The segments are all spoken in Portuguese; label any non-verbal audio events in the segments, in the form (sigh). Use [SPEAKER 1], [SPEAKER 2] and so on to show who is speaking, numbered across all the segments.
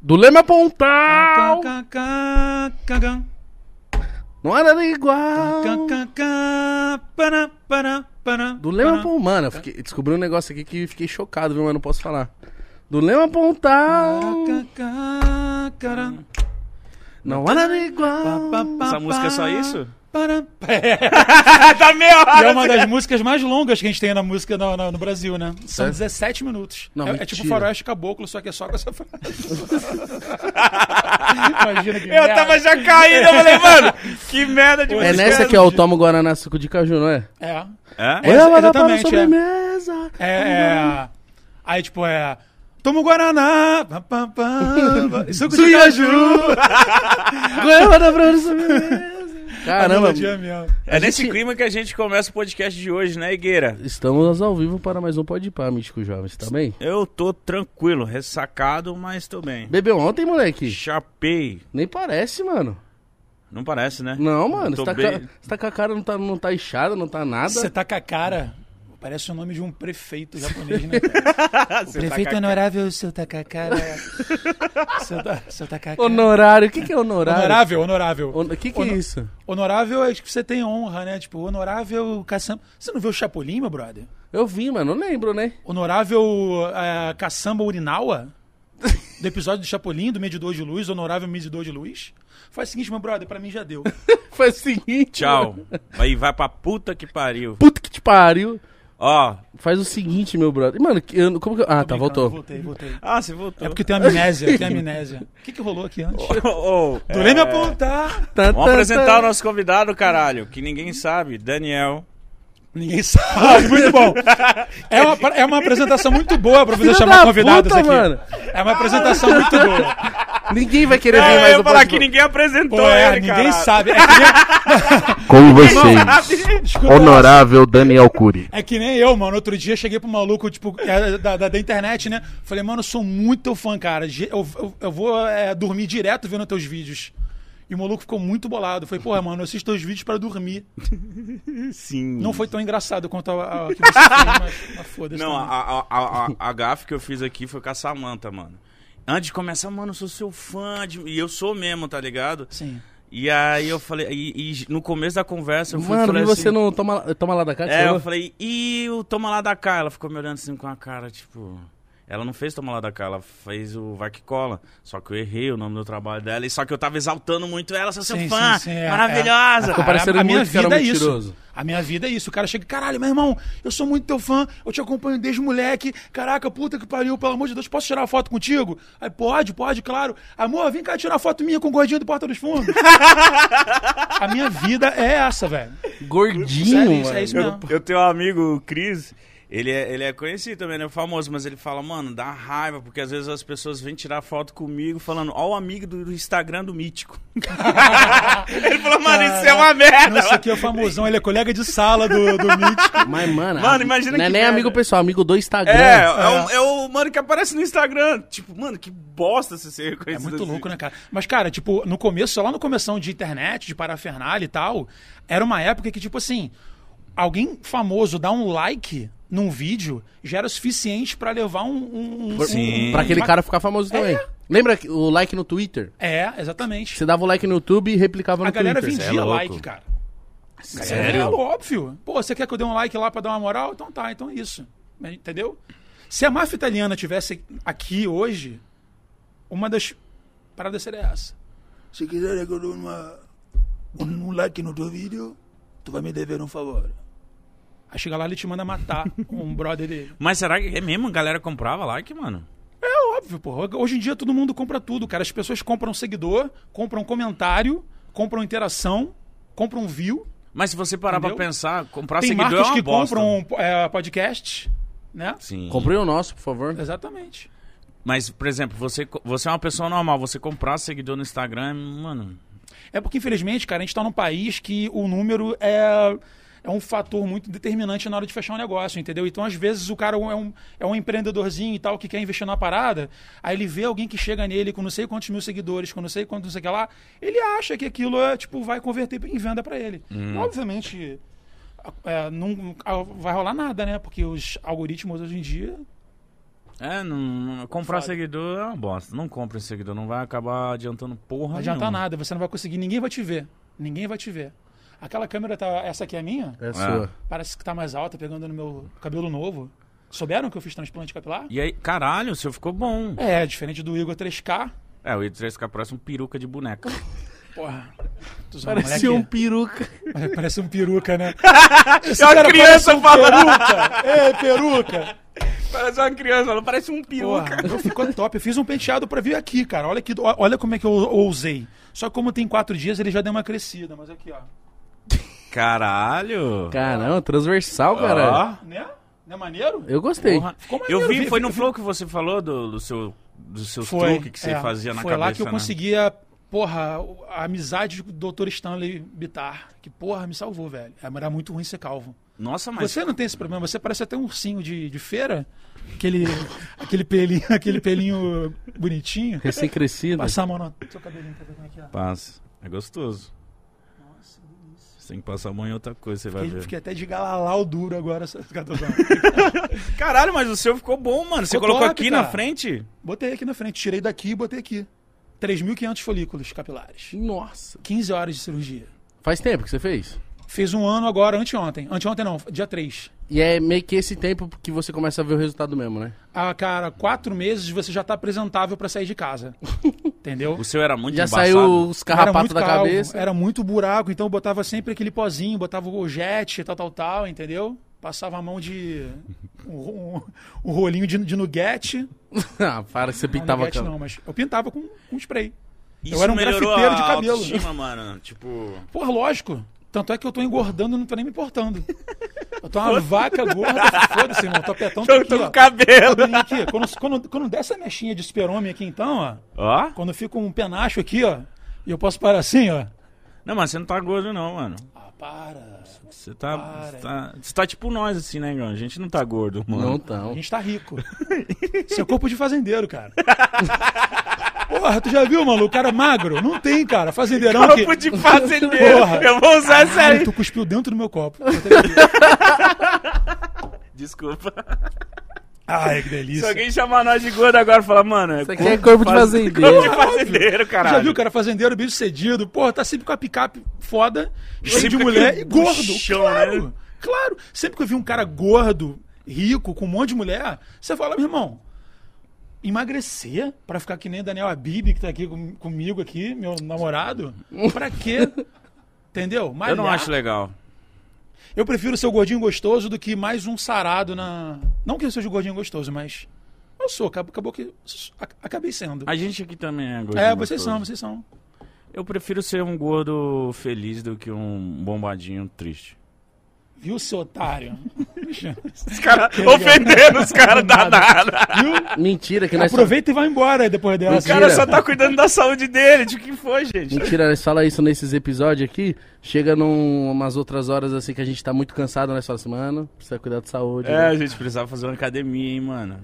[SPEAKER 1] Do Leme tá? Pontal!
[SPEAKER 2] Cacacacacacam.
[SPEAKER 1] Não era igual!
[SPEAKER 2] Cacacá, pará, pará, pará,
[SPEAKER 1] Do Lema
[SPEAKER 2] pará.
[SPEAKER 1] Pontal. Mano, eu fiquei- descobri um negócio aqui que fiquei chocado, viu? Mas não posso falar. Do Lema Pontal!
[SPEAKER 2] Cacacá, cará.
[SPEAKER 1] Não era igual!
[SPEAKER 3] Essa música é só isso? É.
[SPEAKER 2] Pará.
[SPEAKER 3] (laughs) tá meia
[SPEAKER 2] E é
[SPEAKER 3] hora!
[SPEAKER 2] uma das músicas mais longas que a gente tem na música no, no- no Brasil, né? São
[SPEAKER 1] É?
[SPEAKER 2] 17 minutos.
[SPEAKER 1] Não,
[SPEAKER 2] é, é tipo
[SPEAKER 1] mentira.
[SPEAKER 2] Faroeste Caboclo, só que é só com essa frase. Imagina que
[SPEAKER 3] Eu tava já caindo, eu falei, mano, que merda de
[SPEAKER 1] É
[SPEAKER 3] música.
[SPEAKER 1] nessa que eu tomo Guaraná Suco de Caju, não é?
[SPEAKER 2] É.
[SPEAKER 3] É?
[SPEAKER 2] É,
[SPEAKER 1] Ela dá para
[SPEAKER 2] exatamente, é.
[SPEAKER 1] sobremesa!
[SPEAKER 2] É, é. Aí, tipo, é. Toma o Guaraná. Pá, pá, pá. Suco de caju. (laughs)
[SPEAKER 1] Ela dá pra sobremesa! Caramba!
[SPEAKER 2] Melodia mesmo.
[SPEAKER 3] É nesse
[SPEAKER 1] gente-
[SPEAKER 3] clima que a gente começa o podcast de hoje, né, Igueira?
[SPEAKER 1] Estamos ao vivo para mais um Pode Pá, Mítico Jovens, tá bem?
[SPEAKER 3] Eu tô tranquilo, ressacado, mas tô bem.
[SPEAKER 1] Bebeu ontem, moleque?
[SPEAKER 3] Chapei.
[SPEAKER 1] Nem parece, mano.
[SPEAKER 3] Não parece, né?
[SPEAKER 1] Não, mano,
[SPEAKER 3] Tô
[SPEAKER 1] você tá,
[SPEAKER 3] bem.
[SPEAKER 1] ca- você tá com a cara, não tá, não tá inchada, não tá nada.
[SPEAKER 2] Você tá com a cara. Parece o nome de um prefeito japonês, né?
[SPEAKER 3] (laughs) Você tá
[SPEAKER 2] prefeito é
[SPEAKER 3] ca-
[SPEAKER 2] honorável, seu Takakara. (laughs) seu, ta, seu
[SPEAKER 1] (laughs)
[SPEAKER 2] Takakara.
[SPEAKER 1] Honorário, o que, que é honorário?
[SPEAKER 2] Honorável, honorável.
[SPEAKER 1] Hon- O que, que
[SPEAKER 2] Honor-
[SPEAKER 1] é isso?
[SPEAKER 2] Honorável é que você tem honra, né? Tipo, honorável caçamba. Você não viu o Chapolin, meu brother?
[SPEAKER 1] Eu vi, mano, não lembro, né? (laughs)
[SPEAKER 2] Honorável eh, caçamba urinaua? Do episódio do Chapolin, do medidor de luz, honorável medidor de luz? Faz o seguinte, meu brother, pra mim já deu.
[SPEAKER 1] Foi o seguinte.
[SPEAKER 3] (laughs) Tchau. Aí vai pra puta que pariu.
[SPEAKER 1] Puta que te pariu.
[SPEAKER 3] Ó.
[SPEAKER 1] Faz o seguinte, meu brother. Mano, que- eu, como que eu... Ah, tá, voltou.
[SPEAKER 2] Voltei, voltei.
[SPEAKER 3] Ah, você voltou.
[SPEAKER 2] É porque tem amnésia, tem amnésia. O que, que rolou aqui antes?
[SPEAKER 3] (laughs) Ô, ô,
[SPEAKER 2] Durei
[SPEAKER 3] é,
[SPEAKER 2] me apontar.
[SPEAKER 1] Tá,
[SPEAKER 3] Vamos
[SPEAKER 1] tá,
[SPEAKER 3] apresentar
[SPEAKER 1] tá.
[SPEAKER 3] o nosso convidado, caralho, que ninguém sabe, Daniel.
[SPEAKER 2] Ninguém sabe. (laughs) Muito bom. É uma, é uma apresentação muito boa pra você
[SPEAKER 1] Filho
[SPEAKER 2] chamar
[SPEAKER 1] da
[SPEAKER 2] convidados
[SPEAKER 1] puta,
[SPEAKER 2] aqui.
[SPEAKER 1] mano.
[SPEAKER 2] É uma apresentação muito boa.
[SPEAKER 1] Ninguém vai querer ver
[SPEAKER 3] É,
[SPEAKER 1] mais
[SPEAKER 3] eu
[SPEAKER 1] um
[SPEAKER 3] ia falar
[SPEAKER 1] Pode
[SPEAKER 3] que
[SPEAKER 1] Pá.
[SPEAKER 3] ninguém apresentou
[SPEAKER 2] Pô, é,
[SPEAKER 3] ele,
[SPEAKER 2] ninguém
[SPEAKER 3] caralho.
[SPEAKER 2] sabe. É que nem,
[SPEAKER 4] Com vocês,
[SPEAKER 2] escuta,
[SPEAKER 4] honorável Daniel Cury.
[SPEAKER 2] é que nem eu, mano. Outro dia cheguei pro maluco, tipo, é, da, da, da internet, né? Falei, mano, eu sou muito teu fã, cara. Ge- Eu, eu, eu vou é, dormir direto vendo teus vídeos. E o maluco ficou muito bolado. Falei, porra, mano, eu assisto teus vídeos pra dormir.
[SPEAKER 3] Sim.
[SPEAKER 2] Não foi tão engraçado quanto a, a que você fez, mas, mas foda-se.
[SPEAKER 3] Não,
[SPEAKER 2] também.
[SPEAKER 3] a, a, a, a- a gafe que eu fiz aqui foi com a Samanta, mano. Antes de começar, mano, eu sou seu fã, de- e eu sou mesmo, tá ligado?
[SPEAKER 2] Sim.
[SPEAKER 3] E aí eu falei, e, e no começo da conversa eu fui
[SPEAKER 1] Mano,
[SPEAKER 3] falei
[SPEAKER 1] e você
[SPEAKER 3] assim,
[SPEAKER 1] não toma, toma lá da cá? que você um
[SPEAKER 3] É, eu
[SPEAKER 1] falou?
[SPEAKER 3] falei, e o Toma Lá da Cá? Ela ficou me olhando assim com a cara, tipo... Ela não fez Toma Lá da Cá, ela fez o Vai Que Cola. Só que eu errei o nome do trabalho dela, e só que eu tava exaltando muito ela, sou seu
[SPEAKER 2] Sim,
[SPEAKER 3] fã,
[SPEAKER 2] sim, sim, é,
[SPEAKER 3] maravilhosa.
[SPEAKER 1] Ficou parecendo
[SPEAKER 2] a, a minha
[SPEAKER 1] muito que era
[SPEAKER 2] vida é isso.
[SPEAKER 1] mentiroso.
[SPEAKER 2] A minha vida é isso. O cara chega, caralho, meu irmão, eu sou muito teu fã, eu te acompanho desde moleque. Caraca, puta que pariu, pelo amor de Deus, posso tirar uma foto contigo? Aí, pode, pode, claro. Amor, vem cá tirar uma foto minha com o gordinho do Porta dos Fundos. (laughs) a minha vida é essa, velho.
[SPEAKER 1] Gordinho,
[SPEAKER 2] Sério, isso
[SPEAKER 1] mano.
[SPEAKER 2] é isso
[SPEAKER 3] Eu,
[SPEAKER 2] mesmo.
[SPEAKER 3] eu tenho um amigo, o Cris, ele é, ele é conhecido também, né? Famoso, mas ele fala, mano, dá raiva, porque às vezes as pessoas vêm tirar foto comigo falando, ó o amigo do, do Instagram do Mítico. (laughs) ele falou, mano, isso é uma merda.
[SPEAKER 2] Nossa, aqui é o famosão, ele é colega de sala do, do Mítico.
[SPEAKER 1] Mas, mano,
[SPEAKER 3] Mano, imagina
[SPEAKER 1] não é
[SPEAKER 3] que
[SPEAKER 1] nem
[SPEAKER 3] merda.
[SPEAKER 1] amigo pessoal, amigo do Instagram.
[SPEAKER 3] É, é, o, é o mano que aparece no Instagram. Tipo, mano, que bosta você ser
[SPEAKER 2] É
[SPEAKER 3] reconhecido.
[SPEAKER 2] muito
[SPEAKER 3] assim.
[SPEAKER 2] louco, né, cara? Mas, cara, tipo, no começo, lá no começão de internet, de parafernália e tal, era uma época que, tipo assim, alguém famoso dar um like num vídeo já era suficiente pra levar um... um, um-
[SPEAKER 3] Sim.
[SPEAKER 2] um-
[SPEAKER 1] Pra aquele
[SPEAKER 2] uma-
[SPEAKER 1] cara ficar famoso também. Lembra que- o like no Twitter?
[SPEAKER 2] É, exatamente.
[SPEAKER 1] Você dava o like no YouTube e replicava no
[SPEAKER 2] A galera
[SPEAKER 1] Twitter.
[SPEAKER 2] vendia
[SPEAKER 3] é louco.
[SPEAKER 2] like, cara. É óbvio. Pô, você quer que eu dê um like lá pra dar uma moral? Então tá, então é isso. Entendeu? Se a máfia italiana tivesse aqui hoje, uma das paradas seria essa. Se quiser que eu dê uma, um, um like no teu vídeo, tu vai me dever um favor. Aí chega lá, ele te manda matar (laughs) um brother dele.
[SPEAKER 3] Mas será que é mesmo? A galera comprava like, mano?
[SPEAKER 2] É óbvio, porra. Hoje em dia todo mundo compra tudo, cara. As pessoas compram seguidor, compram comentário, compram interação, compram view.
[SPEAKER 3] Mas se você parar pra
[SPEAKER 2] Entendeu?
[SPEAKER 3] pensar, comprar
[SPEAKER 2] Tem
[SPEAKER 3] seguidor é
[SPEAKER 2] marcas
[SPEAKER 3] uma
[SPEAKER 2] que
[SPEAKER 3] bosta.
[SPEAKER 2] compram é, podcast, né?
[SPEAKER 3] Sim.
[SPEAKER 1] Comprei o nosso, por favor.
[SPEAKER 2] É Exatamente.
[SPEAKER 3] Mas, por exemplo, você, co- você é uma pessoa normal, você comprar seguidor no Instagram, é, mano.
[SPEAKER 2] É porque, infelizmente, cara, a gente tá num país que o número é, é um fator muito determinante na hora de fechar um negócio, entendeu? Então, às vezes, o cara é um, é um empreendedorzinho e tal que quer investir na parada, aí ele vê alguém que chega nele com não sei quantos mil seguidores, com não sei quantos não sei o que lá, ele acha que aquilo é, tipo, vai converter em venda pra ele.
[SPEAKER 3] Hum.
[SPEAKER 2] Obviamente, é, não a- vai rolar nada, né? Porque os algoritmos hoje em dia
[SPEAKER 3] É, não, não- comprar seguidor é uma bosta. Não compra esse seguidor, não vai acabar adiantando porra
[SPEAKER 2] Não adianta
[SPEAKER 3] nenhuma.
[SPEAKER 2] nada, você não vai conseguir, ninguém vai te ver. Ninguém vai te ver. Aquela câmera tá. Essa aqui é a minha?
[SPEAKER 1] É sua.
[SPEAKER 2] Parece que tá mais alta, pegando no meu cabelo novo. Souberam que eu fiz transplante capilar?
[SPEAKER 3] E aí, caralho, o seu ficou bom.
[SPEAKER 2] É, diferente do Igor 3K.
[SPEAKER 3] É, o Idris fica parece um peruca
[SPEAKER 2] (laughs)
[SPEAKER 3] de boneca.
[SPEAKER 2] Porra. Tu sabe, é
[SPEAKER 1] Parecia um
[SPEAKER 2] moleque-
[SPEAKER 1] peruca.
[SPEAKER 2] (laughs) Parece um peruca, né?
[SPEAKER 3] É uma criança
[SPEAKER 2] um
[SPEAKER 3] falando.
[SPEAKER 2] Peruca! É, peruca!
[SPEAKER 3] (laughs) Parece uma criança falando, parece um
[SPEAKER 2] Porra, meu ficou top. Eu fiz um penteado pra vir aqui, cara. Olha, que, olha como é que eu ousei. Só que como tem quatro dias, ele já deu uma crescida, mas aqui, ó.
[SPEAKER 3] Caralho.
[SPEAKER 1] Caramba, transversal, cara.
[SPEAKER 3] Ó.
[SPEAKER 2] Né? Não é maneiro?
[SPEAKER 1] Eu gostei.
[SPEAKER 3] Porra.
[SPEAKER 2] Ficou maneiro,
[SPEAKER 3] Eu vi,
[SPEAKER 2] vi-
[SPEAKER 3] foi no
[SPEAKER 2] vi-
[SPEAKER 3] flow que você falou do, do seu, do seu truque que você
[SPEAKER 2] é,
[SPEAKER 3] fazia na
[SPEAKER 2] Foi
[SPEAKER 3] cabeça,
[SPEAKER 2] lá que eu
[SPEAKER 3] né?
[SPEAKER 2] conseguia, porra, a amizade do Dr. Stanley Bitar, que porra me salvou, velho. É, mas Era muito ruim ser calvo.
[SPEAKER 3] Nossa, mas...
[SPEAKER 2] Você não tem esse problema, você parece até um ursinho de, de feira, aquele, (laughs) aquele, pelinho, aquele pelinho bonitinho.
[SPEAKER 1] Recém-crescido.
[SPEAKER 2] Passar a mão no seu cabelinho pra ver como é que é.
[SPEAKER 3] Passa. É gostoso. Você tem que passar a mão em outra coisa, você vai
[SPEAKER 2] Fiquei,
[SPEAKER 3] ver.
[SPEAKER 2] fiquei até de galalau duro agora. só-
[SPEAKER 3] Caralho, mas o seu ficou bom, mano. Você
[SPEAKER 2] Ficou
[SPEAKER 3] colocou
[SPEAKER 2] top,
[SPEAKER 3] aqui na
[SPEAKER 2] cara.
[SPEAKER 3] frente?
[SPEAKER 2] Botei aqui na frente, tirei daqui e botei aqui. 3.500 folículos capilares.
[SPEAKER 1] Nossa.
[SPEAKER 2] 15 horas de cirurgia.
[SPEAKER 1] Faz tempo que você fez?
[SPEAKER 2] Fez um ano agora, anteontem. Anteontem não, dia 3.
[SPEAKER 1] E é meio que esse tempo que você começa a ver o resultado mesmo, né?
[SPEAKER 2] Ah, cara, quatro meses você já tá apresentável pra sair de
[SPEAKER 1] (laughs)
[SPEAKER 2] casa. Entendeu?
[SPEAKER 3] O seu era muito
[SPEAKER 1] Já
[SPEAKER 3] embaçado.
[SPEAKER 1] saiu os
[SPEAKER 2] Era
[SPEAKER 1] carrapatos
[SPEAKER 2] muito
[SPEAKER 1] da
[SPEAKER 2] calvo,
[SPEAKER 1] cabeça. (laughs)
[SPEAKER 2] Era muito buraco, então eu botava sempre aquele pozinho, botava o jet, tal, tal, tal, entendeu? Passava a mão de. um, um- um rolinho de, de nuguete.
[SPEAKER 1] ah, para que você
[SPEAKER 2] não,
[SPEAKER 1] pintava a
[SPEAKER 2] nuguete
[SPEAKER 1] cama.
[SPEAKER 2] não, mas eu pintava com, com spray.
[SPEAKER 3] Isso
[SPEAKER 2] Eu era um
[SPEAKER 3] melhorou
[SPEAKER 2] grafiteiro de
[SPEAKER 3] a
[SPEAKER 2] cabelo.
[SPEAKER 3] autoestima,
[SPEAKER 2] (laughs)
[SPEAKER 3] mano. Tipo...
[SPEAKER 2] Pô, lógico. Tanto é que eu tô engordando e não tô nem me importando. Eu tô uma vaca gorda, foda-se, irmão. Topetão tá
[SPEAKER 3] Eu
[SPEAKER 2] aqui,
[SPEAKER 3] tô
[SPEAKER 2] ó.
[SPEAKER 3] com cabelo.
[SPEAKER 2] Tá bem aqui. Quando, quando, quando der essa mexinha de super-homem aqui, então, ó.
[SPEAKER 3] Ó.
[SPEAKER 2] Quando fica um penacho aqui, ó, e eu posso parar assim, ó.
[SPEAKER 3] Não, mas você não tá gordo, não, mano.
[SPEAKER 2] Ah, para.
[SPEAKER 3] Você tá.
[SPEAKER 2] Para.
[SPEAKER 3] Você tá, você tá tipo nós, assim, né, Igão? A gente não tá gordo,
[SPEAKER 1] Não
[SPEAKER 3] mano.
[SPEAKER 2] A
[SPEAKER 1] tão.
[SPEAKER 2] gente tá rico. Seu corpo de fazendeiro, cara. Porra, tu já viu, maluco? O cara é magro? Não tem, cara. Fazendeirão
[SPEAKER 1] tá.
[SPEAKER 2] que...
[SPEAKER 3] Corpo de fazendeiro.
[SPEAKER 2] Porra.
[SPEAKER 3] Eu vou usar essa
[SPEAKER 2] Ai,
[SPEAKER 3] aí.
[SPEAKER 2] tu cuspiu dentro do meu copo.
[SPEAKER 3] (laughs) Desculpa.
[SPEAKER 2] Ai, que
[SPEAKER 3] Se
[SPEAKER 2] delícia.
[SPEAKER 3] alguém chamar nós de gordo agora e falar, mano, é
[SPEAKER 1] Isso aqui é corpo de
[SPEAKER 3] corpo de
[SPEAKER 1] fazendeiro.
[SPEAKER 3] (laughs) fazendeiro,
[SPEAKER 2] Tu
[SPEAKER 3] caralho.
[SPEAKER 2] já viu, o cara, fazendeiro, bicho cedido. Porra, tá sempre com a picape foda, cheio de
[SPEAKER 3] Sempre com
[SPEAKER 2] mulher
[SPEAKER 3] aquele
[SPEAKER 2] e gordo.
[SPEAKER 3] buchão,
[SPEAKER 2] claro,
[SPEAKER 3] né?
[SPEAKER 2] claro. Sempre que eu vi um cara gordo, rico, com um monte de mulher, você fala, meu irmão, emagrecer pra ficar que nem o Daniel Abib, que tá aqui com- comigo aqui, meu namorado, pra quê? Entendeu? Malhar.
[SPEAKER 3] Eu não acho legal.
[SPEAKER 2] Eu prefiro ser o gordinho gostoso do que mais um sarado na... Não que eu seja o gordinho gostoso, mas... Eu sou, acabou, acabou que... ac- Acabei sendo.
[SPEAKER 3] A gente aqui também é gordo.
[SPEAKER 2] É, vocês
[SPEAKER 3] gostoso.
[SPEAKER 2] são, vocês são.
[SPEAKER 3] Eu prefiro ser um gordo feliz do que um bombadinho triste.
[SPEAKER 2] Viu, seu (laughs) otário?
[SPEAKER 3] Os caras ofendendo os caras danados.
[SPEAKER 1] Mentira,
[SPEAKER 2] (laughs)
[SPEAKER 1] que nós.
[SPEAKER 2] Aproveita e vai embora depois
[SPEAKER 1] Os
[SPEAKER 3] O
[SPEAKER 2] dessa.
[SPEAKER 3] cara
[SPEAKER 1] Mentira.
[SPEAKER 3] só tá cuidando da saúde dele. De que foi, gente?
[SPEAKER 1] Mentira, nós fala isso nesses episódios aqui. Chega num umas outras horas assim que a gente tá muito cansado, nós falamos assim, mano, precisa cuidar de saúde.
[SPEAKER 3] É,
[SPEAKER 1] né?
[SPEAKER 3] a gente precisava fazer uma academia, hein, mano.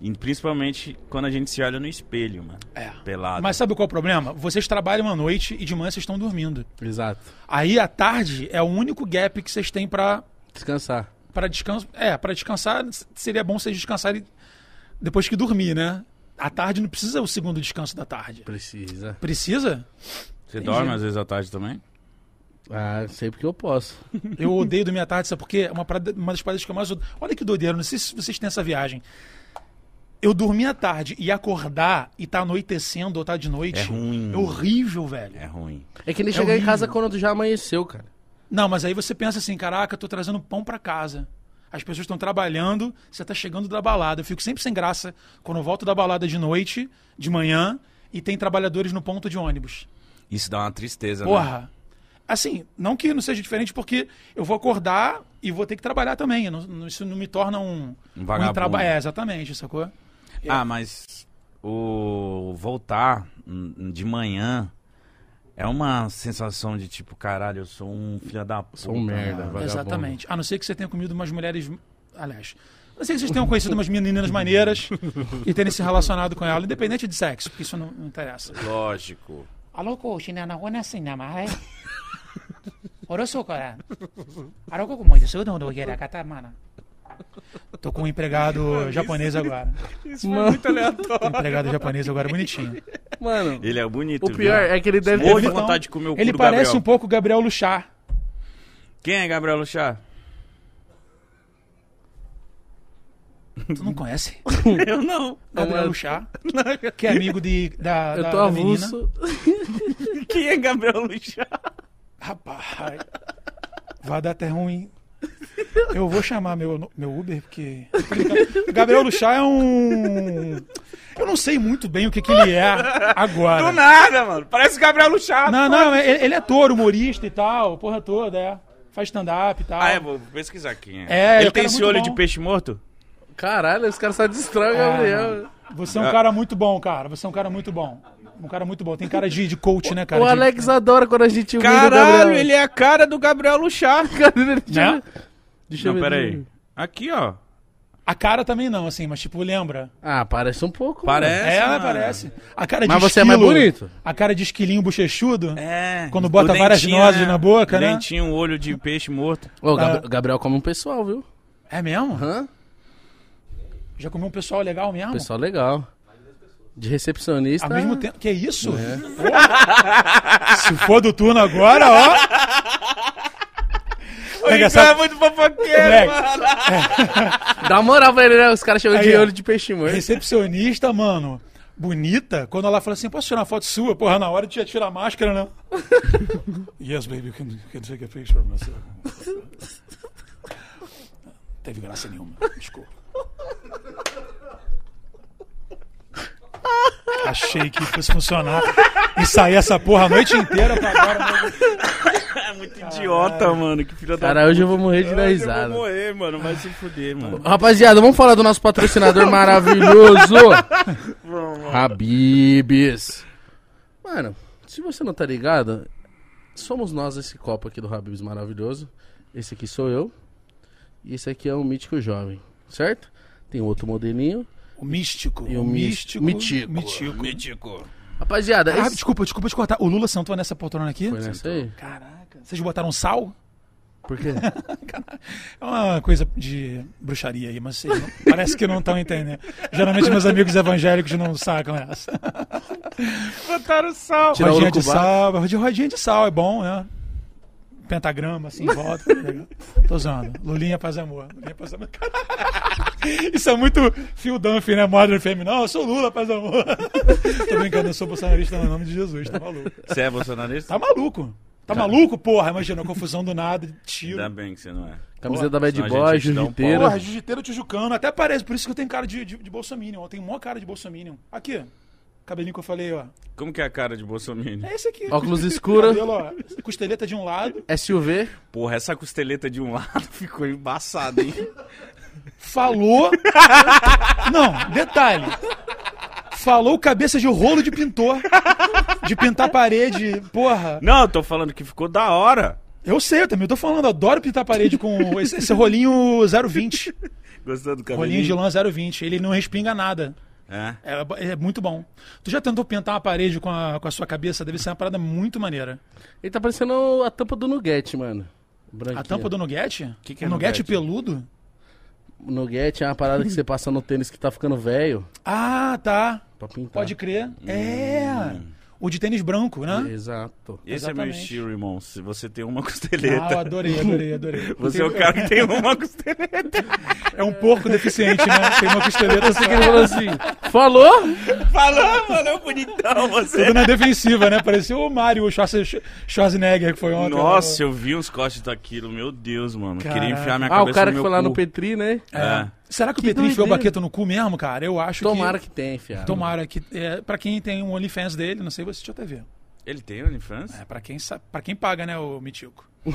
[SPEAKER 3] E principalmente quando a gente se olha no espelho, mano.
[SPEAKER 2] É.
[SPEAKER 3] Pelado.
[SPEAKER 2] Mas sabe qual é o problema? Vocês trabalham à noite e de manhã vocês estão dormindo.
[SPEAKER 1] Exato.
[SPEAKER 2] Aí à tarde é o único gap que vocês têm pra
[SPEAKER 1] Descansar.
[SPEAKER 2] para descanso. É, para descansar s- seria bom vocês descansarem depois que dormir, né? À tarde não precisa o segundo descanso da tarde.
[SPEAKER 1] Precisa.
[SPEAKER 2] Precisa?
[SPEAKER 3] Você dorme às vezes à tarde também?
[SPEAKER 1] Ah, sempre que eu posso.
[SPEAKER 2] Eu odeio dormir à tarde, sabe por quê? É uma, parada- uma das paradas que eu mais odeio. Olha que doideira, não sei se vocês têm essa viagem. Eu dormir à tarde e acordar e tá anoitecendo ou tá de noite.
[SPEAKER 3] É ruim.
[SPEAKER 2] É horrível, velho.
[SPEAKER 3] É ruim.
[SPEAKER 1] É que nem chegar em casa quando já amanheceu, cara.
[SPEAKER 2] Não, mas aí você pensa assim, caraca, eu tô trazendo pão pra casa. As pessoas estão trabalhando, você tá chegando da balada. Eu fico sempre sem graça quando eu volto da balada de noite, de manhã, e tem trabalhadores no ponto de ônibus.
[SPEAKER 3] Isso dá uma tristeza, né?
[SPEAKER 2] Porra. Assim, não que não seja diferente, porque eu vou acordar e vou ter que trabalhar também. Eu não- não- isso não me torna um...
[SPEAKER 3] Um vagabundo.
[SPEAKER 2] intraba- É, exatamente, sacou?
[SPEAKER 3] Ah, mas o voltar hum, de manhã é uma sensação de tipo, caralho, eu sou um filho da puta.
[SPEAKER 1] Sou um merda,
[SPEAKER 3] mano.
[SPEAKER 1] vagabundo.
[SPEAKER 2] Exatamente. A não ser que você tenha comido umas mulheres... Aliás, a não ser que vocês tenham conhecido umas meninas maneiras e tenham se relacionado com ela, independente de sexo, porque isso não- não interessa.
[SPEAKER 3] Lógico.
[SPEAKER 5] Alô, coach, na na rua assim, na marra, Oroso, cara. Alô, como é que você não quer a catamana?
[SPEAKER 2] Tô com um empregado japonês agora.
[SPEAKER 3] Isso foi
[SPEAKER 1] Mano.
[SPEAKER 3] muito aleatório.
[SPEAKER 2] Um empregado japonês agora bonitinho.
[SPEAKER 1] Mano,
[SPEAKER 3] Ele é bonito,
[SPEAKER 1] o pior
[SPEAKER 3] viu?
[SPEAKER 1] é que ele deve
[SPEAKER 3] Morro de
[SPEAKER 1] ter...
[SPEAKER 2] Então,
[SPEAKER 3] vontade de comer o cu
[SPEAKER 2] Ele
[SPEAKER 3] do
[SPEAKER 2] parece
[SPEAKER 3] Gabriel.
[SPEAKER 2] um pouco o Gabriel Luchar.
[SPEAKER 3] Quem é Gabriel Luchar?
[SPEAKER 2] Tu não conhece?
[SPEAKER 3] (laughs) Eu não.
[SPEAKER 2] Gabriel
[SPEAKER 1] eu-
[SPEAKER 3] (laughs)
[SPEAKER 2] Luchar, que é amigo de, da, da,
[SPEAKER 1] Eu tô
[SPEAKER 2] da menina.
[SPEAKER 1] avulso.
[SPEAKER 3] Quem é Gabriel Luchar?
[SPEAKER 2] Rapaz, vai dar até ruim. Eu vou chamar meu, meu Uber, porque. Gabriel Luchar é um. Eu não sei muito bem o que, que ele é agora.
[SPEAKER 3] Do nada, mano. Parece Gabriel Luchar.
[SPEAKER 2] Não, não, ele, ele é ator, humorista e tal, porra toda, é. Faz stand-up e tal.
[SPEAKER 3] Ah, é, vou pesquisar quem
[SPEAKER 2] É, o
[SPEAKER 3] é. Ele
[SPEAKER 2] cara
[SPEAKER 3] tem
[SPEAKER 2] é
[SPEAKER 3] esse
[SPEAKER 2] muito
[SPEAKER 3] olho
[SPEAKER 2] bom.
[SPEAKER 3] de peixe morto?
[SPEAKER 1] Caralho, os caras só destroem o Gabriel.
[SPEAKER 2] É, Você é um cara muito bom, cara. Você é um cara muito bom. Um cara muito bom. Tem cara de, de coach, né, cara?
[SPEAKER 1] o
[SPEAKER 2] De-
[SPEAKER 1] Alex adora quando a gente humilha o
[SPEAKER 3] Caralho,
[SPEAKER 1] Gabriel.
[SPEAKER 3] ele é a cara do Gabriel Luchar.
[SPEAKER 2] Né?
[SPEAKER 1] Deixa eu
[SPEAKER 3] Não,
[SPEAKER 1] ver.
[SPEAKER 3] pera aí. Aqui, ó.
[SPEAKER 2] A cara também não, assim, mas tipo, lembra.
[SPEAKER 1] (laughs) Ah, parece um pouco. mano.
[SPEAKER 3] Parece.
[SPEAKER 2] é,
[SPEAKER 3] mano.
[SPEAKER 2] parece. A cara de
[SPEAKER 1] Mas você é mais
[SPEAKER 2] esquilo-
[SPEAKER 1] bonito.
[SPEAKER 2] A cara de esquilinho bochechudo.
[SPEAKER 3] É.
[SPEAKER 2] Quando bota
[SPEAKER 3] O
[SPEAKER 2] várias
[SPEAKER 3] dentinho,
[SPEAKER 2] nozes na boca,
[SPEAKER 3] o
[SPEAKER 2] né?
[SPEAKER 3] Dentinho, um olho de peixe morto.
[SPEAKER 1] Ô, o Gabri-
[SPEAKER 2] Ah.
[SPEAKER 1] Gabriel come um pessoal, viu?
[SPEAKER 2] É mesmo?
[SPEAKER 1] Hã?
[SPEAKER 2] Já comeu um pessoal legal mesmo?
[SPEAKER 1] Pessoal É. legal. De recepcionista.
[SPEAKER 2] Ao mesmo tempo. Que isso? Porra. Se for do turno agora, ó.
[SPEAKER 3] O Igor
[SPEAKER 2] engraçado-
[SPEAKER 3] é muito fofoqueiro,
[SPEAKER 2] Moleque.
[SPEAKER 3] mano.
[SPEAKER 1] Dá moral pra ele, né? Os caras chamam
[SPEAKER 2] Aí,
[SPEAKER 1] de
[SPEAKER 2] ó.
[SPEAKER 1] olho de peixe morto.
[SPEAKER 2] Recepcionista, mano. Bonita, quando ela fala assim, posso tirar uma foto sua? Porra, na hora tu já tira a
[SPEAKER 1] (laughs)
[SPEAKER 2] máscara, né? yes, baby, you can, you can take a picture of myself. Teve graça nenhuma, desculpa. Achei que fosse funcionar. E sair essa porra a noite inteira pra agora. né?
[SPEAKER 3] É muito idiota, mano. Que filha da
[SPEAKER 1] Cara, hoje eu vou morrer de
[SPEAKER 3] puta.
[SPEAKER 1] dar
[SPEAKER 3] tá Hoje eu
[SPEAKER 1] risada.
[SPEAKER 3] vou morrer, mano. Vai se fuder, mano.
[SPEAKER 1] Rapaziada, vamos falar do nosso patrocinador maravilhoso. Habibs. Mano, se você não tá ligado, somos nós esse copo aqui do Habibs maravilhoso. Esse aqui sou eu. E esse aqui é o mítico jovem, certo? Tem outro modelinho.
[SPEAKER 2] O místico.
[SPEAKER 1] E o
[SPEAKER 2] o
[SPEAKER 1] místico-
[SPEAKER 2] místico.
[SPEAKER 1] mitico.
[SPEAKER 2] Mítico.
[SPEAKER 3] Mítico.
[SPEAKER 1] Rapaziada,
[SPEAKER 2] Ah,
[SPEAKER 1] esse...
[SPEAKER 2] desculpa, desculpa te cortar. O Lula sentou nessa poltrona aqui?
[SPEAKER 1] Foi nessa aí?
[SPEAKER 2] Caraca. Vocês botaram sal?
[SPEAKER 1] Por quê?
[SPEAKER 2] É uma coisa de bruxaria aí, mas vocês não- (laughs) parece que não estão entendendo. Geralmente meus amigos evangélicos não sacam essa.
[SPEAKER 3] Botaram sal.
[SPEAKER 1] Tirar o
[SPEAKER 2] rodinha de
[SPEAKER 1] urucubá.
[SPEAKER 2] sal, rodinha, rodinha de sal é bom, né? Pentagrama, assim, em volta. legal. Tô zoando. Lulinha paz e amor. Lulinha paz e amor. Isso é muito Phil Dunphy, né? Modern Family. Não, eu sou Lula, paz e amor. (laughs) Tô brincando, eu sou bolsonarista no nome de Jesus, tá maluco.
[SPEAKER 3] Você é bolsonarista?
[SPEAKER 2] Tá maluco. Tá maluco, porra? Imagina, confusão do nada, tiro.
[SPEAKER 3] Ainda bem que você não é.
[SPEAKER 1] Camiseta da Bad
[SPEAKER 3] Senão a
[SPEAKER 1] Boy,
[SPEAKER 3] gente dá um
[SPEAKER 1] jiu-jiteiro.
[SPEAKER 2] Porra, jiu-jiteiro tijucano, até parece, por isso que eu tenho cara de, de, de bolsominion, eu tenho mó cara de bolsominion. Aqui, cabelinho que eu falei, ó.
[SPEAKER 3] Como que é a cara de Bolsonaro?
[SPEAKER 2] É esse aqui.
[SPEAKER 1] Óculos escura.
[SPEAKER 2] (laughs) Cabelo, ó, costeleta de um lado,
[SPEAKER 1] SUV.
[SPEAKER 3] Porra, essa costeleta de um (laughs) lado ficou embaçada, hein?
[SPEAKER 2] falou... Não, detalhe. Falou cabeça de rolo de pintor, de pintar parede, porra.
[SPEAKER 3] Não, eu tô falando que ficou da hora.
[SPEAKER 2] Eu sei, eu também tô falando, adoro pintar parede com esse, esse rolinho 020,
[SPEAKER 3] Gostou do
[SPEAKER 2] rolinho de
[SPEAKER 3] cabelinho?
[SPEAKER 2] lã 020, ele não respinga nada.
[SPEAKER 3] É.
[SPEAKER 2] É, bo- é muito bom. Tu já tentou pintar uma parede com a, com a sua cabeça? Deve ser uma parada muito maneira.
[SPEAKER 1] Ele tá parecendo a tampa do Nugget, mano.
[SPEAKER 2] A
[SPEAKER 1] Branquinha.
[SPEAKER 2] tampa do Nugget?
[SPEAKER 3] Que que é
[SPEAKER 2] O Nugget,
[SPEAKER 3] Nugget?
[SPEAKER 2] peludo?
[SPEAKER 1] O Nugget é uma parada que você passa no tênis que tá ficando velho.
[SPEAKER 2] Ah, tá.
[SPEAKER 1] Pra pintar.
[SPEAKER 2] Pode crer. É. O de tênis branco, né?
[SPEAKER 1] Exato.
[SPEAKER 3] Esse é
[SPEAKER 2] Exatamente.
[SPEAKER 3] meu estilo, irmão. Se você tem uma
[SPEAKER 2] Ah, eu
[SPEAKER 3] costeleta,
[SPEAKER 2] adorei, adorei, adorei.
[SPEAKER 3] (laughs) você é o cara que tem uma costeleta.
[SPEAKER 2] É um porco deficiente, né? Tem uma costeleta assim.
[SPEAKER 1] Ele falou assim, falou?
[SPEAKER 3] (laughs) Falou, mano, é bonitão você.
[SPEAKER 2] Tudo na defensiva, né? Parecia o Mario Schwarze- Schwarzenegger que foi ontem. né?
[SPEAKER 3] Nossa, eu vi uns cortes daquilo, meu Deus, mano. Queria
[SPEAKER 2] Caraca.
[SPEAKER 3] enfiar minha
[SPEAKER 1] Ah,
[SPEAKER 3] cabeça
[SPEAKER 1] o cara
[SPEAKER 3] no
[SPEAKER 1] que
[SPEAKER 3] meu
[SPEAKER 1] foi lá no
[SPEAKER 3] cu.
[SPEAKER 1] Petri, né?
[SPEAKER 3] É.
[SPEAKER 2] Será que o Petrinho enfiou
[SPEAKER 1] doideira.
[SPEAKER 2] baqueta no cu mesmo, cara? Eu acho
[SPEAKER 1] Tomara
[SPEAKER 2] que...
[SPEAKER 1] que tenha, fiado.
[SPEAKER 2] Tomara que... É, pra quem tem um OnlyFans dele, não sei, você assistiu a TV.
[SPEAKER 3] Ele tem OnlyFans?
[SPEAKER 2] É, pra quem, sa- pra quem paga, né,
[SPEAKER 6] (laughs)
[SPEAKER 2] o Mitico. o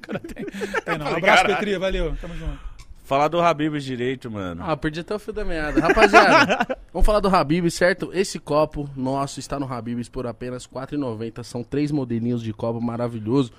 [SPEAKER 2] cara tem. tem não. Abraço, Petri, valeu. Tamo junto.
[SPEAKER 3] Falar do Habib direito, mano.
[SPEAKER 1] Ah, perdi até o fio da meada.
[SPEAKER 2] (laughs)
[SPEAKER 1] Rapaziada, vamos falar do Habib, certo? Esse copo nosso está no Habibs por apenas R$ 4,90. São três modelinhos de copo maravilhoso.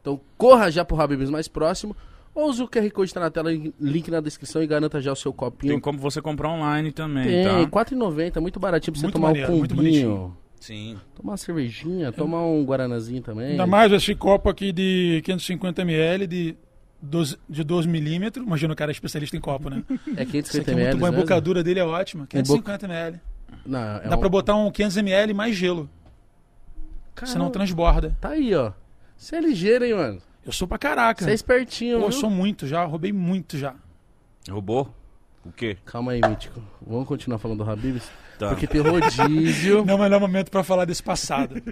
[SPEAKER 1] Então corra já pro Habibs mais próximo. Ou use o QR Code tá na tela, link na descrição e garanta já o seu
[SPEAKER 3] Tem
[SPEAKER 1] copinho.
[SPEAKER 3] como você comprar online também,
[SPEAKER 1] Tem, R$
[SPEAKER 3] tá?
[SPEAKER 1] 4,90, muito baratinho pra você
[SPEAKER 2] Muito
[SPEAKER 1] tomar
[SPEAKER 2] maneiro,
[SPEAKER 1] um
[SPEAKER 2] muito
[SPEAKER 1] pombinho.
[SPEAKER 2] bonitinho.
[SPEAKER 3] Sim.
[SPEAKER 1] Tomar uma cervejinha, tomar um guaranazinho também.
[SPEAKER 2] Ainda mais esse copo aqui de 550ml de 12 de 12 milímetros. Imagina o cara é especialista em copo, né?
[SPEAKER 1] É
[SPEAKER 2] Isso
[SPEAKER 1] 550
[SPEAKER 2] aqui é muito
[SPEAKER 1] ml.
[SPEAKER 2] bom. A
[SPEAKER 1] mesmo?
[SPEAKER 2] embocadura dele é ótima. 550 ml.
[SPEAKER 1] Não, é
[SPEAKER 2] Dá
[SPEAKER 1] um-
[SPEAKER 2] pra botar um 500 ml mais gelo. Senão transborda.
[SPEAKER 1] Tá aí, ó. Você é ligeiro, hein, mano?
[SPEAKER 2] Eu sou pra caraca.
[SPEAKER 1] Você é espertinho,
[SPEAKER 2] Pô, eu
[SPEAKER 1] viu?
[SPEAKER 2] sou um muito já. Roubei muito já.
[SPEAKER 6] Roubou? O quê?
[SPEAKER 1] Calma aí, Mítico. Vamos continuar falando do Habibs?
[SPEAKER 6] Tá.
[SPEAKER 1] Porque tem
[SPEAKER 2] (laughs)
[SPEAKER 1] rodízio.
[SPEAKER 2] Não é o melhor momento pra falar
[SPEAKER 1] (laughs)
[SPEAKER 2] desse passado.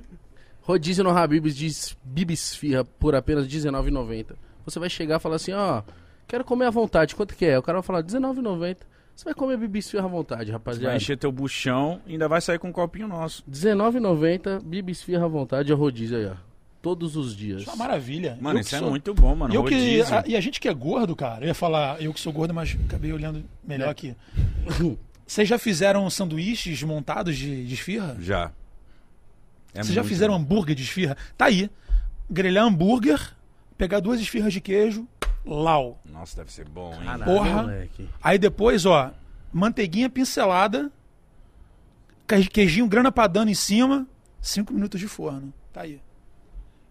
[SPEAKER 1] rodízio no Habibs diz bibisfirra por apenas R$19,90. Você vai chegar e falar assim, ó... Quero comer à vontade. Quanto que é? O cara vai falar R$19,90. Você vai comer bibisfirra à vontade,
[SPEAKER 6] Vai
[SPEAKER 1] rapaziada.
[SPEAKER 6] encher teu buchão e ainda vai sair com um copinho nosso.
[SPEAKER 1] R$19,90, bibisfirra à vontade é rodízio aí, ó. Todos os dias.
[SPEAKER 2] Isso é uma maravilha.
[SPEAKER 6] Mano,
[SPEAKER 2] Eu
[SPEAKER 6] isso
[SPEAKER 2] que
[SPEAKER 6] é
[SPEAKER 2] sou-
[SPEAKER 6] muito bom, mano.
[SPEAKER 2] E eu que,
[SPEAKER 6] Rodízio.
[SPEAKER 2] a, e a gente que é gordo, cara, eu ia falar, eu que sou gordo, mas acabei olhando
[SPEAKER 6] É.
[SPEAKER 2] melhor aqui.
[SPEAKER 1] Uhum.
[SPEAKER 2] Vocês já fizeram sanduíches montados de, de esfirra?
[SPEAKER 6] Já. É
[SPEAKER 2] Vocês já
[SPEAKER 6] muito
[SPEAKER 2] fizeram
[SPEAKER 6] bom.
[SPEAKER 2] hambúrguer de esfirra? Tá aí. Grelhar hambúrguer, pegar duas esfirras de queijo, lau.
[SPEAKER 6] Nossa, deve ser bom, hein?
[SPEAKER 1] Caralho,
[SPEAKER 2] Porra.
[SPEAKER 1] moleque.
[SPEAKER 2] Aí depois, ó, manteiguinha pincelada, que- queijinho grana padano em cima, cinco minutos de forno. Tá aí.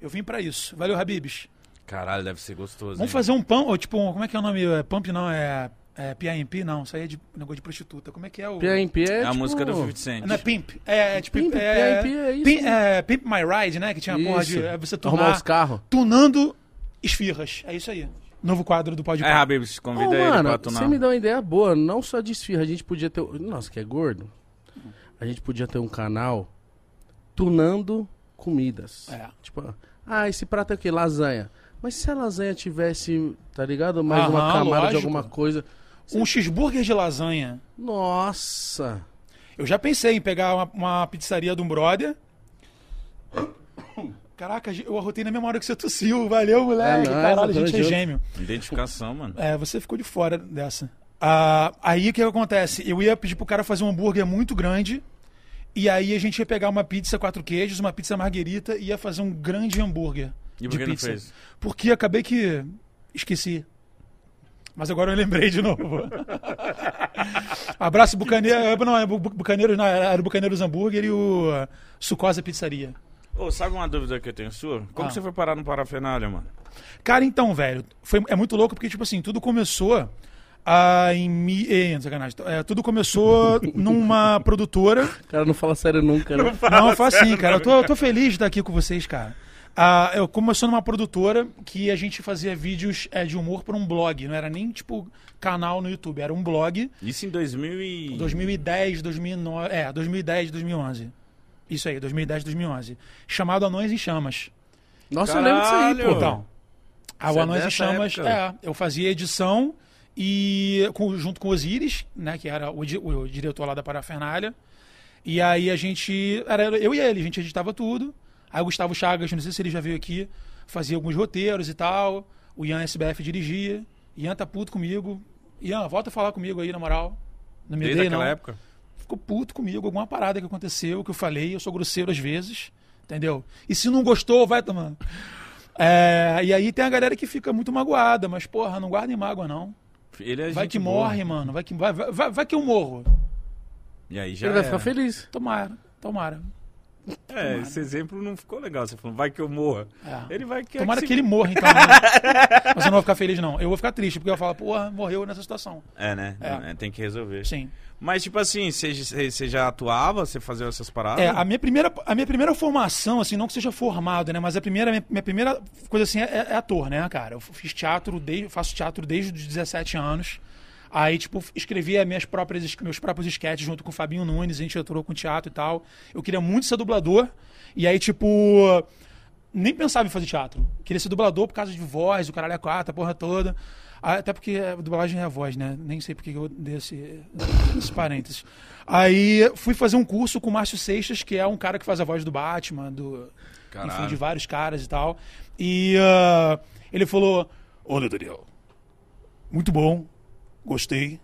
[SPEAKER 2] Eu vim pra isso. Valeu, Habibs.
[SPEAKER 6] Caralho, deve ser gostoso.
[SPEAKER 2] Vamos
[SPEAKER 6] hein?
[SPEAKER 2] fazer um pão, ou tipo, um- como é que é o nome? É Pump não, é, é PIMP? Não, isso aí é de negócio de prostituta. Como é que é o.
[SPEAKER 1] P.A.M.P. é,
[SPEAKER 6] É a
[SPEAKER 1] tipo,
[SPEAKER 6] música do 50 Cent.
[SPEAKER 2] Não é Pimp. É, é tipo.
[SPEAKER 1] Pimp,
[SPEAKER 2] é,
[SPEAKER 1] PIMP é isso.
[SPEAKER 2] Pim- é, Pimp My Ride, né? Que tinha a porra
[SPEAKER 1] Isso.
[SPEAKER 2] de. É você
[SPEAKER 1] Arrumar
[SPEAKER 2] tunar,
[SPEAKER 1] os carros.
[SPEAKER 2] tunando esfirras. É isso aí. Novo quadro do Pode
[SPEAKER 6] É,
[SPEAKER 2] Pá.
[SPEAKER 6] Habib, se
[SPEAKER 1] Ô,
[SPEAKER 6] convida ele
[SPEAKER 1] mano,
[SPEAKER 6] pra tunar.
[SPEAKER 1] você me dá uma ideia boa, não só de esfirra, a gente podia ter. Nossa, que é gordo. A gente podia ter um canal tunando comidas.
[SPEAKER 2] É.
[SPEAKER 1] Tipo, ah, esse prato é o quê? Lasanha. Mas se a lasanha tivesse, tá ligado? Mais uma
[SPEAKER 2] Aham,
[SPEAKER 1] camada de
[SPEAKER 2] lógico.
[SPEAKER 1] alguma coisa.
[SPEAKER 2] Um cheeseburger de lasanha.
[SPEAKER 1] Nossa!
[SPEAKER 2] Eu já pensei em pegar uma, uma pizzaria de um brother. (coughs) Caraca, eu arrotei na mesma hora que você tossiu. Valeu, moleque.
[SPEAKER 1] É nóis,
[SPEAKER 2] Caralho,
[SPEAKER 1] tamo
[SPEAKER 2] a gente é
[SPEAKER 1] junto.
[SPEAKER 2] gêmeo.
[SPEAKER 6] Identificação, mano.
[SPEAKER 2] É, você ficou de fora dessa. Ah, aí o que acontece? Eu ia pedir pro cara fazer um hambúrguer muito grande. E aí a gente ia pegar uma pizza quatro queijos, uma pizza marguerita e ia fazer um grande hambúrguer.
[SPEAKER 6] E por
[SPEAKER 2] de
[SPEAKER 6] que não
[SPEAKER 2] pizza.
[SPEAKER 6] fez?
[SPEAKER 2] Porque acabei que esqueci. Mas agora eu lembrei de novo. (laughs) Abraço Bucaneiro. Não, é Bu- Bu- Bucaneiros, não, era o Bucaneiros Hambúrguer e o Sucosa Pizzaria.
[SPEAKER 6] Ô, sabe uma dúvida que eu tenho sua? Como
[SPEAKER 2] Ah.
[SPEAKER 6] você foi parar no Parafernália, mano?
[SPEAKER 2] Cara, então, velho, foi, é muito louco porque, tipo assim, tudo começou ah, em. mi- eh, sacanagem. É, tudo começou numa produtora.
[SPEAKER 1] O cara não fala sério nunca, né?
[SPEAKER 2] Não, foi assim, cara. Eu tô, eu tô feliz de estar aqui com vocês, cara. Ah, eu começou numa produtora que a gente fazia vídeos eh, de humor para um blog. Não era nem, tipo, canal no YouTube. Era um blog.
[SPEAKER 6] Isso em 2000 e...
[SPEAKER 2] 2010, 2009. É, 2010, 2011. Isso aí, 2010, 2011. Chamado Anões em Chamas.
[SPEAKER 1] Nossa, um, eu lembro disso aí, pô.
[SPEAKER 6] Caralho. Tá,
[SPEAKER 2] Então, a
[SPEAKER 6] Isso é
[SPEAKER 2] Anões em
[SPEAKER 6] dessa
[SPEAKER 2] Chamas,
[SPEAKER 6] época.
[SPEAKER 2] é, eu fazia edição e com- junto com o Osiris, né, que era o, di- o diretor lá da Parafernália. E aí a gente, era eu e ele, a gente editava tudo. Aí o Gustavo Chagas, não sei se ele já veio aqui, fazia alguns roteiros e tal. O Ian SBF dirigia. Ian tá puto comigo. Ian, volta a falar comigo aí, na moral. Não me
[SPEAKER 6] Desde
[SPEAKER 2] dei,
[SPEAKER 6] aquela
[SPEAKER 2] não
[SPEAKER 6] época?
[SPEAKER 2] ficou puto comigo, alguma parada que aconteceu, que eu falei, eu sou grosseiro às vezes, entendeu? E se não gostou, vai tomando. É, e aí tem a galera que fica muito magoada, mas porra, não guardem mágoa não.
[SPEAKER 6] Ele é
[SPEAKER 2] Vai
[SPEAKER 6] gente
[SPEAKER 2] que
[SPEAKER 6] boa.
[SPEAKER 2] morre, mano, vai que, vai, vai- vai, vai que eu morro.
[SPEAKER 6] E aí já
[SPEAKER 1] Ele vai
[SPEAKER 6] era.
[SPEAKER 1] ficar feliz.
[SPEAKER 2] Tomara, tomara.
[SPEAKER 6] É, esse exemplo não ficou legal. Você falou, vai que eu morra.
[SPEAKER 2] né? É.
[SPEAKER 6] Ele vai que...
[SPEAKER 2] Tomara
[SPEAKER 6] se-
[SPEAKER 2] que ele morra, então.
[SPEAKER 6] (laughs)
[SPEAKER 2] né? Mas eu não vou ficar feliz, não. Eu vou ficar triste, porque eu falo, porra, morreu nessa situação.
[SPEAKER 6] É, né?
[SPEAKER 2] É.
[SPEAKER 6] É, tem que resolver.
[SPEAKER 2] Sim.
[SPEAKER 6] Mas, tipo assim, você- você você já atuava? Você fazia essas paradas?
[SPEAKER 2] É, a minha primeira, a minha primeira formação, assim, não que seja formado, né? Mas a primeira, minha, minha primeira coisa assim é, é ator, né, cara? Eu fiz teatro desde, faço teatro desde os 17 anos. Aí, tipo, escrevi as minhas próprias, es- meus próprios esquetes junto com o Fabinho Nunes, a gente atuou com teatro e tal. Eu queria muito ser dublador. E aí, tipo, nem pensava em fazer teatro. Queria ser dublador por causa de voz, o caralho é quatro, a porra toda. Ah, Até porque a dublagem é a voz, né? Nem sei porque que eu dei esse, esse parênteses. Aí fui fazer um curso com o Márcio Seixas, que é um cara que faz a voz do Batman, do. Enfim,
[SPEAKER 6] Caralho.
[SPEAKER 2] de vários caras e tal. E ah, ele falou: Olha, Daniel, muito bom, gostei.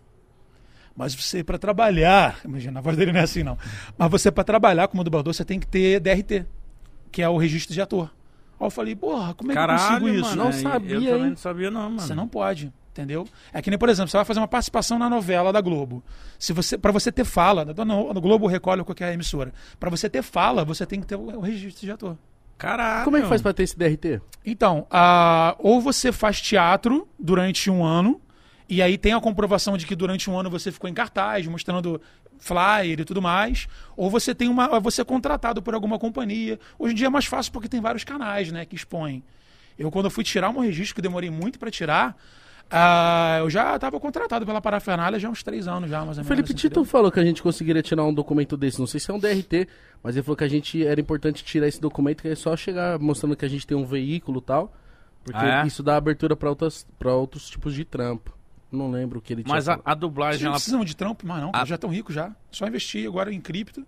[SPEAKER 2] Mas você, pra trabalhar. Imagina, a voz dele não é assim, não. Mas você, pra trabalhar como dublador, você tem que ter DRT que é o registro de ator. Aí eu falei, porra, como é que eu
[SPEAKER 6] Caralho,
[SPEAKER 2] consigo isso?
[SPEAKER 6] mano.
[SPEAKER 1] Não
[SPEAKER 6] é,
[SPEAKER 1] sabia,
[SPEAKER 6] Eu também
[SPEAKER 1] hein?
[SPEAKER 6] não sabia, não, mano.
[SPEAKER 2] Você não pode, entendeu? É que nem, por exemplo, você vai fazer uma participação na novela da Globo. Se você, para você ter fala, na na Globo recolhe ou qualquer emissora. Pra você ter fala, você tem que ter o o registro de ator.
[SPEAKER 6] Caralho.
[SPEAKER 1] Como é que faz pra ter esse DRT?
[SPEAKER 2] Então, ah, ou você faz teatro durante um ano, e aí tem a comprovação de que durante um ano você ficou em cartaz, mostrando flyer e tudo mais, ou você tem uma. você é contratado por alguma companhia. Hoje em dia é mais fácil porque tem vários canais né, que expõem. Eu, quando eu fui tirar um registro, que eu demorei muito para tirar, ah, eu já estava contratado pela parafernália já há uns três anos, já, mais ou menos.
[SPEAKER 1] Felipe Tito
[SPEAKER 2] entendeu?
[SPEAKER 1] falou que a gente conseguiria tirar um documento desse. Não sei se é um DRT, mas ele falou que a gente era importante tirar esse documento, que é só chegar mostrando que a gente tem um veículo e tal. Porque
[SPEAKER 6] Ah, é?
[SPEAKER 1] isso dá abertura pra, outras, pra outros tipos de trampo. Não lembro o que ele tinha.
[SPEAKER 6] Mas a,
[SPEAKER 1] falado.
[SPEAKER 6] a
[SPEAKER 2] Vocês
[SPEAKER 6] dublagem,
[SPEAKER 2] não
[SPEAKER 6] ela...
[SPEAKER 2] precisam de trampo mais, não.
[SPEAKER 6] Ah.
[SPEAKER 2] Já estão ricos já. Só investir agora em cripto.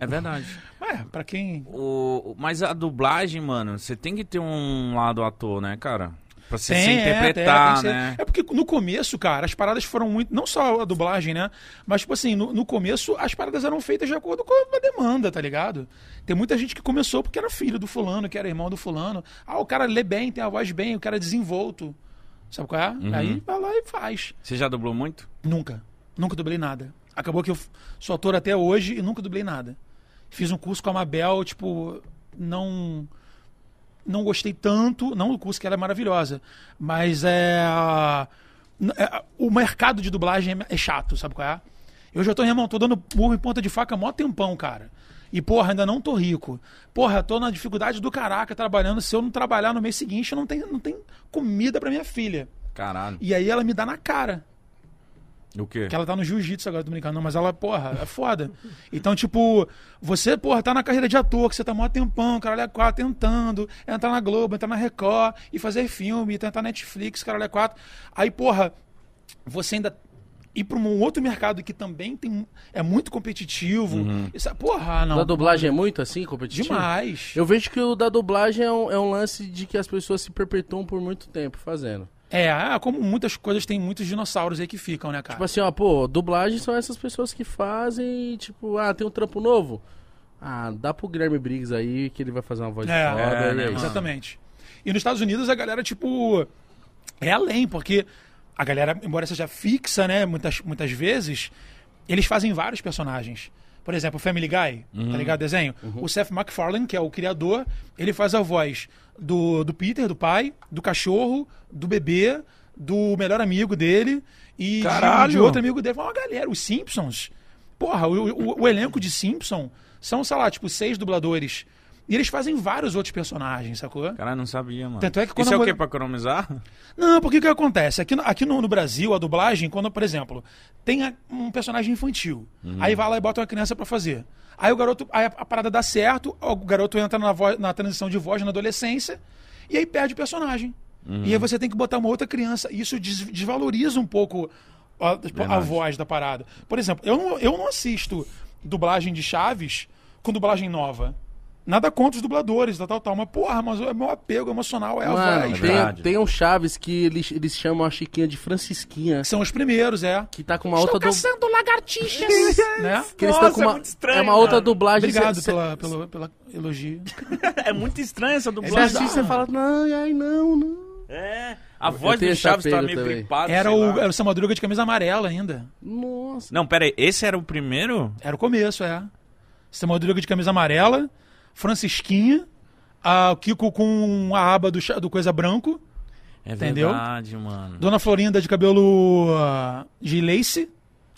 [SPEAKER 6] É verdade.
[SPEAKER 2] Mas, pra quem.
[SPEAKER 6] O... Mas a dublagem, mano, você tem que ter um lado ator, né, cara? Pra você se
[SPEAKER 2] Tem, é,
[SPEAKER 6] interpretar,
[SPEAKER 2] tem, tem que ser-
[SPEAKER 6] né?
[SPEAKER 2] É porque no começo, cara, as paradas foram muito. Não só a dublagem, né? Mas, tipo assim, no, no começo as paradas eram feitas de acordo com a demanda, tá ligado? Tem muita gente que começou porque era filho do fulano, que era irmão do fulano. Ah, o cara lê bem, tem a voz bem, o cara é desenvolto. Sabe qual é?
[SPEAKER 6] Uhum.
[SPEAKER 2] Aí vai lá e faz.
[SPEAKER 6] Você já dublou muito?
[SPEAKER 2] Nunca. Nunca dublei nada. Acabou que eu f- sou ator até hoje e nunca dublei nada. Fiz um curso com a Mabel, tipo, não não gostei tanto, não o curso que ela é maravilhosa, mas é, n- é- o mercado de dublagem é- é chato, sabe qual é? Eu já tô, irmão, tô dando burro em ponta de faca há mó tempão, cara. E, porra, ainda não tô rico. Porra, tô na dificuldade do caraca trabalhando. Se eu não trabalhar no mês seguinte, eu não tenho, não tenho comida pra minha filha.
[SPEAKER 6] Caralho.
[SPEAKER 2] E aí ela me dá na cara.
[SPEAKER 6] O quê?
[SPEAKER 2] Que ela tá no jiu-jitsu agora dominicano, não, mas ela, porra, é foda. Então, tipo, você, porra, tá na carreira de ator, que você tá mó tempão, caralho, é quatro, tentando entrar na Globo, entrar na Record, e fazer filme, tentar Netflix, caralho, é quatro. Aí, porra, você ainda ir pra um outro mercado que também tem, é muito competitivo. Isso, porra, não.
[SPEAKER 1] Da dublagem é muito assim, competitivo?
[SPEAKER 2] Demais.
[SPEAKER 1] Eu vejo que o da dublagem é um, é um lance de que as pessoas se perpetuam por muito tempo fazendo.
[SPEAKER 2] É, ah, como muitas coisas, tem muitos dinossauros aí que ficam, né, cara?
[SPEAKER 1] Tipo assim, ó, pô, dublagem são essas pessoas que fazem, e, tipo, ah, tem um trampo novo. Ah, dá pro Guilherme Briggs aí que ele vai fazer uma voz
[SPEAKER 2] É,
[SPEAKER 1] foda.
[SPEAKER 6] é,
[SPEAKER 1] e
[SPEAKER 6] né,
[SPEAKER 1] é isso.
[SPEAKER 6] mano?
[SPEAKER 2] Exatamente. E nos Estados Unidos a galera, tipo, é além, porque a galera, embora seja fixa, né, muitas, muitas vezes, eles fazem vários personagens. Por exemplo, o Family Guy,
[SPEAKER 6] Uhum.
[SPEAKER 2] tá ligado? Desenho. O Seth MacFarlane, que é o criador, ele faz a voz do, do Peter, do pai, do cachorro, do bebê, do melhor amigo dele e de-
[SPEAKER 6] Caralho!
[SPEAKER 2] de outro amigo dele. Foi uma galera, os Simpsons. Porra, o, o- o elenco de Simpson são, sei lá, tipo, seis dubladores. E eles fazem vários outros personagens, sacou?
[SPEAKER 6] Caralho, não sabia, mano.
[SPEAKER 2] Tanto é que quando
[SPEAKER 6] Isso é
[SPEAKER 2] a
[SPEAKER 6] o quê?
[SPEAKER 2] mulher-
[SPEAKER 6] Pra economizar?
[SPEAKER 2] Não, porque o que acontece? Aqui, no- aqui no, no Brasil, a dublagem, quando, por exemplo, tem a- um personagem infantil, aí vai lá e bota uma criança pra fazer. Aí o garoto, aí a, a parada dá certo, o garoto entra na, voz- na transição de voz na adolescência, e aí perde o personagem. E aí você tem que botar uma outra criança. E isso des- desvaloriza um pouco a- tipo, a, voz da parada. Por exemplo, eu não, eu não assisto dublagem de Chaves com dublagem nova. Nada contra os dubladores, tal, tal, tal. Mas, porra, mas é meu apego emocional, é a
[SPEAKER 1] Mano,
[SPEAKER 2] voz.
[SPEAKER 1] tem-
[SPEAKER 6] verdade.
[SPEAKER 1] tem, um Chaves que eles, eles chamam a Chiquinha de Francisquinha,
[SPEAKER 2] São os primeiros, é.
[SPEAKER 1] que tá com uma outra dublagem.
[SPEAKER 7] lagartixas.
[SPEAKER 2] né?
[SPEAKER 1] Que eles tão com uma, é uma outra dublagem.
[SPEAKER 2] Obrigado
[SPEAKER 1] cê- cê-
[SPEAKER 2] pela, pelo, pela elogio.
[SPEAKER 6] É muito estranho essa
[SPEAKER 1] Você assiste você fala, não, ai, não, não.
[SPEAKER 6] É. A
[SPEAKER 1] eu
[SPEAKER 6] voz
[SPEAKER 1] tenho
[SPEAKER 6] do
[SPEAKER 1] esse
[SPEAKER 6] Chaves tá
[SPEAKER 1] apego
[SPEAKER 6] meio
[SPEAKER 1] também.
[SPEAKER 6] gripada.
[SPEAKER 2] Era
[SPEAKER 6] sei
[SPEAKER 2] o,
[SPEAKER 6] lá.
[SPEAKER 2] era o Seu Madruga de camisa amarela ainda.
[SPEAKER 1] Nossa.
[SPEAKER 6] Não, pera aí. Esse era o primeiro?
[SPEAKER 2] Era o começo, é. Seu Madruga de camisa amarela, Francisquinha, a o Kiko com a aba do, cha- do Coisa Branco,
[SPEAKER 6] É
[SPEAKER 2] Entendeu?
[SPEAKER 6] verdade, mano.
[SPEAKER 2] Dona Florinda de cabelo ah, de lace.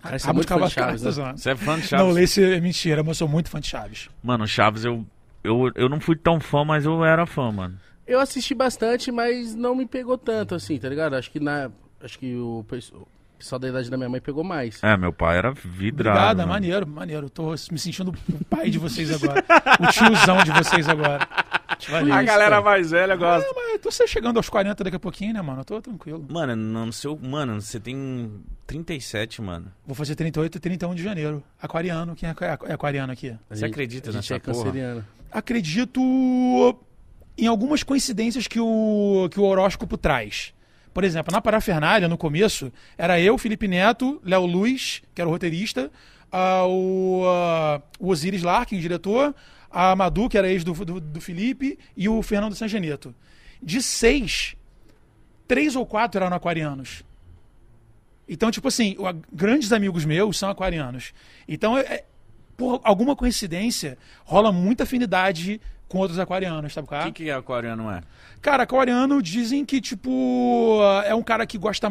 [SPEAKER 1] Cara, isso é
[SPEAKER 2] Rabo
[SPEAKER 1] muito
[SPEAKER 2] de cavalo-
[SPEAKER 1] fã de Chaves, né?
[SPEAKER 6] Você é fã de Chaves?
[SPEAKER 2] Não, lace é mentira, mas eu sou muito fã de Chaves.
[SPEAKER 6] Mano, Chaves, eu, eu, eu não fui tão fã, mas eu era fã, mano.
[SPEAKER 1] Eu assisti bastante, mas não me pegou tanto, assim, tá ligado? Acho que na. Acho que o pes- o pessoal da idade da minha mãe pegou mais.
[SPEAKER 6] É, meu pai era vidrado.
[SPEAKER 2] Obrigada,
[SPEAKER 3] né?
[SPEAKER 6] mano.
[SPEAKER 2] é maneiro, maneiro. Tô me sentindo o pai de vocês agora. o tiozão de vocês agora. Valeu.
[SPEAKER 6] A galera mais velha gosta.
[SPEAKER 2] Não, mas eu tô se- chegando aos 40 daqui a pouquinho, né, mano? Eu tô tranquilo.
[SPEAKER 6] Mano, não sei. o- Mano, você tem 37, mano.
[SPEAKER 2] Vou fazer 38 e 31 de janeiro. Aquariano. Quem é aqua- é aquariano aqui?
[SPEAKER 1] A
[SPEAKER 6] Você acredita
[SPEAKER 1] a gente
[SPEAKER 6] nessa
[SPEAKER 1] é
[SPEAKER 6] porra?
[SPEAKER 1] canceriana.
[SPEAKER 2] Acredito em algumas coincidências que o, que o horóscopo traz. Por exemplo, na parafernália, no começo, era eu, Felipe Neto, Léo Luz, que era o roteirista, ah, o, ah, o Osiris Larkin, diretor, a Madu, que era ex do, do, do Felipe, e o Fernando Sangeneto. De seis, três ou quatro eram aquarianos. Então, tipo assim, o- a- grandes amigos meus são aquarianos. Então, é- é- por alguma coincidência, rola muita afinidade com outros aquarianos, sabe qual
[SPEAKER 3] O
[SPEAKER 2] é?
[SPEAKER 3] que, que é aquariano é?
[SPEAKER 2] Cara, aquariano dizem que, tipo, é um cara que gosta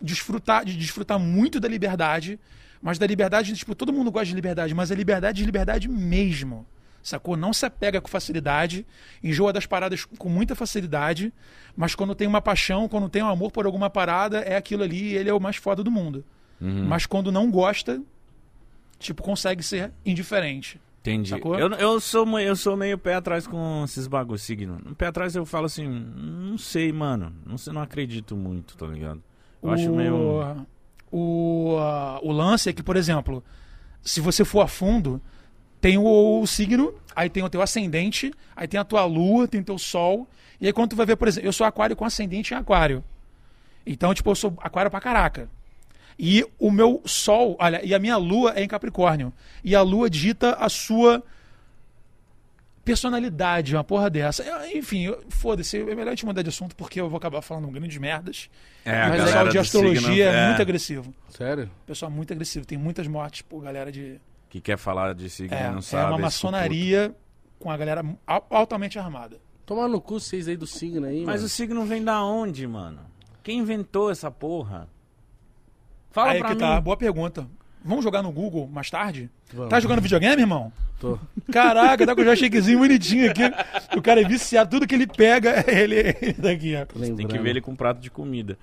[SPEAKER 2] desfrutar, de desfrutar muito da liberdade, mas da liberdade, tipo, todo mundo gosta de liberdade, mas é liberdade de liberdade mesmo. Sacou? Não se apega com facilidade, enjoa das paradas com muita facilidade, mas quando tem uma paixão, quando tem um amor por alguma parada, é aquilo ali, ele é o mais foda do mundo. Mas quando não gosta, tipo, consegue ser indiferente.
[SPEAKER 3] Entendi.
[SPEAKER 2] Sacou?
[SPEAKER 3] Eu, eu, sou, me- eu sou meio pé atrás com esses bagulho, signo. No Pé atrás eu falo assim,
[SPEAKER 6] "Hum,
[SPEAKER 3] não sei, mano. Não sei, não acredito muito, tá ligado? Eu acho meio.
[SPEAKER 2] O, o lance é que, por exemplo, se você for a fundo, tem o, o signo, aí tem o teu ascendente, aí tem a tua lua, tem o teu sol. E aí quando tu vai ver, por exemplo, eu sou aquário com ascendente em aquário. Então, tipo, eu sou aquário pra caraca. E o meu sol, olha, e a minha lua é em Capricórnio. E a lua dita a sua personalidade, uma porra dessa. Eu- enfim, eu- foda-se, é melhor te mudar de assunto porque eu vou acabar falando grandes merdas.
[SPEAKER 3] É,
[SPEAKER 2] Mas o pessoal de astrologia é muito agressivo.
[SPEAKER 1] Sério?
[SPEAKER 2] O pessoal é muito agressivo. Tem muitas mortes por galera de.
[SPEAKER 3] Que quer falar de signo,
[SPEAKER 2] É,
[SPEAKER 3] não
[SPEAKER 2] é
[SPEAKER 3] sabe.
[SPEAKER 2] uma
[SPEAKER 3] esse
[SPEAKER 2] maçonaria com a galera al- altamente armada.
[SPEAKER 1] Tomar no cu vocês aí do signo aí,
[SPEAKER 3] puto. Mas o
[SPEAKER 1] mano.
[SPEAKER 3] signo vem da onde, mano? Quem inventou essa porra? Fala
[SPEAKER 2] Aí
[SPEAKER 3] pra
[SPEAKER 2] que
[SPEAKER 3] mim.
[SPEAKER 2] tá, boa pergunta. Vamos jogar no Google mais tarde?
[SPEAKER 1] Vamos.
[SPEAKER 2] Tá jogando videogame, irmão?
[SPEAKER 1] Tô.
[SPEAKER 2] Caraca, tá com o joystickzinho bonitinho aqui. O cara é viciado, tudo que ele pega, (laughs) ele, ele daqui, ó.
[SPEAKER 3] Tem que ver ele com um prato de comida.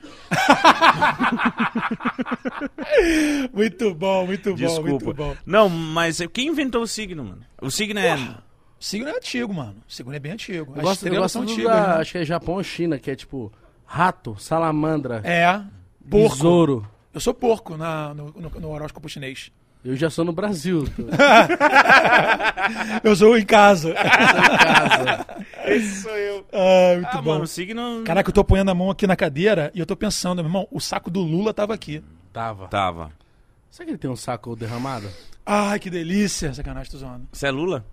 [SPEAKER 2] Muito bom, muito bom, muito
[SPEAKER 3] Desculpa.
[SPEAKER 2] bom.
[SPEAKER 3] não, mas quem inventou o signo, mano? O signo é.
[SPEAKER 2] O signo é antigo, mano. O signo é bem antigo.
[SPEAKER 1] Eu
[SPEAKER 2] As
[SPEAKER 1] gosto, eu
[SPEAKER 2] estrelas
[SPEAKER 1] gosto
[SPEAKER 2] são
[SPEAKER 1] do
[SPEAKER 2] antigas.
[SPEAKER 1] da,
[SPEAKER 2] né?
[SPEAKER 1] acho que é Japão ou China, que é tipo rato, salamandra,
[SPEAKER 2] É, porco.
[SPEAKER 1] besouro.
[SPEAKER 2] Eu sou porco na- no- no- no horóscopo chinês.
[SPEAKER 1] Eu já sou no
[SPEAKER 2] (laughs)
[SPEAKER 1] Brasil. tô-
[SPEAKER 2] Eu sou em casa.
[SPEAKER 3] Esse sou eu.
[SPEAKER 2] Ah, muito
[SPEAKER 3] Ah,
[SPEAKER 2] bom.
[SPEAKER 3] mano, o signo.
[SPEAKER 2] Caraca, eu tô apoiando a mão aqui na cadeira e eu tô pensando, meu irmão, o saco do Lula tava aqui.
[SPEAKER 1] Tava.
[SPEAKER 3] Tava.
[SPEAKER 1] Será que ele tem um saco derramado?
[SPEAKER 2] Ai, que delícia. Sacanagem, tô zoando.
[SPEAKER 3] Você é Lula?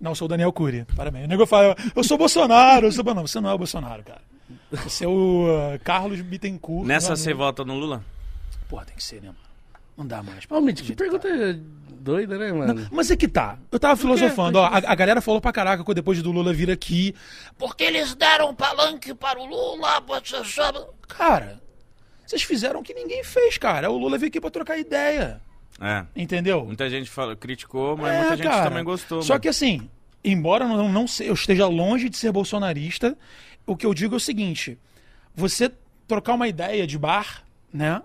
[SPEAKER 2] Não, eu sou o Daniel Cury. Parabéns. O nego fala, eu sou Bolsonaro, eu sou... Não, você não é o Bolsonaro, cara. Você é o ah, Carlos Bittencourt.
[SPEAKER 3] Nessa
[SPEAKER 2] meu
[SPEAKER 3] você
[SPEAKER 2] amigo.
[SPEAKER 3] vota no Lula?
[SPEAKER 2] Porra, tem que ser, né, mano? Não dá mais.
[SPEAKER 1] Ô, Mitch, que pergunta doida, né, mano?
[SPEAKER 2] Mas é que tá. Eu tava filosofando, ó. A, a galera falou pra caraca que depois do Lula vir aqui.
[SPEAKER 7] Porque eles deram palanque para o Lula, você sabe.
[SPEAKER 2] Cara, vocês fizeram o que ninguém fez, cara. O Lula veio aqui pra trocar ideia.
[SPEAKER 3] É.
[SPEAKER 2] Entendeu?
[SPEAKER 3] Muita gente fala, criticou, mas
[SPEAKER 2] É,
[SPEAKER 3] muita gente
[SPEAKER 2] cara.
[SPEAKER 3] também gostou.
[SPEAKER 2] Só
[SPEAKER 3] mano.
[SPEAKER 2] que assim, embora eu não, não se- eu esteja longe de ser bolsonarista, o que eu digo é o seguinte: você trocar uma ideia de bar, né,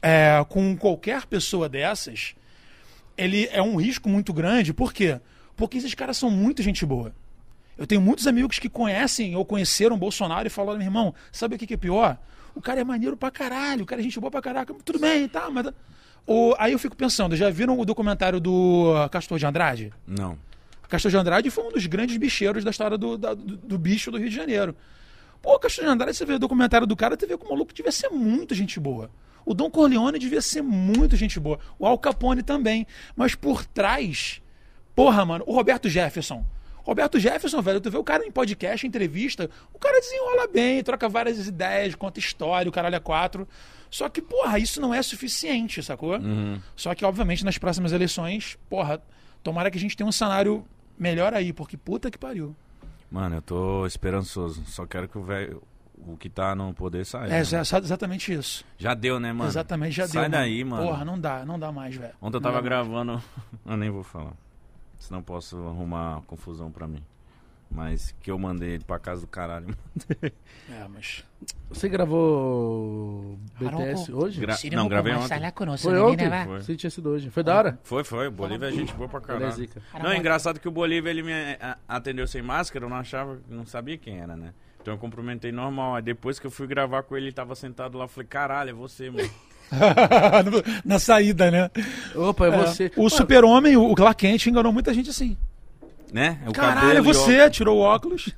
[SPEAKER 2] é, com qualquer pessoa dessas, ele é um risco muito grande. Por quê? Porque esses caras são muito gente boa. Eu tenho muitos amigos que conhecem ou conheceram Bolsonaro e falaram, meu irmão, sabe o que, que é pior? O cara é maneiro pra caralho, o cara é gente boa pra caraca, tudo bem, tá, mas... O- aí eu fico pensando, já viram o documentário do ah, Castor de Andrade?
[SPEAKER 3] Não.
[SPEAKER 2] Castor de Andrade foi um dos grandes bicheiros da história do, da- do, do bicho do Rio de Janeiro. Pô, Castor de Andrade, você vê o documentário do cara, você vê que o maluco devia ser muito gente boa. O Dom Corleone devia ser muito gente boa. O Al Capone também. Mas por trás, porra, mano, o Roberto Jefferson. Roberto Jefferson, velho, tu vê o cara em podcast, entrevista, o cara desenrola bem, troca várias ideias, conta história, o caralho é quatro. Só que, porra, isso não é suficiente, sacou? Só que, obviamente, nas próximas eleições, porra, tomara que a gente tenha um cenário melhor aí, porque puta que pariu.
[SPEAKER 3] Mano, eu tô esperançoso. Só quero que o velho. O que tá no poder saia.
[SPEAKER 2] É,
[SPEAKER 3] né?
[SPEAKER 2] exa- exatamente isso.
[SPEAKER 3] Já deu, né, mano?
[SPEAKER 2] exatamente, já deu.
[SPEAKER 3] Sai daí, mano.
[SPEAKER 2] Porra, não dá, não dá mais, velho.
[SPEAKER 3] Ontem
[SPEAKER 2] Não
[SPEAKER 3] eu tava
[SPEAKER 2] dá mais.
[SPEAKER 3] gravando. (laughs) eu nem vou falar. Senão posso arrumar confusão pra mim. Mas que eu mandei ele pra casa do caralho. (laughs)
[SPEAKER 2] É, mas...
[SPEAKER 1] Você gravou BTS
[SPEAKER 7] Aronco.
[SPEAKER 1] hoje?
[SPEAKER 3] Gra- não, gravei ontem.
[SPEAKER 1] Foi ontem? Sim, tinha sido hoje. Foi da hora?
[SPEAKER 3] Foi, foi. O Bolívia é gente boa pra
[SPEAKER 1] Ele é
[SPEAKER 3] caralho.
[SPEAKER 1] zica.
[SPEAKER 3] Não, é engraçado que o Bolívia ele me eh, a- atendeu sem máscara, eu não achava, não sabia quem era, né? Então eu cumprimentei normal. Aí depois que eu fui gravar com ele, ele tava sentado lá, eu falei, caralho, é você, mano.
[SPEAKER 2] (laughs) Na saída, né?
[SPEAKER 1] Opa, é
[SPEAKER 2] É.
[SPEAKER 1] você.
[SPEAKER 2] O super-homem, o Clark Kent, enganou muita gente assim.
[SPEAKER 3] né? O
[SPEAKER 2] Caralho, é
[SPEAKER 3] cabelo e
[SPEAKER 2] você,
[SPEAKER 3] óculos.
[SPEAKER 2] tirou o
[SPEAKER 3] (laughs)
[SPEAKER 2] óculos.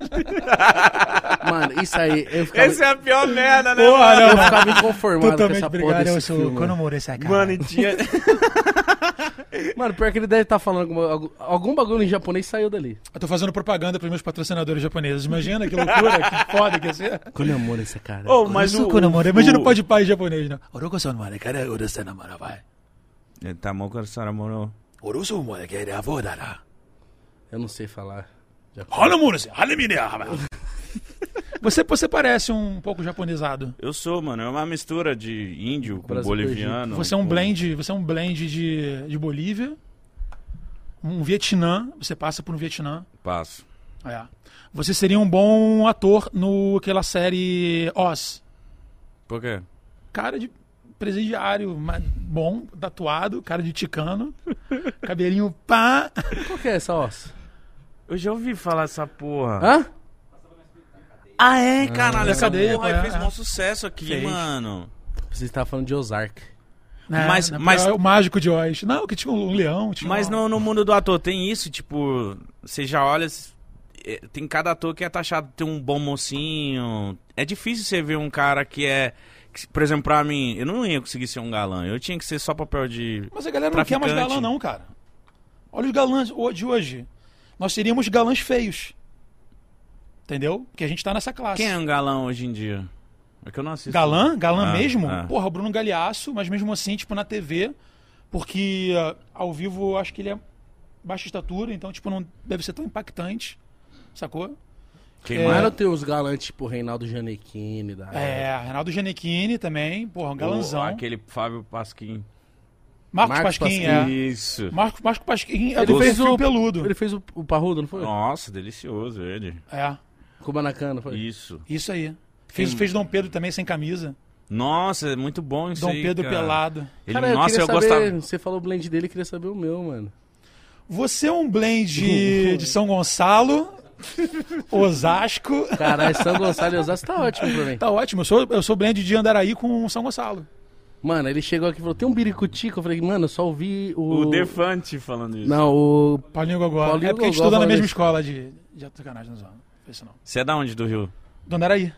[SPEAKER 1] Mano, isso aí. Eu ficava,
[SPEAKER 3] Essa é a pior merda, né?
[SPEAKER 2] Porra,
[SPEAKER 1] eu
[SPEAKER 2] não, não.
[SPEAKER 1] ficava inconformado com essa porra desse filme.
[SPEAKER 2] Quando eu morrer, você acaba.
[SPEAKER 3] Mano, e tinha...
[SPEAKER 1] Mano, pior que ele deve estar falando alguma- algum, algum bagulho em japonês saiu dali.
[SPEAKER 2] Eu tô fazendo propaganda pros meus patrocinadores japoneses. Imagina que loucura,
[SPEAKER 3] (laughs)
[SPEAKER 2] que foda que ia ser.
[SPEAKER 1] Quando amor esse cara.
[SPEAKER 3] oh, mas o, o,
[SPEAKER 2] Imagina
[SPEAKER 3] o-
[SPEAKER 2] o pode pai japonês, né? Oroko-san, mano, cara, Oroko-san, mano, vai.
[SPEAKER 3] É, Tá bom que a senhora morou.
[SPEAKER 2] Oroko-san, mano, que é a avó dará.
[SPEAKER 1] Eu não sei falar. Já comi.
[SPEAKER 2] Olha o muro, assim, olha (laughs) Você, você parece um pouco japonesado.
[SPEAKER 3] Eu sou, mano. É uma mistura de índio com
[SPEAKER 1] Brasil com
[SPEAKER 3] boliviano.
[SPEAKER 2] Você é um
[SPEAKER 3] com-
[SPEAKER 2] blend, você é um blend de, de Bolívia, um Vietnã, você passa por um Vietnã.
[SPEAKER 3] Passo.
[SPEAKER 2] É. Você seria um bom ator no aquela série Oz.
[SPEAKER 3] Por quê?
[SPEAKER 2] Cara de presidiário, mas bom, tatuado, cara de (laughs) ticano, cabelinho pá.
[SPEAKER 1] Qual que é essa ossa?
[SPEAKER 3] Eu já ouvi falar essa porra.
[SPEAKER 1] Hã?
[SPEAKER 3] Ah, é, caralho. essa
[SPEAKER 2] cadeia,
[SPEAKER 3] porra aí
[SPEAKER 2] é,
[SPEAKER 3] fez
[SPEAKER 2] é.
[SPEAKER 3] um sucesso aqui,
[SPEAKER 2] Fez.
[SPEAKER 3] mano.
[SPEAKER 1] Você estava falando de Ozark.
[SPEAKER 2] Né?
[SPEAKER 3] Mas-
[SPEAKER 2] Né?
[SPEAKER 3] mas-
[SPEAKER 2] É o mágico de Oz. Não, que tinha um leão, tinha
[SPEAKER 3] Mas
[SPEAKER 2] um-
[SPEAKER 3] no, no mundo do ator tem isso, tipo, você já olha. s- é, Tem cada ator que é taxado de ter um bom mocinho. É difícil você ver um cara que é. que, por exemplo, pra mim, eu não ia conseguir ser um galã. Eu tinha que ser só papel de.
[SPEAKER 2] Mas a galera não quer mais
[SPEAKER 3] Traficante.
[SPEAKER 2] galã, não, cara. Olha os galãs ho- de hoje. Nós teríamos galãs feios. Entendeu? Porque a gente tá nessa classe.
[SPEAKER 3] Quem é um galã hoje em dia? É que eu não assisto.
[SPEAKER 2] Galã? Galã
[SPEAKER 3] Ah,
[SPEAKER 2] mesmo?
[SPEAKER 3] ah.
[SPEAKER 2] Porra, Bruno Galhaço, mas mesmo assim, tipo, na TV, porque ah, ao vivo eu acho que ele é baixa estatura, então, tipo, não deve ser tão impactante. Sacou?
[SPEAKER 3] Quem
[SPEAKER 2] É.
[SPEAKER 3] mais?
[SPEAKER 1] Mas não tem os galantes tipo Reinaldo Janequini. Da...
[SPEAKER 2] É, Reinaldo Giannichini também, porra, um
[SPEAKER 3] O-
[SPEAKER 2] galãzão.
[SPEAKER 3] Aquele Fábio Pasquim.
[SPEAKER 2] Marcos,
[SPEAKER 1] Marcos
[SPEAKER 2] Pasquim, é.
[SPEAKER 3] Isso.
[SPEAKER 2] Marcos, Marcos Pasquim é
[SPEAKER 1] Ele
[SPEAKER 2] do
[SPEAKER 1] fez
[SPEAKER 2] perfil
[SPEAKER 1] o-
[SPEAKER 2] peludo.
[SPEAKER 1] Ele fez o, o Parrudo, não foi?
[SPEAKER 3] Nossa, delicioso ele.
[SPEAKER 2] É,
[SPEAKER 1] Cubanacana, foi?
[SPEAKER 3] Isso.
[SPEAKER 2] isso aí. Fez,
[SPEAKER 3] Tem-
[SPEAKER 2] fez Dom Pedro também sem camisa.
[SPEAKER 3] Nossa, é muito bom isso
[SPEAKER 2] Dom
[SPEAKER 3] aí,
[SPEAKER 2] Pedro
[SPEAKER 3] cara.
[SPEAKER 2] Pelado.
[SPEAKER 3] Ele,
[SPEAKER 1] Cara, eu
[SPEAKER 3] nossa,
[SPEAKER 1] queria
[SPEAKER 3] eu,
[SPEAKER 1] saber,
[SPEAKER 3] gostava.
[SPEAKER 1] Você falou o blend dele, eu queria saber o meu, mano.
[SPEAKER 2] Você é um blend de São Gonçalo, Osasco.
[SPEAKER 1] Caralho, São Gonçalo e Osasco tá ótimo pra mim.
[SPEAKER 2] Tá ótimo, eu sou, eu sou blend de Andaraí com São Gonçalo.
[SPEAKER 1] Mano, ele chegou aqui e falou, tem um biricutico? Eu falei, mano, eu só ouvi o...
[SPEAKER 3] O Defante falando isso.
[SPEAKER 1] Não, o...
[SPEAKER 2] Paulinho Gogó.
[SPEAKER 1] Paulinho
[SPEAKER 2] é porque a gente
[SPEAKER 1] Gogó,
[SPEAKER 2] estudou na
[SPEAKER 1] Paulinho.
[SPEAKER 2] mesma escola de, de sacanagem, não zoando. Não fez isso não.
[SPEAKER 3] Você é da onde do Rio?
[SPEAKER 2] Do Andaraí.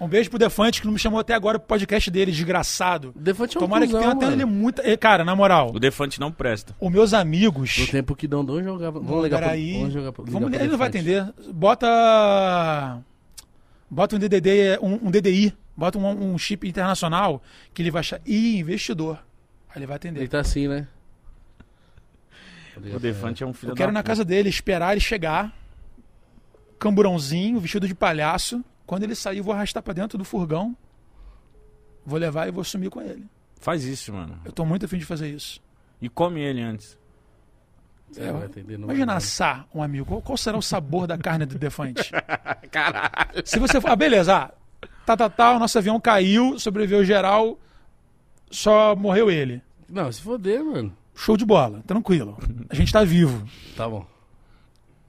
[SPEAKER 2] Um beijo pro Defante, que não me chamou até agora pro podcast dele, desgraçado.
[SPEAKER 1] Defante é um
[SPEAKER 2] Tomara que
[SPEAKER 1] cuzão,
[SPEAKER 2] tenha até ele
[SPEAKER 1] mano.
[SPEAKER 2] muita. eh, Cara, na moral,
[SPEAKER 3] O Defante não presta.
[SPEAKER 2] os meus amigos.
[SPEAKER 1] No tempo que Dondon jogava... Vamos ligar pro...
[SPEAKER 2] Andaraí.
[SPEAKER 1] Vamos jogar pro... ligar
[SPEAKER 2] Vamos-
[SPEAKER 1] pro
[SPEAKER 2] ele não vai
[SPEAKER 1] Defante.
[SPEAKER 2] atender. Bota. Bota um DDD, um, um DDI. Bota um, um chip internacional que ele vai achar. Ih, investidor. Aí ele vai
[SPEAKER 1] Ele
[SPEAKER 2] atender.
[SPEAKER 1] tá assim, né?
[SPEAKER 3] O Defante é um filho
[SPEAKER 2] Eu quero ir
[SPEAKER 3] da
[SPEAKER 2] na
[SPEAKER 3] puta.
[SPEAKER 2] casa dele, esperar ele chegar. Camburãozinho, vestido de palhaço. Quando ele sair, eu vou arrastar pra dentro do furgão. Vou levar e vou sumir com ele.
[SPEAKER 3] Faz isso, mano.
[SPEAKER 2] Eu tô muito afim de fazer isso.
[SPEAKER 3] E come ele antes.
[SPEAKER 1] Você não É, vai atender, não vai
[SPEAKER 2] Imagina
[SPEAKER 1] atender.
[SPEAKER 2] assar um amigo. Qual, qual será o sabor da carne do defante? Caralho. Se você for. Ah, beleza. Ah, tá, tá, tá. O nosso avião caiu, sobreviveu geral, só morreu ele.
[SPEAKER 1] Não, se foder, mano.
[SPEAKER 2] Show de bola, tranquilo. A gente tá vivo.
[SPEAKER 1] Tá bom.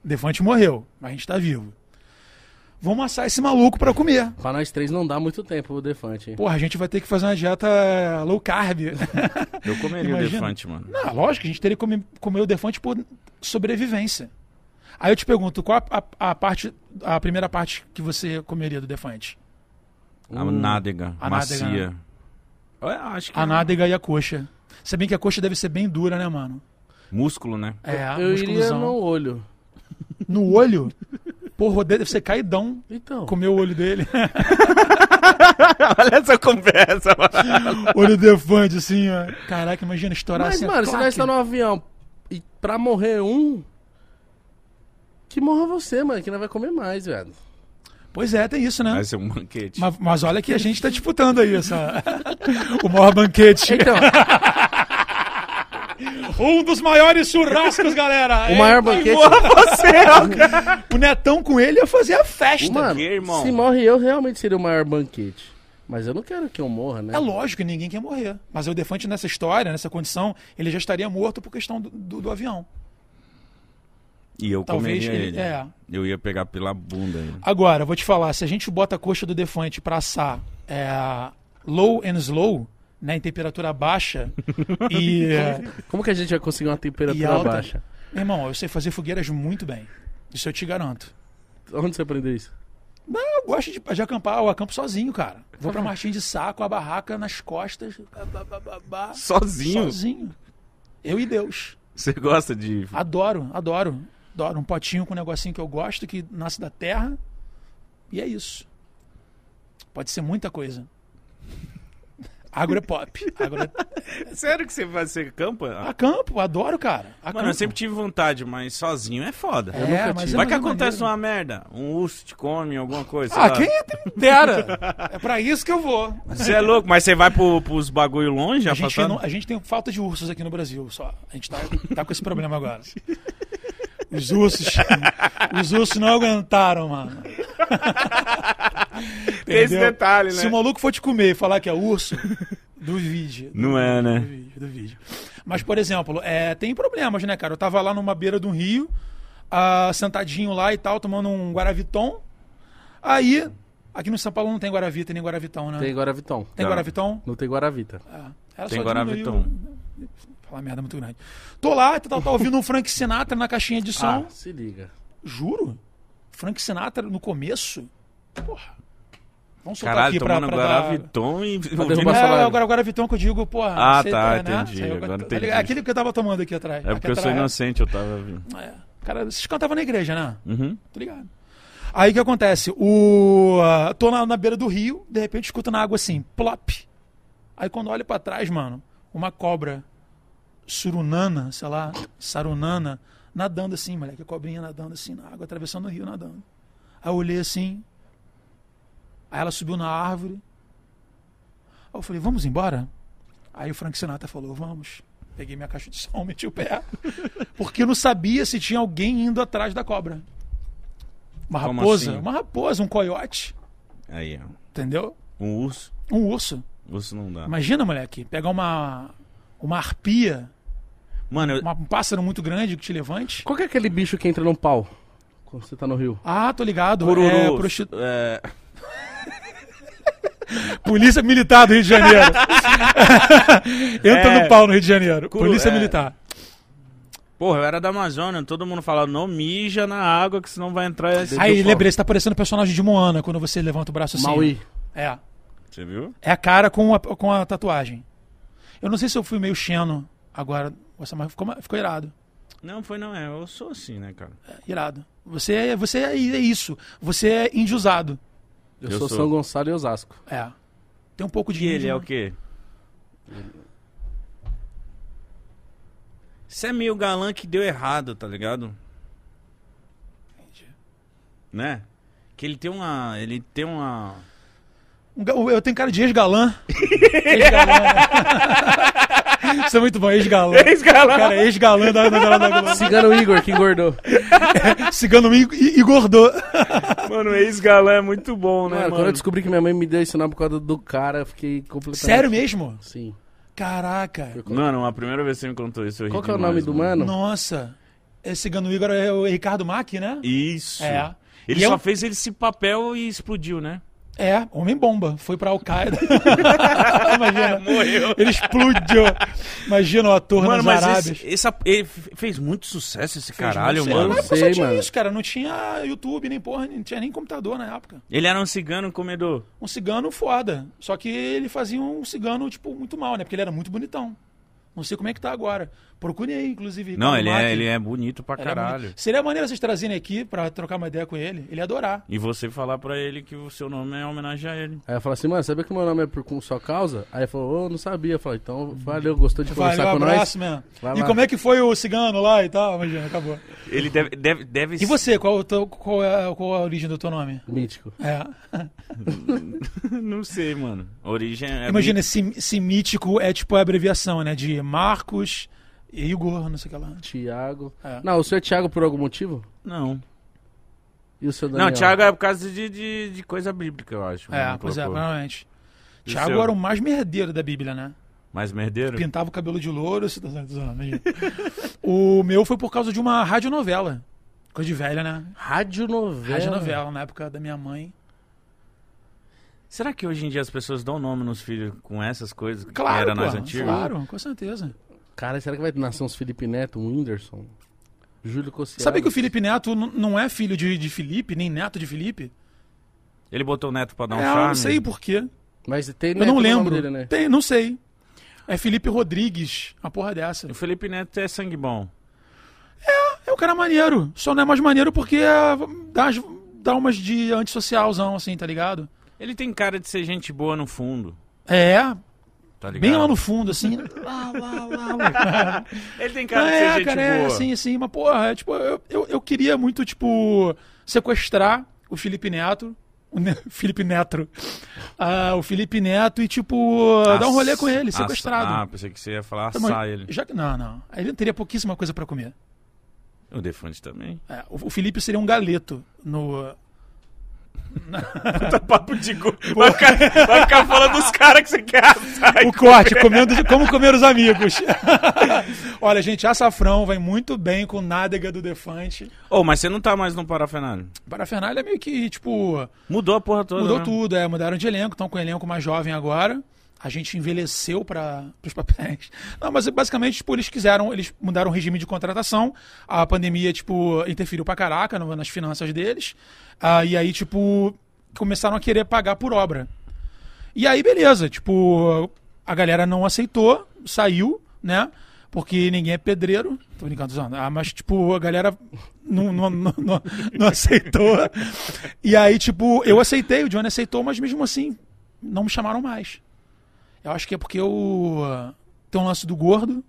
[SPEAKER 2] Defante morreu, mas a gente tá vivo. Vamos assar esse maluco pra comer.
[SPEAKER 1] Pra nós três não dá muito tempo o Defante, hein?
[SPEAKER 2] Porra, a gente vai ter que fazer uma dieta eh, low carb. (laughs)
[SPEAKER 3] Eu comeria
[SPEAKER 2] Imagina.
[SPEAKER 3] o Defante, mano.
[SPEAKER 2] Ah, lógico, que a gente teria que comer, comer o defante por sobrevivência. Aí eu te pergunto, qual a, a- a parte, a primeira parte que você comeria do defante?
[SPEAKER 3] A nádega,
[SPEAKER 2] Uh, A né?
[SPEAKER 3] macia. Eu acho que
[SPEAKER 2] A nádega e a coxa. Se bem que a coxa deve ser bem dura, né, mano?
[SPEAKER 3] músculo, né?
[SPEAKER 2] É,
[SPEAKER 1] eu iria
[SPEAKER 2] musculosão.
[SPEAKER 1] no olho.
[SPEAKER 2] No olho? Porra, o dedo deve ser caidão.
[SPEAKER 1] Então.
[SPEAKER 2] Comer o olho
[SPEAKER 1] (laughs)
[SPEAKER 2] dele.
[SPEAKER 3] (laughs) Olha essa conversa, mano.
[SPEAKER 2] olho do defante, assim, ó. Caraca, imagina, estourar
[SPEAKER 1] Mas,
[SPEAKER 2] assim.
[SPEAKER 1] mano, se nós
[SPEAKER 2] claque.
[SPEAKER 1] estamos no avião e pra morrer um. Que morra você, mano, que não vai comer mais,
[SPEAKER 2] (laughs)
[SPEAKER 1] velho.
[SPEAKER 2] Pois é, tem isso, né?
[SPEAKER 3] Vai
[SPEAKER 2] Mas...
[SPEAKER 3] ser um banquete.
[SPEAKER 2] mas olha que a gente tá disputando aí essa... (laughs) o maior
[SPEAKER 1] (laughs)
[SPEAKER 2] banquete.
[SPEAKER 1] Então,
[SPEAKER 2] Um dos maiores churrascos, galera.
[SPEAKER 1] o maior
[SPEAKER 2] Eita,
[SPEAKER 1] banquete.
[SPEAKER 2] é O Netão com ele ia fazer a festa.
[SPEAKER 1] Mano,
[SPEAKER 3] aqui, irmão.
[SPEAKER 1] se morre eu, realmente seria o maior banquete. Mas eu não quero que eu morra, né?
[SPEAKER 2] É lógico que ninguém quer morrer. Mas o Defante, nessa história, nessa condição, ele já estaria morto por questão do, do- do avião.
[SPEAKER 3] E eu
[SPEAKER 2] Talvez
[SPEAKER 3] comeria
[SPEAKER 2] ele-
[SPEAKER 3] ele.
[SPEAKER 2] é.
[SPEAKER 3] Eu ia pegar pela bunda ele.
[SPEAKER 2] Agora, eu vou te falar, se a gente bota a coxa do Defante pra assar é, low and slow, né, em temperatura baixa e,
[SPEAKER 1] Como que a gente vai conseguir uma
[SPEAKER 2] e
[SPEAKER 1] temperatura
[SPEAKER 2] alta...
[SPEAKER 1] baixa?
[SPEAKER 2] Meu irmão, eu sei fazer fogueiras muito bem. Isso eu te garanto.
[SPEAKER 1] Onde você aprendeu isso?
[SPEAKER 2] Não, eu gosto de, de acampar, eu acampo sozinho, cara. Vou pra Martins de Saco, a barraca nas costas, bá, bá, bá, bá, bá,
[SPEAKER 3] Sozinho?
[SPEAKER 2] sozinho. Eu e Deus.
[SPEAKER 3] Você gosta de.
[SPEAKER 2] Adoro, adoro. Adoro. Um potinho com um negocinho que eu gosto, que nasce da terra. E é isso. Pode ser muita coisa. Agro é pop. Agro
[SPEAKER 3] (laughs)
[SPEAKER 2] é...
[SPEAKER 3] Sério que você vai ser campa?
[SPEAKER 2] Acampo, adoro, cara. Acampo.
[SPEAKER 3] Ah. Mano, eu sempre tive vontade, mas sozinho é foda.
[SPEAKER 2] É, mas é
[SPEAKER 3] Vai
[SPEAKER 2] mais
[SPEAKER 3] que acontece
[SPEAKER 2] maneiro.
[SPEAKER 3] uma merda. Um urso te come, alguma coisa.
[SPEAKER 2] Ah,
[SPEAKER 3] sei lá.
[SPEAKER 2] quem
[SPEAKER 3] (laughs)
[SPEAKER 2] dera. É pra isso que eu vou.
[SPEAKER 3] Você é louco, mas você vai pro, pros bagulho longe,
[SPEAKER 2] A gente,
[SPEAKER 3] afastando?
[SPEAKER 2] não- é. a gente tem falta de ursos aqui no Brasil, só. A gente tá, tá com esse problema agora. Os ursos. Os ursos não aguentaram, mano.
[SPEAKER 3] Tem esse
[SPEAKER 2] Entendeu?
[SPEAKER 3] detalhe, né?
[SPEAKER 2] Se o maluco for te comer e falar que é urso, duvide.
[SPEAKER 3] Não é, né?
[SPEAKER 2] Duvide, duvide. Mas, por exemplo, é, tem problemas, né, cara? Eu tava lá numa beira de um rio, ah, sentadinho lá e tal, tomando um Guaraviton. Aí, aqui no São Paulo não tem Guaravita nem Guaravitão, né?
[SPEAKER 1] Tem Guaravitão.
[SPEAKER 2] Tem
[SPEAKER 3] Tá.
[SPEAKER 2] Guaraviton?
[SPEAKER 1] Não tem Guaravita.
[SPEAKER 2] Ah, era
[SPEAKER 3] Tem
[SPEAKER 2] só
[SPEAKER 3] Guaraviton.
[SPEAKER 2] diminuir o- Falar merda muito grande. Tô lá, tá, tá, tá ouvindo um Frank Sinatra na caixinha de som.
[SPEAKER 1] Ah, se liga.
[SPEAKER 2] Juro. Frank Sinatra no começo. Porra. Vamos soltar
[SPEAKER 3] Caralho,
[SPEAKER 2] aqui pra,
[SPEAKER 3] tomando
[SPEAKER 2] pra dar...
[SPEAKER 3] Guaraviton e (laughs) ouvindo...
[SPEAKER 1] derrubar-
[SPEAKER 2] É,
[SPEAKER 1] salário.
[SPEAKER 2] agora, agora Vitão que eu digo, porra.
[SPEAKER 3] Ah,
[SPEAKER 2] você
[SPEAKER 3] tá,
[SPEAKER 2] né?
[SPEAKER 3] entendi,
[SPEAKER 2] Saiu-
[SPEAKER 3] agora
[SPEAKER 2] tá
[SPEAKER 3] entendi.
[SPEAKER 2] ligado? Aquele que eu tava tomando aqui atrás.
[SPEAKER 3] É porque eu
[SPEAKER 2] Aqui
[SPEAKER 3] sou
[SPEAKER 2] atrás,
[SPEAKER 3] inocente, eu tava vindo.
[SPEAKER 2] é. Cara, vocês cantavam na igreja, né?
[SPEAKER 3] Uhum.
[SPEAKER 2] Tô ligado. Aí o que acontece? O... ah, Tô na, na beira do rio, de repente escuto na água assim, plop. Aí quando olho pra trás, mano, uma cobra surunana, sei lá, sarunana, nadando assim, moleque. A cobrinha nadando assim na água, atravessando o rio, nadando. Aí eu olhei assim. Aí ela subiu na árvore. Aí eu falei, vamos embora? Aí o Frank Sinatra falou, vamos. Peguei minha caixa de som, (laughs) meti o pé. Porque eu não sabia se tinha alguém indo atrás da cobra. Uma
[SPEAKER 3] Como
[SPEAKER 2] raposa,
[SPEAKER 3] assim?
[SPEAKER 2] uma raposa, um coiote,
[SPEAKER 3] Aí, ó.
[SPEAKER 2] entendeu?
[SPEAKER 3] Um urso.
[SPEAKER 2] Um urso.
[SPEAKER 3] Urso não dá.
[SPEAKER 2] Imagina, moleque, pegar uma uma arpia,
[SPEAKER 3] Mano, eu...
[SPEAKER 2] uma- um pássaro muito grande que te levante.
[SPEAKER 1] Qual que é aquele bicho que entra num pau? Quando você tá no rio.
[SPEAKER 2] Ah, tô ligado.
[SPEAKER 3] Cururu.
[SPEAKER 2] É, prosti-
[SPEAKER 3] é,
[SPEAKER 2] Polícia Militar do Rio de
[SPEAKER 3] (laughs)
[SPEAKER 2] Janeiro. Entra
[SPEAKER 3] É.
[SPEAKER 2] no pau no Rio de Janeiro.
[SPEAKER 3] Curu-
[SPEAKER 2] Polícia
[SPEAKER 3] é.
[SPEAKER 2] Militar.
[SPEAKER 3] Porra, eu era da Amazônia, todo mundo fala, não mija na água que senão vai entrar... Esse...
[SPEAKER 2] Aí, lembrei, você tá parecendo o personagem de Moana quando você levanta o braço assim.
[SPEAKER 1] Maui.
[SPEAKER 2] É.
[SPEAKER 3] Você viu?
[SPEAKER 2] É a cara com a, com a tatuagem. Eu não sei se eu fui meio xeno agora. Nossa, mas ficou, ma- ficou irado.
[SPEAKER 3] Não, foi não, é. Eu sou assim, né, cara?
[SPEAKER 2] É, irado. Você, é- você é é isso. Você é índio usado.
[SPEAKER 1] Eu,
[SPEAKER 3] Eu
[SPEAKER 1] sou,
[SPEAKER 3] sou.
[SPEAKER 1] São Gonçalo e Osasco.
[SPEAKER 2] É. Tem um pouco de
[SPEAKER 3] E ele é o
[SPEAKER 2] que?
[SPEAKER 3] quê? Você é meio galã que deu errado, tá ligado? Né? Que ele tem uma... Ele tem uma...
[SPEAKER 2] Um Eu tenho cara de ex-galã. (laughs)
[SPEAKER 3] (laughs)
[SPEAKER 2] ex-galã. Isso é muito bom, ex-galã.
[SPEAKER 3] Ex-galã.
[SPEAKER 2] Cara, ex-galã da novela da Globo.
[SPEAKER 1] Cigano Igor, que
[SPEAKER 2] (laughs)
[SPEAKER 1] engordou.
[SPEAKER 2] Cigano e, e, e
[SPEAKER 3] (laughs)
[SPEAKER 2] gordô.
[SPEAKER 3] Mano, ex-galã é muito bom,
[SPEAKER 1] Cara, quando eu descobri que minha mãe me deu esse nome por causa do cara, eu fiquei completamente...
[SPEAKER 2] Sério mesmo?
[SPEAKER 1] Sim.
[SPEAKER 2] Caraca.
[SPEAKER 3] Mano, a primeira vez que você me contou isso, eu ri
[SPEAKER 1] Qual que é o
[SPEAKER 3] demais,
[SPEAKER 1] nome do
[SPEAKER 3] mano?
[SPEAKER 1] mano?
[SPEAKER 2] Nossa. Esse Cigano Igor é o Ricardo Mack, né?
[SPEAKER 3] Isso.
[SPEAKER 2] É.
[SPEAKER 3] Ele
[SPEAKER 2] E
[SPEAKER 3] só
[SPEAKER 2] eu-
[SPEAKER 3] fez esse papel e explodiu, né?
[SPEAKER 2] É, homem-bomba. Foi pra
[SPEAKER 3] (laughs)
[SPEAKER 2] Al-Qaeda. Imagina.
[SPEAKER 3] Morreu.
[SPEAKER 2] Ele explodiu. Imagina o ator
[SPEAKER 3] Mano,
[SPEAKER 2] nas
[SPEAKER 3] mas
[SPEAKER 2] Arábias.
[SPEAKER 3] esse, essa- ele f- fez muito sucesso esse
[SPEAKER 2] Fez
[SPEAKER 3] caralho,
[SPEAKER 2] muito
[SPEAKER 3] mano.
[SPEAKER 2] sucesso. Mas
[SPEAKER 1] Sei,
[SPEAKER 2] só tinha
[SPEAKER 1] mano.
[SPEAKER 2] isso, cara. Não tinha YouTube, nem porra, não tinha nem computador na época.
[SPEAKER 3] Ele era um cigano comedor.
[SPEAKER 2] um cigano foda. Só que ele fazia um cigano, tipo, muito mal, né? Porque ele era muito bonitão. Não sei como é que tá agora. Procure aí, inclusive.
[SPEAKER 3] Não,
[SPEAKER 2] Ricardo
[SPEAKER 3] ele
[SPEAKER 2] Mack.
[SPEAKER 3] é, ele é bonito pra
[SPEAKER 2] Ele é
[SPEAKER 3] caralho.
[SPEAKER 2] bonito. Seria maneiro vocês trazerem aqui pra trocar uma ideia com ele. Ele ia adorar.
[SPEAKER 3] E você falar pra ele que o seu nome é homenagem a ele.
[SPEAKER 1] Aí eu falei assim, mano, sabia que meu nome é por com sua causa? Aí ele falou, ô, não sabia. Eu falei, então, valeu, gostou de conversar
[SPEAKER 2] Valeu,
[SPEAKER 1] com
[SPEAKER 2] um abraço,
[SPEAKER 1] nós?
[SPEAKER 2] mesmo.
[SPEAKER 1] Vai
[SPEAKER 2] E
[SPEAKER 1] lá.
[SPEAKER 2] como é que foi o cigano lá e tal? Imagina, acabou.
[SPEAKER 3] Ele deve, deve, deve
[SPEAKER 2] E você, qual, o teu- qual é, a- qual a origem do teu nome?
[SPEAKER 1] Mítico.
[SPEAKER 2] É.
[SPEAKER 3] (laughs) Não sei, mano. Origem é.
[SPEAKER 2] Imagina, esse, esse mítico é tipo a abreviação, né? De Marcos, Igor, não sei o que lá.
[SPEAKER 1] Tiago.
[SPEAKER 2] É.
[SPEAKER 1] Não, o senhor é Tiago por algum motivo?
[SPEAKER 3] Não.
[SPEAKER 1] E o seu Daniel?
[SPEAKER 3] Não, Thiago é por causa de, de, de coisa bíblica, eu acho.
[SPEAKER 2] É,
[SPEAKER 3] Ele
[SPEAKER 2] pois é,
[SPEAKER 3] colocou.
[SPEAKER 2] provavelmente.
[SPEAKER 3] E o
[SPEAKER 2] Tiago
[SPEAKER 3] seu?
[SPEAKER 2] era o mais merdeiro da Bíblia, né?
[SPEAKER 3] Mas merdeiro?
[SPEAKER 2] Pintava o cabelo de louro. se- tô zoando, tô zoando, imagina. o meu foi por causa de uma radionovela. Coisa de velha, né?
[SPEAKER 1] Rádio novela.
[SPEAKER 2] Radionovela, na época da minha mãe.
[SPEAKER 3] Será que hoje em dia as pessoas dão nome nos filhos com essas coisas? que
[SPEAKER 2] Claro,
[SPEAKER 3] Era
[SPEAKER 2] pô,
[SPEAKER 3] nós antigos?
[SPEAKER 2] Claro, com certeza.
[SPEAKER 1] Cara, será que vai nascer uns Felipe Neto, um Whindersson? Júlio Cossiano?
[SPEAKER 2] Sabe que o Felipe Neto n- não é filho de, de Felipe, nem neto de Felipe?
[SPEAKER 3] Ele botou o neto pra dar um
[SPEAKER 2] é,
[SPEAKER 3] charme?
[SPEAKER 2] eu não sei por quê.
[SPEAKER 1] Mas tem
[SPEAKER 2] Eu não
[SPEAKER 1] Neto no nome
[SPEAKER 2] lembro.
[SPEAKER 1] dele, né?
[SPEAKER 2] Tem, não sei. É Felipe Rodrigues, uma porra dessa.
[SPEAKER 3] O Felipe Neto é sangue bom.
[SPEAKER 2] É o cara maneiro. Só não é mais maneiro porque é, dá, as- dá umas de antissocialzão, assim, tá ligado?
[SPEAKER 3] Ele tem cara de ser gente boa no fundo.
[SPEAKER 2] É.
[SPEAKER 3] Tá ligado?
[SPEAKER 2] Bem lá no fundo, assim. Lá, lá, lá, lá.
[SPEAKER 6] Ele tem cara
[SPEAKER 2] Não,
[SPEAKER 6] de ser
[SPEAKER 2] é,
[SPEAKER 6] gente
[SPEAKER 2] cara,
[SPEAKER 6] boa.
[SPEAKER 2] é, sim, sim. Mas, porra, é, tipo, eu, eu, eu queria muito, tipo, sequestrar o Felipe Neto. O Ne- (laughs) Felipe Neto. Ah, o Felipe Neto e, tipo, dar um rolê com ele,
[SPEAKER 3] Ass-
[SPEAKER 2] sequestrado.
[SPEAKER 3] Ah, pensei que você ia falar
[SPEAKER 2] Tá bom,
[SPEAKER 3] assar ele.
[SPEAKER 2] Já que, não, não. Ele teria pouquíssima coisa pra comer.
[SPEAKER 3] O Defante também.
[SPEAKER 2] É, o, o Felipe seria um galeto no.
[SPEAKER 6] Tá (laughs) papo de gordo. Vai ficar, vai ficar falando dos caras que você quer assar.
[SPEAKER 2] O corte, comendo, como comer os amigos. (laughs) Olha, gente, açafrão vai muito bem com nádega do Defante.
[SPEAKER 6] Ô, mas você não tá mais no Parafernália.
[SPEAKER 2] Parafernália é meio que, tipo,
[SPEAKER 6] Mudou a porra toda.
[SPEAKER 2] mudou
[SPEAKER 6] né?
[SPEAKER 2] tudo, é, mudaram de elenco, estão com um elenco mais jovem agora. A gente envelheceu (laughs) para os papéis. Não, mas basicamente, tipo, eles quiseram, eles mudaram o regime de contratação. A pandemia, tipo, interferiu pra caraca no- nas finanças deles. Ah, e aí, tipo, começaram a querer pagar por obra. E aí, beleza, tipo, a galera não aceitou, saiu, né? Porque ninguém é pedreiro. Tô brincando, tô zoando. Ah, mas, tipo, a galera não, não, não, não- não aceitou. E aí, tipo, eu aceitei, o Johnny aceitou, mas mesmo assim, não me chamaram mais. Eu acho que é porque eu. Tem um lance do gordo.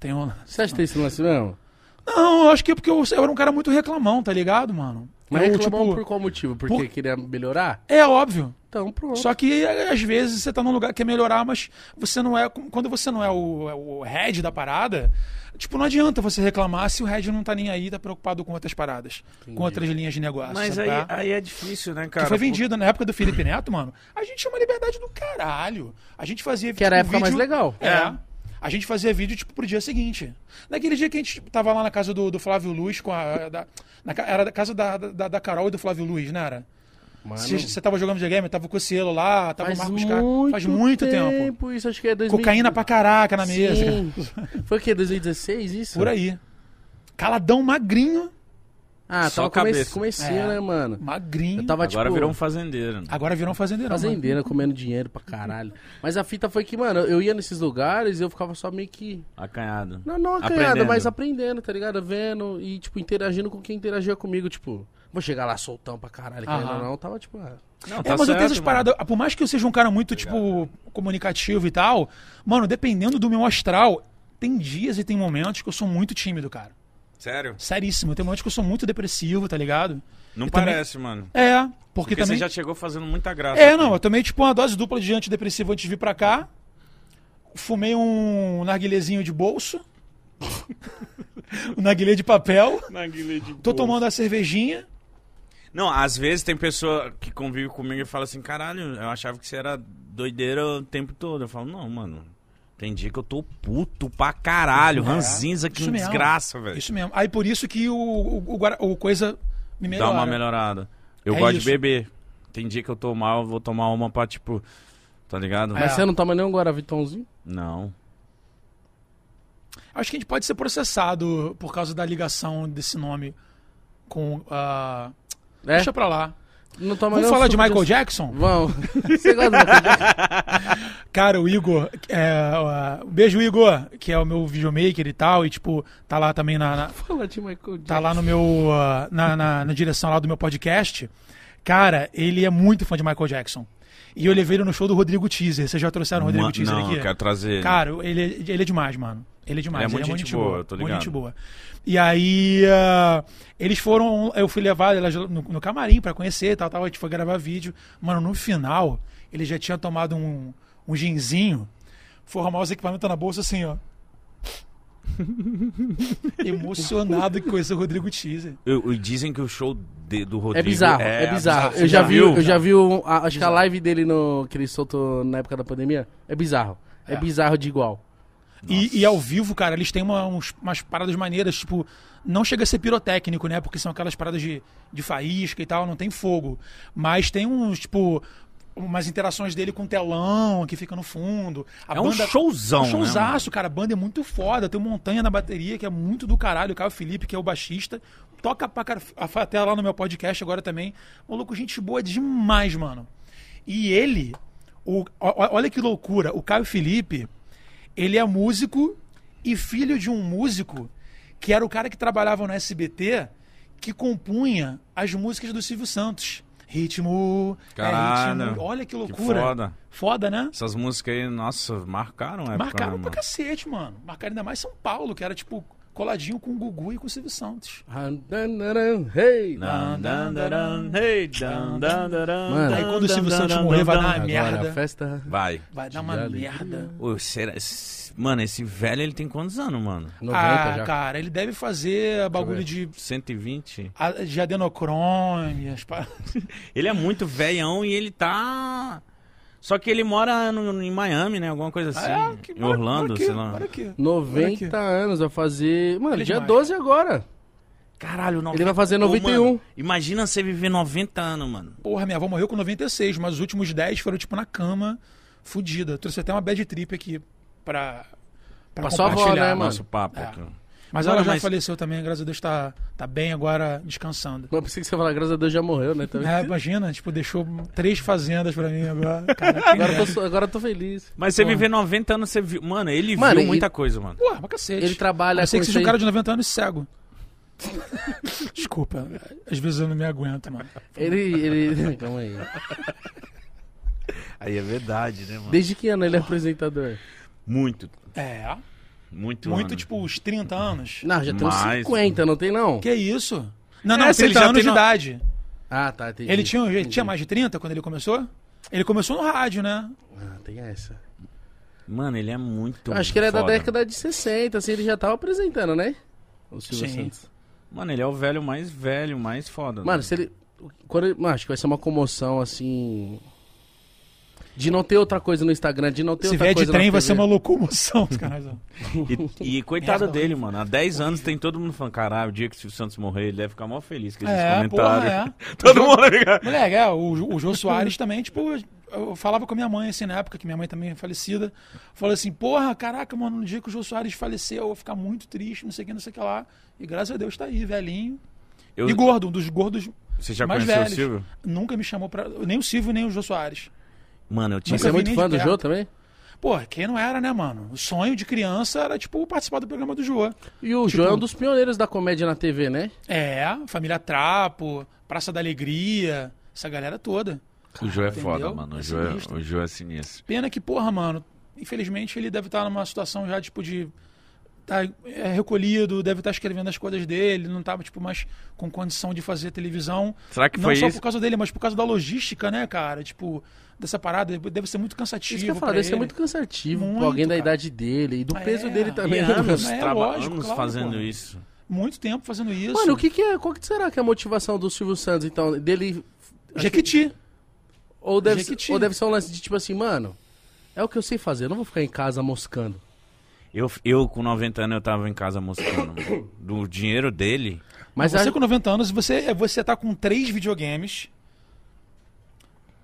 [SPEAKER 2] Tem um.
[SPEAKER 1] Você acha que tem esse lance mesmo?
[SPEAKER 2] Não, eu acho que é porque eu, eu era um cara muito reclamão, tá ligado, mano?
[SPEAKER 1] Mas
[SPEAKER 2] eu,
[SPEAKER 1] reclamou por qual motivo? Porque
[SPEAKER 2] por- tipo,
[SPEAKER 1] queria melhorar?
[SPEAKER 2] É óbvio.
[SPEAKER 1] Então, pronto.
[SPEAKER 2] Só que é, às vezes você tá num lugar que quer melhorar, mas você não é. Quando você não é o, é o head da parada, tipo, não adianta você reclamar se o head não tá nem aí, tá preocupado com outras paradas, com outras linhas de negócio.
[SPEAKER 6] Mas
[SPEAKER 2] sabe
[SPEAKER 6] aí,
[SPEAKER 2] qual é?
[SPEAKER 6] aí é difícil, né, cara?
[SPEAKER 2] que foi vendido na época do Felipe Neto, mano. A gente tinha uma liberdade do caralho. A gente fazia
[SPEAKER 1] Que era a
[SPEAKER 2] tipo,
[SPEAKER 1] época mais legal.
[SPEAKER 2] É. A gente fazia vídeo, tipo, pro dia seguinte. Naquele dia que a gente tipo, tava lá na casa do, do Flávio Luiz com a. da- na ca- era da casa da, da, da Carol e do Flávio Luiz, né? Era?
[SPEAKER 1] Mano,
[SPEAKER 2] Você você tava jogando videogame, tava o Cocielo lá, tava
[SPEAKER 1] faz
[SPEAKER 2] o Marcos Car...
[SPEAKER 1] muito
[SPEAKER 2] Faz muito tempo.
[SPEAKER 1] Isso acho que é 2000...
[SPEAKER 2] Cocaína pra caraca na mesa. cara.
[SPEAKER 1] Sim. Foi o quê? 2016 isso?
[SPEAKER 2] Por aí. Caladão magrinho.
[SPEAKER 1] Ah,
[SPEAKER 6] Só
[SPEAKER 1] tava come...
[SPEAKER 6] cabeça.
[SPEAKER 1] comecinho,
[SPEAKER 2] É.
[SPEAKER 1] né, mano?
[SPEAKER 2] Magrinho.
[SPEAKER 1] Eu tava,
[SPEAKER 6] Agora
[SPEAKER 1] tipo,
[SPEAKER 6] virou um fazendeiro. né?
[SPEAKER 2] Agora virou um fazendeirão. mano.
[SPEAKER 1] fazendeira, comendo dinheiro pra caralho. Mas a fita foi que, mano, eu ia nesses lugares e eu ficava só meio que...
[SPEAKER 6] Acanhado.
[SPEAKER 1] Não, não acanhada,
[SPEAKER 6] Aprendendo.
[SPEAKER 1] mas aprendendo, tá ligado? Vendo e, tipo, interagindo com quem interagia comigo, tipo... Vou chegar lá soltão pra caralho,
[SPEAKER 2] Aham.
[SPEAKER 1] querendo ou não, tava, tipo... ah,
[SPEAKER 6] Não, tá
[SPEAKER 3] Tá
[SPEAKER 2] é, mas eu tenho essas
[SPEAKER 6] mano.
[SPEAKER 2] paradas. Por mais que eu seja um cara muito, tipo, comunicativo e tal, mano, dependendo do meu astral, tem dias e tem momentos que eu sou muito tímido, cara.
[SPEAKER 6] Sério?
[SPEAKER 2] Seríssimo. Tem momentos que eu sou muito depressivo, tá ligado?
[SPEAKER 6] Não
[SPEAKER 2] E também-
[SPEAKER 6] parece, mano.
[SPEAKER 2] É,
[SPEAKER 6] Porque
[SPEAKER 2] porque, também.
[SPEAKER 6] você já chegou fazendo muita graça.
[SPEAKER 2] É, não, eu tomei, tipo, uma dose dupla de antidepressivo antes de vir pra cá. Fumei um narguilezinho de
[SPEAKER 6] (laughs)
[SPEAKER 2] bolso. um narguilé de papel.
[SPEAKER 6] Na guilha de
[SPEAKER 2] Tô
[SPEAKER 6] boa.
[SPEAKER 2] tomando a cervejinha.
[SPEAKER 6] Não, às vezes tem pessoa que convive comigo e fala assim, caralho, eu achava que você era doideira o tempo todo. Eu falo, não, mano. Tem dia que eu tô puto pra caralho. Ranzinza que
[SPEAKER 2] é Isso mesmo.
[SPEAKER 6] desgraça, velho.
[SPEAKER 2] Isso mesmo. Aí por isso que o, o, o guara- o coisa me melhora.
[SPEAKER 6] Dá uma melhorada. Eu
[SPEAKER 2] É
[SPEAKER 6] gosto
[SPEAKER 2] isso.
[SPEAKER 6] de beber. Tem dia que eu tô mal, eu vou tomar uma pra, tipo... Tá ligado?
[SPEAKER 2] É.
[SPEAKER 1] Mas você não toma nenhum Guaravitãozinho?
[SPEAKER 6] Não.
[SPEAKER 2] Acho que a gente pode ser processado por causa da ligação desse nome com. ah,
[SPEAKER 1] É?
[SPEAKER 2] Deixa pra lá.
[SPEAKER 1] Não toma
[SPEAKER 2] Vamos
[SPEAKER 1] nenhum
[SPEAKER 2] falar de
[SPEAKER 1] suco
[SPEAKER 2] Michael Jackson? Tá
[SPEAKER 1] Vamos.
[SPEAKER 2] (laughs)
[SPEAKER 1] Você gosta de Michael Jackson?
[SPEAKER 2] Cara, o Igor, é, ó, um beijo Igor, que é o meu videomaker e tal, e tipo, tá lá também na, na-
[SPEAKER 1] Fala de Michael Jackson.
[SPEAKER 2] tá lá no meu ah, na, na, na direção lá do meu podcast. Cara, ele é muito fã de Michael Jackson. E eu levei ele no show do Rodrigo Teaser. Vocês já trouxeram o Rodrigo
[SPEAKER 6] Ma-
[SPEAKER 2] Teaser
[SPEAKER 6] não,
[SPEAKER 2] aqui?
[SPEAKER 6] eu quero trazer. ele.
[SPEAKER 2] Cara, ele, é- ele é demais, mano. Ele é demais.
[SPEAKER 6] né? Ele é muito gente boa, eu tô
[SPEAKER 2] muito
[SPEAKER 6] ligado.
[SPEAKER 2] gente boa. E aí, ah, eles foram. Eu fui levar elas no, no camarim pra conhecer e tal, tal. A gente foi gravar vídeo. Mano, no final, ele já tinha tomado um, um ginzinho, foi arrumar os equipamentos na bolsa assim, ó. Emocionado que conheceu o Rodrigo Teaser.
[SPEAKER 6] Eu- eu- dizem que o show de- do
[SPEAKER 1] É
[SPEAKER 6] Rodrigo...
[SPEAKER 1] bizarro, é, bizarro. Eu já vi, eu já vi um- a- acho que a live dele no, que ele soltou na época da pandemia. É bizarro. É, bizarro de igual.
[SPEAKER 2] E, e ao vivo, cara, eles têm uma- uns- umas paradas maneiras, tipo, não chega a ser pirotécnico, né? Porque são aquelas paradas de, de faísca e tal, não tem fogo. Mas tem uns, tipo, umas interações dele com o telão que fica no fundo. A
[SPEAKER 6] É um showzão,
[SPEAKER 2] Um
[SPEAKER 6] né,
[SPEAKER 2] showzaço, cara. A banda é muito foda. Tem o Montanha na bateria, que é muito do caralho. O Caio Felipe, que é o baixista. Toca pra cara. a- Até lá no meu podcast agora também. Maluco, gente boa demais, mano. E ele. o- o- olha que loucura. O Caio Felipe. Ele é músico e filho de um músico que era o cara que trabalhava no SBT que compunha as músicas do Silvio Santos. Ritmo.
[SPEAKER 3] Caralho.
[SPEAKER 2] É ritmo. Olha que
[SPEAKER 3] Que
[SPEAKER 2] loucura.
[SPEAKER 3] foda.
[SPEAKER 2] Foda, né?
[SPEAKER 3] Essas músicas aí, nossa,
[SPEAKER 6] é,
[SPEAKER 3] marcaram a época,
[SPEAKER 2] Marcaram
[SPEAKER 3] né,
[SPEAKER 2] pra
[SPEAKER 3] mano?
[SPEAKER 2] cacete, mano. Marcaram ainda mais São Paulo, que era tipo coladinho com o Gugu e com o Silvio Santos.
[SPEAKER 1] Hey!
[SPEAKER 3] Dan, dan, daran, hey, dan, dan, daran,
[SPEAKER 1] Mano.
[SPEAKER 3] dan,
[SPEAKER 2] Aí quando o Silvio
[SPEAKER 3] dan,
[SPEAKER 2] Santos
[SPEAKER 3] dan,
[SPEAKER 2] morrer,
[SPEAKER 3] dan,
[SPEAKER 2] vai dar
[SPEAKER 3] dan.
[SPEAKER 2] uma
[SPEAKER 1] Agora a
[SPEAKER 2] merda.
[SPEAKER 1] festa.
[SPEAKER 3] Vai.
[SPEAKER 2] Vai dar uma merda.
[SPEAKER 3] Ô, será... esse- Mano, esse velho, ele tem quantos anos, mano?
[SPEAKER 1] 90
[SPEAKER 2] Ah,
[SPEAKER 1] já.
[SPEAKER 2] cara, ele deve fazer bagulho de,
[SPEAKER 3] 120?
[SPEAKER 2] a- de adenocrome, as pa-
[SPEAKER 3] Ele é muito velhão e ele tá... Só que ele mora no- em Miami, né? Alguma coisa
[SPEAKER 2] (laughs)
[SPEAKER 3] assim.
[SPEAKER 2] Ah, que-
[SPEAKER 3] em
[SPEAKER 2] mora-
[SPEAKER 3] Orlando,
[SPEAKER 2] mora aqui,
[SPEAKER 3] sei lá.
[SPEAKER 2] mora aqui.
[SPEAKER 1] 90
[SPEAKER 2] Olha
[SPEAKER 1] anos, vai fazer. Mano,
[SPEAKER 2] Ele
[SPEAKER 1] dia
[SPEAKER 2] demais,
[SPEAKER 1] 12 agora.
[SPEAKER 3] Caralho, 90...
[SPEAKER 1] Ele vai fazer
[SPEAKER 3] Ô,
[SPEAKER 1] 91.
[SPEAKER 3] mano, imagina você viver 90 anos, mano.
[SPEAKER 2] Porra, minha avó morreu com 96, mas os últimos 10 foram, tipo, na cama, fudida. Eu Trouxe até uma bad trip aqui pra, pra,
[SPEAKER 1] Pra sua avó,
[SPEAKER 2] compartilhar.
[SPEAKER 1] né, mano?
[SPEAKER 3] Nosso papo
[SPEAKER 2] É.
[SPEAKER 3] aqui.
[SPEAKER 2] Mas
[SPEAKER 3] Mano,
[SPEAKER 2] ela já
[SPEAKER 3] mas-
[SPEAKER 2] faleceu também, graças a Deus tá, tá bem agora, descansando.
[SPEAKER 1] Mas por que você fala, graças a Deus já morreu, né?
[SPEAKER 2] (laughs)
[SPEAKER 1] Também.
[SPEAKER 2] É, imagina, tipo, deixou três fazendas pra mim agora.
[SPEAKER 1] (laughs)
[SPEAKER 2] Cara, quem
[SPEAKER 1] Agora eu
[SPEAKER 2] dera.
[SPEAKER 1] tô, so- agora eu tô feliz.
[SPEAKER 3] Mas você viver 90 anos, você viu... Mano, ele
[SPEAKER 1] Mano,
[SPEAKER 3] viu
[SPEAKER 1] e-
[SPEAKER 3] muita coisa, mano.
[SPEAKER 2] Porra, mas cacete.
[SPEAKER 1] Ele trabalha
[SPEAKER 2] Eu
[SPEAKER 1] com
[SPEAKER 2] sei que
[SPEAKER 1] isso
[SPEAKER 2] seja
[SPEAKER 1] aí.
[SPEAKER 2] um cara de 90 anos e cego. (laughs) Desculpa, às vezes eu não me aguento, mano.
[SPEAKER 1] Ele.
[SPEAKER 2] (laughs)
[SPEAKER 1] ele... Calma aí.
[SPEAKER 3] Aí é verdade, né, mano?
[SPEAKER 1] Desde que ano ele é apresentador?
[SPEAKER 3] Muito,
[SPEAKER 2] É,
[SPEAKER 3] muito
[SPEAKER 2] muito
[SPEAKER 3] ano.
[SPEAKER 2] tipo uns 30 anos.
[SPEAKER 1] Não, já tem uns
[SPEAKER 3] Mais.
[SPEAKER 1] 50, não tem não?
[SPEAKER 2] Que isso? Não, não,
[SPEAKER 3] É, se ele
[SPEAKER 2] 30
[SPEAKER 3] já
[SPEAKER 2] anos
[SPEAKER 3] tem
[SPEAKER 2] de
[SPEAKER 3] no-
[SPEAKER 2] idade.
[SPEAKER 1] Ah, tá, entendi.
[SPEAKER 2] Ele tinha, um- ele tinha mais de 30 quando ele começou? Ele começou no rádio, né?
[SPEAKER 1] Ah, tem essa.
[SPEAKER 3] Mano, ele é muito
[SPEAKER 1] Eu acho que ele é da
[SPEAKER 3] foda.
[SPEAKER 1] década de 60, assim, ele já tava apresentando, né? O Silvio
[SPEAKER 2] Sim.
[SPEAKER 1] Santos.
[SPEAKER 3] Mano, ele é o velho mais velho, mais foda.
[SPEAKER 1] Mano,
[SPEAKER 3] né?
[SPEAKER 1] se ele. Quando ele- Mano, acho que vai ser uma comoção, assim. De não ter outra coisa no Instagram, de não ter
[SPEAKER 2] Se
[SPEAKER 1] outra
[SPEAKER 2] vier
[SPEAKER 1] coisa
[SPEAKER 2] de trem,
[SPEAKER 1] na
[SPEAKER 2] vai ser
[SPEAKER 1] TV.
[SPEAKER 2] uma locomoção. (laughs) Caralho.
[SPEAKER 3] (laughs) E, e coitado
[SPEAKER 2] Merda,
[SPEAKER 3] dele, mano. Há 10 anos tem todo mundo falando, caralho, o dia que o Silvio Santos morrer, ele deve ficar mó feliz que eles
[SPEAKER 2] É, porra,
[SPEAKER 3] comentaram.
[SPEAKER 2] é.
[SPEAKER 3] (laughs) Todo mundo fica...
[SPEAKER 2] Moleque, é, o, o Jô Soares também, tipo, eu falava com a minha mãe, assim, na época, que minha mãe também é falecida. Falou assim, porra, caraca, mano, no dia que o Jô Soares faleceu, eu vou ficar muito triste, não sei o que, não sei o que lá. E graças a Deus tá aí, velhinho.
[SPEAKER 3] Eu-
[SPEAKER 2] E gordo, um dos gordos
[SPEAKER 3] Você já
[SPEAKER 2] mais
[SPEAKER 3] conheceu
[SPEAKER 2] velhos.
[SPEAKER 3] o Silvio?
[SPEAKER 2] Nunca me chamou pra. Nem o Silvio, nem o Jô Soares.
[SPEAKER 3] Mano, eu tinha...
[SPEAKER 1] Mas Você é
[SPEAKER 2] Nunca vi
[SPEAKER 1] muito
[SPEAKER 2] nem
[SPEAKER 1] fã
[SPEAKER 2] de
[SPEAKER 1] do
[SPEAKER 2] perto.
[SPEAKER 1] Jô também?
[SPEAKER 2] Pô, quem não era, né, mano? O sonho de criança era, tipo, participar do programa do Jô.
[SPEAKER 1] E o
[SPEAKER 2] Tipo-
[SPEAKER 1] Jô é um dos pioneiros da comédia na TV, né?
[SPEAKER 2] É, Família Trapo, Praça da Alegria, essa galera toda.
[SPEAKER 3] O Joe é
[SPEAKER 2] Entendeu?
[SPEAKER 3] foda, mano. O
[SPEAKER 2] É
[SPEAKER 3] Joe é,
[SPEAKER 2] sinistro.
[SPEAKER 3] o Joe é sinistro.
[SPEAKER 2] Pena que, porra, mano, infelizmente ele deve estar numa situação já, tipo, de. Tá é, recolhido, deve estar escrevendo as coisas dele, não tava, tipo, mais com condição de fazer televisão.
[SPEAKER 3] Será que
[SPEAKER 2] não
[SPEAKER 3] foi
[SPEAKER 2] só
[SPEAKER 3] isso?
[SPEAKER 2] por causa dele, mas por causa da logística, né, cara? Tipo, dessa parada, deve ser muito cansativo.
[SPEAKER 1] Isso que eu
[SPEAKER 2] pra
[SPEAKER 1] falo, deve ser
[SPEAKER 2] ele.
[SPEAKER 1] muito cansativo
[SPEAKER 2] é. Muito,
[SPEAKER 1] pra alguém da
[SPEAKER 2] cara.
[SPEAKER 1] idade dele e do
[SPEAKER 2] Ah,
[SPEAKER 1] peso
[SPEAKER 2] é.
[SPEAKER 1] dele
[SPEAKER 3] E
[SPEAKER 1] também. né?
[SPEAKER 3] anos,
[SPEAKER 2] É,
[SPEAKER 3] traba-
[SPEAKER 2] lógico,
[SPEAKER 3] anos
[SPEAKER 2] claro,
[SPEAKER 3] fazendo
[SPEAKER 2] pô.
[SPEAKER 3] isso.
[SPEAKER 2] Muito tempo fazendo isso.
[SPEAKER 1] Mano, o que que é, qual que será que é a motivação do Silvio Santos, então? Dele
[SPEAKER 2] Jequiti.
[SPEAKER 1] Ou deve,
[SPEAKER 2] Jequiti.
[SPEAKER 1] ou deve ser um lance de tipo assim, mano, é o que eu sei fazer, eu não vou ficar em casa moscando.
[SPEAKER 3] Eu, eu, com 90 anos, eu tava em casa moscando. mano. Do dinheiro dele...
[SPEAKER 1] Mas
[SPEAKER 2] você
[SPEAKER 1] a-
[SPEAKER 2] com 90 anos, você, você tá com três videogames,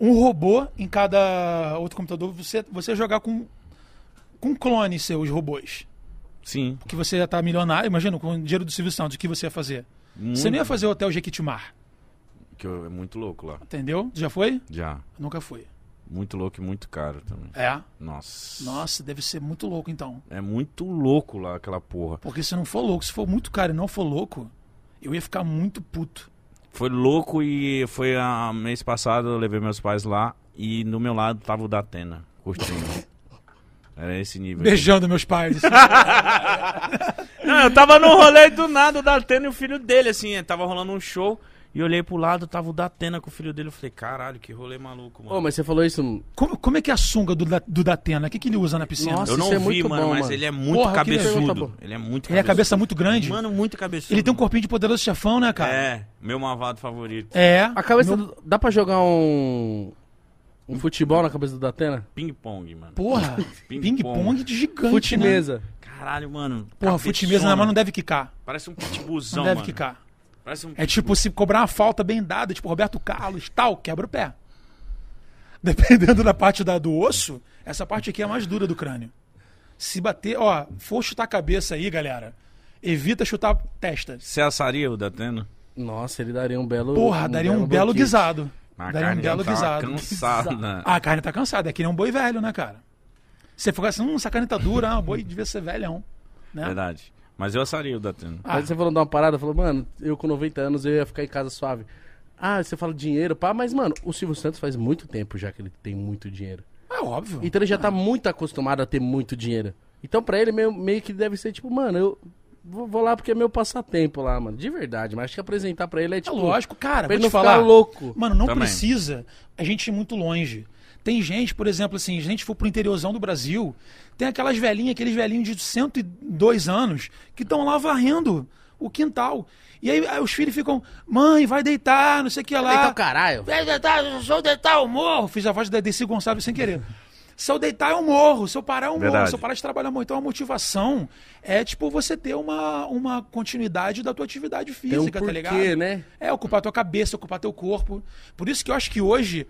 [SPEAKER 2] um robô em cada outro computador, você, você jogar com, com clones seus robôs.
[SPEAKER 3] Sim.
[SPEAKER 2] Que você já tá milionário, imagina, com o dinheiro do Silvio Santos, o que você ia fazer? Você não ia fazer o Hotel Jequitimar,
[SPEAKER 3] Que eu- é muito louco lá.
[SPEAKER 2] entendeu? Já foi?
[SPEAKER 3] Já.
[SPEAKER 2] Nunca fui.
[SPEAKER 3] Muito louco e muito caro também.
[SPEAKER 2] É?
[SPEAKER 3] Nossa.
[SPEAKER 2] Nossa, deve ser muito louco então.
[SPEAKER 3] É muito louco lá aquela porra.
[SPEAKER 2] Porque se não for louco, se for muito caro e não for louco, eu ia ficar muito puto.
[SPEAKER 3] Foi louco e foi a mês passado eu levei meus pais lá e no meu lado tava o da Atena,
[SPEAKER 1] (laughs)
[SPEAKER 3] curtindo. Era esse nível.
[SPEAKER 2] Beijando meus pais.
[SPEAKER 3] (laughs)
[SPEAKER 2] assim.
[SPEAKER 3] Não, eu tava no rolê e do nada o da Atena e o filho dele, assim, eh, tava rolando um show e olhei pro lado, tava o da Atena com o filho dele. Eu falei, caralho, que rolê maluco, mano.
[SPEAKER 1] Ô, mas você falou isso.
[SPEAKER 2] como, como é que é a sunga do, Da- do Datena? O que, que ele usa na piscina?
[SPEAKER 1] Nossa,
[SPEAKER 3] eu não
[SPEAKER 1] isso é
[SPEAKER 3] vi,
[SPEAKER 1] muito
[SPEAKER 3] mano,
[SPEAKER 1] bom,
[SPEAKER 3] mas
[SPEAKER 1] mano.
[SPEAKER 3] ele é muito
[SPEAKER 2] Porra, que
[SPEAKER 1] pergunta,
[SPEAKER 3] cabeçudo.
[SPEAKER 1] pô.
[SPEAKER 3] Ele é muito
[SPEAKER 2] Ele é a cabeça muito grande?
[SPEAKER 3] Mano, muito cabeçudo.
[SPEAKER 2] ele tem um corpinho de poderoso chefão, né, cara?
[SPEAKER 3] É, meu malvado favorito.
[SPEAKER 2] É.
[SPEAKER 1] A cabeça. do- Dá pra jogar um. Um futebol na cabeça do Datena?
[SPEAKER 3] Ping-pong, mano. (laughs)
[SPEAKER 2] Porra, ping-pong de gigante,
[SPEAKER 1] Fute
[SPEAKER 2] né?
[SPEAKER 1] mesa.
[SPEAKER 3] Caralho, mano.
[SPEAKER 2] Porra, fute mesa, né,
[SPEAKER 3] cabeçona.
[SPEAKER 2] mas não deve quicar.
[SPEAKER 3] Parece um
[SPEAKER 2] Não
[SPEAKER 3] pitbullzão,
[SPEAKER 2] deve
[SPEAKER 3] mano.
[SPEAKER 2] quicar.
[SPEAKER 3] Parece um
[SPEAKER 2] É tipo se cobrar uma falta bem dada, tipo Roberto Carlos, tal, quebra o pé. (laughs) Dependendo da parte da- do osso, essa parte aqui é a mais dura do crânio. Se bater, ó, for chutar a cabeça aí, galera, evita chutar a testa.
[SPEAKER 3] Você é assaria o Datena?
[SPEAKER 1] Nossa, ele daria um belo.
[SPEAKER 2] Porra, daria um belo
[SPEAKER 1] kick.
[SPEAKER 2] guisado.
[SPEAKER 3] A
[SPEAKER 2] Daria um
[SPEAKER 3] carne já
[SPEAKER 2] belo
[SPEAKER 3] tá
[SPEAKER 2] guisado.
[SPEAKER 3] cansada.
[SPEAKER 2] (laughs) Ah, a carne tá cansada, é que nem um boi velho, né, cara? Você fica assim, hum, essa carne tá dura, ah, o boi devia ser velhão.
[SPEAKER 3] É.
[SPEAKER 2] Né?
[SPEAKER 3] Verdade. Mas eu assaria o Datena.
[SPEAKER 1] Aí você falou de uma parada, falou, mano, eu com 90 anos eu ia ficar em casa suave. Ah, você fala dinheiro, pá, mas, mano, o Silvio Santos faz muito tempo já que ele tem muito dinheiro.
[SPEAKER 2] É óbvio.
[SPEAKER 1] Então ele já tá muito acostumado a ter muito dinheiro. Então pra ele meio, meio que deve ser tipo, mano, eu vou, vou lá porque é meu passatempo lá, mano. De verdade, mas acho que apresentar pra ele é
[SPEAKER 2] É
[SPEAKER 1] tipo.
[SPEAKER 2] lógico, cara.
[SPEAKER 1] pra
[SPEAKER 2] Vou
[SPEAKER 1] ele
[SPEAKER 2] te
[SPEAKER 1] não
[SPEAKER 2] falar.
[SPEAKER 1] ficar louco.
[SPEAKER 2] Mano, não
[SPEAKER 6] Também.
[SPEAKER 2] precisa a gente ir muito longe. Tem gente, por exemplo, assim, se a gente for pro interiorzão do Brasil, tem aquelas velhinhas, aqueles velhinhos de 102 anos que estão lá varrendo o quintal. E aí, aí os filhos ficam, mãe, vai deitar, não sei o que lá.
[SPEAKER 1] Então, caralho.
[SPEAKER 2] Vai deitar, se eu deitar, eu morro. Fiz a voz da DC Gonçalves sem querer. Se eu deitar, eu morro. Se eu parar, eu morro.
[SPEAKER 6] Verdade.
[SPEAKER 2] Se eu parar de trabalhar, eu morro. Então, a motivação é, tipo, você ter uma, uma continuidade da tua atividade
[SPEAKER 1] Tem
[SPEAKER 2] física,
[SPEAKER 1] um
[SPEAKER 2] tá
[SPEAKER 1] porquê,
[SPEAKER 2] ligado?
[SPEAKER 1] né?
[SPEAKER 2] É, ocupar tua cabeça, ocupar teu corpo. Por isso que eu acho que hoje,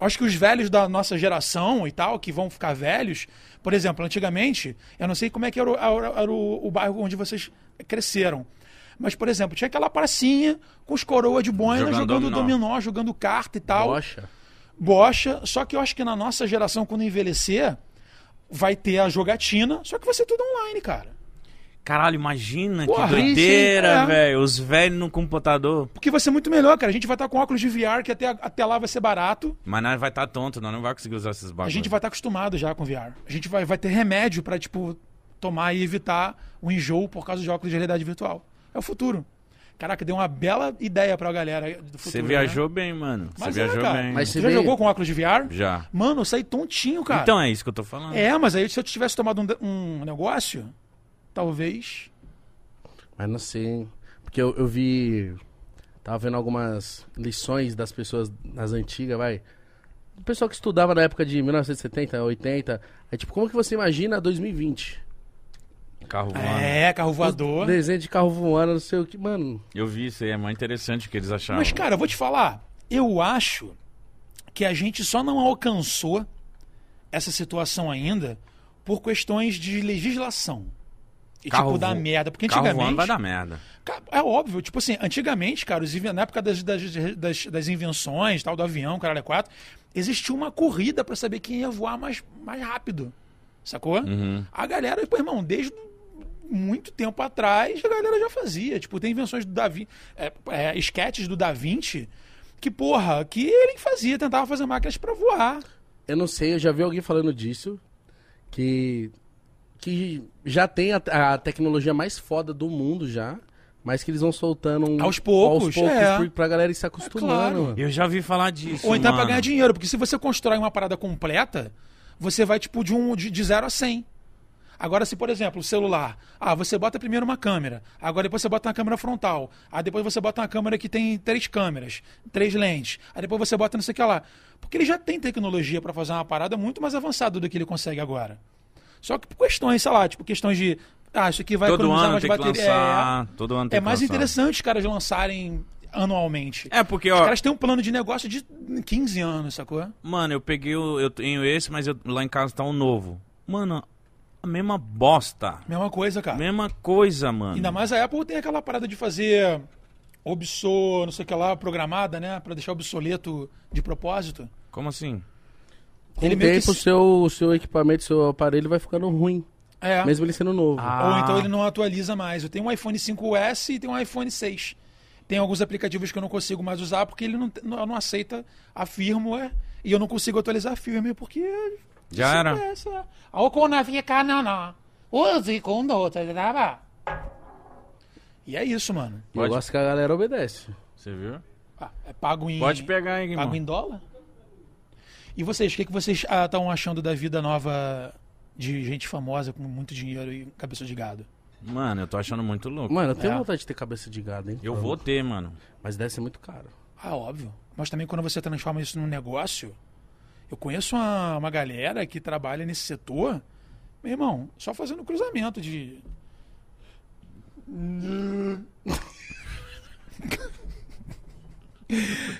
[SPEAKER 2] eu acho que os velhos da nossa geração e tal, que vão ficar velhos, por exemplo, antigamente, eu não sei como é que era, o- era- era o, o bairro onde vocês cresceram. Mas, por exemplo, tinha aquela pracinha com os coroa de boina jogando,
[SPEAKER 6] Jogando dominó.
[SPEAKER 2] dominó, jogando carta e tal
[SPEAKER 1] Poxa.
[SPEAKER 2] bocha. Só que eu acho que na nossa geração, quando envelhecer, vai ter a jogatina, só que vai ser tudo online, cara.
[SPEAKER 3] Caralho, imagina
[SPEAKER 2] Porra,
[SPEAKER 3] que doideira,
[SPEAKER 2] isso, hein? É.
[SPEAKER 3] velho. Os velhos no computador.
[SPEAKER 2] Porque vai ser muito melhor, cara. A gente vai estar com óculos de VR, que até, até lá vai ser barato.
[SPEAKER 3] Mas nós vai estar tonto, nós não vai conseguir usar esses
[SPEAKER 2] A
[SPEAKER 3] bagulhos.
[SPEAKER 2] gente vai estar acostumado já com VR. A gente vai, vai ter remédio pra, tipo, tomar e evitar o enjoo por causa de óculos de realidade virtual. É o futuro. Caraca, deu uma bela ideia pra galera do futuro.
[SPEAKER 3] Você
[SPEAKER 2] né?
[SPEAKER 3] viajou bem, mano. Você
[SPEAKER 2] Mas é,
[SPEAKER 3] viajou
[SPEAKER 2] cara.
[SPEAKER 3] bem.
[SPEAKER 1] Mas você
[SPEAKER 2] Você já
[SPEAKER 1] vê-
[SPEAKER 2] jogou com óculos de VR?
[SPEAKER 3] Já.
[SPEAKER 2] Mano, eu saí tontinho, cara.
[SPEAKER 3] Então é isso que eu tô falando.
[SPEAKER 2] É, mas aí se eu tivesse tomado um, de- um negócio, talvez.
[SPEAKER 1] Mas não sei, hein? Porque eu, eu vi. Tava vendo algumas lições das pessoas nas antigas, vai. O pessoal que estudava na época de 1970, 80. É tipo, como que você imagina 2020?
[SPEAKER 3] Carro voando.
[SPEAKER 2] É, carro voador.
[SPEAKER 1] Desenho de carro voando, não sei o que. Mano,
[SPEAKER 3] Eu vi isso aí, é mais interessante o que eles acharam.
[SPEAKER 2] Mas, cara, eu vou te falar. Eu acho que a gente só não alcançou essa situação ainda por questões de legislação. E,
[SPEAKER 3] Carro
[SPEAKER 2] tipo, da
[SPEAKER 3] vo-
[SPEAKER 2] merda. Porque
[SPEAKER 3] Carro voando
[SPEAKER 2] antigamente.
[SPEAKER 3] vai dar merda.
[SPEAKER 2] Ca- É óbvio, tipo assim, antigamente, cara, os inven- na época das, das, das, das invenções, tal, do avião, caralho, é quatro, existia uma corrida pra saber quem ia voar mais, mais rápido. Sacou? A galera, pô, irmão, desde muito tempo atrás, a galera já fazia. Tipo, tem invenções do Da Vinci, é, é, esquetes do Da Vinci, que, porra, que ele que fazia, tentava fazer máquinas pra voar.
[SPEAKER 1] eu não sei, eu já vi alguém falando disso. Que. Que já tem a, a tecnologia mais foda do mundo já. Mas que eles vão soltando um,
[SPEAKER 2] Aos poucos,
[SPEAKER 1] aos poucos
[SPEAKER 2] é.
[SPEAKER 1] pro- pra galera ir se acostumando.
[SPEAKER 2] claro.
[SPEAKER 1] mano.
[SPEAKER 3] Eu já ouvi falar disso.
[SPEAKER 2] Ou então
[SPEAKER 3] mano.
[SPEAKER 2] pra ganhar dinheiro, porque se você constrói uma parada completa, você vai tipo de 0 um, de, de zero a 100. Agora, se, por exemplo, o celular, ah, você bota primeiro uma câmera, agora depois você bota uma câmera frontal, aí depois você bota uma câmera que tem três câmeras, três lentes, aí depois você bota não sei o que lá. Porque ele já tem tecnologia pra fazer uma parada muito mais avançada do que ele consegue agora. Só que por questões, sei lá, tipo, questões de. Ah, isso aqui vai
[SPEAKER 3] Todo
[SPEAKER 2] economizar
[SPEAKER 3] ano
[SPEAKER 2] mais
[SPEAKER 3] tem que
[SPEAKER 2] bateria.
[SPEAKER 3] lançar.
[SPEAKER 2] É,
[SPEAKER 3] Todo ano
[SPEAKER 2] é
[SPEAKER 3] tem que
[SPEAKER 2] mais
[SPEAKER 3] lançar.
[SPEAKER 2] interessante os caras lançarem anualmente.
[SPEAKER 3] É porque,
[SPEAKER 2] Os
[SPEAKER 3] ó,
[SPEAKER 2] caras têm um plano de negócio de 15 anos, sacou?
[SPEAKER 3] Mano, eu peguei o. Eu tenho esse, mas eu- lá em casa tá um novo. Mano, a mesma bosta.
[SPEAKER 2] Mesma coisa, cara.
[SPEAKER 3] Mesma coisa, mano.
[SPEAKER 2] Ainda mais a Apple tem aquela parada de fazer obso, não sei o que lá, programada, né? Pra deixar obsoleto de propósito.
[SPEAKER 3] Como assim?
[SPEAKER 1] Com
[SPEAKER 2] Ele
[SPEAKER 1] o
[SPEAKER 2] meio que
[SPEAKER 1] tempo, o
[SPEAKER 2] se-
[SPEAKER 1] seu, o seu equipamento, o seu aparelho vai ficando ruim.
[SPEAKER 2] É.
[SPEAKER 1] Mesmo ele sendo novo.
[SPEAKER 3] Ah,
[SPEAKER 2] Ou então ele não atualiza mais. Eu tenho um iPhone 5S e tenho um iPhone 6. Tem alguns aplicativos que eu não consigo mais usar porque ele não, não, não aceita a firmware e eu não consigo atualizar a firmware porque.
[SPEAKER 3] Já era.
[SPEAKER 2] 5S, é. Ah, o Conavia, cara, não, não. Use com outra, tá? E é isso, mano.
[SPEAKER 1] E Eu
[SPEAKER 3] Pode-
[SPEAKER 1] gosto que a galera obedece.
[SPEAKER 3] Você viu?
[SPEAKER 2] Ah, é pago em.
[SPEAKER 3] Pode pegar aí,
[SPEAKER 2] Pago
[SPEAKER 3] irmão.
[SPEAKER 2] em dólar? E vocês, o que, que vocês estão achando da vida nova de gente famosa com muito dinheiro e cabeça de gado?
[SPEAKER 3] Mano, eu tô achando muito louco.
[SPEAKER 1] Mano, eu tenho
[SPEAKER 2] É.
[SPEAKER 1] vontade de ter cabeça de gado, hein?
[SPEAKER 3] Eu
[SPEAKER 2] tá
[SPEAKER 3] vou ter, mano.
[SPEAKER 1] Mas deve ser muito caro.
[SPEAKER 2] Ah, óbvio. Mas também quando você transforma isso num negócio, eu conheço uma, uma galera que trabalha nesse setor, meu irmão, só fazendo cruzamento de.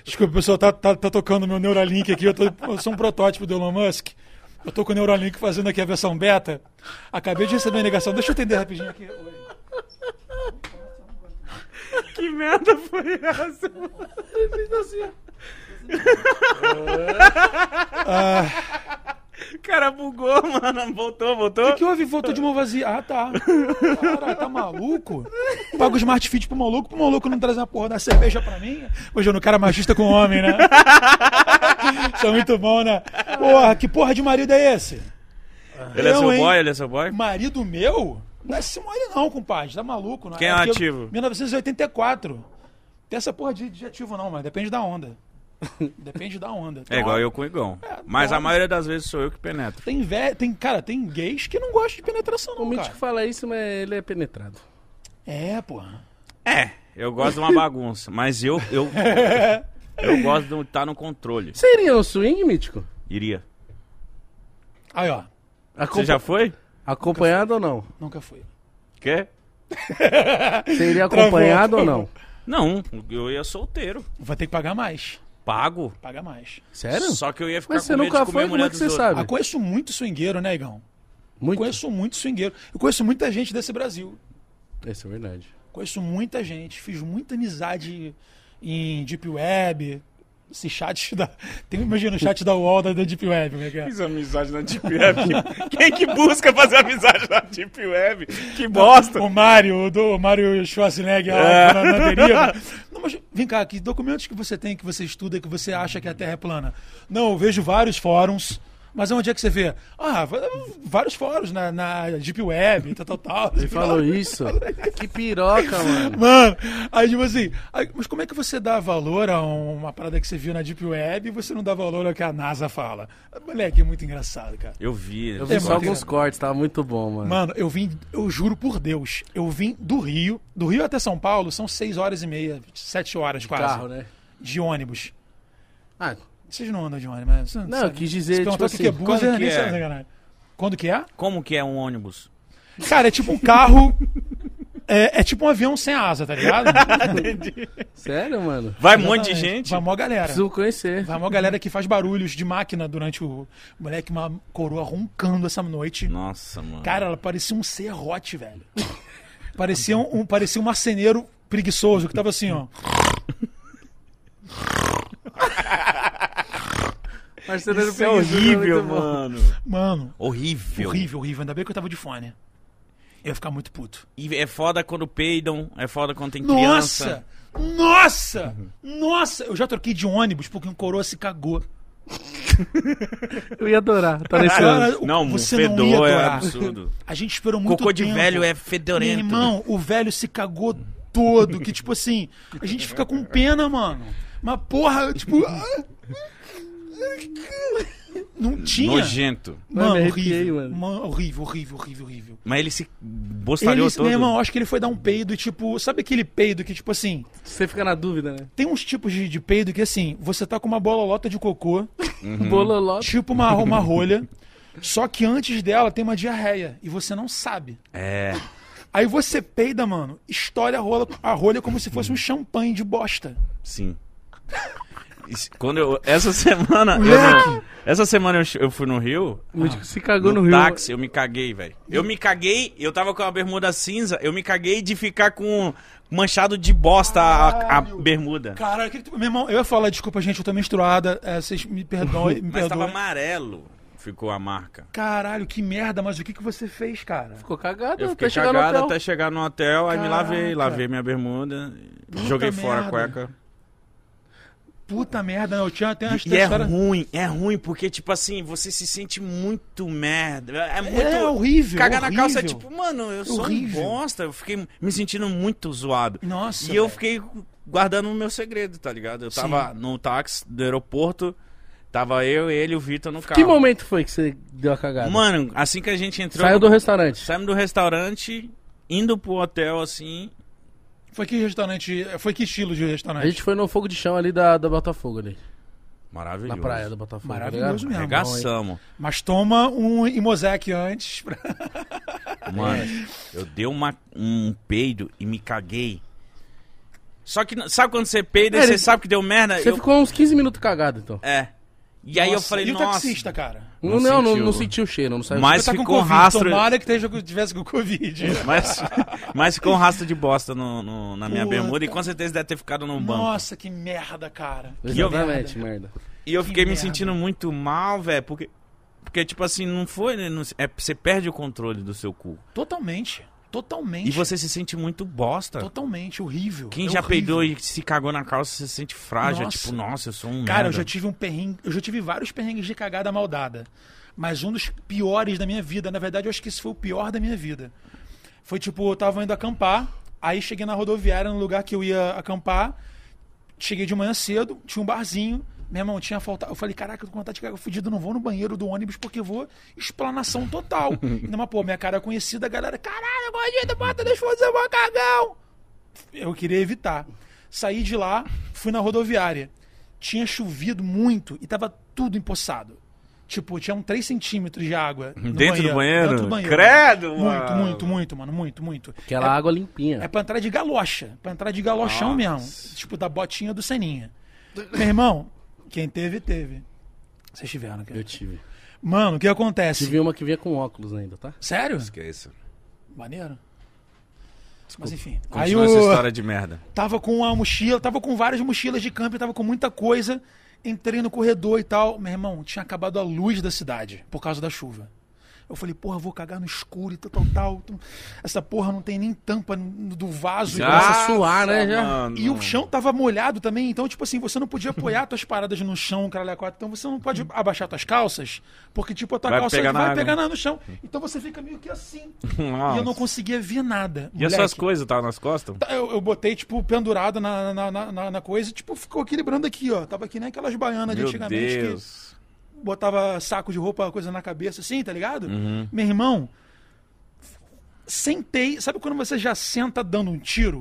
[SPEAKER 2] Desculpa, o pessoal tá, tá, tá tocando meu Neuralink aqui. Eu, tô- eu sou um protótipo do Elon Musk. Eu tô com o Neuralink fazendo aqui a versão beta. Acabei de receber uma ligação. Deixa eu atender rapidinho aqui.
[SPEAKER 3] Que merda foi essa? cara bugou, (laughs) mano. Voltou, voltou.
[SPEAKER 2] O que houve? Voltou de mão vazia. Ah, tá. Cara, tá maluco? Paga o Smart Fit pro maluco, pro maluco não traz uma porra da cerveja pra mim? Hoje eu não quero machista com
[SPEAKER 1] (laughs)
[SPEAKER 2] homem, né? Isso é muito bom, né? Porra, que porra de marido é esse?
[SPEAKER 3] Ele é
[SPEAKER 2] Eu,
[SPEAKER 3] seu
[SPEAKER 2] hein?
[SPEAKER 3] boy, ele é seu boy.
[SPEAKER 2] Marido meu? Não é esse mole não, compadre. Tá maluco, né?
[SPEAKER 3] Quem é
[SPEAKER 2] Aqui,
[SPEAKER 3] ativo?
[SPEAKER 2] 1984. Tem essa porra de, de ativo não, mas depende da
[SPEAKER 3] (laughs)
[SPEAKER 2] onda. Depende da onda.
[SPEAKER 3] É
[SPEAKER 2] Tem
[SPEAKER 3] igual
[SPEAKER 2] uma-
[SPEAKER 3] eu com o Igão.
[SPEAKER 2] É,
[SPEAKER 3] Mas a
[SPEAKER 2] claro.
[SPEAKER 3] maioria das vezes sou eu que penetro.
[SPEAKER 2] Tem, ve... tem, cara, tem gays que não gostam de penetração,
[SPEAKER 1] O
[SPEAKER 2] não, cara.
[SPEAKER 1] Mítico fala isso, mas ele é penetrado.
[SPEAKER 2] É, porra.
[SPEAKER 3] É, eu gosto de uma bagunça, mas eu
[SPEAKER 2] (laughs)
[SPEAKER 3] eu, eu gosto de estar no controle.
[SPEAKER 1] Seria um swing, Mítico?
[SPEAKER 3] Iria.
[SPEAKER 2] Aí, ó.
[SPEAKER 1] Acompa-
[SPEAKER 3] Você já foi?
[SPEAKER 1] Acompanhado ou não?
[SPEAKER 2] Nunca fui.
[SPEAKER 3] Quê?
[SPEAKER 1] Seria
[SPEAKER 2] Travou,
[SPEAKER 1] acompanhado ou
[SPEAKER 2] travou.
[SPEAKER 1] não?
[SPEAKER 3] Não, eu ia solteiro.
[SPEAKER 2] Vai ter que pagar mais.
[SPEAKER 3] Pago.
[SPEAKER 2] Pagar mais.
[SPEAKER 1] Sério?
[SPEAKER 3] Só que eu ia ficar
[SPEAKER 1] Mas
[SPEAKER 3] com
[SPEAKER 1] você
[SPEAKER 3] medo
[SPEAKER 1] nunca
[SPEAKER 3] de comer
[SPEAKER 1] foi?
[SPEAKER 3] a
[SPEAKER 1] Como
[SPEAKER 3] mulher
[SPEAKER 1] é que
[SPEAKER 3] dos
[SPEAKER 1] você
[SPEAKER 3] outros.
[SPEAKER 1] sabe?
[SPEAKER 2] Ah, conheço muito swingueiro, né, Igão?
[SPEAKER 1] Muito.
[SPEAKER 2] Conheço muito swingueiro. Eu conheço muita gente desse Brasil.
[SPEAKER 1] (laughs) Isso é verdade.
[SPEAKER 2] Conheço muita gente. Fiz muita amizade em Deep Web. Esse chat (laughs) da. Tem, imagina o chat da UOL da da Deep Web, como é que é?
[SPEAKER 6] Fiz amizade na Deep
[SPEAKER 1] (laughs)
[SPEAKER 6] Web. Quem que busca fazer amizade na Deep Web? Que bosta.
[SPEAKER 2] O Mário, o do o Mário Schwarzenegger
[SPEAKER 1] É.
[SPEAKER 2] lá na,
[SPEAKER 1] (laughs)
[SPEAKER 2] na deriva. Não, mas vem cá, que documentos que você tem, que você estuda, que você acha que a Terra é plana? Não, eu vejo vários fóruns. Mas onde é que você vê? Ah, va- vários fóruns na, na Deep Web, tal, tal, tal.
[SPEAKER 1] Ele falou isso? Que piroca, mano.
[SPEAKER 2] Mano, aí tipo assim, aí, mas como é que você dá valor a um, uma parada que você viu na Deep Web e você não dá valor ao que a NASA fala? Moleque, é muito engraçado, cara.
[SPEAKER 3] Eu vi.
[SPEAKER 1] Eu vi
[SPEAKER 2] É,
[SPEAKER 1] só
[SPEAKER 2] mano.
[SPEAKER 1] alguns cortes, tava muito bom,
[SPEAKER 3] Hum.
[SPEAKER 1] mano.
[SPEAKER 2] Mano, eu vim, eu juro por Deus, eu vim do Rio, do Rio até São Paulo são seis horas e meia, sete horas quase,
[SPEAKER 1] Carro, né?
[SPEAKER 2] de ônibus.
[SPEAKER 1] Ah,
[SPEAKER 2] Vocês não andam de ônibus, mas... Não,
[SPEAKER 1] eu quis dizer,
[SPEAKER 2] se perguntar
[SPEAKER 1] tipo
[SPEAKER 2] o que que é
[SPEAKER 1] assim,
[SPEAKER 2] bus,
[SPEAKER 3] quando
[SPEAKER 2] eu nem
[SPEAKER 3] que
[SPEAKER 2] sei
[SPEAKER 3] é?
[SPEAKER 2] sacanagem. Quando que é?
[SPEAKER 3] Como que é um ônibus?
[SPEAKER 2] Cara, é tipo um carro... É, é tipo um avião sem asa, tá
[SPEAKER 3] (laughs)
[SPEAKER 2] ligado?
[SPEAKER 1] (laughs)
[SPEAKER 2] É
[SPEAKER 1] sério, mano?
[SPEAKER 3] Vai um monte de
[SPEAKER 2] Exatamente.
[SPEAKER 3] gente?
[SPEAKER 2] Vai mó galera.
[SPEAKER 1] Preciso conhecer.
[SPEAKER 2] Vai uma galera que faz barulhos de máquina durante o. Moleque, uma coroa roncando essa noite.
[SPEAKER 3] Nossa, mano.
[SPEAKER 2] um Cara, ela parecia um serrote, velho. parecia, um, um- parecia um marceneiro preguiçoso que tava assim, ó.
[SPEAKER 1] Marceneiro
[SPEAKER 3] isso é
[SPEAKER 1] Preguiçoso
[SPEAKER 3] horrível,
[SPEAKER 1] muito bom.
[SPEAKER 3] mano.
[SPEAKER 2] Mano,
[SPEAKER 3] Horrível.
[SPEAKER 2] horrível, horrível. Ainda bem que eu tava de fone. Eu ia ficar muito puto.
[SPEAKER 3] E é foda quando peidam, é foda quando tem
[SPEAKER 2] Nossa!
[SPEAKER 3] criança.
[SPEAKER 2] Nossa! Nossa! Eu já troquei de ônibus porque um coroa se cagou.
[SPEAKER 1] (laughs) Eu ia adorar. Tá
[SPEAKER 3] (laughs)
[SPEAKER 1] nesse
[SPEAKER 3] Uhum.
[SPEAKER 1] ano.
[SPEAKER 2] Cara, o-
[SPEAKER 3] Não,
[SPEAKER 2] você
[SPEAKER 3] fedor
[SPEAKER 2] não ia
[SPEAKER 3] é
[SPEAKER 2] adorar.
[SPEAKER 3] absurdo.
[SPEAKER 2] A gente esperou muito
[SPEAKER 3] Cocô de
[SPEAKER 2] tempo.
[SPEAKER 3] velho é fedorento.
[SPEAKER 2] Meu irmão, o velho se cagou todo. Que, tipo assim, a gente fica com pena, mano. Mas, porra,
[SPEAKER 3] (laughs)
[SPEAKER 2] tipo. ah, Não tinha.
[SPEAKER 3] Nojento.
[SPEAKER 2] Mano,
[SPEAKER 1] Mano, me arrepiei,
[SPEAKER 2] horrível.
[SPEAKER 1] mano.
[SPEAKER 2] Mano, horrível, horrível, horrível, horrível.
[SPEAKER 3] Mas ele se bostalhou
[SPEAKER 2] Ele,
[SPEAKER 3] todo.
[SPEAKER 2] meu irmão, acho que ele foi dar um peido e, tipo, sabe aquele peido que, tipo assim,
[SPEAKER 1] Você fica na dúvida, né?
[SPEAKER 2] tem uns tipos de, de peido que, assim, você tá com uma bololota de (laughs) cocô,
[SPEAKER 1] Bololó.
[SPEAKER 2] tipo uma, uma rolha, só que antes dela tem uma diarreia e você não sabe.
[SPEAKER 3] É.
[SPEAKER 2] Aí você peida, mano, estoura a rola, a rolha como se fosse um champanhe de bosta.
[SPEAKER 3] Sim. Isso- Quando eu, essa (laughs) semana. eu
[SPEAKER 2] Moleque.
[SPEAKER 3] não- essa semana eu, ch- eu fui no Rio.
[SPEAKER 1] Mítico se cagou no,
[SPEAKER 3] no
[SPEAKER 1] rio.
[SPEAKER 3] táxi, eu me caguei, velho. Eu me caguei, eu tava com a bermuda cinza, eu me caguei de ficar com manchado de bosta a, a
[SPEAKER 2] Caralho. tipo-
[SPEAKER 3] bermuda.
[SPEAKER 2] Cara, que... meu irmão, eu ia falar, desculpa, gente, eu tô menstruada, é, vocês me perdoem, me
[SPEAKER 3] Mas tava
[SPEAKER 2] perdoem.
[SPEAKER 3] amarelo, ficou a marca.
[SPEAKER 2] Caralho, que merda, mas o que, que você fez, cara?
[SPEAKER 1] Ficou cagado. tá
[SPEAKER 3] Eu fiquei
[SPEAKER 1] até chegar no
[SPEAKER 3] cagado
[SPEAKER 1] hotel.
[SPEAKER 3] até chegar no hotel, aí me lavei,
[SPEAKER 2] Caraca.
[SPEAKER 3] lavei minha bermuda, joguei fora a
[SPEAKER 2] merda.
[SPEAKER 3] cueca.
[SPEAKER 2] Puta merda, eu tinha até umas
[SPEAKER 3] E é
[SPEAKER 2] histórias-
[SPEAKER 3] ruim, é ruim, porque, tipo assim, você se sente muito merda. É muito.
[SPEAKER 2] É horrível,
[SPEAKER 3] Cagar na
[SPEAKER 2] horrível.
[SPEAKER 3] calça é tipo, mano, eu sou
[SPEAKER 2] Horrível.
[SPEAKER 3] um bosta. Eu fiquei me sentindo muito zoado.
[SPEAKER 2] Nossa,
[SPEAKER 3] E eu
[SPEAKER 2] velho.
[SPEAKER 3] fiquei guardando o meu segredo, tá ligado? Eu tava no táxi do aeroporto, tava eu, ele e o Vitor no carro.
[SPEAKER 1] Que momento foi que você deu a cagada?
[SPEAKER 3] Mano, assim que a gente entrou.
[SPEAKER 1] Saiu do restaurante.
[SPEAKER 3] saímos do restaurante, indo pro hotel assim.
[SPEAKER 2] Foi que restaurante, foi que estilo de
[SPEAKER 1] A
[SPEAKER 2] restaurante?
[SPEAKER 1] gente foi no fogo de chão ali da, da Botafogo ali. Na
[SPEAKER 3] Maravilhoso.
[SPEAKER 1] praia do Botafogo.
[SPEAKER 2] Maravilhoso
[SPEAKER 1] tá ligado?
[SPEAKER 2] mesmo.
[SPEAKER 3] Arregaçamos.
[SPEAKER 2] Mas toma um Imosec antes. pra-
[SPEAKER 3] Mano,
[SPEAKER 1] É.
[SPEAKER 3] eu dei uma, um peido e me caguei. Só que, não- sabe quando você peida e
[SPEAKER 1] É,
[SPEAKER 3] você
[SPEAKER 1] ele-
[SPEAKER 3] sabe que deu merda?
[SPEAKER 1] Você
[SPEAKER 3] Eu-
[SPEAKER 1] ficou uns 15 minutos cagado, então.
[SPEAKER 3] É. E aí eu
[SPEAKER 2] Nossa,
[SPEAKER 3] falei,
[SPEAKER 2] E o
[SPEAKER 3] nossa.
[SPEAKER 2] taxista, cara?
[SPEAKER 1] Não,
[SPEAKER 3] Não
[SPEAKER 1] não, não,
[SPEAKER 3] sentiu.
[SPEAKER 1] não sentiu o cheiro, não saiu
[SPEAKER 3] Mas
[SPEAKER 2] Você tá com
[SPEAKER 3] ficou um
[SPEAKER 2] Covid,
[SPEAKER 3] rastro.
[SPEAKER 2] tomara que esteja, com- tivesse com Covid.
[SPEAKER 3] Mas, mas (laughs) ficou um rastro de bosta no, no- na minha
[SPEAKER 2] Puta.
[SPEAKER 3] bermuda e com certeza deve ter ficado no banco.
[SPEAKER 2] Nossa, que merda, cara.
[SPEAKER 1] Exatamente, merda.
[SPEAKER 3] E eu
[SPEAKER 2] que
[SPEAKER 3] fiquei me
[SPEAKER 2] merda.
[SPEAKER 3] sentindo muito mal, velho, porque Porque, tipo assim, não foi. né, não- é, você perde o controle do seu cu.
[SPEAKER 2] Totalmente. Totalmente.
[SPEAKER 3] E você se sente muito bosta.
[SPEAKER 2] Totalmente horrível.
[SPEAKER 3] Quem
[SPEAKER 2] É
[SPEAKER 3] já
[SPEAKER 2] horrível.
[SPEAKER 3] peidou e se cagou na calça, você se sente frágil. é
[SPEAKER 2] Nossa.
[SPEAKER 3] Tipo, nossa, eu sou um.
[SPEAKER 2] Cara,
[SPEAKER 3] merda.
[SPEAKER 2] eu já tive um perrengue. Eu já tive vários perrengues de cagada maldada. Mas um dos piores da minha vida, na verdade, eu acho que esse foi o pior da minha vida. Foi tipo, eu tava indo acampar, aí cheguei na rodoviária, no lugar que eu ia acampar. Cheguei de manhã cedo, tinha um barzinho. Meu irmão, tinha faltado. Eu falei, caraca, eu tô com vontade de cagar fudido, não vou no banheiro do ônibus porque eu vou explanação
[SPEAKER 3] (laughs)
[SPEAKER 2] total. Ainda mais, pô, minha cara é conhecida, a galera, caralho, gordinho, bota, deixa eu fazer uma cagão. Eu queria evitar. Saí de lá, fui na rodoviária. Tinha chovido muito e tava tudo empoçado. Tipo, tinha um 3 centímetros de água. no
[SPEAKER 3] Dentro do banheiro?
[SPEAKER 2] Dentro do banheiro.
[SPEAKER 3] Credo,
[SPEAKER 2] Muito,
[SPEAKER 3] mano.
[SPEAKER 2] muito, muito, mano, muito, muito.
[SPEAKER 1] Aquela água limpinha.
[SPEAKER 2] É pra entrar de galocha. Pra entrar de galochão mesmo. Tipo, da botinha do Seninha. Meu irmão, quem teve, teve. Vocês tiveram, cara.
[SPEAKER 1] Eu tive.
[SPEAKER 2] Mano, o que acontece?
[SPEAKER 1] Tive uma que vinha com óculos ainda, tá?
[SPEAKER 2] Sério?
[SPEAKER 3] Esqueça.
[SPEAKER 2] Maneiro. Mas enfim. Aí
[SPEAKER 3] Continua
[SPEAKER 2] o...
[SPEAKER 3] essa história
[SPEAKER 2] (laughs)
[SPEAKER 3] de merda.
[SPEAKER 2] Tava com uma mochila, tava com várias mochilas de camping, tava com muita coisa. Entrei no corredor e tal. Meu irmão, tinha acabado a luz da cidade por causa da chuva. Eu falei, porra, vou cagar no escuro e tal, tal, tal. Essa porra não tem nem tampa no- do vaso.
[SPEAKER 1] Já Começa a suar, né, já?
[SPEAKER 3] Ah, mano.
[SPEAKER 2] E o chão tava molhado também, então, tipo assim, você não
[SPEAKER 3] (laughs)
[SPEAKER 2] podia apoiar tuas paradas no chão, caralho, a quatro. Então você não pode abaixar tuas calças, porque, tipo, a tua
[SPEAKER 3] Vai
[SPEAKER 2] calça
[SPEAKER 3] pegar na
[SPEAKER 2] vai
[SPEAKER 3] água,
[SPEAKER 2] pegar
[SPEAKER 3] né?
[SPEAKER 2] na- no chão. Então você fica meio que assim. E
[SPEAKER 3] Nossa.
[SPEAKER 2] eu não conseguia ver nada.
[SPEAKER 3] E é as suas
[SPEAKER 2] moleque.
[SPEAKER 3] coisas estavam nas costas?
[SPEAKER 2] Tá, Eu, eu botei, tipo, pendurado na, na, na- na- na coisa, tipo, ficou equilibrando aqui, ó. Tava que nem aquelas baianas de
[SPEAKER 3] Meu
[SPEAKER 2] antigamente que
[SPEAKER 3] Deus.
[SPEAKER 2] botava saco de roupa, coisa na cabeça, assim, tá ligado? Meu irmão, sentei. Sabe quando você já senta dando um tiro?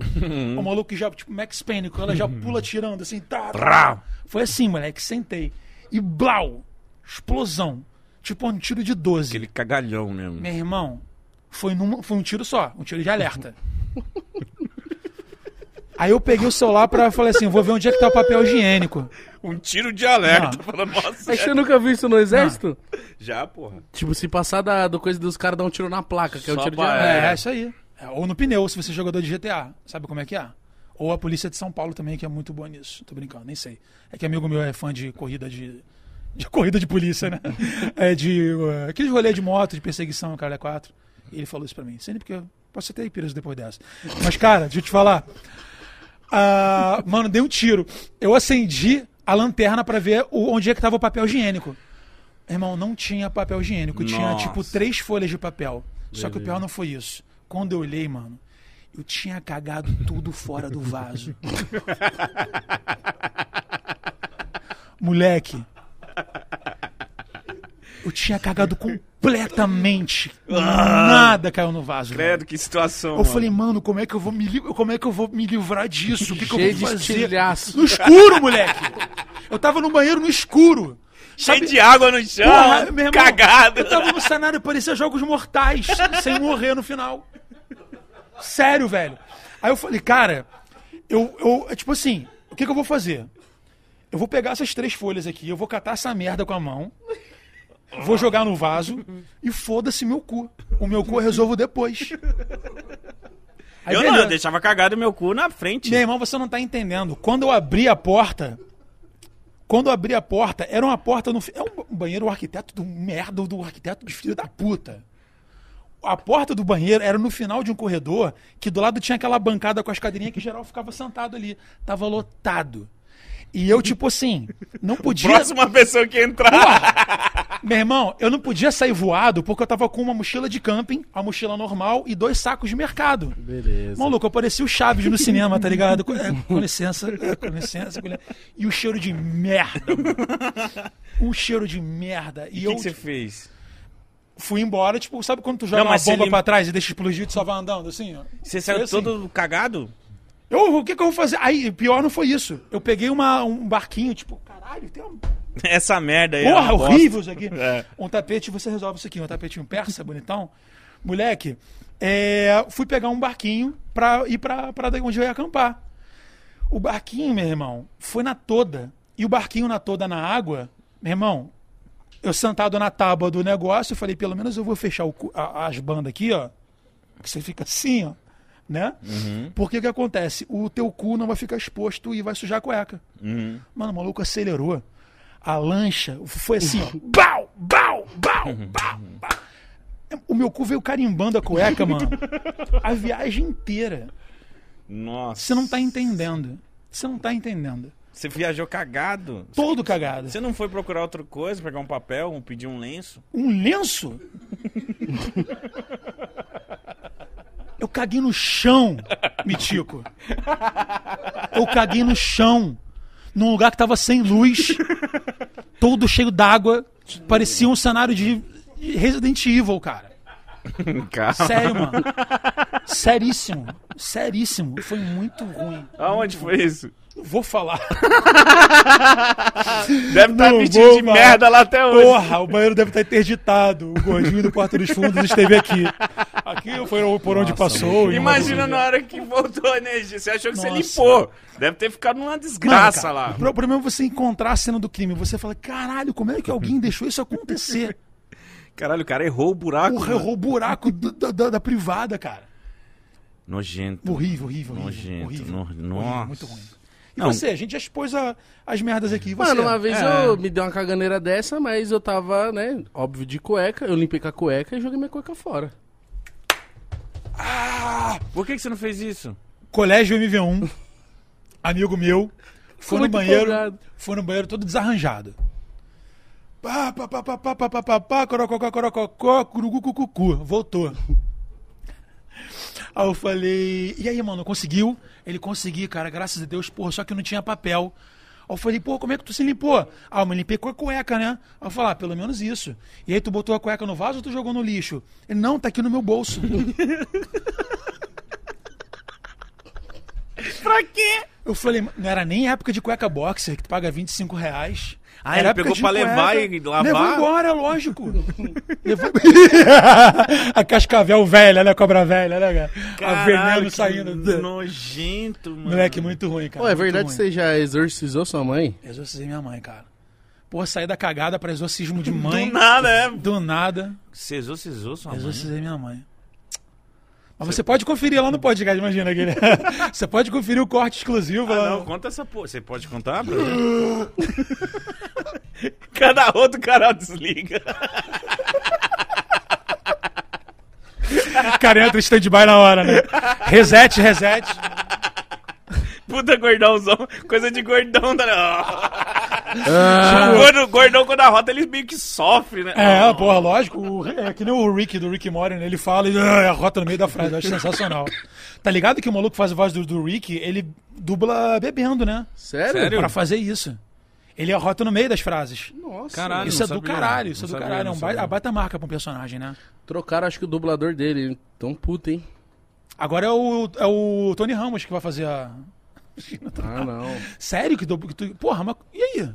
[SPEAKER 2] O maluco que já, tipo, Max Payne, quando ela já pula tirando, assim, tá. tá. Foi assim, moleque, sentei. E blau! Explosão. Tipo, um tiro de 12.
[SPEAKER 3] Aquele cagalhão mesmo.
[SPEAKER 2] Meu irmão, foi, num, foi um tiro só, um tiro de alerta. Aí eu peguei o celular pra falei assim, vou ver onde é que tá o papel higiênico.
[SPEAKER 3] Um tiro de alerta.
[SPEAKER 2] Não.
[SPEAKER 3] Falando, nossa,
[SPEAKER 1] Mas você nunca viu isso no exército?
[SPEAKER 3] já, porra.
[SPEAKER 1] Tipo, se passar da do coisa dos caras dar um tiro na placa, que é o
[SPEAKER 3] Só
[SPEAKER 1] tiro de
[SPEAKER 3] pra-
[SPEAKER 1] alerta.
[SPEAKER 2] É, é isso aí. É, ou no pneu, se você é jogador de GTA, sabe como é que é? Ou a polícia de São Paulo também, que é muito boa nisso. Tô brincando, nem sei. É que amigo meu é fã de corrida de. (laughs) De corrida de polícia, né? É de. uh, aqueles rolê de moto, de perseguição, cara, é quatro. E ele falou isso pra mim. Sei nem porque eu posso até ir preso depois dessa. Mas, cara, deixa eu te falar. Ah, mano, dei um tiro. Eu acendi a lanterna pra ver o- onde é que tava o papel higiênico. Irmão, não tinha papel higiênico. Tinha,
[SPEAKER 3] Nossa.
[SPEAKER 2] tipo, três folhas de papel. Só que o pior não foi isso. Quando eu olhei, mano, eu tinha cagado tudo fora do vaso. Moleque. Eu tinha cagado completamente. Nada caiu no vaso. velho.
[SPEAKER 3] Credo, que situação.
[SPEAKER 2] Eu falei, mano, como é que eu vou me, li- como é que eu vou me livrar disso? O que, que eu
[SPEAKER 1] Cheio
[SPEAKER 2] vou
[SPEAKER 1] de
[SPEAKER 2] fazer?
[SPEAKER 1] estilhaço.
[SPEAKER 2] No escuro, moleque! Eu tava no banheiro no escuro.
[SPEAKER 3] Cheio de água no chão,
[SPEAKER 2] Porra, meu irmão,
[SPEAKER 3] cagado.
[SPEAKER 2] Eu tava no cenário, parecia jogos mortais, (laughs) sem morrer no final. Sério, velho. Aí eu falei, cara, eu, eu é tipo assim, o que, que eu vou fazer? Eu vou pegar essas três folhas aqui, eu vou catar essa merda com a mão, vou jogar no vaso e foda-se meu cu. O meu cu eu resolvo depois. Aí,
[SPEAKER 3] eu não,
[SPEAKER 2] beleza.
[SPEAKER 3] eu deixava cagado meu cu na frente.
[SPEAKER 2] Meu irmão, você não tá entendendo. Quando eu abri a porta. Quando eu abri a porta, era uma porta no. fi- É um banheiro o arquiteto do merda do arquiteto do filho da puta. A porta do banheiro era no final de um corredor que do lado tinha aquela bancada com as cadeirinhas que geral ficava sentado ali. Tava lotado. E eu, tipo assim, não podia.
[SPEAKER 3] Próxima pessoa que entrar.
[SPEAKER 2] Meu irmão, eu não podia sair voado porque eu tava com uma mochila de camping, a mochila normal e dois sacos de mercado.
[SPEAKER 1] Beleza.
[SPEAKER 2] Maluco, eu parecia o Chaves no cinema, tá ligado? Com, é, com licença, é, com licença, com li- E o cheiro de merda, mano. Um cheiro de merda. E,
[SPEAKER 3] E
[SPEAKER 2] eu
[SPEAKER 3] o que que você fez?
[SPEAKER 2] fui embora, tipo, sabe quando tu joga
[SPEAKER 3] Não,
[SPEAKER 2] uma
[SPEAKER 3] mas você
[SPEAKER 2] bomba
[SPEAKER 3] lim-
[SPEAKER 2] pra trás e deixa explodir e tu só vai andando, assim, ó?
[SPEAKER 3] Você saiu
[SPEAKER 2] Foi assim.
[SPEAKER 3] todo cagado?
[SPEAKER 2] Eu, o que que eu vou fazer? Aí, pior não foi isso. Eu peguei uma, um barquinho, tipo, caralho, tem uma
[SPEAKER 3] Essa merda aí. é
[SPEAKER 2] Porra,
[SPEAKER 3] uma bosta.
[SPEAKER 2] horrível isso aqui.
[SPEAKER 3] É.
[SPEAKER 2] Um tapete, você resolve isso aqui. Um tapetinho persa, bonitão. Moleque, é, fui pegar um barquinho pra ir pra, pra daí onde eu ia acampar. O barquinho, meu irmão, foi na toda. E o barquinho na toda na água, meu irmão, eu sentado na tábua do negócio, eu falei, pelo menos eu vou fechar o cu- a- as bandas aqui, ó. Que você fica assim, ó. Né?
[SPEAKER 3] Uhum.
[SPEAKER 2] Porque o que acontece? O teu cu não vai ficar exposto e vai sujar a
[SPEAKER 3] Uhum.
[SPEAKER 2] cueca. Mano, o maluco acelerou. A lancha foi assim, ó. Bau, bau, bau, bau, bau. O meu cu veio carimbando a cueca, mano. A viagem inteira.
[SPEAKER 6] Nossa.
[SPEAKER 2] Você não tá entendendo. Você não tá entendendo.
[SPEAKER 6] Você viajou cagado.
[SPEAKER 2] Todo cagado.
[SPEAKER 6] Você não foi procurar outra coisa, pegar um papel, um- pedir um
[SPEAKER 3] (laughs)
[SPEAKER 6] lenço?
[SPEAKER 2] Um lenço? Eu caguei no chão, Mitico. Eu caguei no chão. Num lugar que tava sem luz, todo cheio d'água. Parecia um cenário de de Resident Evil, cara.
[SPEAKER 6] Calma.
[SPEAKER 2] Sério, mano. Seríssimo. Seríssimo. Foi muito ruim.
[SPEAKER 6] Aonde foi isso?
[SPEAKER 2] Não vou falar.
[SPEAKER 6] Deve estar
[SPEAKER 2] Não
[SPEAKER 6] vestido
[SPEAKER 2] vou,
[SPEAKER 6] de
[SPEAKER 2] mano.
[SPEAKER 6] merda lá até hoje.
[SPEAKER 2] Porra, o banheiro deve estar interditado. O gordinho do quarto dos fundos esteve aqui. Aqui foi o- por onde passou. e-
[SPEAKER 6] Imagina na hora que voltou a energia. Você achou que
[SPEAKER 2] Nossa.
[SPEAKER 6] você limpou. Deve ter ficado numa
[SPEAKER 2] Mano,
[SPEAKER 6] desgraça
[SPEAKER 2] cara,
[SPEAKER 6] lá.
[SPEAKER 2] O pro- problema é você encontrar a cena do crime. Você fala, caralho, como é que alguém deixou isso acontecer?
[SPEAKER 6] Caralho, o cara errou o buraco.
[SPEAKER 2] Porra, errou o buraco do- da, da- da privada, cara.
[SPEAKER 6] Nojento.
[SPEAKER 2] Horrível, horrível, horrível.
[SPEAKER 6] Nojento,
[SPEAKER 2] horrível,
[SPEAKER 6] no-
[SPEAKER 2] horrível,
[SPEAKER 6] nossa.
[SPEAKER 2] muito ruim. E
[SPEAKER 6] Não.
[SPEAKER 2] você, a gente já expôs a- as merdas aqui. E Você,
[SPEAKER 1] Mano, uma vez
[SPEAKER 6] É.
[SPEAKER 1] eu me dei uma caganeira dessa, mas eu tava, né, óbvio, de cueca. Eu limpei com a cueca e joguei minha cueca fora.
[SPEAKER 6] Por que, que você não fez isso?
[SPEAKER 2] Colégio
[SPEAKER 1] (laughs)
[SPEAKER 2] MV1, amigo meu, foi no
[SPEAKER 1] muito
[SPEAKER 2] banheiro,
[SPEAKER 1] empolgado.
[SPEAKER 2] foi no banheiro todo desarranjado. Pá, pá, pá, pá, pá, pá, pá, pá, pá, corocó, corocó, curugu, cucucu, voltou. Aí eu falei, e aí, mano, conseguiu? Ele consegui, cara, graças a Deus, porra, só que não tinha papel. Aí eu falei, pô, como é que tu se limpou? Ah, eu me limpei com a cueca, né? Aí eu falei, ah, pelo menos isso. E aí tu botou a cueca no vaso ou tu jogou no lixo? Ele, não, tá aqui no meu
[SPEAKER 3] (laughs)
[SPEAKER 2] bolso.
[SPEAKER 6] Pra quê?
[SPEAKER 2] Eu falei, "Mas não era nem época de cueca boxer, que tu paga 25 reais.
[SPEAKER 3] Ah,
[SPEAKER 2] Era
[SPEAKER 3] ele
[SPEAKER 2] época
[SPEAKER 3] pegou
[SPEAKER 2] de
[SPEAKER 3] pra levar e lavar?
[SPEAKER 2] Levou embora, lógico. Levou... (laughs) a cascavel velha, né? Cobra velha, né, cara? A veneno saindo.
[SPEAKER 3] Nojento, mano.
[SPEAKER 2] Moleque, muito ruim, cara.
[SPEAKER 1] Pô, é
[SPEAKER 2] muito
[SPEAKER 1] verdade que
[SPEAKER 2] ruim.
[SPEAKER 1] você já exorcizou sua mãe?
[SPEAKER 2] Exorcizei minha mãe, cara. Pô, saí da cagada pra exorcismo
[SPEAKER 3] (laughs)
[SPEAKER 2] de mãe.
[SPEAKER 3] Nada, é.
[SPEAKER 2] Do nada,
[SPEAKER 3] Cesou, cesou, sua mãe.
[SPEAKER 2] exorcizei minha mãe. Mas você pode conferir lá no podcast, imagina,
[SPEAKER 3] (laughs)
[SPEAKER 2] aquele. você pode conferir o corte exclusivo. lá.
[SPEAKER 3] Ah, Não, conta essa porra. Você pode contar, Bruno? (laughs) Cada outro canal desliga.
[SPEAKER 2] O cara entra em stand-by na hora,
[SPEAKER 3] (laughs)
[SPEAKER 2] né? Reset, reset.
[SPEAKER 3] Puta gordãozão. Coisa de gordão. Da... Ah.
[SPEAKER 1] Ah.
[SPEAKER 3] Quando, gordão, quando arrota, ele meio que sofre, né?
[SPEAKER 2] Ah. É, porra, lógico. o- é que nem o Rick do Rick Morty, né? Ele fala e ah, rota no meio da frase. Eu acho sensacional. Tá ligado que o maluco que faz a voz do, do Rick, ele dubla bebendo, né?
[SPEAKER 1] (laughs) Sério?
[SPEAKER 6] Sério?
[SPEAKER 2] Pra fazer isso. Ele arrota no meio das frases.
[SPEAKER 1] Nossa.
[SPEAKER 6] Caralho.
[SPEAKER 2] isso é
[SPEAKER 6] Ah, não
[SPEAKER 2] do
[SPEAKER 6] sabia,
[SPEAKER 2] caralho, isso é
[SPEAKER 6] não
[SPEAKER 2] do
[SPEAKER 6] sabia,
[SPEAKER 2] caralho. É
[SPEAKER 6] não
[SPEAKER 2] um baita,
[SPEAKER 6] sabia.
[SPEAKER 2] a baita marca pra um personagem, né?
[SPEAKER 1] Trocaram, acho que o dublador dele. Tão puto, hein?
[SPEAKER 2] Agora é o, é o Tony Ramos que vai fazer a.
[SPEAKER 1] Ah, não.
[SPEAKER 2] Sério que, du- que tu. Porra, mas. E aí?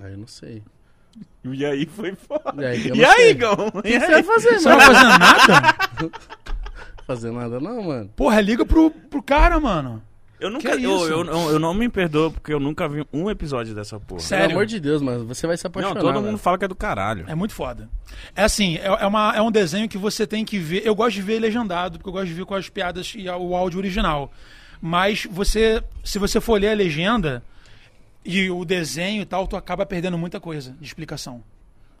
[SPEAKER 1] Ah, eu não sei.
[SPEAKER 3] E aí foi foda.
[SPEAKER 1] E aí, eu
[SPEAKER 3] E
[SPEAKER 1] não sei.
[SPEAKER 3] aí, Gão? E
[SPEAKER 2] é?
[SPEAKER 1] O que você vai
[SPEAKER 3] aí?
[SPEAKER 1] fazer,
[SPEAKER 2] Você não vai
[SPEAKER 1] mano?
[SPEAKER 2] fazer nada?
[SPEAKER 1] fazer nada não, mano.
[SPEAKER 2] Porra, liga pro, pro cara, mano.
[SPEAKER 3] Eu
[SPEAKER 2] Que
[SPEAKER 3] nunca.
[SPEAKER 2] é
[SPEAKER 3] eu,
[SPEAKER 2] isso?
[SPEAKER 3] eu, eu, eu não me perdoo porque eu nunca vi um episódio dessa porra.
[SPEAKER 2] Sério.
[SPEAKER 1] Pelo amor de Deus, mano. Você vai se
[SPEAKER 3] Não,
[SPEAKER 1] apaixonar.
[SPEAKER 3] todo
[SPEAKER 1] velho.
[SPEAKER 3] mundo fala que é do caralho.
[SPEAKER 2] É muito foda. É assim, é, é uma- é um desenho que você tem que ver. Eu gosto de ver legendado, porque eu gosto de ver com as piadas e a- o áudio original. Mas você, se você for ler a legenda e o desenho e tal, tu acaba perdendo muita coisa de explicação.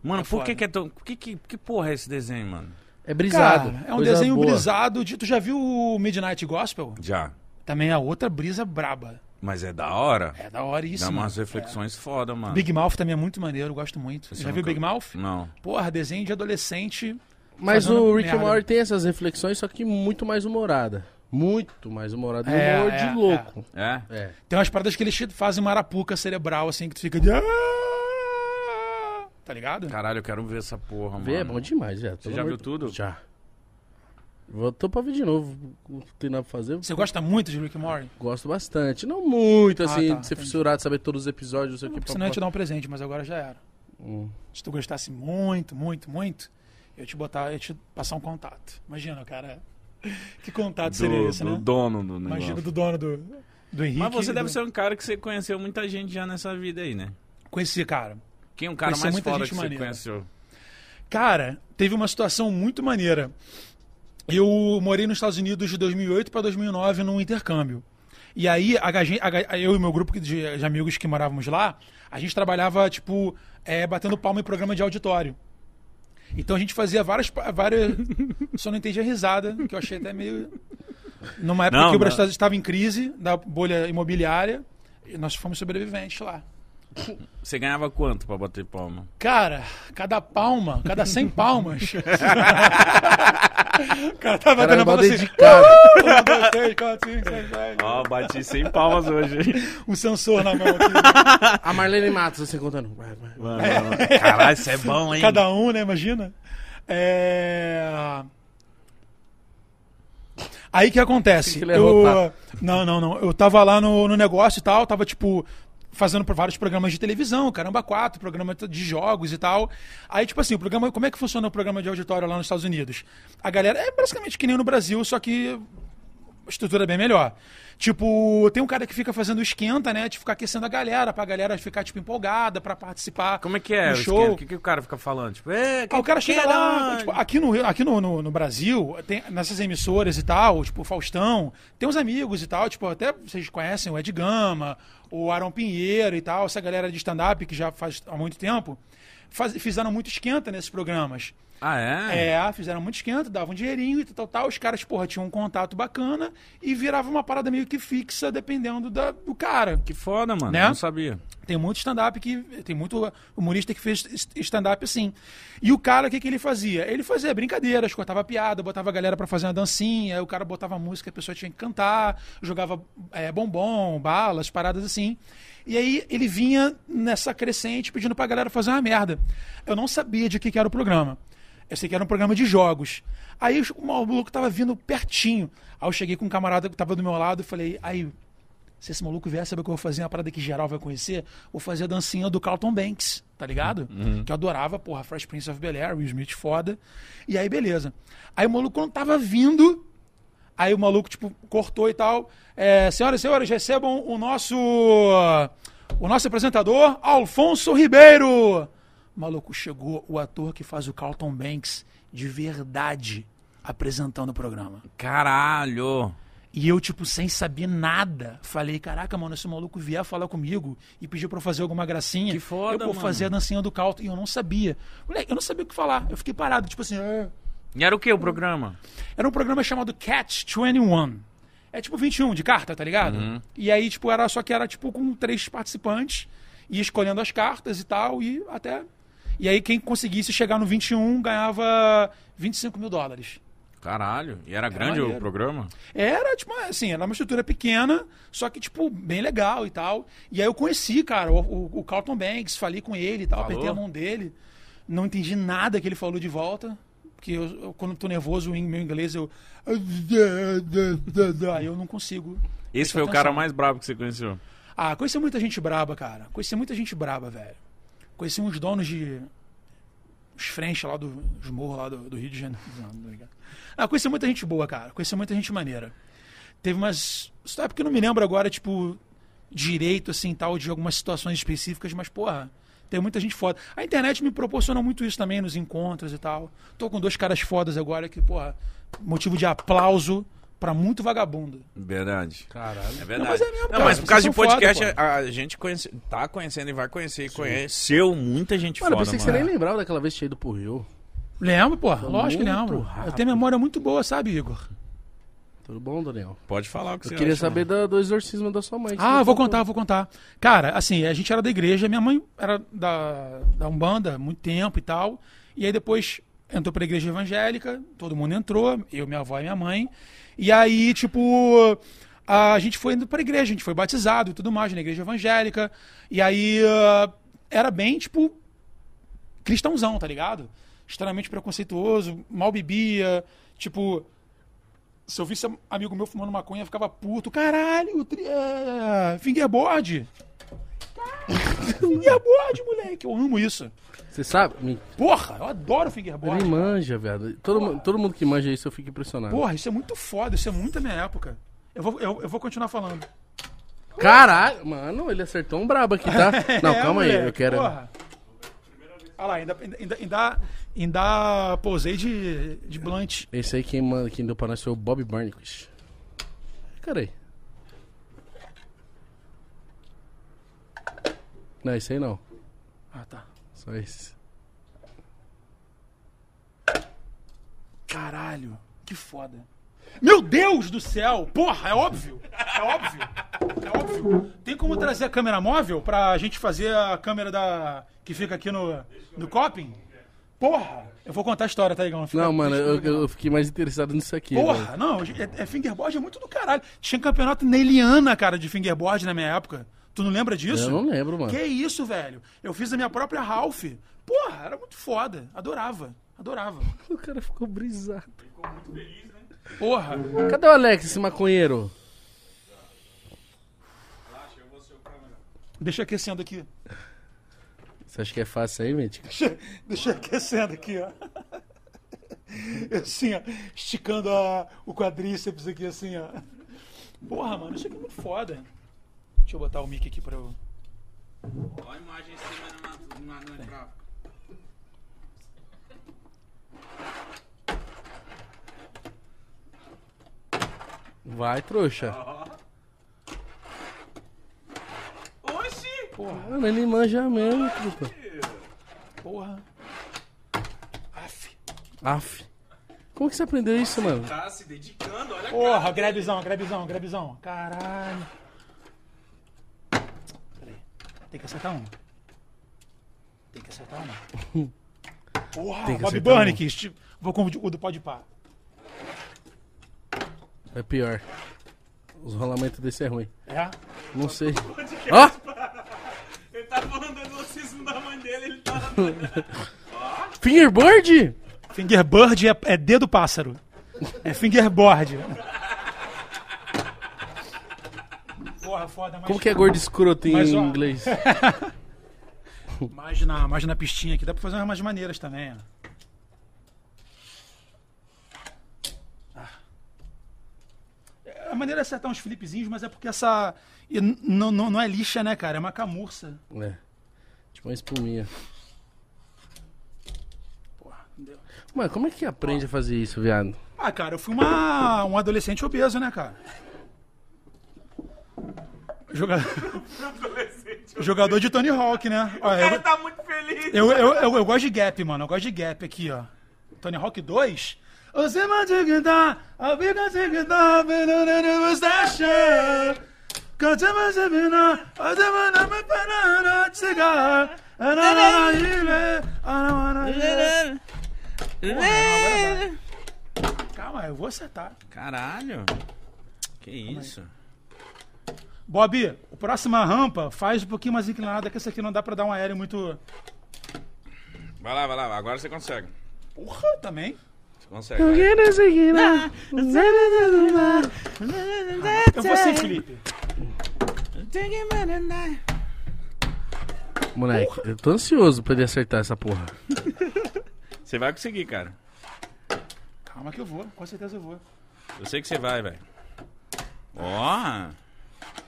[SPEAKER 3] Mano,
[SPEAKER 2] É
[SPEAKER 3] por que,
[SPEAKER 2] foda.
[SPEAKER 3] que é tão. Por que, que, que porra é esse desenho, mano?
[SPEAKER 1] É brisado.
[SPEAKER 2] Cara, é um
[SPEAKER 1] coisa
[SPEAKER 2] desenho
[SPEAKER 1] boa.
[SPEAKER 2] brisado. De, tu já viu o Midnight Gospel?
[SPEAKER 3] Já.
[SPEAKER 2] Também é outra brisa braba.
[SPEAKER 3] Mas é da hora.
[SPEAKER 2] É da hora isso.
[SPEAKER 3] Dá
[SPEAKER 2] mano.
[SPEAKER 3] umas reflexões foda, mano.
[SPEAKER 2] Big Mouth também é muito maneiro, eu gosto muito.
[SPEAKER 3] Você
[SPEAKER 2] já viu
[SPEAKER 3] nunca- Hum.
[SPEAKER 2] Big Mouth?
[SPEAKER 3] Não.
[SPEAKER 2] Porra, desenho de adolescente.
[SPEAKER 1] Mas
[SPEAKER 2] fazendo
[SPEAKER 1] o Rick and
[SPEAKER 2] merda.
[SPEAKER 1] Morty tem essas reflexões, só que muito mais humorada. Muito mais humorada. E
[SPEAKER 2] É,
[SPEAKER 1] humor
[SPEAKER 2] é, é.
[SPEAKER 1] de louco.
[SPEAKER 3] É?
[SPEAKER 1] É.
[SPEAKER 2] Tem umas paradas que eles te fazem marapuca cerebral, assim, que tu fica de. Tá ligado?
[SPEAKER 3] Caralho, eu quero ver essa porra, mano.
[SPEAKER 1] Vê, é bom demais, velho.
[SPEAKER 3] Você já viu tudo?
[SPEAKER 1] Já. Voltou pra ver de novo. Não tem nada pra fazer.
[SPEAKER 2] Você gosta muito de Rick and Morty?
[SPEAKER 1] Gosto bastante. Não muito, assim,
[SPEAKER 2] tá,
[SPEAKER 1] de ser
[SPEAKER 2] entendi.
[SPEAKER 1] fissurado, saber todos os episódios, não sei o que.
[SPEAKER 2] Porque senão eu ia te dar um presente, mas agora já era.
[SPEAKER 3] Hum.
[SPEAKER 2] Se tu gostasse muito, muito, muito, eu te botar, eu te passar um contato. Imagina, cara. (laughs) Que contato seria esse, né?
[SPEAKER 3] dono do
[SPEAKER 2] Imagina do dono do, do né? Henrique.
[SPEAKER 3] Mas você deve
[SPEAKER 2] do...
[SPEAKER 3] ser um cara que você conheceu muita gente já nessa vida aí, né?
[SPEAKER 2] Conheci, cara.
[SPEAKER 3] Quem é um cara
[SPEAKER 2] Conheci
[SPEAKER 3] mais
[SPEAKER 2] muita
[SPEAKER 3] foda
[SPEAKER 2] gente
[SPEAKER 3] que
[SPEAKER 2] maneira.
[SPEAKER 3] você conheceu?
[SPEAKER 2] Cara, teve uma situação muito maneira. Eu morei nos Estados Unidos de 2008 para 2009 num intercâmbio. E aí, a, ga- gen- a ga- eu e meu grupo de, de amigos que morávamos lá, a gente trabalhava, tipo, é, batendo palma em programa de auditório. Então a gente fazia várias. pa-
[SPEAKER 3] (laughs)
[SPEAKER 2] várias... Só não entendi a risada, que eu achei até meio. Numa época
[SPEAKER 3] Não,
[SPEAKER 2] que o
[SPEAKER 3] não.
[SPEAKER 2] Brasil estava em crise, da bolha imobiliária, e nós fomos sobreviventes lá.
[SPEAKER 3] Você ganhava quanto pra bater palma?
[SPEAKER 2] Cara, cada palma, cada (laughs) 100 palmas. o cara tá
[SPEAKER 1] Cara,
[SPEAKER 2] batendo a
[SPEAKER 1] mal
[SPEAKER 2] palma assim.
[SPEAKER 1] dedicado.
[SPEAKER 2] (laughs) Um, dois, três, quatro, cinco, seis, (laughs) sete.
[SPEAKER 3] Ó, bati 100 palmas hoje. (laughs)
[SPEAKER 2] Um sensor na mão aqui.
[SPEAKER 1] A Marlene Matos, assim, contando. Vai, vai.
[SPEAKER 3] Caralho, isso é bom, hein?
[SPEAKER 2] Cada um, né? Imagina. É. Aí que acontece?
[SPEAKER 1] Tem que levantar.
[SPEAKER 2] Não, não, não. Eu tava lá no, no negócio e tal, tava tipo fazendo por vários programas de televisão, caramba, quatro, programa de jogos e tal. Aí tipo assim, o programa, como é que funciona o programa de auditório lá nos Estados Unidos? A galera é basicamente que nem no Brasil, só que a estrutura é bem melhor. Tipo, tem um cara que fica fazendo esquenta, né? De ficar aquecendo a galera, pra galera ficar, tipo, empolgada pra participar.
[SPEAKER 3] Como é que é?
[SPEAKER 2] do
[SPEAKER 3] o esquema?
[SPEAKER 2] show.
[SPEAKER 3] O que, que o cara fica falando? Tipo, é,
[SPEAKER 2] Ah, o cara chega
[SPEAKER 3] que
[SPEAKER 2] lá,
[SPEAKER 3] era?
[SPEAKER 2] tipo, aqui, no, Rio- aqui no, no, no Brasil, tem, nessas emissoras e tal, tipo, Faustão, tem uns amigos e tal, tipo, até vocês conhecem o Ed Gama, o Aaron Pinheiro e tal, essa galera de stand-up que já faz há muito tempo, faz- fizeram muito esquenta nesses programas.
[SPEAKER 3] Ah, é?
[SPEAKER 2] É, fizeram muito esquenta, davam um dinheirinho e tal, tal, tal. Os caras, porra, tinham um contato bacana e virava uma parada meio que fixa, dependendo da- do cara.
[SPEAKER 3] Que foda, mano.
[SPEAKER 2] Né?
[SPEAKER 3] Não sabia.
[SPEAKER 2] Tem muito stand-up que. Tem muito humorista que fez est- stand-up assim. E o cara, o que, que ele fazia? Ele fazia brincadeiras, cortava piada, botava a galera pra fazer uma dancinha, aí o cara botava música, a pessoa tinha que cantar, jogava eh, bombom, balas, paradas assim. E aí ele vinha nessa crescente pedindo pra galera fazer uma merda. Eu não sabia de que, que era o programa. Eu sei que era um programa de jogos. Aí os- o maluco tava vindo pertinho. Aí eu cheguei com um camarada que tava do meu lado e falei, aí, se esse maluco vier saber que eu vou fazer uma parada que geral vai conhecer, vou fazer a dancinha do Carlton Banks, tá ligado? Que eu adorava, porra, Fresh Prince of Bel-Air, Will Smith foda. E aí, beleza. Aí o maluco, quando tava vindo, aí o maluco, tipo, cortou e tal. É, senhoras e senhores, recebam o nosso... O nosso apresentador, Alfonso Ribeiro. O maluco, chegou o ator que faz o Carlton Banks de verdade apresentando o programa.
[SPEAKER 3] Caralho.
[SPEAKER 2] E eu, tipo, sem saber nada, falei: caraca, mano, se o maluco vier falar comigo e pedir pra eu fazer alguma gracinha,
[SPEAKER 3] Que foda,
[SPEAKER 2] eu vou
[SPEAKER 3] mano.
[SPEAKER 2] fazer a dancinha do calto. E eu não sabia. Moleque, eu não sabia o que falar. Eu fiquei parado, tipo assim. "Ah".
[SPEAKER 3] E era o que o programa?
[SPEAKER 2] Era um programa chamado Catch 21. É tipo 21 de carta, tá ligado?
[SPEAKER 3] Uhum.
[SPEAKER 2] E aí, tipo, era só que era, tipo, com três participantes e escolhendo as cartas e tal, e até. E aí, quem conseguisse chegar no 21 ganhava 25 mil dólares.
[SPEAKER 3] Caralho. E era grande
[SPEAKER 2] maneiro.
[SPEAKER 3] o programa?
[SPEAKER 2] Era, tipo, assim, era uma estrutura pequena, só que, tipo, bem legal e tal. E aí eu conheci, cara, o, o, o Carlton Banks, falei com ele e tal,
[SPEAKER 3] Falou?
[SPEAKER 2] apertei a mão dele. Não entendi nada que ele falou de volta. Porque eu, eu, quando eu tô nervoso em meu inglês, eu. (laughs) Aí eu não consigo.
[SPEAKER 3] Esse
[SPEAKER 2] Presta
[SPEAKER 3] foi o
[SPEAKER 2] atenção.
[SPEAKER 3] cara mais brabo que você conheceu.
[SPEAKER 2] Ah, conheci muita gente braba, cara. Conheci muita gente braba, velho. Conheci uns donos de. Os French lá do. Os morros lá do, do Rio de Janeiro. (laughs) Não, não, obrigado. Ah, conheci muita gente boa, cara. Conheci muita gente maneira. Teve umas. Só é porque eu não me lembro agora, tipo, direito, assim, tal, de algumas situações específicas, mas, porra, tem muita gente foda. A internet me proporcionou muito isso também nos encontros e tal. Tô com dois caras fodas agora que, porra, motivo de aplauso pra muito vagabundo.
[SPEAKER 3] Verdade.
[SPEAKER 1] Caralho.
[SPEAKER 3] É verdade.
[SPEAKER 2] Não, mas é mesmo, cara.
[SPEAKER 3] mas por causa
[SPEAKER 2] Vocês
[SPEAKER 3] de
[SPEAKER 2] são
[SPEAKER 3] podcast,
[SPEAKER 2] foda, pô.
[SPEAKER 3] a, a gente conhece, tá conhecendo e vai conhecer e conheceu muita gente
[SPEAKER 1] Mano, eu
[SPEAKER 3] foda,
[SPEAKER 1] pensei que você
[SPEAKER 3] mano.
[SPEAKER 1] nem lembrava daquela vez que tinha ido pro Rio.
[SPEAKER 2] Lembro, porra. Lógico que
[SPEAKER 1] muito
[SPEAKER 2] lembro. Eu
[SPEAKER 1] rápido.
[SPEAKER 2] tenho memória muito boa, sabe, Igor?
[SPEAKER 1] Tudo bom, Daniel?
[SPEAKER 3] Pode falar o que
[SPEAKER 1] Eu
[SPEAKER 3] você
[SPEAKER 1] queria
[SPEAKER 3] acha,
[SPEAKER 1] saber
[SPEAKER 3] mano.
[SPEAKER 1] da- do exorcismo da sua mãe. que você
[SPEAKER 2] Ah,
[SPEAKER 1] não
[SPEAKER 2] vou
[SPEAKER 1] contou.
[SPEAKER 2] contar, vou contar. Cara, assim, a gente era da igreja, minha mãe era da, da Umbanda há muito tempo e tal. E aí depois entrou pra igreja evangélica, todo mundo entrou, eu, minha avó e minha mãe. E aí, tipo, a gente foi indo pra igreja, a gente foi batizado e tudo mais na igreja evangélica. E aí ah, era bem, tipo, cristãozão, tá ligado? Extremamente preconceituoso, mal bebia, tipo, se eu visse amigo meu fumando maconha, eu ficava puto. Caralho, tri... é, fingerboard. fingerboard, moleque. Eu amo isso.
[SPEAKER 1] Você sabe? Me-
[SPEAKER 2] Porra, eu adoro
[SPEAKER 1] Ele
[SPEAKER 2] fingerboard.
[SPEAKER 1] manja, velho. Todo, mu- todo mundo que manja isso, eu fico impressionado.
[SPEAKER 2] Porra, isso é muito foda. Isso é muito a minha época. Eu vou, eu, eu vou continuar falando.
[SPEAKER 1] Caralho, mano, ele acertou um brabo aqui, tá? Não,
[SPEAKER 2] (laughs) É,
[SPEAKER 1] calma aí,
[SPEAKER 2] moleque,
[SPEAKER 1] eu quero.
[SPEAKER 2] Porra. Olha lá, ainda, ainda, ainda, ainda posei de, de blunt.
[SPEAKER 1] Esse aí quem, manda, quem deu pra nós foi o Bob Burnquist. Cara aí. Não, isso aí não.
[SPEAKER 2] Ah, tá.
[SPEAKER 1] Só isso.
[SPEAKER 2] Caralho, que foda. Meu Deus do céu! Porra, é óbvio! É óbvio! É óbvio! Tem como trazer a câmera móvel pra gente fazer a câmera da. que fica aqui no. no coping? Porra! Eu vou contar a história, tá, Igão? Fica-
[SPEAKER 1] Não, mano,
[SPEAKER 2] deixa
[SPEAKER 1] eu,
[SPEAKER 2] ver.
[SPEAKER 1] eu fiquei mais interessado nisso aqui.
[SPEAKER 2] Porra, não, é, é fingerboard é muito do caralho. Tinha campeonato na Eliana, cara, de fingerboard na minha época. Tu não lembra disso?
[SPEAKER 1] Eu não lembro, mano.
[SPEAKER 2] Que isso, velho? Eu fiz a minha própria Ralph. Porra, era muito foda. Adorava. Adorava.
[SPEAKER 1] O cara ficou brisado.
[SPEAKER 2] Porra.
[SPEAKER 1] Cadê o Alex, esse maconheiro?
[SPEAKER 2] Deixa aquecendo aqui.
[SPEAKER 1] Você acha que é fácil aí, Mítico?
[SPEAKER 2] Deixa, (laughs) deixa aquecendo aqui, ó. (laughs) Assim, ó. Esticando a- o quadríceps aqui, assim, ó. Porra, mano, isso aqui é muito foda. Deixa eu botar o mic aqui pra eu.
[SPEAKER 6] Olha a imagem na, gráfica.
[SPEAKER 1] Vai, trouxa.
[SPEAKER 6] Oxi!
[SPEAKER 1] Mano, ele manja mesmo, trupa.
[SPEAKER 2] Porra. Aff.
[SPEAKER 1] Af. Como que você aprendeu isso, mano?
[SPEAKER 6] Tá se dedicando, olha
[SPEAKER 2] Porra, grebizão, grebizão, grebizão. Caralho. Peraí. Tem que acertar um. Tem que acertar um. Porra, Bob
[SPEAKER 1] acertar
[SPEAKER 2] Burnick. esti- Vou com o de- o do pode pá.
[SPEAKER 1] É pior. Os rolamentos desse é ruim.
[SPEAKER 2] É?
[SPEAKER 1] Não sei. Ó!
[SPEAKER 6] Ele tá falando do exorcismo da mãe dele, ele tá.
[SPEAKER 1] (laughs) Fingerboard?
[SPEAKER 2] Fingerbird é, é dedo pássaro. É fingerboard. Porra, foda, mas,
[SPEAKER 1] Como que é gordo escroto em
[SPEAKER 2] Mas, ó.
[SPEAKER 1] inglês?
[SPEAKER 2] mas, na, mas na pistinha aqui dá pra fazer umas maneiras também. ó. Ah. É, A maneira é acertar uns flipzinhos, mas é porque essa. e n- Não, não, não é lixa, né, cara? É uma camurça.
[SPEAKER 1] É. Tipo uma espuminha.
[SPEAKER 2] Porra, não deu.
[SPEAKER 1] Mano, como é que aprende a fazer isso, viado?
[SPEAKER 2] Ah, cara, eu fui uma, um adolescente obeso, né, cara?
[SPEAKER 6] (laughs)
[SPEAKER 2] Joga-
[SPEAKER 6] Um
[SPEAKER 2] Jogador de Tony Hawk, né? Ó, eu,
[SPEAKER 6] tá muito feliz.
[SPEAKER 2] eu, eu, eu- eu gosto de gap, mano. Eu gosto de gap aqui, ó. Tony Hawk 2. Você vai te gritar, a vida te gritar, pelo menos deixa. Cante mais a mina, a semana me parará de cigarro. Ana, ana, ana, ana, ana, ana. é, Calma, eu vou acertar.
[SPEAKER 6] Caralho. Que isso?
[SPEAKER 2] Bob, a próxima rampa faz um pouquinho mais inclinada, que essa aqui não dá pra dar um aéreo muito.
[SPEAKER 6] Vai lá, vai lá. Agora você consegue.
[SPEAKER 2] Porra, também.
[SPEAKER 6] Você consegue. vai.
[SPEAKER 2] Eu vou sim, Felipe.
[SPEAKER 1] né? Moleque, eu tô ansioso pra ele acertar essa porra.
[SPEAKER 6] Você vai conseguir, cara.
[SPEAKER 2] Calma que eu vou, com certeza eu vou.
[SPEAKER 6] Eu sei que você vai, velho. Ó.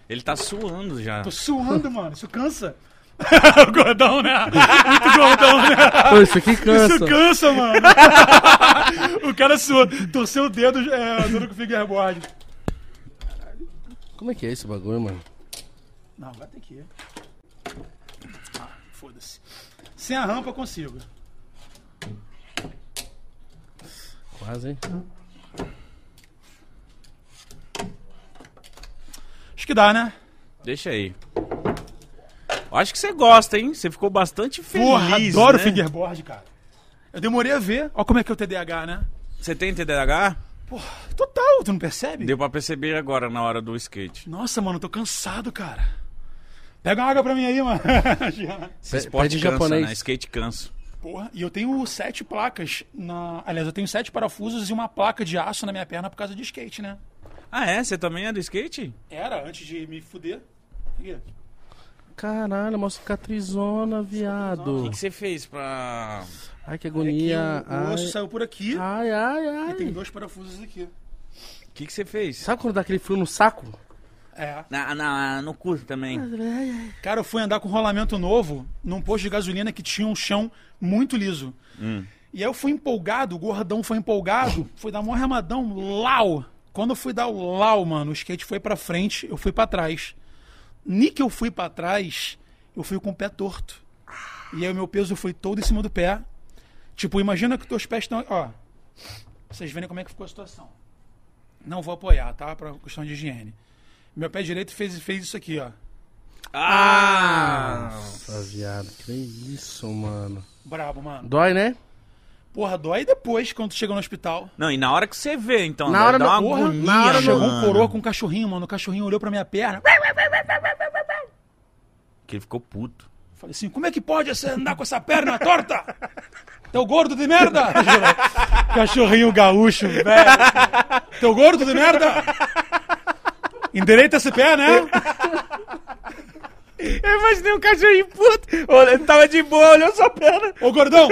[SPEAKER 6] Ele tá suando já.
[SPEAKER 2] Tô suando, mano, isso cansa. (laughs) o gordão, né? Muito gordão, né?
[SPEAKER 1] Pô, isso aqui
[SPEAKER 2] Isso
[SPEAKER 1] cansa.
[SPEAKER 2] cansa, mano. (laughs) o cara suou, torceu o dedo é, duro com o fingerboard.
[SPEAKER 1] Como é que é esse bagulho, mano?
[SPEAKER 2] Não, vai ter que ir. Ah, foda-se. Sem a rampa eu consigo.
[SPEAKER 1] Quase, hein?
[SPEAKER 2] Acho que dá, né?
[SPEAKER 6] Deixa aí. Eu acho que você gosta, hein? Você ficou bastante feliz.
[SPEAKER 2] Porra, adoro
[SPEAKER 6] né?
[SPEAKER 2] fingerboard, cara. Eu demorei a ver. Olha como é que é o TDAH, né?
[SPEAKER 6] Você tem TDAH?
[SPEAKER 2] Total, tu não percebe?
[SPEAKER 6] Deu pra perceber agora na hora do skate.
[SPEAKER 2] Nossa, mano, eu tô cansado, cara. Pega uma água pra mim aí, mano.
[SPEAKER 1] Pe-
[SPEAKER 6] Esporte
[SPEAKER 1] pede
[SPEAKER 6] cansa,
[SPEAKER 1] japonês.
[SPEAKER 6] né? Skate cansa.
[SPEAKER 2] Porra, e eu tenho sete placas na. Aliás, eu tenho sete parafusos e uma placa de aço na minha perna por causa de skate, né?
[SPEAKER 6] Ah, é? Você também é do skate?
[SPEAKER 2] Era, antes de me fuder. Aqui.
[SPEAKER 1] Caralho, uma cicatrizona,
[SPEAKER 6] O
[SPEAKER 1] viado.
[SPEAKER 6] que, que você fez pra.
[SPEAKER 1] Ai, que
[SPEAKER 2] E
[SPEAKER 1] agonia.
[SPEAKER 2] É o, o osso
[SPEAKER 1] Ai,
[SPEAKER 2] saiu por aqui
[SPEAKER 1] ai, ai. ai.
[SPEAKER 2] e tem dois parafusos aqui.
[SPEAKER 6] O que, que você fez?
[SPEAKER 1] Sabe quando dá aquele frio no saco?
[SPEAKER 2] É.
[SPEAKER 6] Na, na, no curso também.
[SPEAKER 2] Cara, eu fui andar com um rolamento novo num posto de gasolina que tinha um chão muito liso. E aí eu fui empolgado, o gordão foi empolgado, fui dar um remadão, lau. Quando eu fui dar o lau, mano, o skate foi pra frente, eu fui pra trás. Ni que eu fui pra trás, eu fui com o pé torto. E aí o meu peso foi todo em cima do pé. Tipo, imagina que os teus pés estão. Ó. Vocês verem como é que ficou a situação. Não vou apoiar, tá? Pra questão de higiene. Meu pé direito fez, fez isso aqui, ó.
[SPEAKER 1] Ah.
[SPEAKER 6] Ah!
[SPEAKER 1] Nossa, viado, que é isso, mano.
[SPEAKER 2] Brabo, mano.
[SPEAKER 1] Dói, né?
[SPEAKER 2] Porra, dói depois quando tu chega no hospital.
[SPEAKER 3] Não, e na hora que você vê, então.
[SPEAKER 1] Na
[SPEAKER 3] né?
[SPEAKER 1] hora
[SPEAKER 3] dá
[SPEAKER 1] não-
[SPEAKER 3] uma
[SPEAKER 1] porra,
[SPEAKER 3] agonia,
[SPEAKER 1] na hora
[SPEAKER 2] Chegou um
[SPEAKER 3] mano.
[SPEAKER 2] coroa com um cachorrinho, mano. O cachorrinho olhou pra minha perna.
[SPEAKER 3] Que ele ficou puto.
[SPEAKER 2] Falei assim, como é que pode você andar com essa perna torta? Teu gordo de merda! (laughs) Cachorrinho gaúcho, velho. Teu gordo de merda! Endireita esse pé, né?
[SPEAKER 3] Eu imaginei um cachorrinho puto. Ele tava de boa, olhou sua perna.
[SPEAKER 2] Ô, gordão!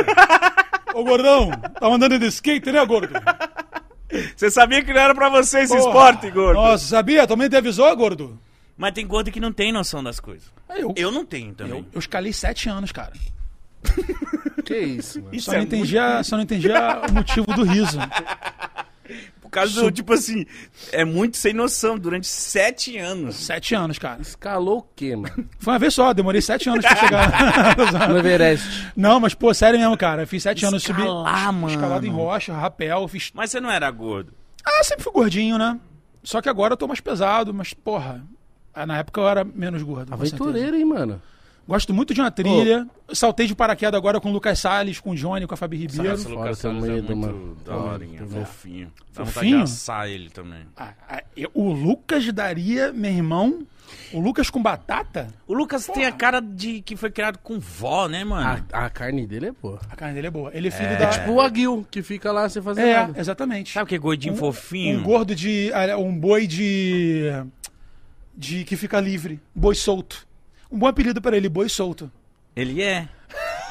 [SPEAKER 2] Ô, gordão! Tá andando de skate, né, gordo?
[SPEAKER 3] Você sabia que não era pra você esse
[SPEAKER 2] Porra.
[SPEAKER 3] esporte, gordo.
[SPEAKER 2] Nossa, sabia? Também te avisou, gordo?
[SPEAKER 3] Mas tem gordo que não tem noção das coisas.
[SPEAKER 2] Aí eu, eu,
[SPEAKER 3] Eu não tenho também.
[SPEAKER 2] eu escalei sete anos, cara.
[SPEAKER 1] Que isso, mano.
[SPEAKER 2] Só não, entendia, só não entendia o motivo do riso.
[SPEAKER 3] Por causa do, tipo assim, é muito sem noção durante sete anos.
[SPEAKER 2] Sete anos, cara.
[SPEAKER 1] Escalou o quê, mano?
[SPEAKER 2] Foi uma vez só, demorei sete anos pra
[SPEAKER 1] (laughs)
[SPEAKER 2] chegar.
[SPEAKER 1] No Everest.
[SPEAKER 2] Não, mas pô, sério mesmo, cara. Eu fiz sete anos, subi
[SPEAKER 3] Escalar, mano.
[SPEAKER 2] escalado em rocha, rapel, fiz...
[SPEAKER 3] Mas você não era gordo.
[SPEAKER 2] Ah, sempre fui gordinho, né? Só que agora eu tô mais pesado, mas porra... ah, Na época eu era menos gordo. com certeza.
[SPEAKER 1] Aventureiro, hein, mano?
[SPEAKER 2] Gosto muito de uma trilha. Eu Saltei de paraquedas agora com o Lucas Salles, com o Johnny, com a Fabi Ribeiro.
[SPEAKER 1] Nossa, Lucas
[SPEAKER 2] um
[SPEAKER 1] Salles é muito
[SPEAKER 3] da horinha, fofinho. Dá vontade de
[SPEAKER 2] Fofinho?
[SPEAKER 3] assar ele também.
[SPEAKER 2] Ah, ah, eu- o Lucas daria, meu irmão... O Lucas com batata,
[SPEAKER 3] O Lucas tem a cara de que foi criado com vó, né,
[SPEAKER 2] Ah.
[SPEAKER 3] mano?
[SPEAKER 1] A, a carne dele é boa.
[SPEAKER 2] a carne dele é boa. Ele é filho da...
[SPEAKER 1] Tipo o aguil, que fica lá sem fazer
[SPEAKER 2] É,
[SPEAKER 1] nada.
[SPEAKER 2] exatamente.
[SPEAKER 3] Sabe que gordinho
[SPEAKER 2] Um-
[SPEAKER 3] fofinho?
[SPEAKER 2] Um gordo de. ah, Um boi de. de que fica livre. Boi solto. Um bom apelido pra ele, boi solto.
[SPEAKER 3] Ele é.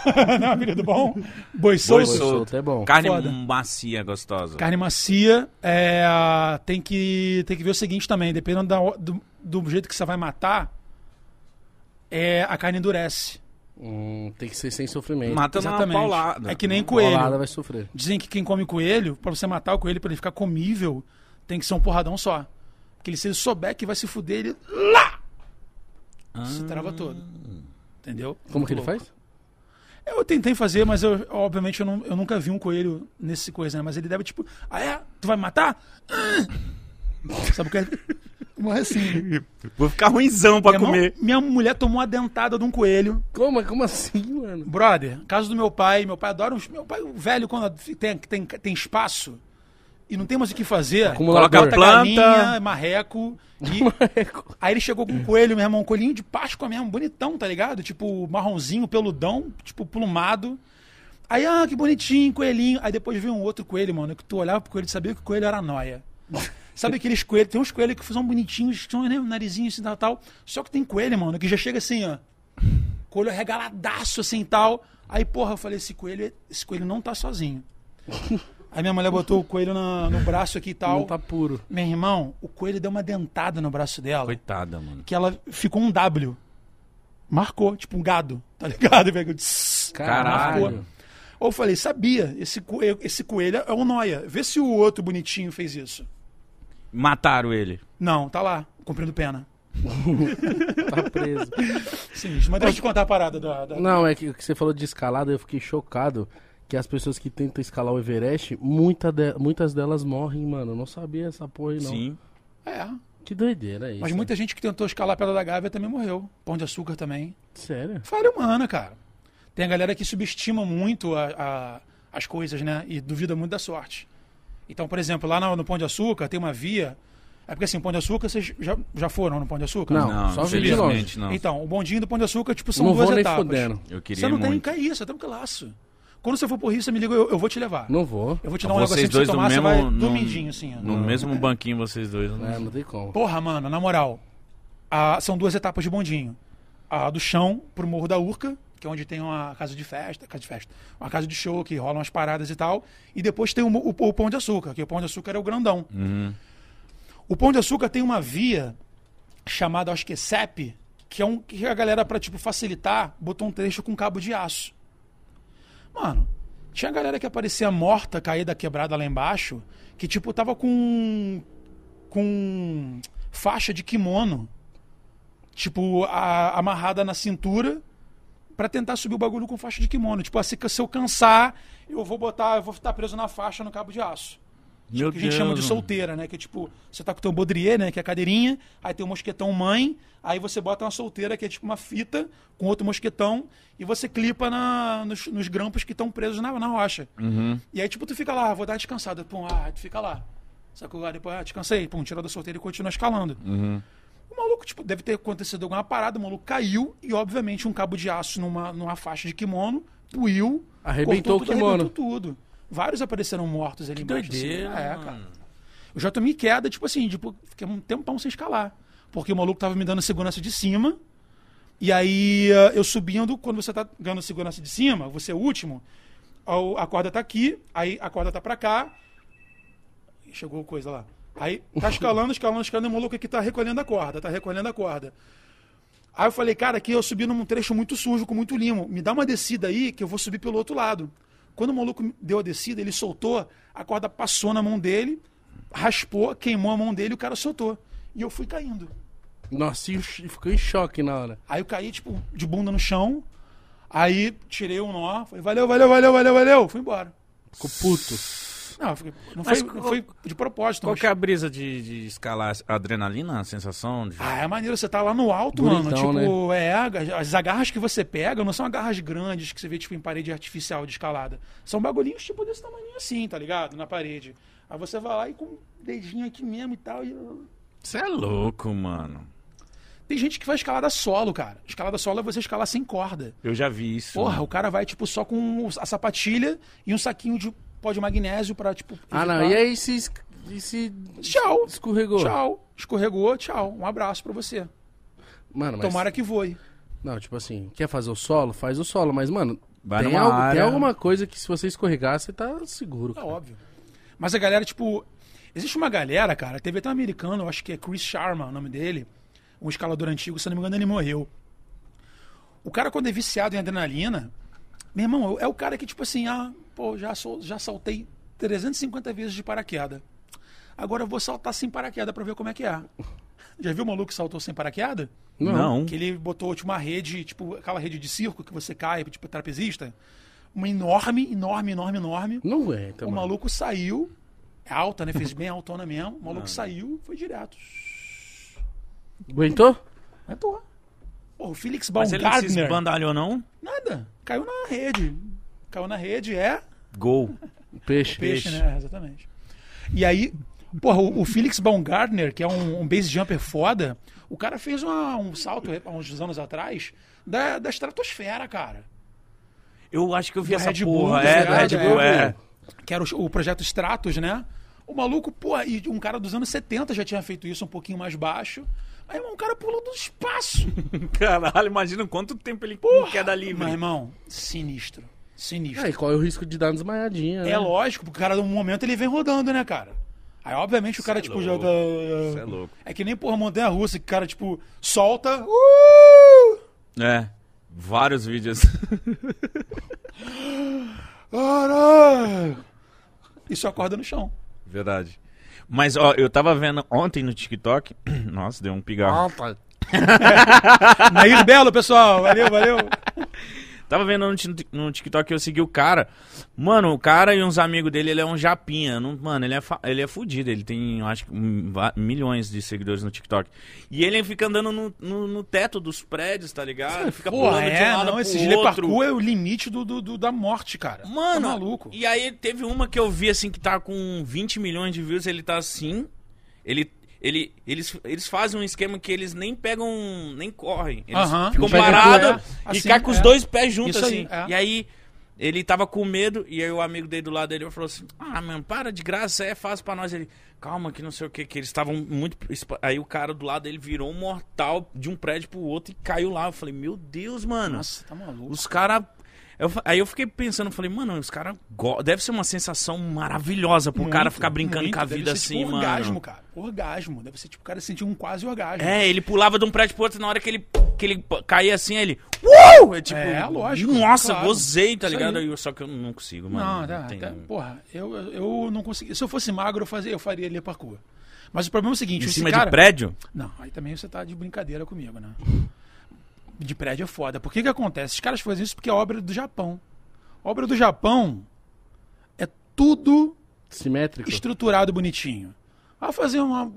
[SPEAKER 2] Não, É um apelido bom? (laughs) Boi solto.
[SPEAKER 1] Boi solto é bom.
[SPEAKER 3] Carne
[SPEAKER 2] Foda.
[SPEAKER 3] macia, gostosa.
[SPEAKER 2] Carne macia. é, tem, que, tem que ver o seguinte também: dependendo da ho- do, do jeito que você vai matar, é, a carne endurece.
[SPEAKER 1] Hum, tem que ser sem sofrimento.
[SPEAKER 3] Mata na
[SPEAKER 2] Exatamente.
[SPEAKER 3] paulada. Né?
[SPEAKER 2] É que nem coelho.
[SPEAKER 1] Bolada vai sofrer.
[SPEAKER 2] Dizem que quem come coelho, pra você matar o coelho, pra ele ficar comível, tem que ser um porradão só. Porque ele, se ele souber que vai se fuder, ele. Lá! Se trava todo. Entendeu?
[SPEAKER 1] Como que ele faz?
[SPEAKER 2] Eu tentei fazer, mas eu, obviamente, eu, não- eu nunca vi um coelho nesse coisa, né? Mas ele deve, tipo, ah é? Tu vai me matar? Sabe o que é? Morre assim.
[SPEAKER 3] Vou ficar ruimzão pra
[SPEAKER 2] Meu irmão,
[SPEAKER 3] comer.
[SPEAKER 2] minha mulher tomou uma dentada de um coelho.
[SPEAKER 1] Como, como assim, mano? (laughs)
[SPEAKER 2] Brother, caso do meu pai, meu pai adora uns. Meu pai, o velho, quando tem, tem, tem espaço e não tem mais o que fazer.
[SPEAKER 1] Acumulador.
[SPEAKER 2] bota
[SPEAKER 3] Coloca planta.
[SPEAKER 2] galinha, marreco. E...
[SPEAKER 3] (laughs)
[SPEAKER 1] É
[SPEAKER 2] Aí ele chegou
[SPEAKER 1] Hum.
[SPEAKER 2] com um coelho, meu irmão, um coelhinho de Páscoa mesmo, bonitão, tá ligado? Tipo, marronzinho, peludão, tipo, plumado. Aí, ah, que bonitinho, coelhinho. Aí depois veio um outro coelho, mano, que tu olhava pro coelho e sabia que o coelho
[SPEAKER 1] (laughs)
[SPEAKER 2] era noia. Sabe aqueles coelhos? Tem uns coelhos que são bonitinhos, que são né, narizinho assim, tal, tal. Só que tem coelho, mano, que já chega assim, ó. Coelho regaladaço assim e tal. Aí, porra, eu falei, esse coelho, esse coelho não
[SPEAKER 1] (laughs)
[SPEAKER 2] tá sozinho. Aí minha mulher botou o coelho na- no braço aqui e tal.
[SPEAKER 1] Não tá puro.
[SPEAKER 2] Meu irmão, o coelho deu uma dentada no braço dela,
[SPEAKER 3] Coitada, mano.
[SPEAKER 2] que ela ficou um W. Marcou, tipo um gado, tá ligado? (laughs) velho? Tss.
[SPEAKER 1] Caralho.
[SPEAKER 2] Ou eu falei, sabia, esse coelho, esse coelho é um noia. Vê se o outro bonitinho fez isso.
[SPEAKER 3] Mataram ele.
[SPEAKER 2] Não, tá lá, cumprindo pena.
[SPEAKER 1] Tá preso.
[SPEAKER 2] Sinistro. Mas deixa eu te contar a parada da.
[SPEAKER 1] (laughs)
[SPEAKER 2] da-
[SPEAKER 1] Não, é que o que você falou de escalada, eu fiquei chocado. Que as pessoas que tentam escalar o Everest, muita de- muitas delas morrem, mano. Eu não sabia essa porra aí, não.
[SPEAKER 3] Sim.
[SPEAKER 2] É.
[SPEAKER 1] Que doideira é isso.
[SPEAKER 2] Mas muita gente que tentou escalar a Pedra da Gávea também morreu. Pão de açúcar também.
[SPEAKER 1] Sério?
[SPEAKER 2] Falha humana, cara. Tem a galera que subestima muito a- a- as coisas, né? E duvida muito da sorte. Então, por exemplo, lá no, no Pão de Açúcar tem uma via. É porque assim, Pão de Açúcar, vocês já, já foram no Pão de Açúcar?
[SPEAKER 1] Não.
[SPEAKER 3] Não,
[SPEAKER 1] só vi de
[SPEAKER 3] infelizmente não.
[SPEAKER 2] Então, o bondinho do Pão de Açúcar, tipo, são
[SPEAKER 1] não
[SPEAKER 2] duas
[SPEAKER 1] vou nem
[SPEAKER 2] etapas.
[SPEAKER 1] fudendo.
[SPEAKER 3] Eu queria
[SPEAKER 2] você não tem que
[SPEAKER 3] muito.
[SPEAKER 2] cair, você tá um classo. Quando você for pro Rio, você me liga, eu, eu vou te levar.
[SPEAKER 1] Não vou.
[SPEAKER 2] Eu vou te dar um negocinho
[SPEAKER 3] Vocês
[SPEAKER 2] pra você
[SPEAKER 3] dois no
[SPEAKER 2] tomar, você
[SPEAKER 3] mesmo...
[SPEAKER 2] vai
[SPEAKER 3] num-
[SPEAKER 2] dormidinho, assim. ó.
[SPEAKER 3] No mesmo banquinho, vocês dois. né?
[SPEAKER 1] É, não tem como.
[SPEAKER 2] Porra, mano, na moral. a- são duas etapas de bondinho. A do chão pro Morro da Urca, que é onde tem uma casa de festa, casa de festa, uma casa de show que rolam as paradas e tal. E depois tem o, mo- o, o Pão de Açúcar, que o Pão de Açúcar é o grandão. O Pão de Açúcar tem uma via chamada, acho que é CEP, que é um que a galera, pra tipo, facilitar, botou um trecho com cabo de aço. Mano, tinha galera que aparecia morta, caída, quebrada lá embaixo, que tipo, tava com com faixa de kimono tipo, a- amarrada na cintura pra tentar subir o bagulho com faixa de kimono. Tipo, assim, que se eu cansar, eu vou botar, eu vou estar preso na faixa no cabo de aço.
[SPEAKER 3] Meu
[SPEAKER 2] que a gente chama de
[SPEAKER 3] mano.
[SPEAKER 2] solteira, né? Que é tipo, você tá com o teu baudrier, né? Que é a cadeirinha, aí tem o mosquetão mãe, aí você bota uma solteira que é tipo uma fita com outro mosquetão e você clipa na, nos, nos grampos que estão presos na, na rocha.
[SPEAKER 1] Uhum.
[SPEAKER 2] E aí, tipo, tu fica lá, vou dar descansada, pum, ah, aí tu fica lá. Sacou? Aí depois, ah, descansei, pum, tira da solteira e continua escalando.
[SPEAKER 1] Uhum.
[SPEAKER 2] O maluco, tipo, deve ter acontecido alguma parada, o maluco caiu e, obviamente, um cabo de aço numa, numa faixa de kimono, puiu.
[SPEAKER 1] Arrebentou
[SPEAKER 2] cortou
[SPEAKER 1] o kimono.
[SPEAKER 2] Arrebentou tudo. Vários apareceram mortos ali embaixo. assim.
[SPEAKER 3] doideira,
[SPEAKER 2] É, cara. Eu já tomei queda, tipo assim, tipo, fiquei um tempão sem escalar. Porque o maluco tava me dando segurança de cima. E aí eh, eu subindo, quando você tá ganhando segurança de cima, você é o último, ao- a corda tá aqui, aí a corda tá pra cá. e Chegou coisa lá. Aí tá escalando, escalando, escalando, e o maluco aqui tá recolhendo a corda, tá recolhendo a corda. Aí eu falei, cara, aqui eu subi num trecho muito sujo, com muito limo. Me dá uma descida aí que eu vou subir pelo outro lado. Quando o maluco me deu a descida, ele soltou, a corda passou na mão dele, raspou, queimou a mão dele e o cara soltou. E eu fui caindo.
[SPEAKER 1] Nossa, e ficou em choque na hora.
[SPEAKER 2] Aí eu caí, tipo, de bunda no chão. Aí tirei o nó, falei, valeu, valeu, valeu, valeu, valeu. Fui embora.
[SPEAKER 1] Ficou puto.
[SPEAKER 2] Não, eu fiquei- não
[SPEAKER 3] Mas
[SPEAKER 2] foi, não foi de propósito.
[SPEAKER 3] Qual
[SPEAKER 2] mas-
[SPEAKER 3] que é a brisa de, de escalar? A Adrenalina? A sensação? De...
[SPEAKER 2] Ah, é maneiro, você tá lá no alto, mano.
[SPEAKER 1] Bonitão, né?
[SPEAKER 2] Tipo, é, as- as agarras que você pega não são agarras grandes que você vê, tipo, em parede artificial de escalada. São bagulhinhos, tipo, desse tamanho assim, tá ligado? Na parede. Aí você vai lá e com o dedinho aqui mesmo e tal. e-
[SPEAKER 3] Você é louco, mano.
[SPEAKER 2] Tem gente que faz escalada solo, cara. Escalada solo é você escalar sem corda.
[SPEAKER 3] Eu já vi isso.
[SPEAKER 2] Porra, o cara vai, tipo, só com a sapatilha e um saquinho de pó de magnésio pra, tipo.
[SPEAKER 1] Ah, não.
[SPEAKER 2] evitar-
[SPEAKER 1] E aí se, es- e se
[SPEAKER 2] Tchau.
[SPEAKER 1] escorregou?
[SPEAKER 2] Tchau. Escorregou, tchau. Um abraço pra você.
[SPEAKER 1] Mano, mas...
[SPEAKER 2] Tomara que voe.
[SPEAKER 1] Não, tipo assim, quer fazer o solo? Faz o solo. Mas, mano,
[SPEAKER 3] Vai
[SPEAKER 1] tem,
[SPEAKER 3] numa
[SPEAKER 1] algo- tem
[SPEAKER 3] área.
[SPEAKER 1] alguma coisa que se você escorregar, você tá seguro.
[SPEAKER 2] É
[SPEAKER 1] cara.
[SPEAKER 2] óbvio. Mas a galera, tipo. Existe uma galera, cara, teve até um americano, eu acho que é Chris Sharma o nome dele, um escalador antigo, se eu não me engano, ele morreu. O cara, quando é viciado em adrenalina, meu irmão, é o cara que, tipo assim, ah, pô, já, sol- já saltei 350 vezes de paraquedas. Agora eu vou saltar sem paraquedas pra ver como é que é. Já viu o maluco que saltou sem paraquedas?
[SPEAKER 3] Não.
[SPEAKER 2] Que ele botou tipo, uma rede, tipo aquela rede de circo que você cai, tipo trapezista. Uma enorme, enorme, enorme, enorme.
[SPEAKER 1] Não aguenta,
[SPEAKER 2] O
[SPEAKER 1] mano.
[SPEAKER 2] maluco saiu, é alta, né? Fez bem altona mesmo. O
[SPEAKER 3] Ah.
[SPEAKER 2] maluco saiu, foi direto.
[SPEAKER 1] Aguentou?
[SPEAKER 2] Entrou. Pô, o Felix
[SPEAKER 3] Mas ele não se
[SPEAKER 2] Baumgartner.
[SPEAKER 3] esbandalhou, não?
[SPEAKER 2] Nada. Caiu na rede. Caiu na rede, é
[SPEAKER 3] Gol.
[SPEAKER 1] Peixe.
[SPEAKER 2] peixe, né? É, Exatamente. E aí, porra, o, o Felix Baumgartner, que é um, um base jumper foda, o cara fez uma- um salto há uns anos atrás da, da estratosfera, cara.
[SPEAKER 3] Eu acho que eu vi
[SPEAKER 2] Do
[SPEAKER 3] essa
[SPEAKER 2] Red Bull,
[SPEAKER 3] porra.
[SPEAKER 2] tá
[SPEAKER 3] é, do
[SPEAKER 2] ligado?
[SPEAKER 3] Red Bull,
[SPEAKER 2] É.
[SPEAKER 3] é.
[SPEAKER 2] que era o, o projeto Stratos, né? O maluco, pô, e um cara dos anos 70 já tinha feito isso um pouquinho mais baixo. Aí, irmão, o cara pulou do espaço.
[SPEAKER 3] (laughs) Caralho, imagina quanto tempo ele queda livre.
[SPEAKER 2] Meu irmão, sinistro. Sinistro.
[SPEAKER 1] Ah, e qual é o risco de dar uma desmaiadinha, né?
[SPEAKER 2] É lógico, porque o cara, num momento, ele vem rodando, né, cara? Aí, obviamente, o cara, tipo, já tá.
[SPEAKER 3] é Cê é louco.
[SPEAKER 2] É que nem, porra, montanha russa, que o cara, tipo, solta. Uh!
[SPEAKER 3] É. Vários vídeos.
[SPEAKER 2] Caralho! E só acorda no
[SPEAKER 3] (laughs)
[SPEAKER 2] chão.
[SPEAKER 3] Verdade. Mas, ó, eu tava vendo ontem no TikTok. (clears throat) Nossa, deu um pigarro.
[SPEAKER 2] Nair Belo, pessoal. Valeu, valeu.
[SPEAKER 3] Tava vendo no, ti- no TikTok eu segui o cara. Mano, o cara e uns amigos dele, ele é um japinha. Não- mano, ele é, fa- ele é fudido. Ele tem, eu acho que, hum, va- milhões de seguidores no TikTok. E ele fica andando no, no- no teto dos prédios, tá ligado? Fica
[SPEAKER 2] Porra,
[SPEAKER 3] pulando de
[SPEAKER 2] é,
[SPEAKER 3] um lado
[SPEAKER 2] não,
[SPEAKER 3] pro
[SPEAKER 2] esse
[SPEAKER 3] outro.
[SPEAKER 2] gile parkour é o limite do, do- do- da morte, cara. Tá
[SPEAKER 3] Mano,
[SPEAKER 2] maluco.
[SPEAKER 3] e aí teve uma que eu vi assim que tá com 20 milhões de views, ele tá assim. Ele ele eles, eles fazem um esquema que eles nem pegam, nem correm. Eles
[SPEAKER 2] Aham. Não
[SPEAKER 3] ficam
[SPEAKER 2] pega
[SPEAKER 3] parados
[SPEAKER 2] pé,
[SPEAKER 3] e
[SPEAKER 2] assim,
[SPEAKER 3] caem com os
[SPEAKER 2] é.
[SPEAKER 3] dois pés juntos
[SPEAKER 2] Isso aí,
[SPEAKER 3] assim.
[SPEAKER 2] é.
[SPEAKER 3] E aí ele tava com medo e aí o amigo dele do lado dele falou assim: "Ah, mano, para de graça, é fácil pra nós ele. Calma que não sei o que que eles estavam muito espa- aí o cara do lado dele virou um mortal de um prédio pro outro e caiu lá. Eu falei: "Meu Deus, mano".
[SPEAKER 2] Nossa, tá maluco.
[SPEAKER 3] Os caras. aí eu fiquei pensando, falei, mano, os caras. go- Deve ser uma sensação maravilhosa pro cara ficar brincando
[SPEAKER 2] Muito,
[SPEAKER 3] com a
[SPEAKER 2] deve
[SPEAKER 3] vida
[SPEAKER 2] ser, tipo,
[SPEAKER 3] assim, mano.
[SPEAKER 2] orgasmo, cara. Orgasmo. Deve ser tipo o cara sentir um quase orgasmo.
[SPEAKER 3] É, ele pulava de um prédio pro outro, na hora que ele, que ele p- caía assim, aí ele. Uou! É tipo.
[SPEAKER 2] É, lógico,
[SPEAKER 3] Nossa,
[SPEAKER 2] claro.
[SPEAKER 3] gozei, tá
[SPEAKER 2] Isso
[SPEAKER 3] ligado?
[SPEAKER 2] aí.
[SPEAKER 3] Eu- só que eu não consigo, mano.
[SPEAKER 2] Não, tá,
[SPEAKER 3] tem- um-
[SPEAKER 2] tá- porra, eu, eu não consegui. Se eu fosse magro, eu, fazia, eu faria ele parkour. Mas o problema é o seguinte:
[SPEAKER 3] Em
[SPEAKER 2] esse
[SPEAKER 3] cima
[SPEAKER 2] cara...
[SPEAKER 3] de prédio?
[SPEAKER 2] Não, aí também você tá de brincadeira comigo, né? De prédio é foda. Por que que acontece? Os caras fazem isso porque é obra do Japão. Obra do Japão é tudo
[SPEAKER 1] Simétrico.
[SPEAKER 2] estruturado bonitinho. Vai fazer uma,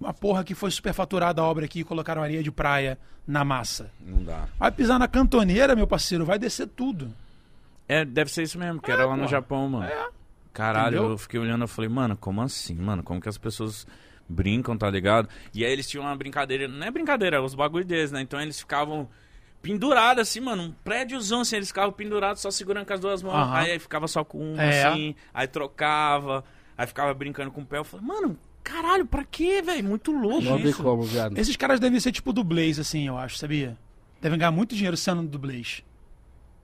[SPEAKER 2] uma porra que foi superfaturada a obra aqui e colocaram areia de praia na massa.
[SPEAKER 3] Não dá.
[SPEAKER 2] Vai pisar na cantoneira, meu parceiro, vai descer tudo.
[SPEAKER 3] É, deve ser isso mesmo, que era lá no Japão, mano.
[SPEAKER 2] É.
[SPEAKER 3] Caralho, eu fiquei olhando, eu falei, mano, como assim, mano? Como que as pessoas brincam, tá ligado? E aí eles tinham uma brincadeira, não é brincadeira, é os bagulho deles, né? Então eles ficavam pendurados assim, mano, um prédiozão assim, eles ficavam pendurados só segurando com as duas mãos.
[SPEAKER 2] Aham.
[SPEAKER 3] Aí, aí ficava só com uma
[SPEAKER 2] É.
[SPEAKER 3] assim, aí trocava, aí ficava brincando com o pé. Eu falei, mano, caralho, pra quê, velho? Muito louco
[SPEAKER 1] Não tem
[SPEAKER 3] isso.
[SPEAKER 1] como, viado.
[SPEAKER 2] Esses caras devem ser tipo dublês, assim, eu acho, sabia? Devem ganhar muito dinheiro sendo dublês.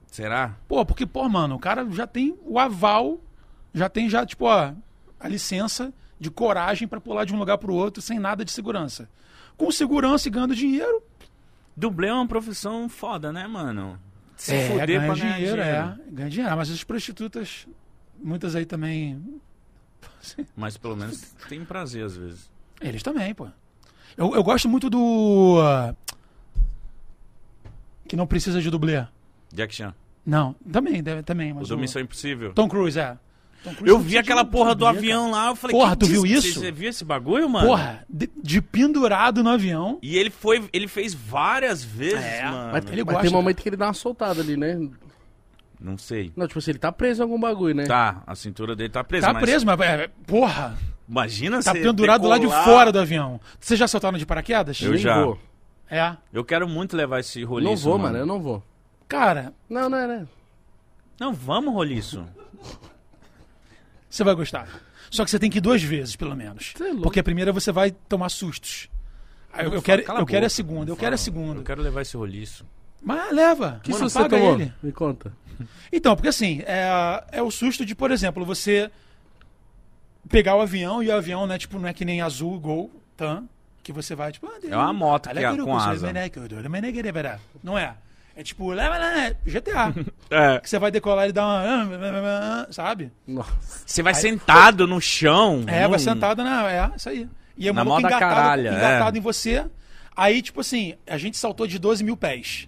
[SPEAKER 3] Será?
[SPEAKER 2] Pô, porque, pô, mano, o cara já tem o aval, já tem já, tipo, ó, a licença de coragem pra pular de um lugar pro outro sem nada de segurança. Com segurança e ganhando dinheiro,
[SPEAKER 3] Dublê é uma profissão foda, né, mano? Se
[SPEAKER 2] é,
[SPEAKER 3] fuder
[SPEAKER 2] ganha
[SPEAKER 3] pra ganhar
[SPEAKER 2] dinheiro,
[SPEAKER 3] dinheiro.
[SPEAKER 2] é. Ganha dinheiro, mas as prostitutas, muitas aí também.
[SPEAKER 3] Mas pelo menos
[SPEAKER 2] (laughs)
[SPEAKER 3] tem prazer às vezes.
[SPEAKER 2] Eles também, pô. Eu, eu gosto muito do. ah, Que não precisa de dublê.
[SPEAKER 3] Jack Chan.
[SPEAKER 2] Não, também, deve, também.
[SPEAKER 3] O
[SPEAKER 2] Mas
[SPEAKER 3] do
[SPEAKER 2] o-
[SPEAKER 3] Missão Impossível.
[SPEAKER 2] Tom Cruise, é. Tom Cruise
[SPEAKER 3] Eu
[SPEAKER 2] não
[SPEAKER 3] vi
[SPEAKER 2] precisa de
[SPEAKER 3] aquela porra do
[SPEAKER 2] dublê,
[SPEAKER 3] avião lá, eu falei...
[SPEAKER 2] Porra,
[SPEAKER 3] que
[SPEAKER 2] tu viu
[SPEAKER 3] des-
[SPEAKER 2] isso?
[SPEAKER 3] Você viu esse bagulho, mano?
[SPEAKER 2] cara. Porra, de, de pendurado no avião.
[SPEAKER 3] E ele foi... Ele fez várias vezes,
[SPEAKER 2] É,
[SPEAKER 3] mano.
[SPEAKER 1] Mas,
[SPEAKER 2] Ele
[SPEAKER 1] mas
[SPEAKER 2] gosta,
[SPEAKER 1] tem um momento que ele dá uma soltada ali, né?
[SPEAKER 3] Não sei.
[SPEAKER 1] Não, tipo assim, ele tá preso em algum bagulho, né?
[SPEAKER 3] Tá, a cintura dele tá presa,
[SPEAKER 2] Tá
[SPEAKER 3] mas...
[SPEAKER 2] preso, mas. é, porra,
[SPEAKER 3] Imagina
[SPEAKER 2] tá
[SPEAKER 3] você
[SPEAKER 2] pendurado lá de
[SPEAKER 3] decolar.
[SPEAKER 2] fora do avião. Vocês já soltaram de paraquedas?
[SPEAKER 3] Eu já.
[SPEAKER 1] vou.
[SPEAKER 2] É.
[SPEAKER 3] Eu quero muito levar esse roliço,
[SPEAKER 1] Não vou, mano. eu não vou.
[SPEAKER 2] Cara,
[SPEAKER 1] Não, é, né? não, não.
[SPEAKER 3] Não, vamos, roliço.
[SPEAKER 2] Você vai gostar. Só que você tem que ir duas vezes, pelo menos.
[SPEAKER 1] Você é louco.
[SPEAKER 2] Porque a primeira você vai tomar sustos. Aí eu, eu quero, eu quero a segunda, eu quero a segunda.
[SPEAKER 3] Eu quero levar esse roliço.
[SPEAKER 2] Mas leva.
[SPEAKER 1] Que
[SPEAKER 2] Mano,
[SPEAKER 1] susto você
[SPEAKER 2] paga
[SPEAKER 1] tomou?
[SPEAKER 2] ele.
[SPEAKER 1] Me conta.
[SPEAKER 2] Então, porque assim, é, é o susto de, por exemplo, você pegar o avião e o avião, né, tipo, não é que nem azul, gol, tan, que você vai, tipo...
[SPEAKER 3] É uma moto que é com asa.
[SPEAKER 2] Não é. É tipo,
[SPEAKER 3] (laughs)
[SPEAKER 2] GTA.
[SPEAKER 3] É.
[SPEAKER 2] que você vai decolar e dá "Ah, uma... Sabe?
[SPEAKER 1] Nossa.
[SPEAKER 3] Você vai sentado no chão.
[SPEAKER 2] É,
[SPEAKER 3] num-
[SPEAKER 2] vai sentada na. É, isso aí. E é
[SPEAKER 3] Hum. Na
[SPEAKER 2] maluco
[SPEAKER 3] moda
[SPEAKER 2] engatado,
[SPEAKER 3] caralha,
[SPEAKER 2] engatado
[SPEAKER 3] é.
[SPEAKER 2] em você. Aí, tipo assim, a gente saltou de 12 mil pés.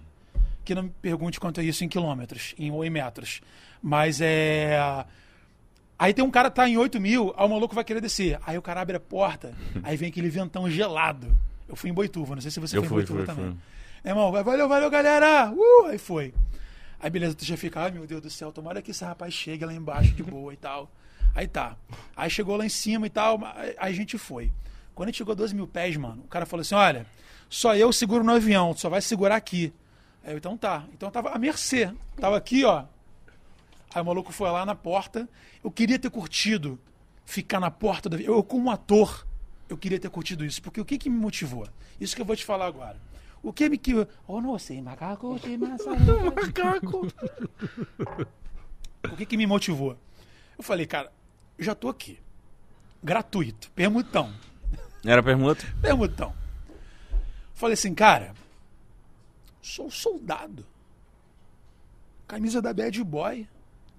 [SPEAKER 2] Que não me pergunte quanto é isso em quilômetros em, ou em metros. Mas é. Aí tem um cara que tá em 8 mil, aí o maluco vai querer descer. Aí o cara abre a
[SPEAKER 3] (laughs)
[SPEAKER 2] porta, aí vem aquele ventão gelado. Eu fui em Boituva, não sei se você
[SPEAKER 3] Eu
[SPEAKER 2] foi em
[SPEAKER 3] fui,
[SPEAKER 2] Boituva
[SPEAKER 3] fui,
[SPEAKER 2] também.
[SPEAKER 3] fui.
[SPEAKER 2] É, irmão, vai- valeu, valeu, galera! Uh! Aí foi. Aí beleza, tu já fica, ai meu Deus do céu, tomara que esse rapaz chegue lá embaixo de boa e tal. Aí tá. Aí chegou lá em cima e tal, ma- aí a gente foi. Quando a gente chegou a 12 mil pés, mano, o cara falou assim: olha, só eu seguro no avião, tu só vai segurar aqui. Aí eu, então tá. Então eu tava à mercê. Tava aqui, ó. Aí o maluco foi lá na porta. Eu queria ter curtido ficar na porta da. Eu, eu como ator, eu queria ter curtido isso. Porque o que, que me motivou? Isso que eu vou te falar agora. O que me que. Oh, não sei, macaco, tem massa. macaco. o que, que me motivou? Eu falei, cara, eu já tô aqui. Gratuito, permutão
[SPEAKER 3] Era permuta?
[SPEAKER 2] permutão. Falei assim, cara, sou um soldado. Camisa da Bad Boy.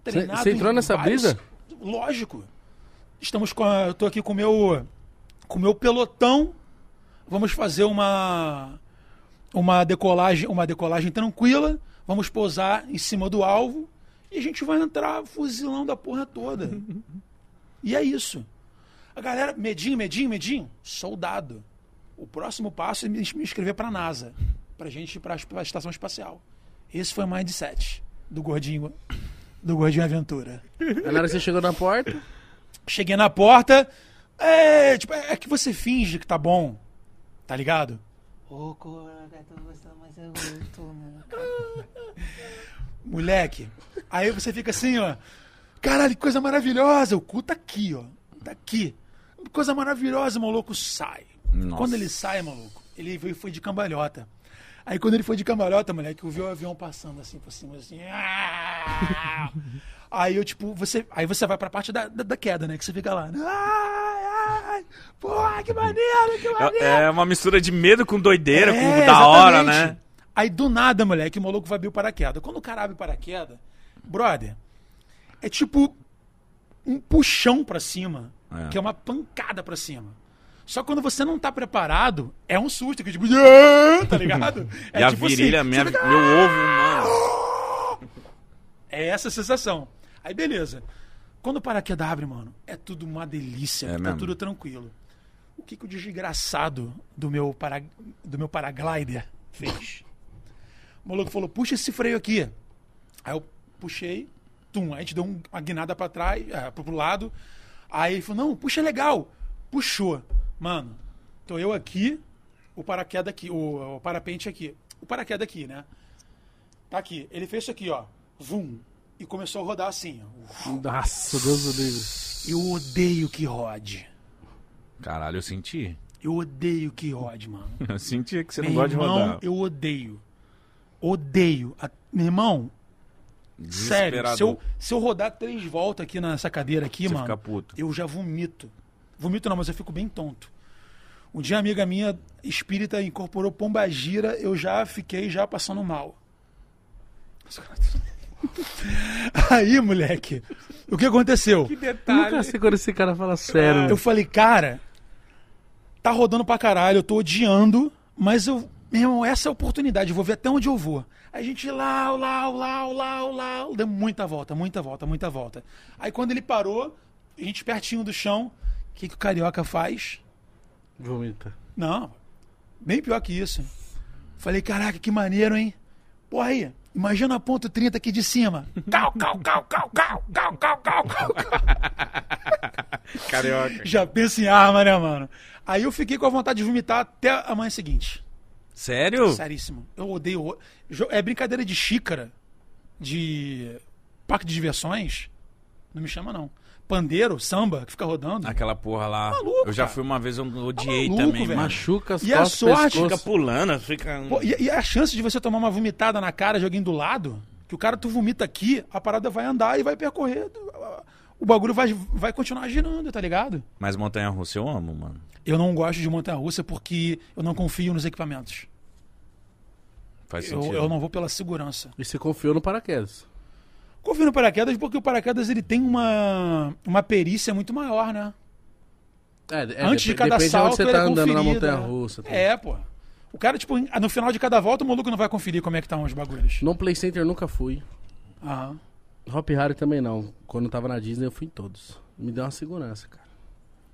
[SPEAKER 2] treinado
[SPEAKER 1] cê entrou
[SPEAKER 2] em
[SPEAKER 1] nessa brisa?
[SPEAKER 2] Lógico. Estamos com a- eu tô aqui com o meu com o meu pelotão. Vamos fazer uma uma decolagem, uma decolagem tranquila. Vamos pousar em cima do alvo e a gente vai entrar fuzilão da porra toda.
[SPEAKER 1] (laughs)
[SPEAKER 2] e é isso. A galera, medinho, medinho, medinho, soldado. O próximo passo é me me inscrever para a NASA, para gente para a estação espacial. Esse foi o mindset do gordinho, do gordinho aventura.
[SPEAKER 1] Aí na hora que você chegou na
[SPEAKER 2] (laughs)
[SPEAKER 1] porta,
[SPEAKER 2] Cheguei na porta, é, tipo, é que você finge que tá bom, tá ligado?
[SPEAKER 7] Ô, cora, tô gostando, mas eu tô, mano.
[SPEAKER 2] Moleque, aí você fica assim, ó. Caralho, que coisa maravilhosa. O cu tá aqui, ó. Tá aqui. Coisa maravilhosa, o maluco sai.
[SPEAKER 3] Nossa.
[SPEAKER 2] Quando ele sai, maluco, ele foi- foi de cambalhota. Aí quando ele foi de cambalhota, moleque, eu vi o avião passando assim por cima, assim. ah! Aí eu, tipo, você. Aí você vai pra parte da, da, da queda, né? Que você fica lá. Ai, ai, porra, que maneiro, que maneiro.
[SPEAKER 3] É, é uma mistura de medo com doideira,
[SPEAKER 2] Tá É,
[SPEAKER 3] com da hora,
[SPEAKER 2] exatamente.
[SPEAKER 3] né?
[SPEAKER 2] Aí do nada, moleque, o maluco vai abrir o paraquedas. Quando o cara abre o paraquedas, brother, é tipo um puxão pra cima,
[SPEAKER 3] É.
[SPEAKER 2] que é uma pancada pra cima. Só que quando você não tá preparado, é um susto, que
[SPEAKER 3] (laughs)
[SPEAKER 2] tipo, (laughs) "Ah", tá ligado? É
[SPEAKER 3] e a
[SPEAKER 2] tipo "Ah!" assim,
[SPEAKER 3] virilha,
[SPEAKER 2] você
[SPEAKER 3] minha,
[SPEAKER 2] fica,
[SPEAKER 3] meu ovo, mano.
[SPEAKER 2] É essa a sensação. Aí beleza. Quando o paraquedas abre, mano, é tudo uma delícia, porque tá
[SPEAKER 3] mesmo.
[SPEAKER 2] tudo tranquilo. O que, que o desgraçado do meu, para... do meu paraglider fez? O maluco falou: puxa esse freio aqui. Aí eu puxei, tum, aí a gente deu um- uma guinada pra trás, é, pro pro lado. Aí ele falou: não, puxa é legal. Puxou. Mano, tô eu aqui, o paraquedas aqui, o, o parapente aqui. O paraquedas aqui, né? Tá aqui. Ele fez isso aqui, ó. Vum. E começou a rodar assim. ó.
[SPEAKER 1] Nossa, Deus do livre.
[SPEAKER 2] Eu odeio que rode.
[SPEAKER 3] Caralho, eu senti. (laughs)
[SPEAKER 2] Eu odeio que rode, mano.
[SPEAKER 3] Eu senti que você não
[SPEAKER 2] Meu
[SPEAKER 3] gosta de
[SPEAKER 2] irmão,
[SPEAKER 3] rodar.
[SPEAKER 2] eu odeio. Odeio. A- Meu irmão, sério.
[SPEAKER 3] Desesperador.
[SPEAKER 2] Se eu, se eu rodar três voltas aqui nessa cadeira aqui,
[SPEAKER 3] Você
[SPEAKER 2] mano,
[SPEAKER 3] fica puto.
[SPEAKER 2] eu já vomito. Vomito não, mas eu fico bem tonto. Um dia, uma amiga minha espírita incorporou pombagira, eu já fiquei já passando mal. (laughs) Aí, moleque, o que aconteceu?
[SPEAKER 1] Nunca sei quando esse cara fala sério.
[SPEAKER 2] Eu falei, cara, tá rodando pra caralho, eu tô odiando, mas eu. Meu irmão, essa é a oportunidade, eu vou ver até onde eu vou. Aí A gente lá, lá, lá, lá, lá, deu muita volta, muita volta, muita volta. Aí quando ele parou, a gente pertinho do chão, o que, que o carioca faz? É.
[SPEAKER 1] Vomita.
[SPEAKER 2] Não, bem pior que isso. Falei, caraca, que maneiro, hein? Porra aí, imagina a ponto 30 aqui de cima. (laughs) Cal, cal, cal, cal, cal, cal, cal, cal, cal, cal.
[SPEAKER 3] Carioca.
[SPEAKER 2] Já pensa em arma, né, mano? Aí eu fiquei com a vontade de vomitar até a manhã seguinte.
[SPEAKER 3] Sério?
[SPEAKER 2] Seríssimo. Eu odeio. jo- É brincadeira de xícara, de parque de diversões. Não me chama, não. Pandeiro, samba, que fica rodando.
[SPEAKER 3] Aquela porra lá.
[SPEAKER 2] Tá Maluco,
[SPEAKER 3] eu já
[SPEAKER 2] cara. Tá
[SPEAKER 3] fui uma vez, eu odiei
[SPEAKER 2] maluco,
[SPEAKER 3] também,
[SPEAKER 2] velho.
[SPEAKER 3] mano.
[SPEAKER 1] Machuca as
[SPEAKER 2] E a
[SPEAKER 1] costas,
[SPEAKER 2] sorte,
[SPEAKER 1] pescoço.
[SPEAKER 6] Fica pulando, fica.
[SPEAKER 2] Pô, e, e a chance de você tomar uma vomitada na cara de alguém do lado, que o cara tu vomita aqui, a parada vai andar e vai percorrer. O bagulho vai, vai continuar girando, tá ligado?
[SPEAKER 3] Mas montanha russa eu amo, mano.
[SPEAKER 2] Eu não gosto de montanha russa porque eu não confio nos equipamentos.
[SPEAKER 3] Faz
[SPEAKER 2] Eu,
[SPEAKER 3] sentido.
[SPEAKER 2] eu não vou pela segurança.
[SPEAKER 1] E você confiou no paraquedas.
[SPEAKER 2] Confio no paraquedas porque o paraquedas ele tem uma, uma perícia muito maior, né?
[SPEAKER 1] É, é,
[SPEAKER 2] Antes de
[SPEAKER 1] dep-
[SPEAKER 2] cada
[SPEAKER 1] depende
[SPEAKER 2] salto,
[SPEAKER 1] de onde você
[SPEAKER 2] ele
[SPEAKER 1] tá
[SPEAKER 2] é
[SPEAKER 1] andando na
[SPEAKER 2] conferido,
[SPEAKER 1] montanha
[SPEAKER 2] né?
[SPEAKER 1] russa. tá?
[SPEAKER 2] É, pô. O cara, tipo, em- no final de cada volta, o maluco não vai conferir como é que estão os bagulhos.
[SPEAKER 1] No Play Center eu nunca fui.
[SPEAKER 2] Aham.
[SPEAKER 1] Hop Harry também não. Quando eu tava na Disney eu fui em todos. Me deu uma segurança, cara.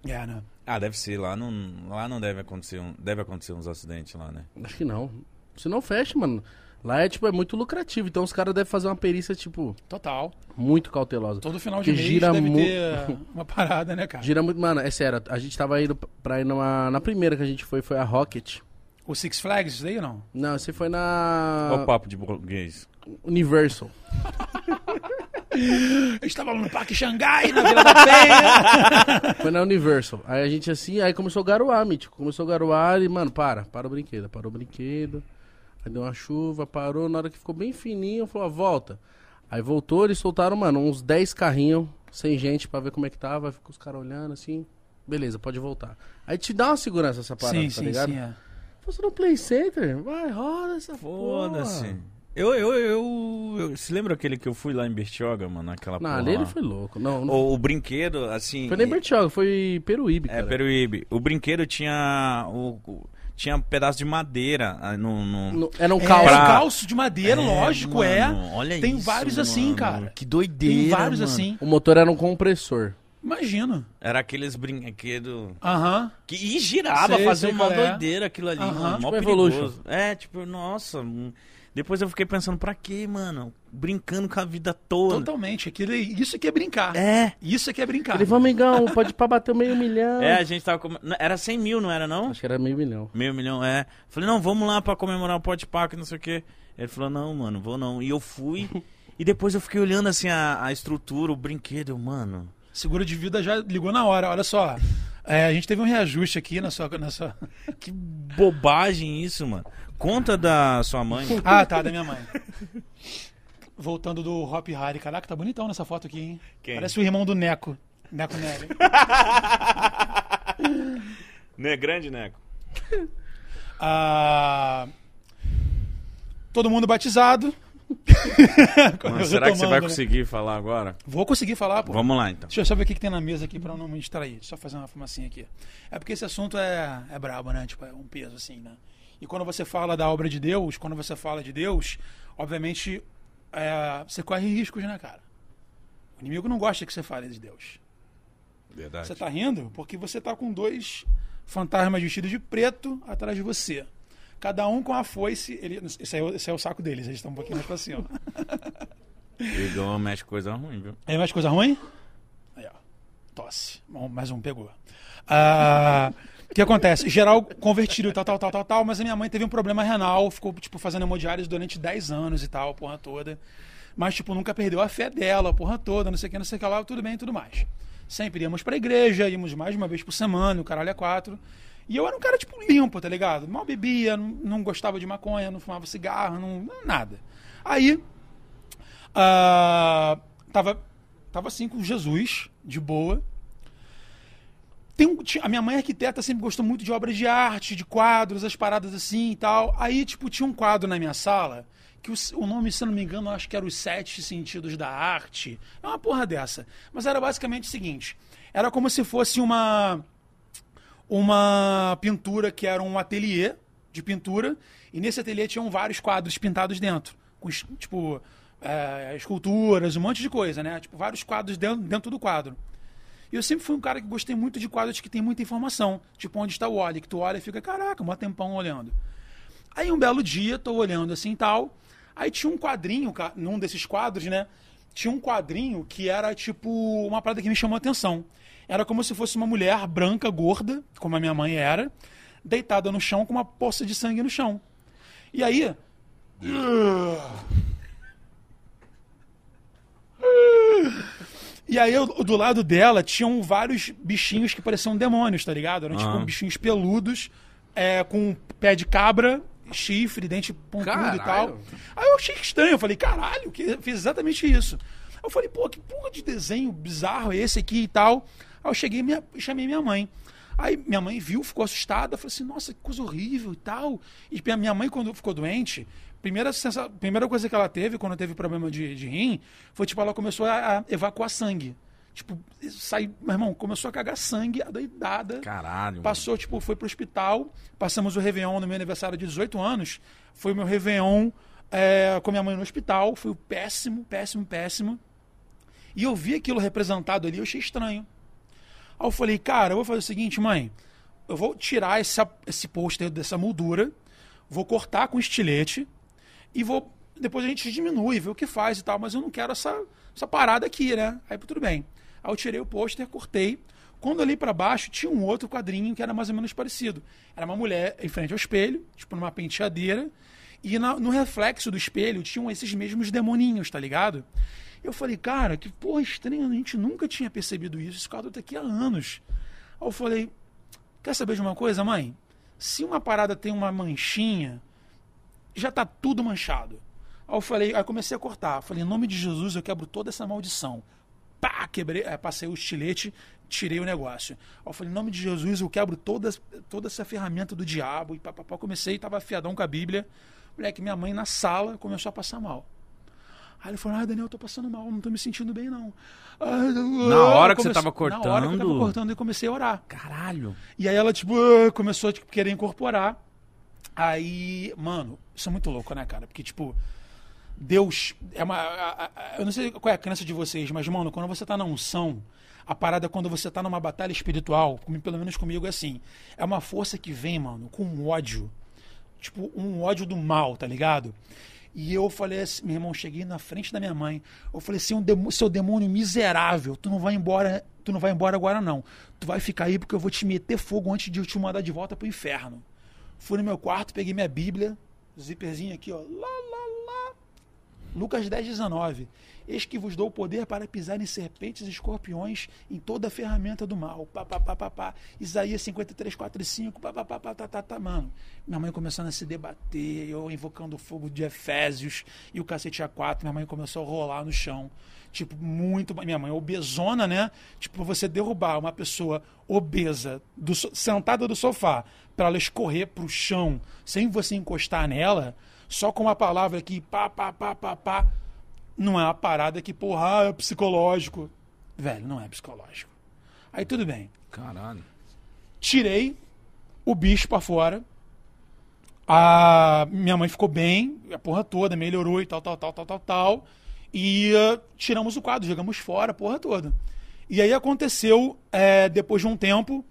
[SPEAKER 2] É, né?
[SPEAKER 3] Ah, deve ser. Lá não, lá não deve acontecer. Um, deve acontecer uns acidentes lá, né?
[SPEAKER 1] Acho que não. Se não fecha, mano. Lá é, tipo, é muito lucrativo. Então os caras devem fazer uma perícia, tipo,
[SPEAKER 2] Total.
[SPEAKER 1] muito cautelosa.
[SPEAKER 2] Todo final
[SPEAKER 1] Que
[SPEAKER 2] de mês
[SPEAKER 1] gira
[SPEAKER 2] deve
[SPEAKER 1] mu-
[SPEAKER 2] ter eh, uma parada, né, cara?
[SPEAKER 1] Gira muito. Mano, é sério. A gente tava indo pra ir numa... Na primeira que a gente foi, foi a Rocket.
[SPEAKER 2] O Six Flags, isso daí ou não?
[SPEAKER 1] Não, você foi
[SPEAKER 3] Olha o
[SPEAKER 2] Ah.
[SPEAKER 1] na
[SPEAKER 3] papo de burguês.
[SPEAKER 1] Universal.
[SPEAKER 2] Eu estava no Parque Xangai, na Vila da Penha.
[SPEAKER 1] Foi na Universal. Aí a gente assim, aí começou a garoar, mítico. Começou a garoar e, mano, para, para o brinquedo, para o brinquedo. Aí deu uma chuva, parou. Na hora que ficou bem fininho, falou, ó, volta. Aí voltou, eles soltaram, mano, uns 10 carrinhos sem gente pra ver como é que tava. Aí Ficou os caras olhando assim. Beleza, pode voltar. Aí te dá uma segurança essa parada,
[SPEAKER 2] sim,
[SPEAKER 1] tá
[SPEAKER 2] sim,
[SPEAKER 1] ligado?
[SPEAKER 2] sim. É.
[SPEAKER 1] Você no Play Center, vai, roda essa Foda-se.
[SPEAKER 3] Foda-se. Eu, eu, eu, eu. Você lembra aquele que eu fui lá em Bertioga, mano? Aquela
[SPEAKER 1] Não,
[SPEAKER 3] porra
[SPEAKER 1] ali
[SPEAKER 3] lá?
[SPEAKER 1] ele foi louco. Não, não
[SPEAKER 3] O, o brinquedo, assim.
[SPEAKER 1] foi nem
[SPEAKER 3] e-
[SPEAKER 1] Bertioga, foi Peruíbe,
[SPEAKER 3] É,
[SPEAKER 1] cara.
[SPEAKER 3] Peruíbe. O brinquedo tinha. O, o- tinha um pedaço de madeira ah, no. no...
[SPEAKER 1] No- Era um
[SPEAKER 2] É,
[SPEAKER 1] caos.
[SPEAKER 3] Pra-
[SPEAKER 2] calço de madeira,
[SPEAKER 3] É,
[SPEAKER 2] lógico,
[SPEAKER 3] mano,
[SPEAKER 2] é.
[SPEAKER 3] Olha
[SPEAKER 2] Tem
[SPEAKER 3] isso,
[SPEAKER 2] vários assim,
[SPEAKER 3] mano.
[SPEAKER 2] cara.
[SPEAKER 3] Que doideira.
[SPEAKER 2] Tem vários
[SPEAKER 3] mano.
[SPEAKER 2] assim.
[SPEAKER 1] O motor era um compressor.
[SPEAKER 2] Imagino.
[SPEAKER 3] Era aqueles brinquedos.
[SPEAKER 2] Aham.
[SPEAKER 3] Que, e girava,
[SPEAKER 2] Sei,
[SPEAKER 3] fazia
[SPEAKER 2] sei
[SPEAKER 3] uma
[SPEAKER 2] qual é.
[SPEAKER 3] doideira aquilo ali,
[SPEAKER 2] Aham.
[SPEAKER 3] mano.
[SPEAKER 1] Tipo
[SPEAKER 3] Mó perigoso.
[SPEAKER 1] Evolution.
[SPEAKER 3] É, tipo, nossa. hum. Depois eu fiquei pensando, pra quê, mano? Brincando com a vida toda.
[SPEAKER 2] Totalmente. Aquilo, isso aqui é brincar.
[SPEAKER 3] É.
[SPEAKER 2] Isso aqui é brincar.
[SPEAKER 1] Ele, vamos, migão, pode ir pra bater meio
[SPEAKER 2] Ah.
[SPEAKER 1] milhão.
[SPEAKER 3] É, a gente tava. com- não, Era 100 mil, não era, não?
[SPEAKER 1] Acho que era meio milhão.
[SPEAKER 3] Meio milhão, é. Falei, não, vamos lá pra comemorar o pote paco, não sei o quê. Ele falou, não, mano, vou não. E eu fui. e depois eu fiquei olhando assim a, a estrutura, o brinquedo, eu, mano.
[SPEAKER 2] Seguro de vida já ligou na hora. Olha só. É, a gente teve um reajuste aqui na sua. Na sua...
[SPEAKER 3] Que bobagem isso, mano. Conta da sua mãe.
[SPEAKER 2] Ah, tá, da minha mãe. Voltando do Hop Harry. Caraca, tá bonitão nessa foto aqui, hein?
[SPEAKER 3] Quem?
[SPEAKER 2] Parece o irmão do Neco. Neco Nery.
[SPEAKER 3] Não é grande, né?
[SPEAKER 2] Ah, Todo mundo batizado.
[SPEAKER 3] Mano, será que você
[SPEAKER 2] retomando,
[SPEAKER 3] vai
[SPEAKER 2] né?
[SPEAKER 3] conseguir falar agora?
[SPEAKER 2] Vou conseguir falar, pô.
[SPEAKER 3] Vamos lá, então.
[SPEAKER 2] Deixa eu só ver o que, que tem na mesa aqui pra eu não me distrair. Só fazer uma fumacinha aqui. É porque esse assunto é, é brabo, né? Tipo, é um peso, assim, né? E quando você fala da obra de Deus, quando você fala de Deus, obviamente é, você corre riscos, né, cara? O inimigo não gosta que você fale de Deus.
[SPEAKER 3] Verdade.
[SPEAKER 2] Você tá rindo porque você tá com dois fantasmas vestidos de preto atrás de você. Cada um com a foice. Ele, esse, é o, esse é o saco deles, eles estão um pouquinho mais pra cima.
[SPEAKER 3] Igão mexe coisa ruim, viu?
[SPEAKER 2] Aí mais coisa ruim? Aí, ó. Tosse. Bom, Mais um pegou. Ah, o que acontece? Geral convertido, tal, tal, tal, tal, tal, mas a minha mãe teve um problema renal, ficou, tipo, fazendo hemodiálise durante 10 anos e tal, a porra toda. Mas, tipo, nunca perdeu a fé dela, a porra toda, não sei o que, não sei o que lá, tudo bem, tudo mais. Sempre íamos pra igreja, íamos mais de uma vez por semana, o caralho é quatro. E eu era um cara, tipo, limpo, tá ligado? Mal bebia, não, não gostava de maconha, não fumava cigarro, não, nada. Aí, ah, tava, tava assim com Jesus, de boa. Tem um- ti- a minha mãe é arquiteta, sempre gostou muito de obras de arte, de quadros, as paradas assim e tal. Aí, tipo, tinha um quadro na minha sala, que o, s- o nome, se eu não me engano, eu acho que era Os Sete Sentidos da Arte. É uma porra dessa. Mas era basicamente o seguinte: era como se fosse uma uma pintura que era um ateliê de pintura, e nesse ateliê tinham vários quadros pintados dentro, com, es- tipo, eh, esculturas, um monte de coisa, né? Tipo, vários quadros dentro, dentro do quadro. E eu sempre fui um cara que gostei muito de quadros que tem muita informação, tipo, onde está o óleo, que tu olha e fica, caraca, mó tempão olhando. Aí um belo dia, tô olhando assim e tal. Aí tinha um quadrinho, ca- num desses quadros, né? Tinha um quadrinho que era tipo uma parada que me chamou a atenção. Era como se fosse uma mulher branca, gorda, como a minha mãe era, deitada no chão com uma poça de sangue no chão. E aí. E aí, eu- do lado dela, tinham vários bichinhos que pareciam demônios, tá ligado? Eram tipo
[SPEAKER 3] Ah.
[SPEAKER 2] bichinhos peludos, é, com pé de cabra, chifre, dente pontudo e tal.
[SPEAKER 1] Caralho.
[SPEAKER 2] Aí eu achei estranho, eu falei, caralho, que fiz exatamente isso. Aí Eu falei, pô, que porra de desenho bizarro é esse aqui e tal. Aí eu cheguei e minha- chamei minha mãe. Aí minha mãe viu, ficou assustada, falou assim, nossa, que coisa horrível e tal. E a minha mãe, quando ficou doente, primeira, sensa... primeira coisa que ela teve, quando teve problema de, de rim, foi tipo, ela começou a, a evacuar sangue. Tipo, sai, meu irmão, começou a cagar sangue, adoidada.
[SPEAKER 3] Caralho. mano.
[SPEAKER 2] Passou, tipo, foi pro hospital, passamos o Réveillon no meu aniversário de 18 anos. Foi o meu Réveillon é, com minha mãe no hospital. Foi o péssimo, péssimo, péssimo. E eu vi aquilo representado ali, eu achei estranho. Aí eu falei, cara, eu vou fazer o seguinte, mãe. Eu vou tirar essa, esse pôster dessa moldura, vou cortar com estilete e vou. Depois a gente diminui, vê o que faz e tal, mas eu não quero essa, essa parada aqui, né? Aí tudo bem. Aí eu tirei o pôster, cortei. Quando eu olhei pra baixo, tinha um outro quadrinho que era mais ou menos parecido. Era uma mulher em frente ao espelho, tipo numa penteadeira, e na- no reflexo do espelho tinham esses mesmos demoninhos, tá ligado? Eu falei, cara, que porra estranha, a gente nunca tinha percebido isso, esse quadro tá aqui há anos. Aí eu falei, quer saber de uma coisa, mãe? Se uma parada tem uma manchinha, já tá tudo manchado. Aí eu falei, aí comecei a cortar. Falei, em nome de Jesus, eu quebro toda essa maldição. Pá, quebrei, eh, passei o estilete, tirei o negócio. Aí eu falei, em nome de Jesus, eu quebro toda, toda essa ferramenta do diabo. E papapá, comecei, tava afiadão com a Bíblia. Moleque, minha mãe na sala começou a passar mal. Aí ele falou, ah, Daniel, eu tô passando mal, não tô me sentindo bem, não.
[SPEAKER 3] Na hora que você
[SPEAKER 2] Na
[SPEAKER 3] tava
[SPEAKER 2] hora que eu tava
[SPEAKER 3] cortando?
[SPEAKER 2] cortando, eu comecei a orar.
[SPEAKER 3] Caralho.
[SPEAKER 2] E aí ela, tipo, ah, começou a tipo, querer incorporar. Aí, mano, isso é muito louco, né, cara? Porque, tipo, Deus é uma. a- a- a- eu não sei qual é a crença de vocês, mas, mano, quando você tá na unção, a parada é quando você tá numa batalha espiritual, como- pelo menos comigo é assim, é uma força que vem, mano, com ódio. Tipo, um ódio do mal, tá ligado? E eu falei assim, meu irmão, cheguei na frente da minha mãe. Eu falei assim, um demo- seu demônio miserável, tu não vai embora, tu não vai embora agora não. Tu vai ficar aí porque eu vou te meter fogo antes de eu te mandar de volta pro inferno. Fui no meu quarto, peguei minha Bíblia, zíperzinho aqui, ó, lá, lá, lá, Lucas 10, 19. Eis que vos dou o poder para pisar em serpentes e escorpiões em toda a ferramenta do mal. Pá, pá, pá, pá, pá. Isaías 53, 4 e 5. Pá, pá, pá, pá, tá, tá, tá, mano. Minha mãe começando a se debater, eu invocando o fogo de Efésios e o cacete A4. Minha mãe começou a rolar no chão. Tipo, muito. Minha mãe obesona, né? Tipo, você derrubar uma pessoa obesa, do so- sentada do sofá, para ela escorrer pro chão sem você encostar nela só com uma palavra aqui, pá, pá, pá, pá, pá. Não é uma parada que, porra, ah, é psicológico. Velho, não é psicológico. Aí tudo bem.
[SPEAKER 3] Caralho.
[SPEAKER 2] Tirei o bicho pra fora. A minha mãe ficou bem, a porra toda, melhorou e tal, tal, tal, tal, tal, tal. E ah, tiramos o quadro, jogamos fora, a porra toda. E aí aconteceu, eh, depois de um tempo,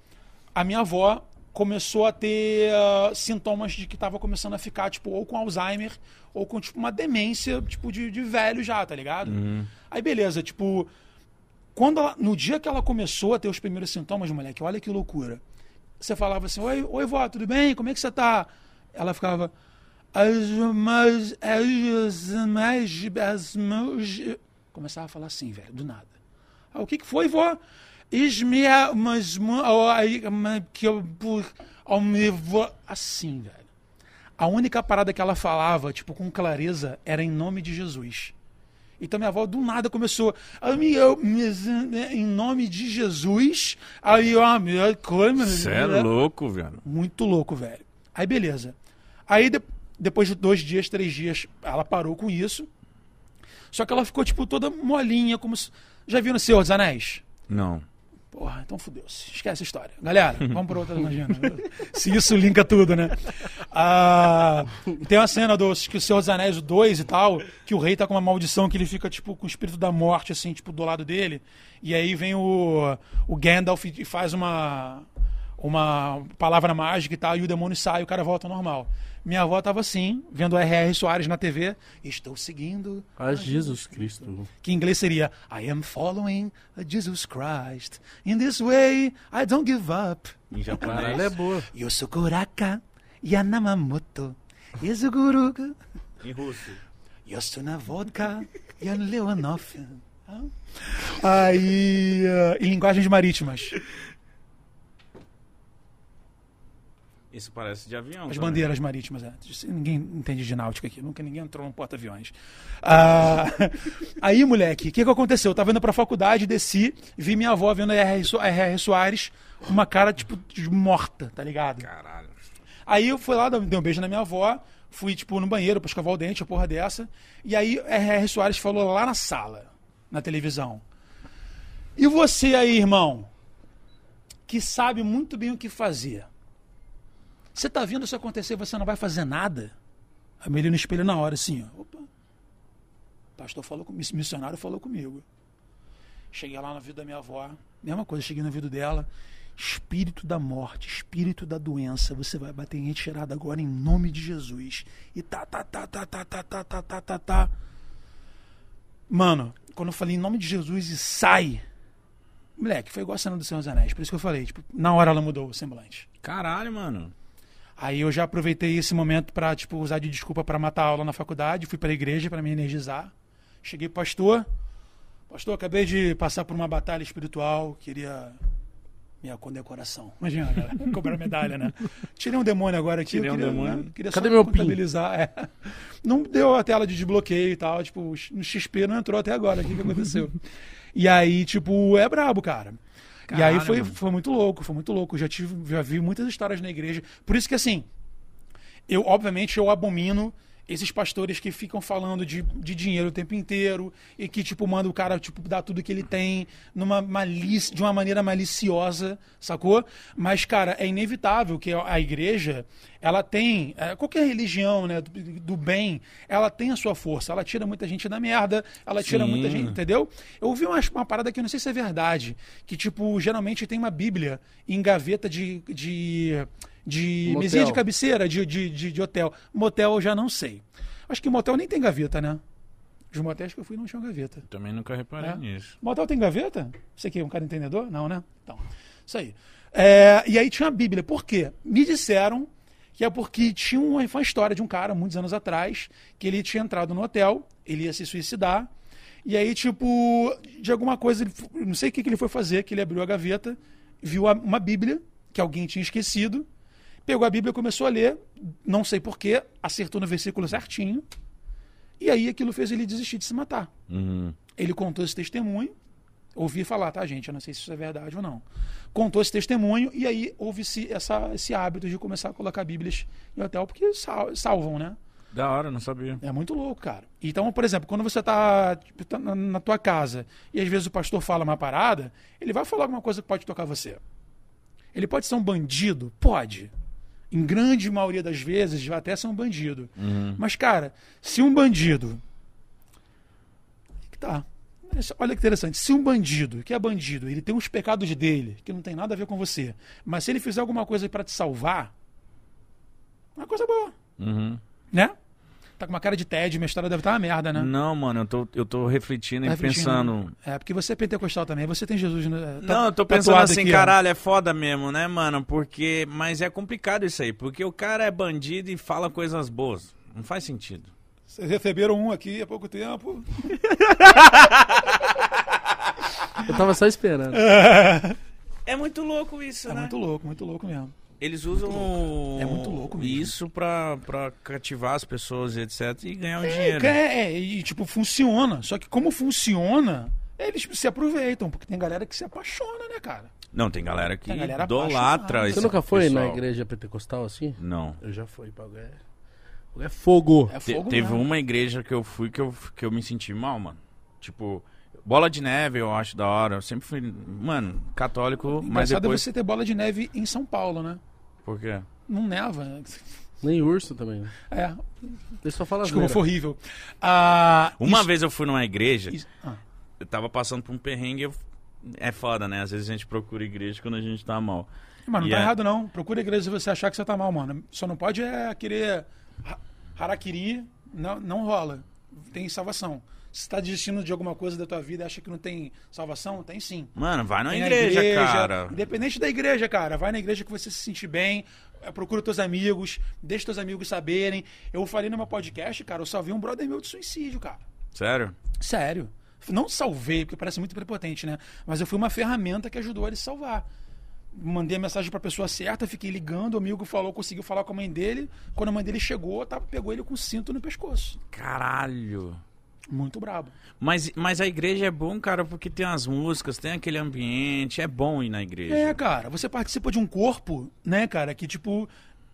[SPEAKER 2] a minha avó começou a ter ah, sintomas de que estava começando a ficar, tipo, ou com Alzheimer, ou com, tipo, uma demência, tipo, de, de velho já, tá ligado? Aí, beleza, tipo, quando ela- no dia que ela começou a ter os primeiros sintomas, moleque, olha que loucura. Você falava assim, oi, oi vó, tudo bem? Como é que você tá? Ela ficava... "As mas- as mas- as mas-" Começava a falar assim, velho, do nada. Ah, o que, que foi, vó? Esmia, mas, mu- ó, aí, mas, que eu, por, ao me, vó. Assim, velho. A única parada que ela falava, tipo, com clareza, era em nome de Jesus. Então minha avó do nada começou, "Ah, me- eu- me- né, em nome de Jesus, aí ó, me- como-
[SPEAKER 3] Você é
[SPEAKER 2] né?
[SPEAKER 3] louco, velho.
[SPEAKER 2] Muito louco, velho. Aí beleza. Aí de- depois de dois dias, três dias, ela parou com isso. Só que ela ficou, tipo, toda molinha, como se... Já viram Senhor dos Anéis?
[SPEAKER 3] Não.
[SPEAKER 2] Porra, então fudeu-se. Esquece a história. Galera, vamos para outra imagina. Se isso linka tudo, né? Ah, tem uma cena do que o Senhor dos Anéis 2 e tal, que o rei tá com uma maldição que ele fica, tipo, com o espírito da morte, assim, tipo, do lado dele. E aí vem o, o Gandalf e faz uma, uma palavra mágica e tal, e o demônio sai e o cara volta ao normal. Minha avó tava assim, vendo o R.R. Soares na TV. Estou seguindo
[SPEAKER 1] Ah, Jesus Cristo.
[SPEAKER 2] que em inglês seria I am following Jesus Christ. In this way, I don't give up.
[SPEAKER 3] Em japonês.
[SPEAKER 1] Caralho, é boa.
[SPEAKER 2] Yosukuraka Yanamamoto. Izuguruga.
[SPEAKER 3] Em russo.
[SPEAKER 2] Yosuna vodka Yanleonov. Aí. ah, em linguagens marítimas.
[SPEAKER 3] Isso parece de avião. né?
[SPEAKER 2] As
[SPEAKER 3] também.
[SPEAKER 2] bandeiras marítimas, é. Ninguém entende de náutica aqui. Nunca ninguém entrou num porta-aviões. Ah, (laughs) aí, moleque, o que, que aconteceu? Eu tava indo pra faculdade, desci, vi minha avó vendo a R.R. Soa- R.R. Soares, uma cara, tipo, de morta, tá ligado?
[SPEAKER 3] Caralho.
[SPEAKER 2] Aí eu fui lá, dei um beijo na minha avó, fui, tipo, no banheiro pra escovar o dente, a porra dessa. E aí R.R. Soares falou lá na sala, na televisão. E você aí, irmão, que sabe muito bem o que fazer. Você tá vendo isso acontecer e você não vai fazer nada? Aí eu me olhei no espelho na hora, assim, ó. Opa. O pastor falou comigo, esse missionário falou comigo. Cheguei lá na vida da minha avó, mesma coisa, cheguei na vida dela. Espírito da morte, espírito da doença, você vai bater em retirada agora em nome de Jesus. E tá, tá, tá, tá, tá, tá, tá, tá, tá, tá, tá. Mano, quando eu falei em nome de Jesus e sai, moleque, foi igual a cena do Senhor dos Anéis. Por isso que eu falei, tipo, na hora ela mudou o semblante.
[SPEAKER 3] Caralho, mano.
[SPEAKER 2] Aí eu já aproveitei esse momento pra, tipo, usar de desculpa pra matar a aula na faculdade, fui pra igreja pra me energizar. Cheguei pro pastor. Pastor, acabei de passar por uma batalha espiritual, queria minha condecoração. Imagina, galera, (laughs) cobrar medalha, né? Tirei um demônio agora aqui,
[SPEAKER 3] Tirei
[SPEAKER 2] eu
[SPEAKER 3] um
[SPEAKER 2] queria,
[SPEAKER 3] demônio.
[SPEAKER 2] né, queria
[SPEAKER 1] Cadê
[SPEAKER 2] só
[SPEAKER 1] meu pin?
[SPEAKER 2] contabilizar. é. Não deu a tela de desbloqueio e tal, tipo, no XP não entrou até agora, o que, que aconteceu? e aí, tipo, é brabo, cara. e aí
[SPEAKER 3] Caralho,
[SPEAKER 2] foi,
[SPEAKER 3] mano.
[SPEAKER 2] foi muito louco, foi muito louco. Já, tive, já vi muitas histórias na igreja. Por isso que, assim, eu obviamente eu abomino esses pastores que ficam falando de, de dinheiro o tempo inteiro e que tipo manda o cara tipo dar tudo que ele tem numa malícia, de uma maneira maliciosa, sacou? Mas cara, é inevitável que a a igreja, ela tem, eh, qualquer religião, né, do, do bem, ela tem a sua força, ela tira muita gente da merda, ela tira
[SPEAKER 3] Sim.
[SPEAKER 2] muita gente, entendeu? Eu vi uma, uma parada que eu não sei se é verdade, que tipo, geralmente tem uma bíblia em gaveta de de, de
[SPEAKER 1] Motel.
[SPEAKER 2] mesinha de cabeça cabeceira de, de, de, de hotel. Motel eu já não sei. Acho que motel nem tem gaveta, né? Os motéis que eu fui não tinham gaveta.
[SPEAKER 3] Também nunca reparei
[SPEAKER 2] É.
[SPEAKER 3] nisso.
[SPEAKER 2] Motel tem gaveta? Você que é um cara entendedor? Não, né? Então, isso aí. É, e aí tinha a Bíblia. Por quê? Me disseram que é porque tinha uma, foi uma história de um cara, muitos anos atrás, que ele tinha entrado no hotel, ele ia se suicidar. E aí, tipo, de alguma coisa, ele, f- não sei o que, que ele foi fazer, que ele abriu a gaveta, viu a- uma Bíblia que alguém tinha esquecido, pegou a Bíblia, começou a ler, não sei porquê, acertou no versículo certinho, e aí aquilo fez ele desistir de se matar.
[SPEAKER 3] Uhum.
[SPEAKER 2] Ele contou esse testemunho, ouvi falar, tá, gente? Eu não sei se isso é verdade ou não. Contou esse testemunho e aí houve-se essa- esse hábito de começar a colocar Bíblias em hotel, porque sal- salvam, né?
[SPEAKER 3] Da hora, não sabia.
[SPEAKER 2] É muito louco, cara. Então, por exemplo, quando você tá, tipo, tá na, na tua casa e às vezes o pastor fala uma parada, ele vai falar alguma coisa que pode tocar você. Ele pode ser um bandido? Pode. Em grande maioria das vezes, vai até ser um bandido. Mas, cara, se um bandido. Aí Que tá. Esse- Olha que interessante. Se um bandido, que é bandido, ele tem os pecados dele, que não tem nada a ver com você, mas se ele fizer alguma coisa pra te salvar, é uma coisa boa.
[SPEAKER 3] Uhum.
[SPEAKER 2] Né? Tá com uma cara de tédio, minha história deve estar uma merda, né?
[SPEAKER 3] Não, mano, eu tô, eu tô refletindo e
[SPEAKER 2] Tá refletindo,
[SPEAKER 3] Hum, pensando.
[SPEAKER 2] né? É, porque você é pentecostal também, você tem Jesus. né? Tá-
[SPEAKER 3] Não, eu tô
[SPEAKER 2] tatuado
[SPEAKER 3] pensando assim,
[SPEAKER 2] aqui, ó.
[SPEAKER 3] caralho, é foda mesmo, né, mano? Porque. Mas é complicado isso aí, porque o cara é bandido e fala coisas boas. Não faz sentido.
[SPEAKER 2] Vocês receberam um aqui há pouco tempo.
[SPEAKER 1] Eu tava só esperando.
[SPEAKER 3] É muito louco isso,
[SPEAKER 2] É
[SPEAKER 3] né?
[SPEAKER 2] muito louco, muito louco mesmo.
[SPEAKER 3] Eles usam
[SPEAKER 2] É muito louco mesmo.
[SPEAKER 3] isso pra, pra cativar as pessoas e etc. e ganhar um
[SPEAKER 2] É,
[SPEAKER 3] dinheiro.
[SPEAKER 2] é, e tipo, funciona. Só que como funciona, eles se aproveitam, porque tem galera que se apaixona, né, cara?
[SPEAKER 3] Não, tem galera que
[SPEAKER 2] Tem galera
[SPEAKER 3] idolatra
[SPEAKER 2] apaixonada.
[SPEAKER 1] Você
[SPEAKER 3] esse
[SPEAKER 1] nunca foi na
[SPEAKER 3] pessoal.
[SPEAKER 1] igreja pentecostal assim?
[SPEAKER 3] Não.
[SPEAKER 1] Eu já fui, bagulho. é- bagulho É fogo.
[SPEAKER 2] É
[SPEAKER 3] Te-
[SPEAKER 2] fogo
[SPEAKER 3] teve
[SPEAKER 2] mesmo.
[SPEAKER 3] uma igreja que eu fui que eu, que eu me senti mal, mano. Tipo, bola de neve eu acho da hora. Eu sempre fui, mano, católico, mas
[SPEAKER 2] Engraçado é
[SPEAKER 3] depois.
[SPEAKER 2] você ter bola de neve em São Paulo, né?
[SPEAKER 3] Por quê?
[SPEAKER 2] Não neva. né?
[SPEAKER 1] Nem urso também. né?
[SPEAKER 2] É,
[SPEAKER 1] Ele só fala
[SPEAKER 2] desculpa,
[SPEAKER 1] asneira.
[SPEAKER 2] foi horrível. Ah,
[SPEAKER 3] Uma
[SPEAKER 2] isso-
[SPEAKER 3] vez eu fui numa igreja,
[SPEAKER 2] isso- ah,
[SPEAKER 3] eu tava passando por um perrengue. Eu... É foda, né? Às vezes a gente procura igreja quando a gente tá mal.
[SPEAKER 2] mas não
[SPEAKER 3] E
[SPEAKER 2] tá
[SPEAKER 3] é-
[SPEAKER 2] errado, não. Procura a igreja se você achar que você tá mal, mano. Só não pode é querer ha- harakiri, não, não rola. Tem salvação. Se tá desistindo de alguma coisa da tua vida e acha que não tem salvação, tem sim.
[SPEAKER 3] Mano, vai na
[SPEAKER 2] Tem
[SPEAKER 3] igreja, cara.
[SPEAKER 2] Independente da igreja, cara. Vai na igreja que você se sentir bem. eh, Procura teus amigos. Deixa teus amigos saberem. Eu falei no meu podcast, cara. Eu salvei um brother meu de suicídio, cara.
[SPEAKER 3] Sério?
[SPEAKER 2] Sério. Não salvei, porque parece muito prepotente, né? Mas eu fui uma ferramenta que ajudou ele a se salvar. Mandei a mensagem pra pessoa certa, fiquei ligando, o amigo falou, conseguiu falar com a mãe dele. Quando a mãe dele chegou, tá, pegou ele com o cinto no pescoço.
[SPEAKER 3] Caralho.
[SPEAKER 2] Muito brabo.
[SPEAKER 3] Mas, mas a igreja é bom, cara, porque tem as músicas, tem aquele ambiente. É bom ir na igreja.
[SPEAKER 2] É, cara, você participa de um corpo, né, cara, que, tipo,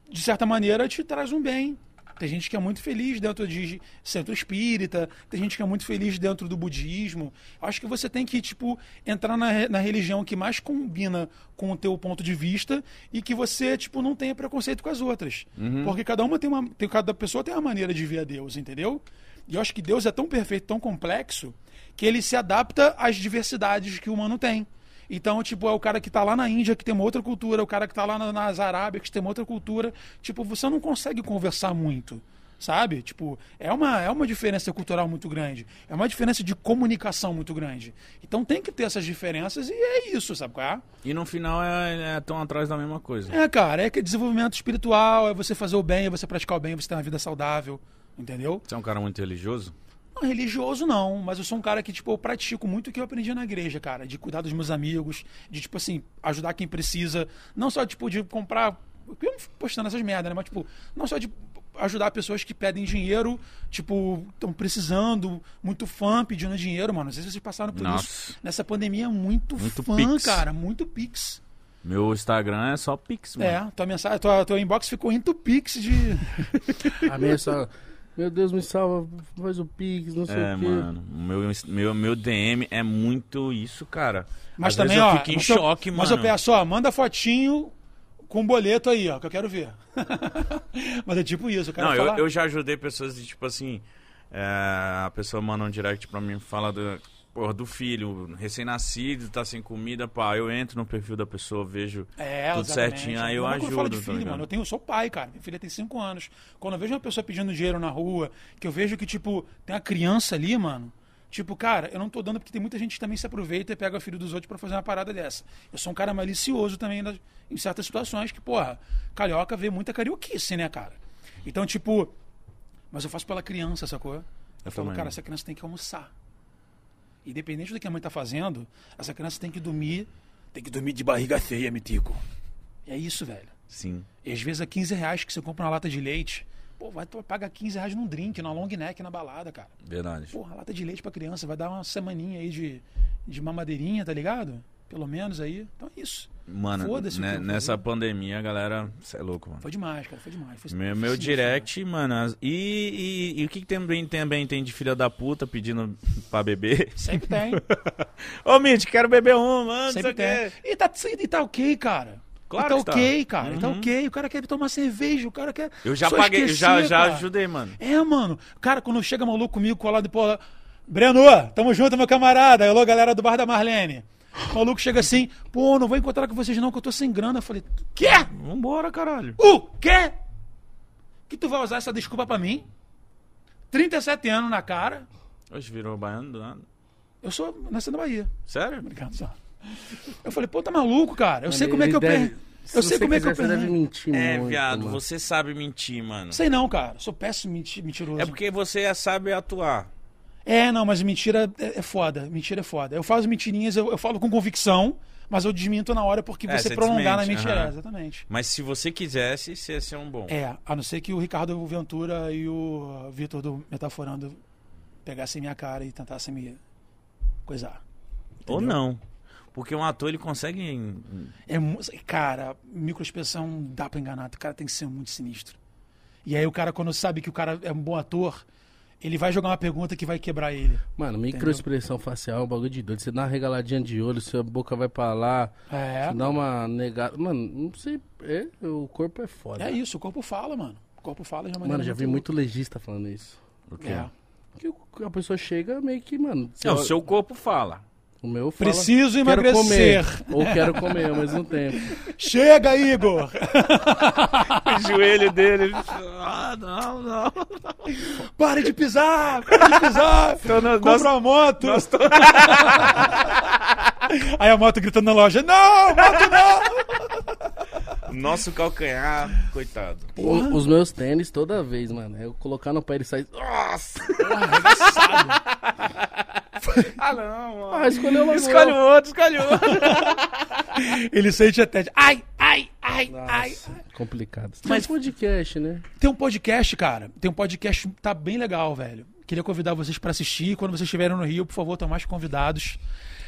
[SPEAKER 2] de certa maneira te traz um bem. Tem gente que é muito feliz dentro de centro espírita, tem gente que é muito feliz dentro do budismo. Acho que você tem que, tipo, entrar na, re- na religião que mais combina com o teu ponto de vista e que você, tipo, não tenha preconceito com as outras. Porque cada uma tem uma. tem- cada pessoa tem uma maneira de ver a Deus, entendeu? E eu acho que Deus é tão perfeito, tão complexo, que ele se adapta às diversidades que o humano tem. Então, tipo, é o cara que tá lá na Índia, que tem uma outra cultura, é o cara que tá lá na- nas Arábias, que tem uma outra cultura. Tipo, você não consegue conversar muito, sabe? Tipo, é uma, é uma diferença cultural muito grande. É uma diferença de comunicação muito grande. Então tem que ter essas diferenças e é isso, sabe qual é?
[SPEAKER 3] E no final é, é tão atrás da mesma coisa.
[SPEAKER 2] É, cara, é que desenvolvimento espiritual, é você fazer o bem, é você praticar o bem, é você ter uma vida saudável, entendeu?
[SPEAKER 3] Você é um cara muito religioso?
[SPEAKER 2] Não, religioso não, mas eu sou um cara que, tipo, eu pratico muito o que eu aprendi na igreja, cara. De cuidar dos meus amigos, de, tipo assim, ajudar quem precisa. Não só, tipo, de comprar. Eu não fico postando essas merdas, né? Mas, tipo, não só de ajudar pessoas que pedem dinheiro, tipo, estão precisando, muito fã pedindo dinheiro, mano. Não sei se vocês passaram por
[SPEAKER 3] Nossa.
[SPEAKER 2] isso. Nessa pandemia, muito,
[SPEAKER 3] Muito
[SPEAKER 2] fã,
[SPEAKER 3] pix.
[SPEAKER 2] cara. Muito pix.
[SPEAKER 3] Meu Instagram é só Pix, mano.
[SPEAKER 2] É, tua mensagem, tua, tua inbox ficou indo pix de.
[SPEAKER 1] A minha só. Meu Deus, me salva, faz o pix, não sei
[SPEAKER 3] É,
[SPEAKER 1] o quê.
[SPEAKER 3] mano. Meu, meu, meu DM é muito isso, cara.
[SPEAKER 2] Mas
[SPEAKER 3] Às
[SPEAKER 2] também,
[SPEAKER 3] vezes
[SPEAKER 2] ó.
[SPEAKER 3] eu fico em
[SPEAKER 2] mas eu-
[SPEAKER 3] choque, mano.
[SPEAKER 2] Mas eu peço, ó, manda fotinho com boleto aí, ó, que eu quero ver. (laughs) mas é tipo isso, eu quero
[SPEAKER 3] Não, eu,
[SPEAKER 2] falar.
[SPEAKER 3] eu já ajudei pessoas de tipo assim. é, a pessoa manda um direct pra mim e fala do, porra, do filho, recém-nascido, tá sem comida, pá. Eu entro no perfil da pessoa, vejo
[SPEAKER 2] É,
[SPEAKER 3] tudo
[SPEAKER 2] exatamente.
[SPEAKER 3] certinho, aí eu
[SPEAKER 2] Mas quando Eu falo
[SPEAKER 3] ajudo.
[SPEAKER 2] de
[SPEAKER 3] tá
[SPEAKER 2] filho,
[SPEAKER 3] ligado?
[SPEAKER 2] mano. Eu tenho, eu sou pai, cara. Minha filha tem 5 anos. Quando eu vejo uma pessoa pedindo dinheiro na rua, que eu vejo que, tipo, tem uma criança ali, mano. Tipo, cara, eu não tô dando porque tem muita gente que também se aproveita e pega o filho dos outros pra fazer uma parada dessa. Eu sou um cara malicioso também nas- em certas situações que, porra, carioca vê muita carioquice, né, cara? Então, tipo, mas eu faço pela criança, sacou? Eu, falo,
[SPEAKER 3] também.
[SPEAKER 2] cara, essa criança tem que almoçar. Independente do que a mãe tá fazendo, essa criança tem que dormir. Tem que dormir de barriga feia, mitico. É isso, velho.
[SPEAKER 3] Sim.
[SPEAKER 2] E às vezes é 15 reais que você compra uma lata de leite. Pô, vai tu pagar 15 reais num drink, numa long neck, na balada, cara.
[SPEAKER 3] Verdade.
[SPEAKER 2] Porra, lata de leite pra criança, vai dar uma semaninha aí de, de mamadeirinha, tá ligado? Pelo menos aí. Então é isso.
[SPEAKER 3] Mano,
[SPEAKER 2] Foda-se o
[SPEAKER 3] né-
[SPEAKER 2] que eu vou
[SPEAKER 3] nessa
[SPEAKER 2] fazer.
[SPEAKER 3] pandemia, a galera. Você é louco, mano.
[SPEAKER 2] Foi demais, cara. Foi demais. Foi
[SPEAKER 3] Meu,
[SPEAKER 2] foi
[SPEAKER 3] meu
[SPEAKER 2] sinistro,
[SPEAKER 3] direct, mano. as- E, e- e o que, que também, também tem de filha da puta pedindo (laughs) pra beber?
[SPEAKER 2] cara. Sempre tem.
[SPEAKER 3] (laughs) Ô, Mitch, quero beber um, mano.
[SPEAKER 2] sempre
[SPEAKER 3] Sempre
[SPEAKER 2] tem.
[SPEAKER 3] quer.
[SPEAKER 2] E tá, e tá ok, cara.
[SPEAKER 3] Claro
[SPEAKER 2] E tá
[SPEAKER 3] que tá.
[SPEAKER 2] ok, cara. E Tá
[SPEAKER 3] Uhum.
[SPEAKER 2] ok. O cara quer tomar cerveja, o cara quer.
[SPEAKER 3] Eu já
[SPEAKER 2] só
[SPEAKER 3] paguei, eu já,
[SPEAKER 2] esquecer,
[SPEAKER 3] já
[SPEAKER 2] cara.
[SPEAKER 3] ajudei, mano.
[SPEAKER 2] É, mano. Cara, quando chega maluco comigo, colado, pô, Breno, tamo junto, meu camarada. Alô, galera do Bar da Marlene. O maluco chega assim, pô, não vou encontrar com vocês não, que eu tô sem grana. Eu falei, quê?
[SPEAKER 3] Vambora, caralho.
[SPEAKER 2] O quê? Que tu vai usar essa desculpa pra mim? 37 anos na cara.
[SPEAKER 3] Hoje virou baiano do nada.
[SPEAKER 2] Eu sou nascido na Bahia.
[SPEAKER 3] Sério?
[SPEAKER 2] Obrigado, só. Eu falei, pô, tá maluco, cara. Eu sei
[SPEAKER 1] Ele
[SPEAKER 2] como é que eu
[SPEAKER 1] deve-
[SPEAKER 2] perdi.
[SPEAKER 1] se
[SPEAKER 2] Eu
[SPEAKER 1] você
[SPEAKER 2] sei como é que
[SPEAKER 1] quiser,
[SPEAKER 2] eu
[SPEAKER 1] Você deve
[SPEAKER 2] perdi.
[SPEAKER 1] mentir
[SPEAKER 3] É,
[SPEAKER 1] muito,
[SPEAKER 3] viado,
[SPEAKER 1] mano.
[SPEAKER 3] você sabe mentir, mano.
[SPEAKER 2] Sei não, cara. Sou péssimo menti- mentiroso.
[SPEAKER 3] É porque você sabe atuar.
[SPEAKER 2] É, não, mas mentira é é foda. Mentira é foda. Eu faço mentirinhas, eu, eu falo com convicção, mas eu desminto na hora porque
[SPEAKER 3] É,
[SPEAKER 2] você
[SPEAKER 3] você
[SPEAKER 2] prolongar na
[SPEAKER 3] desmente,
[SPEAKER 2] mentira.
[SPEAKER 3] aham.
[SPEAKER 2] É, Exatamente.
[SPEAKER 3] Mas se você quisesse, você ia ser um bom.
[SPEAKER 2] É, a não ser que o Ricardo Ventura e o Vitor do Metaforando pegassem minha cara e tentassem me coisar.
[SPEAKER 3] Ou não. Porque um ator, ele consegue.
[SPEAKER 2] É, mu- cara, microexpressão não dá pra enganar. O cara tem que ser muito sinistro. E aí o cara, quando sabe que o cara é um bom ator, ele vai jogar uma pergunta que vai quebrar ele.
[SPEAKER 1] Mano, microexpressão facial é um bagulho de doido. Você dá uma regaladinha de olho, sua boca vai pra lá.
[SPEAKER 2] É.
[SPEAKER 1] Você dá uma negada. Mano, não sei. é, o corpo é foda.
[SPEAKER 2] É isso, o corpo fala, mano. O corpo fala de uma maneira
[SPEAKER 1] Mano, já vi muito legista falando isso.
[SPEAKER 2] É.
[SPEAKER 1] Que o- que a pessoa chega meio que, mano. você
[SPEAKER 3] Não,
[SPEAKER 1] olha-
[SPEAKER 3] É, seu corpo fala.
[SPEAKER 2] (laughs)
[SPEAKER 1] O meu fala,
[SPEAKER 2] Preciso
[SPEAKER 1] "Quero
[SPEAKER 2] emagrecer.
[SPEAKER 1] comer", ou quero comer ao mesmo tempo.
[SPEAKER 2] (laughs)
[SPEAKER 1] (laughs)
[SPEAKER 2] Chega, Igor!
[SPEAKER 3] O joelho
[SPEAKER 2] (laughs)
[SPEAKER 3] dele. ele- Ah, não, não.
[SPEAKER 2] Pare de pisar! Pare de
[SPEAKER 1] (laughs)
[SPEAKER 2] pisar!
[SPEAKER 3] Então, nós-
[SPEAKER 2] Compra
[SPEAKER 3] nós-
[SPEAKER 2] uma moto! (laughs) Aí a moto gritando na loja: Não, moto não!
[SPEAKER 3] Nosso calcanhar, coitado.
[SPEAKER 1] O- os meus tênis toda vez, mano. é Eu colocar no pé ele sai. Nossa!
[SPEAKER 3] Ah, não, mano.
[SPEAKER 1] Ah, escolheu logo.
[SPEAKER 3] Escolhe o outro, escolhe o outro.
[SPEAKER 2] Ele sente até. Ai, ai, ai, ai!
[SPEAKER 1] Nossa, complicado. Mas podcast, né?
[SPEAKER 2] Tem um podcast, cara. Tem um podcast tá bem legal, velho. Queria convidar vocês pra assistir. Quando vocês estiverem no Rio, por favor, estão mais convidados.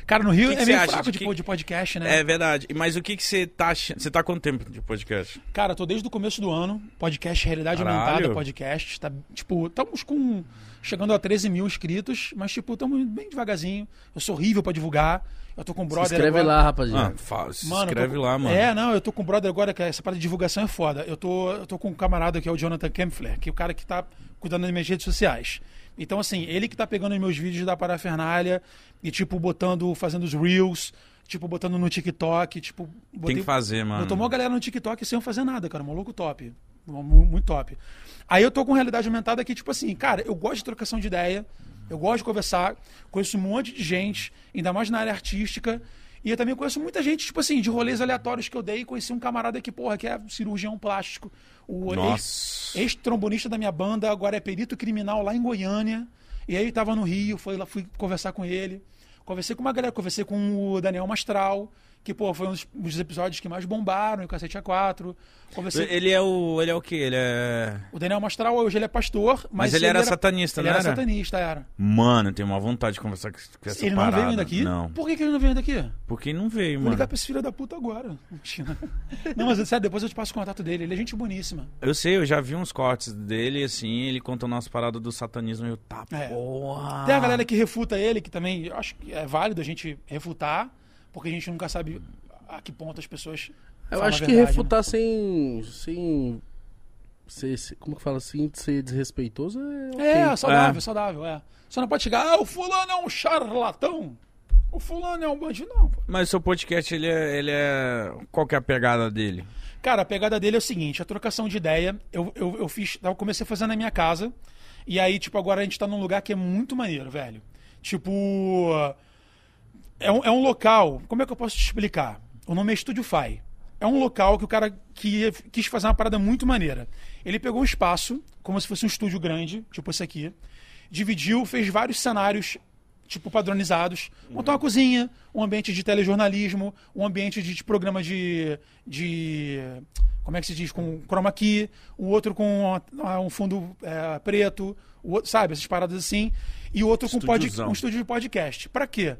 [SPEAKER 2] Cara, no Rio
[SPEAKER 3] Que que
[SPEAKER 2] é
[SPEAKER 3] você
[SPEAKER 2] meio
[SPEAKER 3] acha
[SPEAKER 2] fraco
[SPEAKER 3] de
[SPEAKER 2] de,
[SPEAKER 3] que-
[SPEAKER 2] po- de podcast, né?
[SPEAKER 3] É verdade. Mas o que que você tá achando? Você tá quanto tempo de podcast?
[SPEAKER 2] Cara, tô desde o começo do ano. Podcast Realidade
[SPEAKER 3] Caralho.
[SPEAKER 2] Aumentada, podcast. Tá, tipo, estamos com. Chegando a 13 mil inscritos, mas, tipo, estamos bem devagarzinho. Eu sou horrível pra divulgar. Eu tô com um
[SPEAKER 1] Se
[SPEAKER 2] brother.
[SPEAKER 1] inscreve
[SPEAKER 2] agora-
[SPEAKER 1] lá, rapaziada.
[SPEAKER 3] Ah, fala, se
[SPEAKER 2] eu tô
[SPEAKER 3] inscreve
[SPEAKER 2] com-
[SPEAKER 3] lá, mano.
[SPEAKER 2] É, não, eu tô com um brother agora, que essa parte de divulgação é foda. Eu tô, eu tô com um camarada que é o Jonathan Kempfler, que é o cara que tá cuidando das minhas redes sociais. Então, assim, ele que tá pegando os meus vídeos da parafernália e, tipo, botando, fazendo os reels, tipo, botando no TikTok, tipo...
[SPEAKER 3] Tem
[SPEAKER 2] botei-
[SPEAKER 3] que fazer, mano.
[SPEAKER 2] eu tomou a galera no TikTok sem eu fazer nada, cara. Maluco top. Mu- Muito top. Aí eu tô com realidade aumentada que, tipo assim, cara, eu gosto de trocação de ideia, eu gosto de conversar, conheço um monte de gente, ainda mais na área artística. E eu também conheço muita gente, tipo assim, de rolês aleatórios que eu dei. Conheci um camarada que, porra, que é cirurgião plástico. O ex-
[SPEAKER 3] Nossa.
[SPEAKER 2] ex-trombonista da minha banda, agora é perito criminal lá em Goiânia. E aí tava no Rio, foi lá, fui conversar com ele. Conversei com uma galera, conversei com o Daniel Mastral, que, pô, foi um dos, um dos episódios que mais bombaram, em Cacete A4. Conversei
[SPEAKER 3] Ele é o. Ele é o quê? Ele é.
[SPEAKER 2] O Daniel Mastral hoje ele é pastor, mas...
[SPEAKER 3] Mas ele era satanista,
[SPEAKER 2] ele
[SPEAKER 3] não
[SPEAKER 2] era?
[SPEAKER 3] era?
[SPEAKER 2] satanista, era.
[SPEAKER 3] Mano, eu tenho uma vontade de conversar com com essa
[SPEAKER 2] ele não
[SPEAKER 3] parada.
[SPEAKER 2] veio ainda aqui?
[SPEAKER 3] Não.
[SPEAKER 2] Por que, que ele não veio ainda aqui?
[SPEAKER 3] Porque não veio,
[SPEAKER 2] Vou
[SPEAKER 3] mano.
[SPEAKER 2] ligar pra esse filho da puta agora. (laughs) Mentira. Não, mas sério, depois eu te passo o contato dele. Ele é gente boníssima.
[SPEAKER 3] Eu sei, eu já vi uns cortes dele, assim, ele contando umas paradas do satanismo e eu, tá,
[SPEAKER 2] É.
[SPEAKER 3] porra.
[SPEAKER 1] Ah.
[SPEAKER 2] Tem a galera que refuta ele, que também eu acho que é válido a gente refutar, porque a gente nunca sabe a que ponto as pessoas.
[SPEAKER 1] Eu
[SPEAKER 2] falam a
[SPEAKER 1] acho que
[SPEAKER 2] verdade, né?
[SPEAKER 1] refutar sem. sem. Ser, ser- como que fala assim? Ser desrespeitoso é.
[SPEAKER 2] Né? É,
[SPEAKER 1] ok.
[SPEAKER 2] saudável,
[SPEAKER 3] É.
[SPEAKER 2] saudável, é. Você não pode chegar, ah, o fulano é um charlatão. O fulano é um bandido, não. pô.
[SPEAKER 3] Mas o seu podcast, ele é, ele é... Qual que é a pegada dele?
[SPEAKER 2] Cara, a pegada dele é o seguinte: a trocação de ideia, eu, eu, eu fiz. Eu comecei a fazer na minha casa. E aí, tipo, agora a gente tá num lugar que é muito maneiro, velho. Tipo. É um, é um local. Como é que eu posso te explicar? O nome é Estúdio Fai. É um local que o cara que quis fazer uma parada muito maneira. Ele pegou um espaço, como se fosse um estúdio grande, tipo esse aqui, dividiu, fez vários cenários, tipo, padronizados. Montou uma cozinha, um ambiente de telejornalismo, um ambiente de, de programa de, de. Como é que se diz? Com chroma key, o outro com ah, um fundo eh, preto, o outro, sabe? Essas paradas assim. E o outro com pod,
[SPEAKER 3] Estudiozão.
[SPEAKER 2] um estúdio de podcast. Pra quê?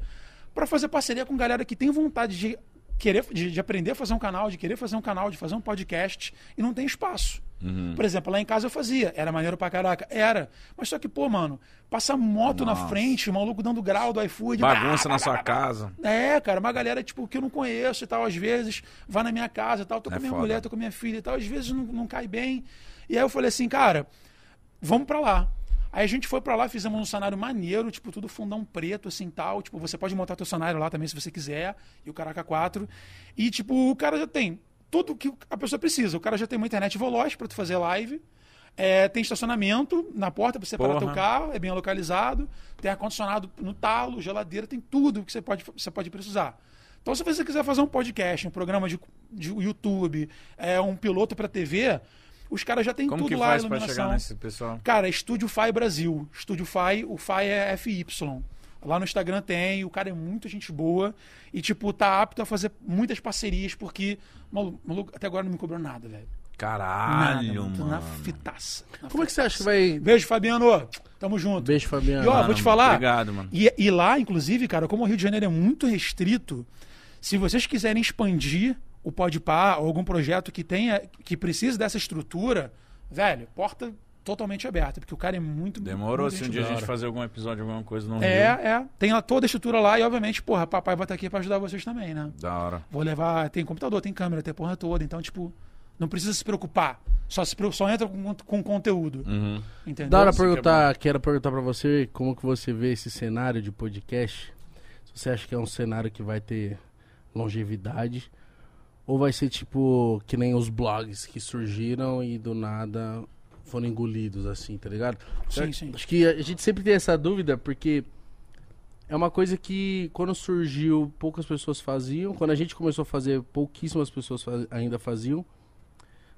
[SPEAKER 2] Pra fazer parceria com galera que tem vontade de querer de, de aprender a fazer um canal, de querer fazer um canal, de fazer um podcast e não tem espaço.
[SPEAKER 3] Uhum.
[SPEAKER 2] Por exemplo, lá em casa eu fazia, era maneiro pra caraca, era. Mas só que, pô, mano, passa moto na frente, o maluco dando grau do iFood.
[SPEAKER 3] Bagunça na sua casa.
[SPEAKER 2] É, cara, uma galera, tipo, que eu não conheço e tal, às vezes, vai na minha casa e tal, tô com
[SPEAKER 3] É
[SPEAKER 2] a minha
[SPEAKER 3] foda.
[SPEAKER 2] mulher, tô com a minha filha e tal, às vezes não, não cai bem. E aí eu falei assim, cara, vamos pra lá. Aí a gente foi pra lá, fizemos um cenário maneiro, tipo, tudo fundão preto, assim, tal. Tipo, você pode montar teu cenário lá também, se você quiser. E o Caraca 4. E, tipo, o cara já tem tudo que a pessoa precisa. O cara já tem uma internet veloz pra tu fazer live. É, tem estacionamento na porta pra você parar teu
[SPEAKER 3] Porra.
[SPEAKER 2] carro, é bem localizado. Tem ar-condicionado no talo, geladeira, tem tudo que você pode, você pode precisar. Então, se você quiser fazer um podcast, um programa de, de YouTube, é, um piloto pra TV, os caras já tem
[SPEAKER 3] Como
[SPEAKER 2] tudo
[SPEAKER 3] que
[SPEAKER 2] lá,
[SPEAKER 3] faz pra
[SPEAKER 2] iluminação.
[SPEAKER 3] chegar nesse pessoal?
[SPEAKER 2] Cara, é Estúdio Fai Brasil. Estúdio Fai, o Fai é FY. Lá no Instagram tem, o cara é muito gente boa e, tipo, tá apto a fazer muitas parcerias, porque, maluco, maluco, até agora não me cobrou nada, velho. Nada,
[SPEAKER 3] Caralho,
[SPEAKER 2] mano, tô
[SPEAKER 3] mano.
[SPEAKER 2] na fitaça. na
[SPEAKER 1] Como é que você
[SPEAKER 2] fitaça.
[SPEAKER 1] acha que vai.
[SPEAKER 2] Beijo, Fabiano. Tamo junto.
[SPEAKER 1] Beijo, Fabiano.
[SPEAKER 2] E ó,
[SPEAKER 3] Mano,
[SPEAKER 2] vou te falar.
[SPEAKER 3] obrigado, mano.
[SPEAKER 2] E, e lá, inclusive, cara, como o Rio de Janeiro é muito restrito, se vocês quiserem expandir o Podpah ou algum projeto que tenha, que precise dessa estrutura, velho, porta totalmente aberta, porque o cara é muito
[SPEAKER 3] Demorou
[SPEAKER 2] muito
[SPEAKER 3] se um
[SPEAKER 2] gente
[SPEAKER 3] dia a
[SPEAKER 2] boa.
[SPEAKER 3] gente fazer algum episódio, alguma coisa no
[SPEAKER 2] É,
[SPEAKER 3] Rio.
[SPEAKER 2] é. Tem lá toda a estrutura lá e, obviamente, porra, papai vai estar aqui pra ajudar vocês também, né?
[SPEAKER 3] Da hora.
[SPEAKER 2] Vou levar. Tem computador, tem câmera, tem a porra toda. Então, tipo, não precisa se preocupar. Só, se, pre- só entra com, com conteúdo.
[SPEAKER 3] Uhum.
[SPEAKER 2] Entendeu?
[SPEAKER 1] Da hora perguntar, quero perguntar pra você como que você vê esse cenário de podcast. Se você acha que é um cenário que vai ter longevidade. Ou vai ser tipo que nem os blogs que surgiram e do nada foram engolidos, assim, tá ligado?
[SPEAKER 2] Sim, sim.
[SPEAKER 1] Acho que a gente sempre tem essa dúvida, porque é uma coisa que quando surgiu, poucas pessoas faziam. Quando a gente começou a fazer, pouquíssimas pessoas faz- ainda faziam.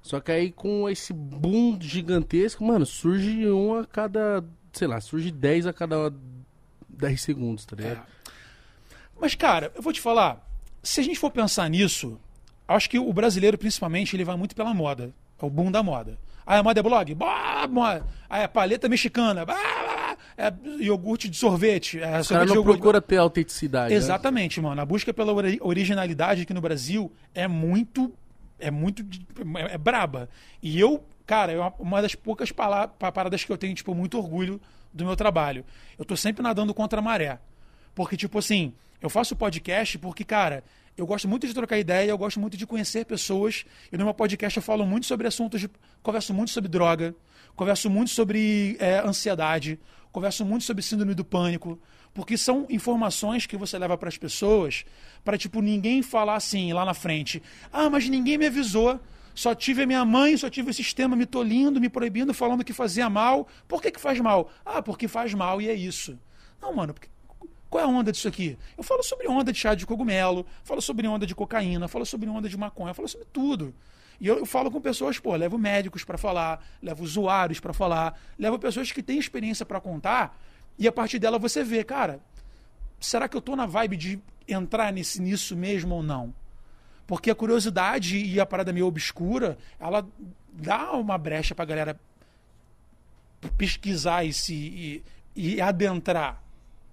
[SPEAKER 1] Só que aí com esse boom gigantesco, mano, surge um a cada, sei lá, surge 10 a cada 10 segundos, tá
[SPEAKER 2] É.
[SPEAKER 1] ligado?
[SPEAKER 2] Mas, cara, eu vou te falar, se a gente for pensar nisso, acho que o brasileiro, principalmente, ele vai muito pela moda. É o boom da moda. Ah, a moda é blog? Bah, moda. Ah, é paleta mexicana? Bah, bah, bah. É iogurte de sorvete? É
[SPEAKER 1] Os
[SPEAKER 2] sorvete
[SPEAKER 1] caras
[SPEAKER 2] de
[SPEAKER 1] não
[SPEAKER 2] iogurte.
[SPEAKER 1] procuram ter autenticidade. né?
[SPEAKER 2] Exatamente, mano. A busca pela ori- originalidade aqui no Brasil é muito. É muito. de- É, é braba. E eu, cara, é uma, uma das poucas pala- pa- paradas que eu tenho, tipo, muito orgulho do meu trabalho. Eu tô sempre nadando contra a maré. Porque, tipo assim, eu faço podcast porque, cara, eu gosto muito de trocar ideia, eu gosto muito de conhecer pessoas. E no meu podcast eu falo muito sobre assuntos de. Converso muito sobre droga, converso muito sobre é, ansiedade, converso muito sobre síndrome do pânico. Porque são informações que você leva para as pessoas para, tipo, ninguém falar assim lá na frente. Ah, mas ninguém me avisou. Só tive a minha mãe, só tive o sistema me tolindo, me proibindo, falando que fazia mal. Por que, que faz mal? Ah, porque faz mal e é isso. Não, mano, porque qual é a onda disso aqui? Eu falo sobre onda de chá de cogumelo, falo sobre onda de cocaína, falo sobre onda de maconha, falo sobre tudo. E eu, eu falo com pessoas, pô, levo médicos pra falar, levo usuários pra falar, levo pessoas que têm experiência pra contar, e a partir dela você vê, cara, será que eu tô na vibe de entrar nesse nisso mesmo ou não? Porque a curiosidade e a parada meio obscura, ela dá uma brecha pra galera pesquisar e se e, e adentrar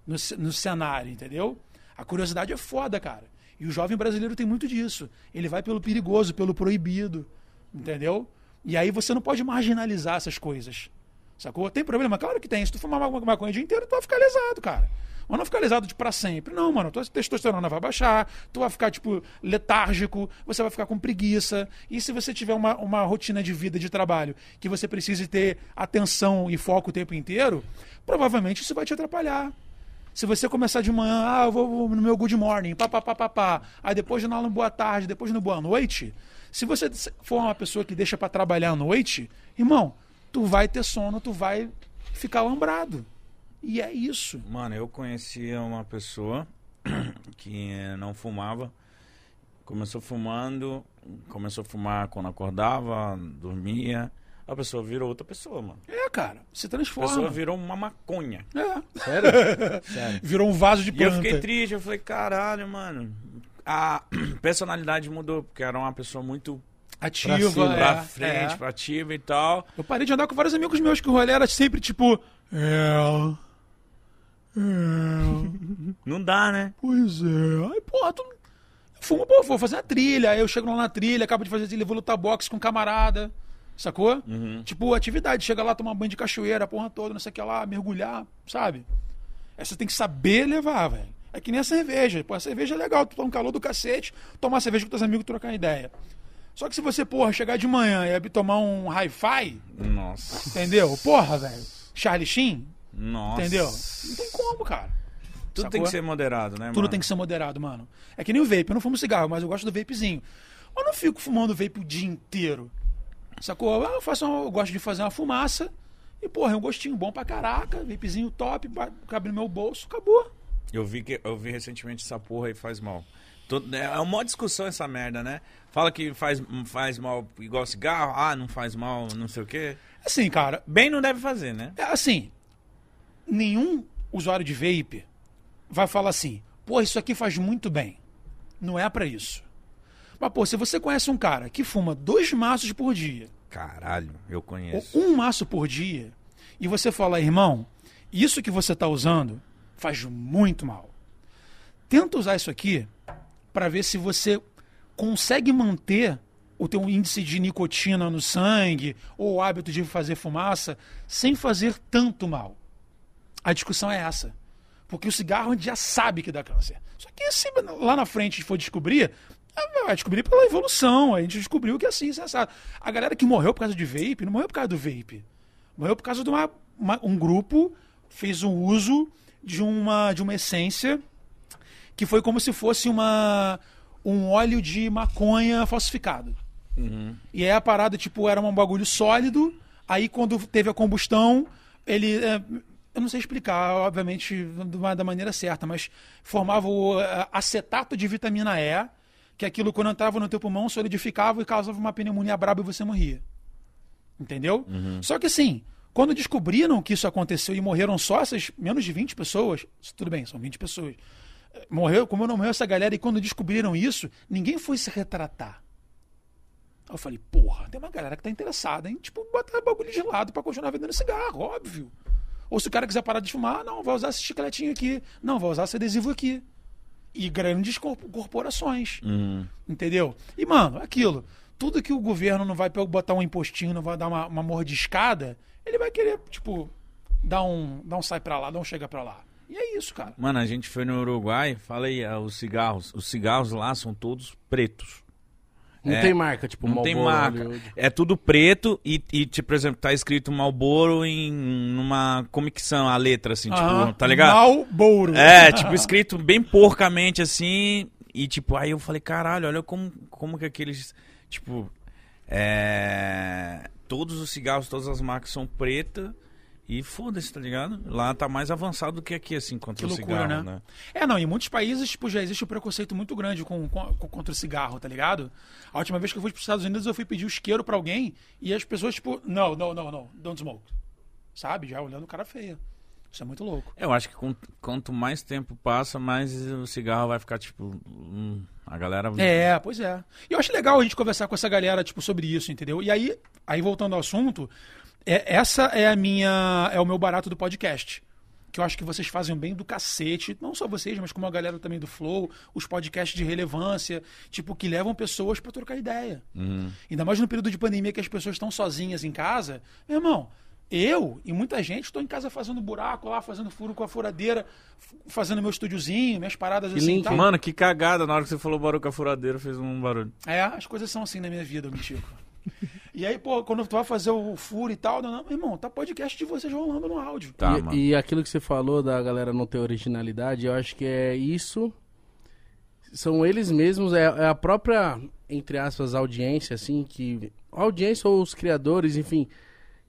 [SPEAKER 2] no, ce- no cenário, entendeu? A curiosidade é foda, cara. E o jovem brasileiro tem muito disso. Ele vai pelo perigoso, pelo proibido, entendeu? E aí você não pode marginalizar essas coisas. Sacou? Tem problema? Claro que tem. Se tu fumar ma- maconha o dia inteiro, tu vai ficar lesado, cara. Mas não ficar lesado de pra sempre. Não, mano. Tua testosterona vai baixar, tu vai ficar, tipo, letárgico, você vai ficar com preguiça. E se você tiver uma, uma rotina de vida, de trabalho, que você precise ter atenção e foco o tempo inteiro, provavelmente isso vai te atrapalhar. Se você começar de manhã, ah, eu vou, vou no meu good morning, pá, pá, pá, pá, pá. Aí depois na aula no boa tarde, depois no boa noite. Se você for uma pessoa que deixa pra trabalhar à noite, irmão, tu vai ter sono, tu vai ficar lambrado. E é isso.
[SPEAKER 3] Mano, eu conhecia uma pessoa (clears throat) que eh, não fumava. Começou fumando, começou a fumar quando acordava, dormia. A pessoa virou outra pessoa, mano.
[SPEAKER 2] É, cara, se
[SPEAKER 3] A pessoa
[SPEAKER 2] transforma.
[SPEAKER 3] virou uma maconha.
[SPEAKER 2] É.
[SPEAKER 1] Sério?
[SPEAKER 2] Virou um vaso de
[SPEAKER 3] E eu
[SPEAKER 2] planta.
[SPEAKER 3] fiquei triste, eu falei, caralho, mano. A (clears throat) personalidade mudou, porque era uma pessoa muito
[SPEAKER 2] Ativa,
[SPEAKER 1] cima,
[SPEAKER 2] é,
[SPEAKER 3] pra frente,
[SPEAKER 2] é.
[SPEAKER 3] pra ativa e tal.
[SPEAKER 2] Eu parei de andar com vários amigos meus que o rolê era sempre tipo. É. É.
[SPEAKER 3] Não dá, né?
[SPEAKER 2] né? Pois é. Aí, porra, é. tu... eu Fumo, pô, vou fazer a trilha. Aí eu chego lá na trilha, acabo de fazer trilha, vou lutar boxe com um camarada. Sacou?
[SPEAKER 3] Uhum.
[SPEAKER 2] Tipo, atividade. Chega lá, tomar banho de cachoeira, a porra toda, não sei o que lá, mergulhar, sabe? Aí você tem que saber levar, velho. É que nem a cerveja. Pô, a cerveja é legal, tu tá um calor do cacete, tomar cerveja com teus amigos e trocar ideia. Só que se você, porra, chegar de manhã e ab- tomar um hi-fi,
[SPEAKER 3] Nossa.
[SPEAKER 2] entendeu? Porra, velho. Charlie Sheen,
[SPEAKER 3] Nossa.
[SPEAKER 2] entendeu? Não tem como, cara.
[SPEAKER 3] Tudo
[SPEAKER 2] Sacou?
[SPEAKER 3] tem que ser moderado, né, mano?
[SPEAKER 2] Tudo tem que ser moderado, mano. É que nem o vape. Eu não fumo cigarro, mas eu gosto do vapezinho. Eu não fico fumando vape o dia inteiro. Sacou? Ah, Eu, faço uma- eu gosto de fazer uma fumaça. E, porra, é um gostinho bom pra caraca. Vapezinho top, ba- cabe no meu bolso, acabou.
[SPEAKER 3] Eu vi, que, eu vi recentemente essa porra aí faz mal. Todo- é uma maior discussão essa merda, né? Fala que faz, faz mal igual cigarro, ah, não faz mal, não sei o quê.
[SPEAKER 2] Assim, cara,
[SPEAKER 3] Bem não deve fazer, né?
[SPEAKER 2] é assim. Nenhum usuário de vape vai falar assim, pô, isso aqui faz muito bem. Não é pra isso. Mas, pô, se você conhece um cara que fuma dois maços por dia,
[SPEAKER 3] Caralho, eu
[SPEAKER 2] ou
[SPEAKER 3] conheço.
[SPEAKER 2] um maço por dia e você fala, irmão, isso que você está usando faz muito mal. Tenta usar isso aqui para ver se você consegue manter o teu índice de nicotina no sangue ou o hábito de fazer fumaça sem fazer tanto mal. A discussão é essa. Porque o cigarro a gente já sabe que dá câncer. Só que se lá na frente a gente for descobrir, ah, vai descobrir pela evolução. A gente descobriu que é assim, sensato. A galera que morreu por causa de vape, não morreu por causa do vape. Morreu por causa de uma, uma- um grupo fez um uso de uma, de uma essência que foi como se fosse uma, um óleo de maconha falsificado. E aí a parada, tipo, era um bagulho sólido. Aí quando teve a combustão, ele. é, eu não sei explicar, obviamente, de uma- da maneira certa, mas formava o é, acetato de vitamina E, que é aquilo, quando entrava no teu pulmão, solidificava e causava uma pneumonia braba e você morria. Entendeu? Só que assim, quando descobriram que isso aconteceu e morreram só essas menos de 20 pessoas, isso tudo bem, são 20 pessoas. eh, Morreu, como não morreu essa galera, e quando descobriram isso, ninguém foi se retratar. Aí eu falei, porra, tem uma galera que tá interessada em, tipo, botar bagulho de lado pra continuar vendendo cigarro, óbvio. Ou se o cara quiser parar de fumar, não, vai usar esse chicletinho aqui. Não, vai usar esse adesivo aqui. E grandes cor- corporações.
[SPEAKER 3] Uhum.
[SPEAKER 2] Entendeu? E, mano, aquilo. Tudo que o governo não vai pe- botar um impostinho, não vai dar uma, uma mordiscada, ele vai querer, tipo, dar um, dar um sai pra lá, dar um chega pra lá. E é isso, cara.
[SPEAKER 3] Mano, a gente foi no Uruguai, fala aí, ah, os cigarros. Os cigarros lá são todos pretos.
[SPEAKER 1] Não
[SPEAKER 3] É.
[SPEAKER 1] tem marca, tipo,
[SPEAKER 3] Não tem
[SPEAKER 1] Marlboro,
[SPEAKER 3] marca.
[SPEAKER 1] Hollywood.
[SPEAKER 3] É tudo preto e, e, tipo, por exemplo, tá escrito Malboro em numa comicção, a letra, assim,
[SPEAKER 2] Aham.
[SPEAKER 3] tipo, tá ligado?
[SPEAKER 2] Malboro. (laughs)
[SPEAKER 3] É, tipo, escrito bem porcamente assim. E, tipo, aí eu falei, caralho, olha como, como que aqueles. Tipo. É. Todos os cigarros, todas as marcas são preta E foda-se, tá ligado? Lá tá mais avançado do que aqui, assim,
[SPEAKER 2] Que
[SPEAKER 3] contra o
[SPEAKER 2] loucura,
[SPEAKER 3] cigarro,
[SPEAKER 2] né?
[SPEAKER 3] né?
[SPEAKER 2] É, não, em muitos países, tipo, já existe um preconceito muito grande com, com- com- contra o cigarro, tá ligado? A última vez que eu fui para os Estados Unidos, eu fui pedir o isqueiro pra alguém e as pessoas, tipo, não, não, não, não, don't smoke. Sabe? Já olhando o cara feia. Isso é muito louco.
[SPEAKER 3] Eu acho que com- quanto mais tempo passa, mais o cigarro vai ficar, tipo. hum, a galera.
[SPEAKER 2] É, pois é. E eu acho legal a gente conversar com essa galera, tipo, sobre isso, entendeu? E aí, aí voltando ao assunto, é- essa é a minha. é o meu barato do podcast. Que eu acho que vocês fazem bem do cacete, não só vocês, mas como a galera também do Flow, os podcasts de relevância, tipo, que levam pessoas pra trocar ideia. Ainda mais no período de pandemia que as pessoas estão sozinhas em casa. Meu irmão, eu e muita gente estou em casa fazendo buraco lá, fazendo furo com a furadeira, f- fazendo meu estúdiozinho, minhas paradas assim e
[SPEAKER 1] link,
[SPEAKER 2] tal.
[SPEAKER 3] Mano, que né? cagada. Na hora que você falou barulho com a furadeira, fez um barulho.
[SPEAKER 2] É, as coisas são assim na minha vida, Mitico. e aí, pô, quando tu vai fazer o furo e tal, não, não, irmão, tá podcast de vocês rolando no áudio.
[SPEAKER 3] Tá,
[SPEAKER 1] e,
[SPEAKER 3] mano.
[SPEAKER 1] e aquilo que você falou da galera não ter originalidade, eu acho que é isso. São eles mesmos, é, é a própria, entre aspas, audiência, assim, que. a Audiência ou os criadores, enfim,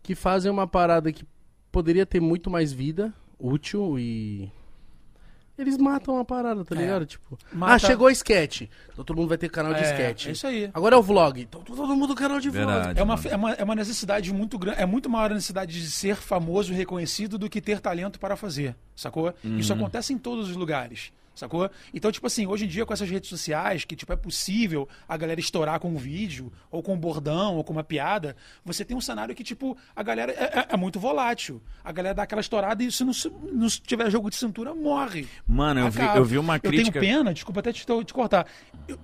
[SPEAKER 1] que fazem uma parada que poderia ter muito mais vida útil e. Eles matam a parada, tá
[SPEAKER 2] É.
[SPEAKER 1] ligado? Tipo, ah,
[SPEAKER 2] Mata-
[SPEAKER 1] chegou o sketch. Então todo mundo vai ter canal de
[SPEAKER 2] É,
[SPEAKER 1] sketch.
[SPEAKER 2] é isso aí.
[SPEAKER 1] Agora é o vlog. Então todo mundo canal de vlog.
[SPEAKER 3] Verdade.
[SPEAKER 2] É uma,
[SPEAKER 3] mano.
[SPEAKER 2] é, uma, é uma necessidade muito grande, é muito maior a necessidade de ser
[SPEAKER 3] Uhum.
[SPEAKER 2] famoso e reconhecido do que ter talento para fazer, sacou? Isso acontece em todos os lugares, Sacou? Então, tipo assim, hoje em dia com essas redes sociais, que tipo é possível a galera estourar com um vídeo, ou com um bordão, ou com uma piada, você tem um cenário que tipo a galera é, é- é muito volátil. A galera dá aquela estourada e se não, se não tiver jogo de cintura, morre.
[SPEAKER 3] Mano, eu vi,
[SPEAKER 2] Acaba.
[SPEAKER 3] eu vi uma
[SPEAKER 2] Eu
[SPEAKER 3] crítica.
[SPEAKER 2] tenho pena, desculpa até te, te cortar. Eu-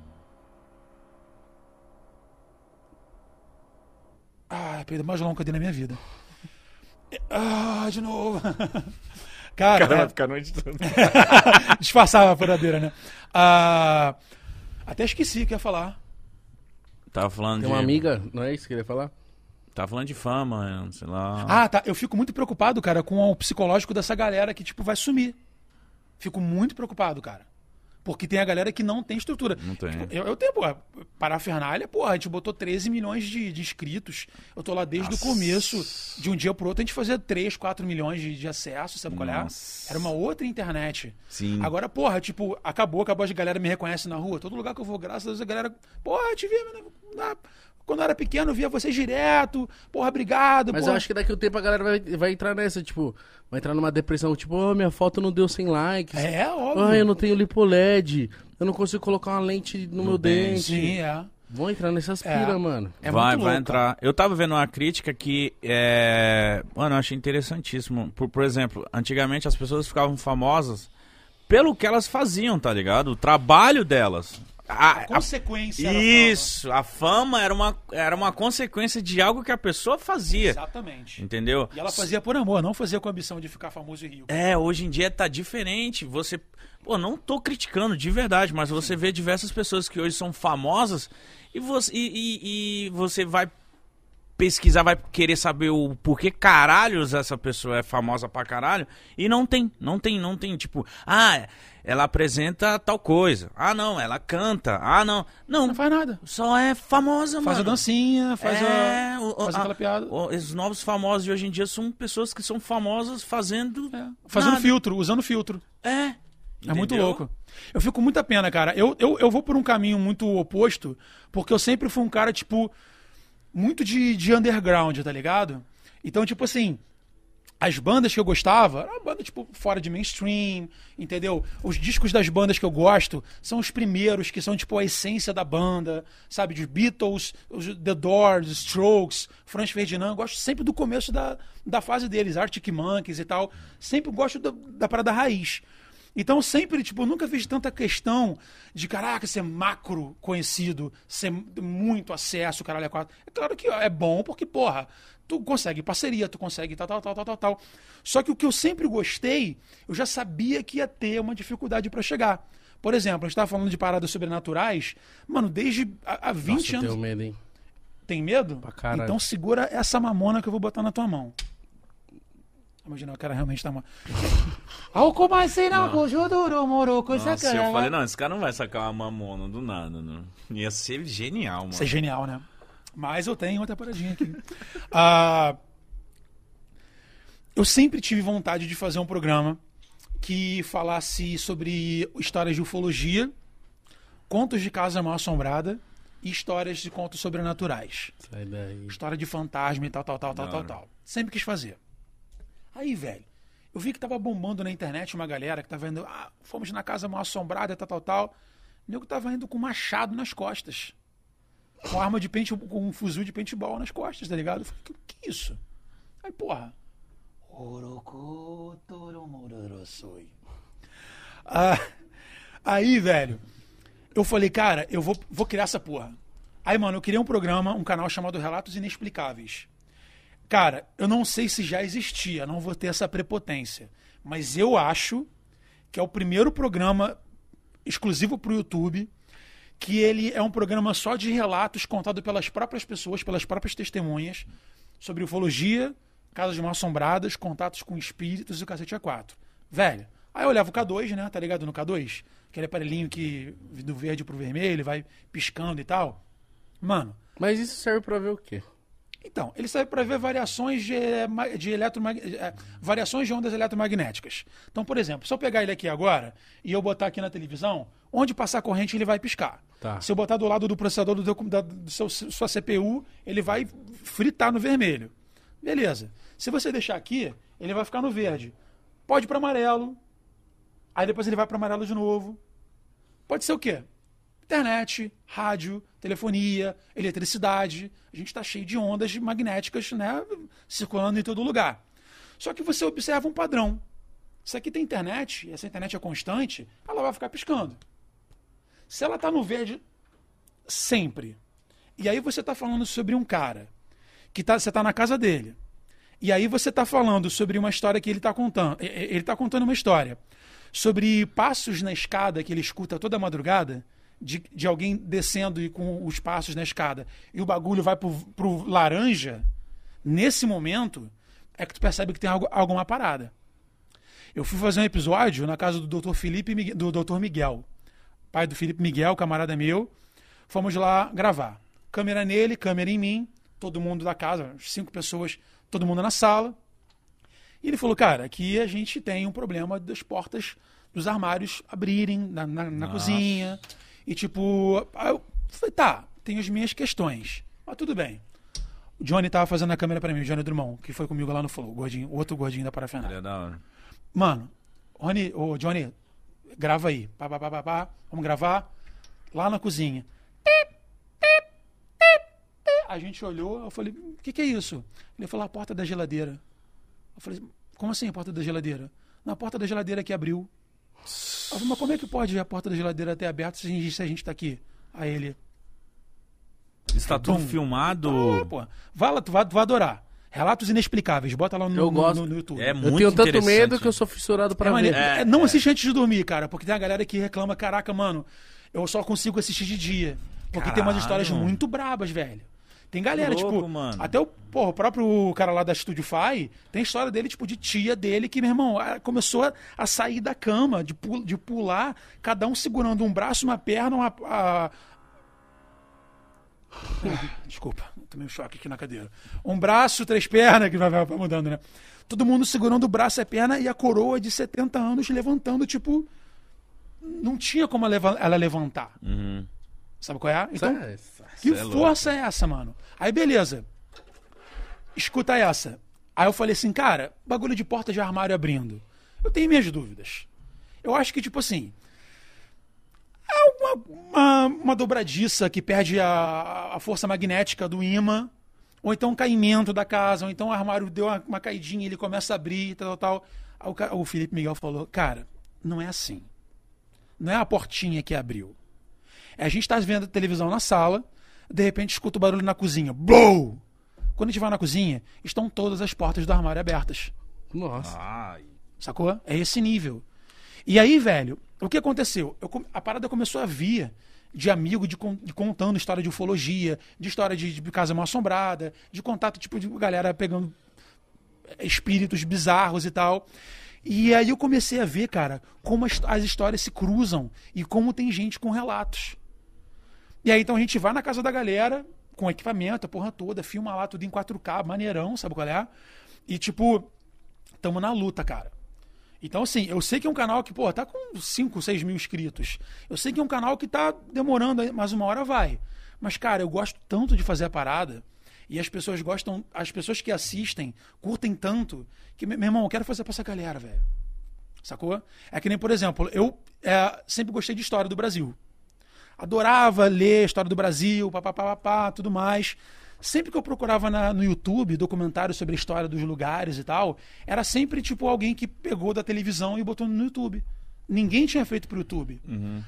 [SPEAKER 2] Ah, é a perda mais longa que eu dei na minha vida. Ah, de novo. (laughs) Cara, é-
[SPEAKER 3] ficar noite toda.
[SPEAKER 2] disfarçava a furadeira, né? Ah, até esqueci o que eu ia falar.
[SPEAKER 3] Tava falando
[SPEAKER 1] Tem
[SPEAKER 3] de.
[SPEAKER 1] uma amiga, não é isso que eu ia falar?
[SPEAKER 3] Tava Tá falando de fama, sei lá.
[SPEAKER 2] Ah, tá. Eu fico muito preocupado, cara, com o psicológico dessa galera que, tipo, vai sumir. Fico muito preocupado, cara. Porque tem a galera que não tem estrutura.
[SPEAKER 3] Não tem.
[SPEAKER 2] Tipo, eu, eu tenho, porra, parafernália, porra, a gente botou 13 milhões de, de inscritos. Eu tô lá desde o começo. De um dia pro outro, a gente fazia 3, 4 milhões de, de acessos, sabe qual é?
[SPEAKER 3] Nossa. Hum.
[SPEAKER 2] Era uma outra internet.
[SPEAKER 3] Sim.
[SPEAKER 2] Agora, porra, tipo, acabou, acabou, a galera me reconhece na rua. Todo lugar que eu vou, graças a Deus, a galera. Porra, te vi, mano. na- Quando eu era pequeno, eu via vocês direto. Porra, obrigado.
[SPEAKER 1] Mas eu
[SPEAKER 2] porra.
[SPEAKER 1] acho que daqui a um tempo a galera vai, vai entrar nessa, tipo, vai entrar numa depressão, tipo, oh, minha foto não deu 100 likes.
[SPEAKER 2] É, óbvio.
[SPEAKER 1] Ah, eu não tenho lipoled. Eu não consigo colocar uma lente no, meu dente.
[SPEAKER 2] Sim, é.
[SPEAKER 1] Vão entrar nessas
[SPEAKER 2] É.
[SPEAKER 1] pira, mano.
[SPEAKER 2] É
[SPEAKER 3] vai,
[SPEAKER 2] muito
[SPEAKER 3] vai
[SPEAKER 2] louco,
[SPEAKER 3] entrar. Eu tava vendo uma crítica que é. Mano, eu achei interessantíssimo. Por, por exemplo, antigamente as pessoas ficavam famosas pelo que elas faziam, tá ligado? O trabalho delas. A- a-
[SPEAKER 2] Consequência. assim era
[SPEAKER 3] isso, a fama era uma, era uma consequência de algo que a pessoa
[SPEAKER 2] fama.
[SPEAKER 3] fazia.
[SPEAKER 2] Exatamente.
[SPEAKER 3] Entendeu?
[SPEAKER 2] E ela fazia por amor, não fazia com a ambição de ficar famoso e rico.
[SPEAKER 3] É, hoje em dia tá diferente. Você. Pô, não tô criticando de verdade, mas você vê diversas pessoas que hoje são famosas e você, e, e- e você vai pesquisar, vai querer saber o porquê caralhos essa pessoa é famosa pra caralho e não tem, não tem, não tem. Tipo, ah, ela apresenta tal coisa. Ah, não, ela canta. Ah, não. Não,
[SPEAKER 2] Não faz nada.
[SPEAKER 3] só é famosa, mano.
[SPEAKER 2] Faz a dancinha, faz,
[SPEAKER 3] É,
[SPEAKER 2] a,
[SPEAKER 3] o-
[SPEAKER 2] faz
[SPEAKER 3] a-
[SPEAKER 2] aquela piada.
[SPEAKER 3] o- Os novos famosos de hoje em dia são pessoas que são famosas fazendo.
[SPEAKER 2] É. Fazendo
[SPEAKER 3] nada.
[SPEAKER 2] filtro, usando filtro.
[SPEAKER 3] É.
[SPEAKER 2] É muito louco. Eu fico com muita pena, cara. Eu, eu, eu vou por um caminho muito oposto, porque eu sempre fui um cara, tipo, muito de, de underground, tá ligado? Então, tipo assim, as bandas que eu gostava, era uma banda, tipo, fora de mainstream, entendeu? Os discos das bandas que eu gosto são os primeiros, que são, tipo, a essência da banda, sabe? Dos Beatles, os The Doors, Strokes, Franz Ferdinand. Eu gosto sempre do começo da, da fase deles, Arctic Monkeys e tal. Sempre gosto da, da parada raiz. Então, sempre, tipo, eu nunca fiz tanta questão de, caraca, ser macro conhecido, ser muito acesso, caralho, é quatro. É claro que é bom, porque, porra, tu consegue parceria, tu consegue tal, tal, tal, tal, tal, tal. Só que o que eu sempre gostei, eu já sabia que ia ter uma dificuldade pra chegar. Por exemplo, a gente tava falando de paradas sobrenaturais, mano, desde há há
[SPEAKER 1] Nossa,
[SPEAKER 2] 20
[SPEAKER 1] eu
[SPEAKER 2] anos.
[SPEAKER 1] tenho medo, hein?
[SPEAKER 2] Tem medo?
[SPEAKER 1] Pra caralho.
[SPEAKER 2] Então segura essa mamona que eu vou botar na tua mão. Imagina, o cara realmente tá... ma-
[SPEAKER 3] Nossa,
[SPEAKER 8] né?
[SPEAKER 3] eu falei, não, esse cara não vai sacar uma mamona do nada, né? Ia ser genial, mano.
[SPEAKER 2] Isso é genial, né? Mas eu tenho outra paradinha aqui. (laughs) Ah, eu sempre tive vontade de fazer um programa que falasse sobre histórias de ufologia, contos de casa mal assombrada e histórias de contos sobrenaturais
[SPEAKER 1] Sai daí.
[SPEAKER 2] história de fantasma e tal, tal, tal, tal,
[SPEAKER 3] Da
[SPEAKER 2] tal,
[SPEAKER 3] hora.
[SPEAKER 2] tal. Sempre quis fazer. Aí, velho, eu vi que tava bombando na internet uma galera que tava indo, ah, fomos na casa mal assombrada, tal, tal, tal. O nego tava indo com machado nas costas. Com arma de pente, com um fuzil de paintball nas costas, tá ligado? Eu falei, que, que isso? Aí, porra. Oroku toromororosoi. Ah, aí, velho, eu falei, cara, eu vou, vou criar essa porra. Aí, mano, eu criei um programa, um canal chamado Relatos Inexplicáveis. Cara, eu não sei se já existia, não vou ter essa prepotência. Mas eu acho que é o primeiro programa exclusivo pro YouTube que ele é um programa só de relatos contado pelas próprias pessoas, pelas próprias testemunhas, sobre ufologia, casas mal assombradas, contatos com espíritos e o cacete A4. Velho, aí eu olhava o K2, né? Tá ligado no K2? Aquele aparelhinho que do verde pro vermelho vai piscando e tal. Mano,
[SPEAKER 1] Mas isso serve pra ver o quê?
[SPEAKER 2] então, ele serve para ver variações de, eh, ma- de eletromag... eh, variações de ondas eletromagnéticas. Então, por exemplo, se eu pegar ele aqui agora e eu botar aqui na televisão, onde passar corrente ele vai piscar.
[SPEAKER 1] Tá.
[SPEAKER 2] Se eu botar do lado do processador do, teu com- da do seu- sua CPU, ele vai fritar no vermelho. Beleza. Se você deixar aqui, ele vai ficar no verde. Pode ir para amarelo, Aí depois ele vai para amarelo de novo. Pode ser o quê? Internet, rádio, telefonia, eletricidade. A gente está cheio de ondas magnéticas, né? Circulando em todo lugar. Só que você observa um padrão. Se aqui tem internet, e essa internet é constante, ela vai ficar piscando. Se ela está no verde sempre, e aí você está falando sobre um cara que tá, você está na casa dele, e aí você está falando sobre uma história que ele está contando. e- e- Ele está contando uma história sobre passos na escada que ele escuta toda madrugada de, de alguém descendo e com os passos na escada e o bagulho vai pro, pro laranja. Nesse momento é que tu percebe que tem algo, alguma parada. Eu fui fazer um episódio na casa do Dr. Felipe Migue- do Dr. Miguel, pai do Felipe Miguel, camarada meu. Fomos lá gravar. Câmera nele, câmera em mim, todo mundo da casa, umas cinco pessoas, todo mundo na sala. E ele falou, cara, aqui a gente tem um problema das portas dos armários abrirem na, na- na cozinha. E tipo, aí eu falei, tá, tem as minhas questões. Mas tudo bem. O Johnny tava fazendo a câmera pra mim, o Johnny Drummond, que foi comigo lá no Flow, o gordinho, o outro gordinho da parafernália.
[SPEAKER 3] É da hora.
[SPEAKER 2] Mano, Rony, ô Johnny, grava aí. Pá, pá, pá, pá, pá. Vamos gravar lá na cozinha. Pip, pip, pip, pip. A gente olhou, eu falei, o que, que é isso? Ele falou, a porta da geladeira. Eu falei, como assim a porta da geladeira? Na porta da geladeira que abriu. Eu falei, mas como é que pode a porta da geladeira ter aberta se a gente, se a gente tá aqui? Aí ele,
[SPEAKER 3] Isso tá tudo
[SPEAKER 2] Bom.
[SPEAKER 3] filmado.
[SPEAKER 2] ah, pô, vai lá, tu vai, tu vai adorar. Relatos inexplicáveis, bota lá no,
[SPEAKER 1] Eu
[SPEAKER 2] no-
[SPEAKER 1] gosto.
[SPEAKER 2] no- no YouTube.
[SPEAKER 3] É
[SPEAKER 1] Eu
[SPEAKER 3] muito
[SPEAKER 1] tenho tanto
[SPEAKER 3] interessante.
[SPEAKER 1] medo que eu sou fissurado pra
[SPEAKER 2] É
[SPEAKER 1] ver.
[SPEAKER 2] maneiro. É, não assiste antes de dormir, cara, porque tem a galera que reclama, caraca, mano, eu só consigo assistir de dia. Porque tem umas
[SPEAKER 3] Caralho.
[SPEAKER 2] histórias muito brabas, velho. Tem galera,
[SPEAKER 3] Que louco,
[SPEAKER 2] tipo,
[SPEAKER 3] mano.
[SPEAKER 2] até o, porra, o próprio cara lá da Studio Fi, tem história dele, tipo, de tia dele que, meu irmão, a- começou a, a sair da cama, de, pu- de pular, cada um segurando um braço, uma perna, uma... a- Ah, Desculpa, tomei um choque aqui na cadeira. Um braço, três pernas, que vai, vai vai mudando, né? Todo mundo segurando o braço e a perna e a coroa de 70 anos levantando, tipo. Não tinha como ela leva- ela levantar.
[SPEAKER 3] Uhum.
[SPEAKER 2] Sabe qual é? Então, que força é essa, mano? Aí, beleza. Escuta essa. Aí eu falei assim, cara, bagulho de porta de armário abrindo. Eu tenho minhas dúvidas. Eu acho que, tipo assim. É uma, uma, uma dobradiça que perde a, a força magnética do imã. Ou então um caimento da casa, ou então o armário deu uma, uma caidinha, ele começa a abrir, tal, tal, tal. Aí o, ca- o Felipe Miguel falou, cara, não é assim. Não é a portinha que abriu. É, a gente tá vendo televisão na sala, de repente escuta o barulho na cozinha. Blow! Quando a gente vai na cozinha, estão todas as portas do armário abertas.
[SPEAKER 1] Nossa.
[SPEAKER 3] Ai.
[SPEAKER 2] Sacou? É esse nível. E aí, velho, o que aconteceu? Eu come- a parada começou a vir de amigo de, con- de contando história de ufologia, de história de, de casa mal assombrada, de contato, tipo, de galera pegando é, espíritos bizarros e tal. E aí eu comecei a ver, cara, como as, as histórias se cruzam e como tem gente com relatos. E aí então a gente vai na casa da galera, com equipamento, a porra toda, filma lá tudo em 4K, maneirão, sabe qual é? E tipo, tamo na luta, cara. Então, assim, eu sei que é um canal que, pô, tá com 5, 6 mil inscritos. Eu sei que é um canal que tá demorando, aí, mas uma hora vai. Mas, cara, eu gosto tanto de fazer a parada. E as pessoas gostam, as pessoas que assistem, curtem tanto, que, me- meu irmão, eu quero fazer pra essa galera, velho. Sacou? É que nem, por exemplo, eu é, sempre gostei de história do Brasil. Adorava ler a história do Brasil, papapá, papá, tudo mais. Sempre que eu procurava na- no YouTube documentários sobre a história dos lugares e tal, era sempre tipo alguém que pegou da televisão e botou no YouTube. Ninguém tinha feito pro YouTube.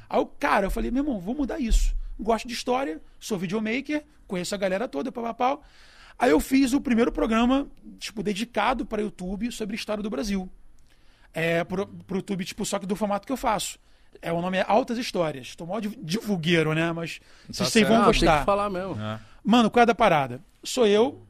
[SPEAKER 2] Aí o cara, eu falei, meu irmão, vou mudar isso. Gosto de história, sou videomaker, conheço a galera toda, papapá. Aí eu fiz o primeiro programa, tipo, dedicado para YouTube sobre a história do Brasil é, pro, pro YouTube, tipo, só que do formato que eu faço. É, o nome é Altas Histórias. Tô mó div- divulgueiro, né? Mas vocês vocês vão
[SPEAKER 1] Ah, Tem
[SPEAKER 2] gostar.
[SPEAKER 1] que falar mesmo.
[SPEAKER 2] Mano, qual é da parada? Sou eu,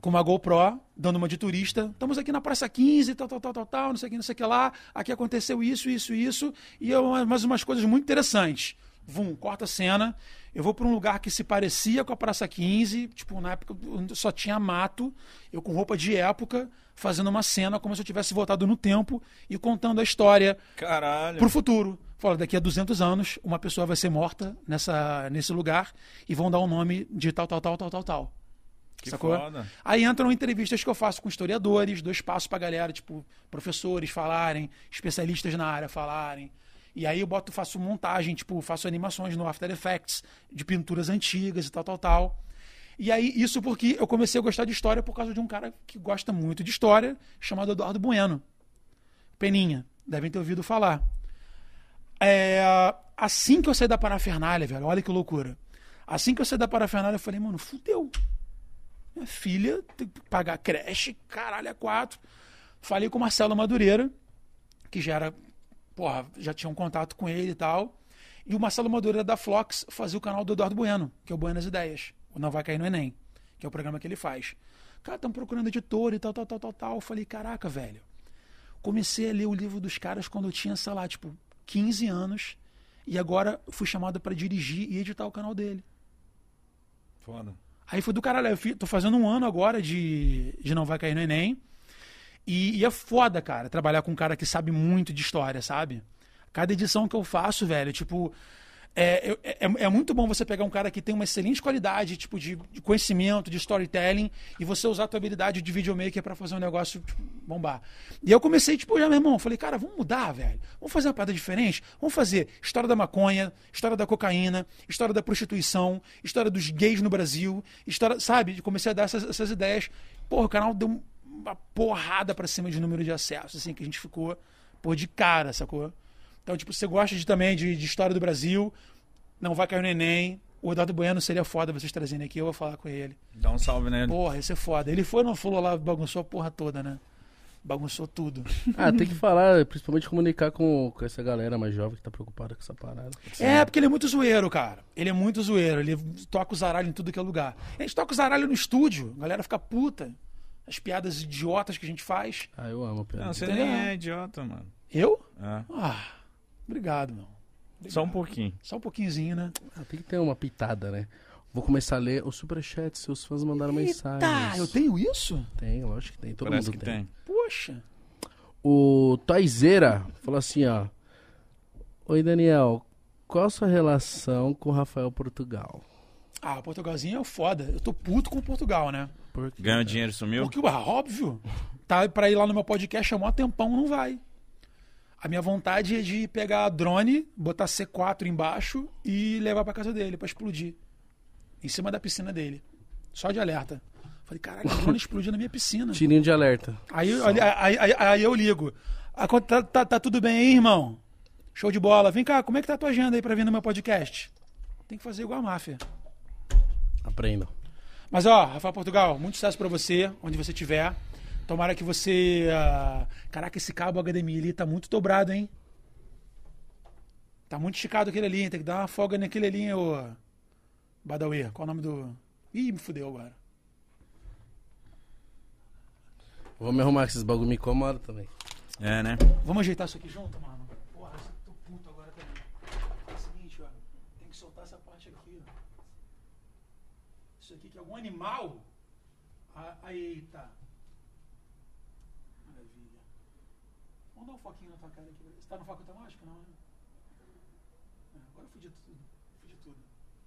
[SPEAKER 2] com uma GoPro, dando uma de turista. Estamos aqui na Praça 15, tal, tal, tal, tal, tal, não sei o que, não sei o que lá. Aqui aconteceu isso, isso, isso. E eu, mais umas coisas muito interessantes. Vum, corta a cena. Eu vou para um lugar que se parecia com a Praça 15, tipo, na época onde só tinha mato, eu com roupa de época, fazendo uma cena como se eu tivesse voltado no tempo e contando a história
[SPEAKER 6] Caralho.
[SPEAKER 2] pro futuro. Fala, daqui a 200 anos, uma pessoa vai ser morta nessa, nesse lugar e vão dar o nome de tal, tal, tal, tal, tal, tal.
[SPEAKER 6] Que
[SPEAKER 2] sacou?
[SPEAKER 6] foda.
[SPEAKER 2] Aí entram entrevistas que eu faço com historiadores, dou espaço pra galera, tipo, professores falarem, especialistas na área falarem. E aí eu boto, faço montagem, tipo, faço animações no After Effects de pinturas antigas e tal, tal, tal. E aí, isso porque eu comecei a gostar de história por causa de um cara que gosta muito de história, chamado Eduardo Bueno. Peninha, devem ter ouvido falar. É, assim que eu saí da parafernália, velho, olha que loucura. Assim que eu saí da parafernália, eu falei, mano, fudeu. Minha filha tem que pagar creche, caralho, é quatro. Falei com o Marcelo Madureira, que já era, porra, já tinha um contato com ele e tal. E o Marcelo Madureira da Flox fazia o canal do Eduardo Bueno, que é o Buenas Ideias, o Não Vai Cair no Enem, que é o programa que ele faz. Cara, estão procurando editor e tal, tal, tal, tal, tal. Eu falei, caraca, velho comecei a ler o livro dos caras quando eu tinha, sei lá, tipo, 15 anos. E agora eu fui chamado pra dirigir e editar o canal dele.
[SPEAKER 8] Foda.
[SPEAKER 2] Aí foi do caralho, eu fi- tô fazendo um ano agora de, de Não Vai Cair no Enem. E, e é foda, cara, trabalhar com um cara que sabe muito de história, sabe? Cada edição que eu faço, velho, tipo. É, eu- é, é muito bom você pegar um cara que tem uma excelente qualidade, tipo, de, de conhecimento, de storytelling, e você usar a tua habilidade de videomaker pra fazer um negócio tipo, bombar. E eu comecei, tipo, já, meu irmão, falei, cara, vamos mudar, velho. Vamos fazer uma parada diferente? Vamos fazer história da maconha, história da cocaína, história da prostituição, história dos gays no Brasil, história, sabe? Comecei a dar essas, essas ideias. Porra, o canal deu um- uma porrada pra cima de número de acessos, assim, que a gente ficou, pô, de cara, sacou? Então, tipo, você gosta de, também de, de história do Brasil, não vai cair no Enem, o Eduardo Bueno seria foda vocês trazendo aqui, eu vou falar com ele.
[SPEAKER 8] Dá um salve, né?
[SPEAKER 2] Porra, esse é foda. Ele foi ou não falou lá, bagunçou a porra toda, né? Bagunçou tudo.
[SPEAKER 1] Ah, tem que falar, principalmente comunicar com, com essa galera mais jovem que tá preocupada com essa parada.
[SPEAKER 2] É, porque ele é muito zoeiro, cara. Ele é muito zoeiro. Ele toca o zaralho em tudo que é lugar. A gente toca o zaralho no estúdio, a galera fica puta. As piadas idiotas que a gente faz.
[SPEAKER 1] Ah, eu amo a piada.
[SPEAKER 8] Não, você
[SPEAKER 2] Entendeu?
[SPEAKER 8] nem é idiota, mano.
[SPEAKER 2] Eu?
[SPEAKER 8] É.
[SPEAKER 2] Ah, obrigado, meu.
[SPEAKER 3] Só um pouquinho.
[SPEAKER 2] Só um pouquinhozinho, né?
[SPEAKER 1] Ah, tem que ter uma pitada, né? Vou começar a ler o superchat, seus fãs mandaram mensagem.
[SPEAKER 2] Tá, eu tenho isso?
[SPEAKER 1] Tem, lógico que tem, todo
[SPEAKER 8] Parece
[SPEAKER 1] mundo
[SPEAKER 8] que
[SPEAKER 1] tem.
[SPEAKER 8] tem.
[SPEAKER 2] Poxa.
[SPEAKER 1] O Toizeira falou assim, ó. Oi, Daniel, qual a sua relação com o Rafael Portugal?
[SPEAKER 2] Ah, o Portugalzinho é o foda. Eu tô puto com o Portugal, né?
[SPEAKER 1] Por quê?
[SPEAKER 8] É.
[SPEAKER 3] Ganhou dinheiro, sumiu?
[SPEAKER 2] Porque, ah, óbvio, tá pra ir lá no meu podcast há mó tempão, não vai. A minha vontade é de pegar drone, botar C4 embaixo e levar pra casa dele pra explodir. Em cima da piscina dele. Só de alerta. Falei, caralho, o drone explodiu na minha piscina.
[SPEAKER 1] Tirinho de alerta.
[SPEAKER 2] Aí, eu- aí, aí, aí- aí eu ligo. Ah, co- Tá, tá- tá tudo bem aí, irmão? Show de bola. Vem cá, como é que tá a tua agenda aí pra vir no meu podcast? Tem que fazer igual a máfia.
[SPEAKER 1] Aprendam.
[SPEAKER 2] Mas ó, Rafael Portugal, muito sucesso pra você, onde você estiver. Tomara que você. ah, Caraca, esse cabo HDMI ali tá muito dobrado, hein? Tá muito esticado aquele ali, hein? Tem que dar uma folga naquele ali, hein, ô. Badawi. Qual o nome do. Ih, me fudeu agora.
[SPEAKER 1] Vou me arrumar, que esses bagulho me incomodam também.
[SPEAKER 3] É, né?
[SPEAKER 2] Vamos ajeitar isso aqui junto, mano? Porra, eu tô puto agora também. É o seguinte, ó. Tem que soltar essa parte aqui, ó. Isso aqui que é algum animal. Ah, aí, tá. Maravilha. Vamos dar um foquinho na tua cara aqui. Você tá no foco automático, não, né? É, agora eu fudi tudo. Fudi tudo.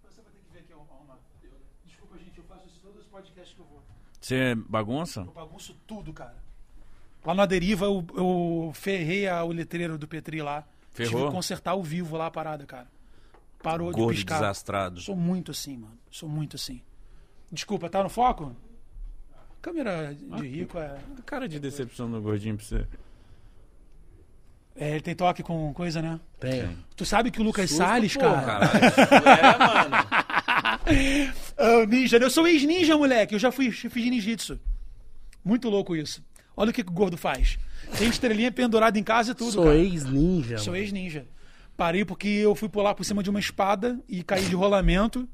[SPEAKER 2] Você vai ter que ver aqui, ó, arrumar. Desculpa, gente, eu faço isso em todos os podcasts que eu vou.
[SPEAKER 3] Você é bagunça?
[SPEAKER 2] Eu bagunço tudo, cara. Lá na deriva eu, eu ferrei a- o letreiro do Petri lá. Tive
[SPEAKER 3] Ferrou?
[SPEAKER 2] que consertar ao vivo lá a parada, cara. Parou
[SPEAKER 3] Gordo
[SPEAKER 2] de piscar.
[SPEAKER 3] desastrado.
[SPEAKER 2] Sou muito assim, mano. Sou muito assim. Desculpa, tá no foco? Câmera de rico é.
[SPEAKER 3] Cara de decepção do gordinho pra você.
[SPEAKER 2] é, Ele tem toque com coisa, né?
[SPEAKER 1] Tem.
[SPEAKER 2] Tu sabe que o Lucas Salles, cara. Ah, ninja, né? eu sou ex-ninja, moleque. Eu já fui, fiz ninjitsu. Muito louco isso. Olha o que, que o gordo faz. Tem estrelinha pendurada em casa e tudo.
[SPEAKER 1] Sou
[SPEAKER 2] cara.
[SPEAKER 1] ex-ninja.
[SPEAKER 2] Sou
[SPEAKER 1] mano.
[SPEAKER 2] ex-ninja. Parei porque eu fui pular por cima de uma espada e caí de rolamento.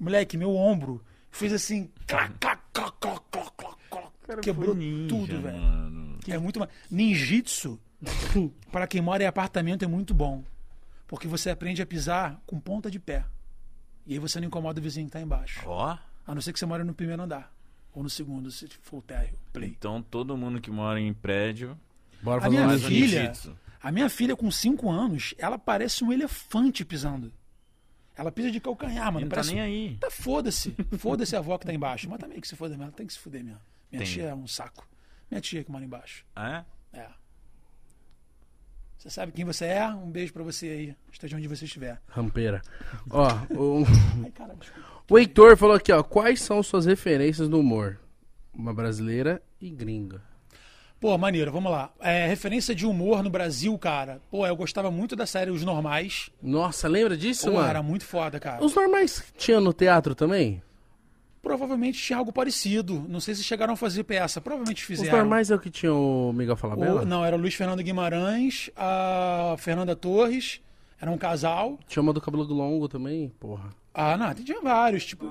[SPEAKER 2] Moleque, meu ombro fez assim. clac, clac, clac, clac, clac, clac, clac. Quebrou tudo, velho. É muito ma- Ninjitsu, (laughs) para quem mora em apartamento, é muito bom. Porque você aprende a pisar com ponta de pé. E aí você não incomoda o vizinho que tá embaixo.
[SPEAKER 3] Ó.
[SPEAKER 2] A não ser que você mora no primeiro andar. Ou no segundo, se for o térreo. Play.
[SPEAKER 3] Então todo mundo que mora em prédio.
[SPEAKER 1] Bora
[SPEAKER 2] A
[SPEAKER 1] fazer
[SPEAKER 2] minha
[SPEAKER 1] uma
[SPEAKER 3] faz um
[SPEAKER 2] filha,
[SPEAKER 3] ninjitsu.
[SPEAKER 2] a minha filha com 5 anos, ela parece um elefante pisando. Ela pisa de calcanhar, mano.
[SPEAKER 3] Não tá
[SPEAKER 2] parece-
[SPEAKER 3] nem aí.
[SPEAKER 2] Tá foda-se. Foda-se a avó que tá embaixo. Mas também que se foda mesmo. Ela tem que se fuder mesmo. Minha
[SPEAKER 3] Entendi.
[SPEAKER 2] tia é um saco. Minha tia que mora embaixo.
[SPEAKER 3] É?
[SPEAKER 2] É. Você sabe quem você é? Um beijo pra você aí. Esteja onde você estiver.
[SPEAKER 1] Rampeira. Ó, o,
[SPEAKER 2] Ai, caralho. desculpa.
[SPEAKER 1] o Heitor falou aqui, ó. Quais são suas referências no humor? Uma brasileira e gringa.
[SPEAKER 2] Pô, maneiro, vamos lá. É, referência de humor no Brasil, cara. Pô, eu gostava muito da série Os Normais.
[SPEAKER 1] Nossa, lembra disso,
[SPEAKER 2] Pô,
[SPEAKER 1] mano?
[SPEAKER 2] era muito foda, cara.
[SPEAKER 1] Os normais tinha no teatro também?
[SPEAKER 2] Provavelmente tinha algo parecido. Não sei se chegaram a fazer peça. Provavelmente
[SPEAKER 1] Os
[SPEAKER 2] fizeram.
[SPEAKER 1] normais é o que tinha o Miguel Falabella?
[SPEAKER 2] O- não, era o Luiz Fernando Guimarães, a Fernanda Torres, era um casal.
[SPEAKER 1] Tinha uma do cabelo longo também? Porra.
[SPEAKER 2] Ah, não, tinha vários, tipo...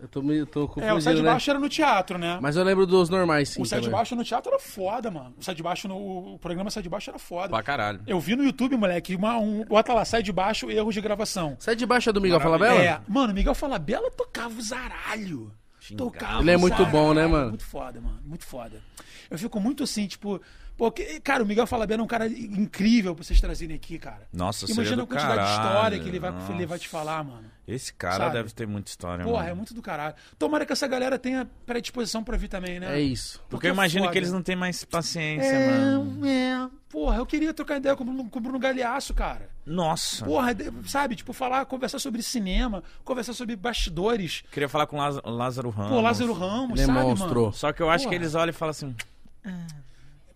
[SPEAKER 1] Eu tô, meio- tô confundindo,
[SPEAKER 2] É, o Sai de
[SPEAKER 1] né?
[SPEAKER 2] Baixo era no teatro, né?
[SPEAKER 1] Mas eu lembro dos normais, sim.
[SPEAKER 2] o Sai de
[SPEAKER 1] também.
[SPEAKER 2] Baixo no teatro era foda, mano. O Sai de Baixo, no... o programa Sai de Baixo era foda.
[SPEAKER 3] Pra caralho.
[SPEAKER 2] Eu vi no YouTube, moleque, uma, um... bota lá, Sai de Baixo, erros de gravação.
[SPEAKER 1] Sai de baixo é do Miguel Falabella?
[SPEAKER 2] É, mano, Miguel Falabella tocava o zaralho. Tocava
[SPEAKER 1] Ele é
[SPEAKER 2] o
[SPEAKER 1] muito
[SPEAKER 2] zaralho.
[SPEAKER 1] bom, né, mano?
[SPEAKER 2] Muito foda, mano. Muito foda. Eu fico muito assim, tipo. Porque, cara, o Miguel Falabella é um cara incrível pra vocês trazerem aqui, cara.
[SPEAKER 3] Nossa, seria
[SPEAKER 2] Imagina
[SPEAKER 3] do
[SPEAKER 2] a quantidade de
[SPEAKER 3] caralho,
[SPEAKER 2] história que ele vai,
[SPEAKER 3] nossa.
[SPEAKER 2] ele vai te falar, mano.
[SPEAKER 3] Esse cara
[SPEAKER 2] Sabe?
[SPEAKER 3] deve ter muita história,
[SPEAKER 2] Porra,
[SPEAKER 3] mano.
[SPEAKER 2] é muito do caralho. Tomara que essa galera tenha predisposição pra vir também, né?
[SPEAKER 1] É isso.
[SPEAKER 3] Porque eu imagino
[SPEAKER 2] foda.
[SPEAKER 3] que eles não têm mais paciência, mano.
[SPEAKER 2] É, é. Porra, eu queria trocar ideia com o Bruno- com o Bruno Galhaço, cara.
[SPEAKER 3] Nossa.
[SPEAKER 2] Porra, de- sabe? Tipo, falar, conversar sobre cinema, conversar sobre bastidores.
[SPEAKER 3] Queria falar com o Lázaro- Lázaro Ramos.
[SPEAKER 2] Pô, Lázaro Ramos,
[SPEAKER 1] é
[SPEAKER 2] sabe,
[SPEAKER 1] Demonstrou.
[SPEAKER 2] mano?
[SPEAKER 3] Só que eu acho
[SPEAKER 2] Porra.
[SPEAKER 3] que eles olham e falam assim.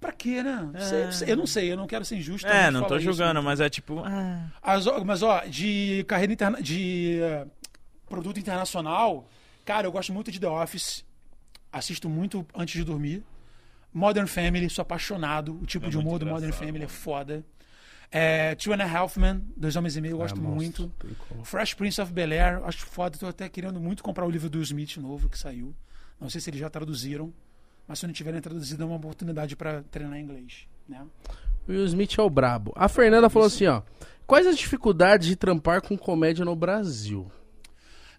[SPEAKER 2] Pra quê, né? Sei- sei- eu não sei, eu não quero ser injusto.
[SPEAKER 3] É,
[SPEAKER 2] eu
[SPEAKER 3] não tô
[SPEAKER 2] falo isso,
[SPEAKER 3] julgando,
[SPEAKER 2] né?
[SPEAKER 3] mas é tipo. ah,
[SPEAKER 2] As o- mas, ó, de carreira interna... de eh, produto internacional, cara, eu gosto muito de The Office. Assisto muito antes de dormir. Modern Family, sou apaixonado. O tipo de humor do Modern Family é foda. É, Two and a Half Men, Dois Homens e
[SPEAKER 3] Ah,
[SPEAKER 2] Meio, eu
[SPEAKER 1] É
[SPEAKER 2] gosto muito. Fresh Prince of Bel-Air, acho foda. Tô até querendo muito comprar o livro do Smith novo que saiu. Não sei se eles já traduziram. Mas se não tiverem traduzido, é uma oportunidade pra treinar inglês, né?
[SPEAKER 1] O Will Smith é o brabo. A Fernanda falou assim, ó. Quais as dificuldades de trampar com comédia no Brasil?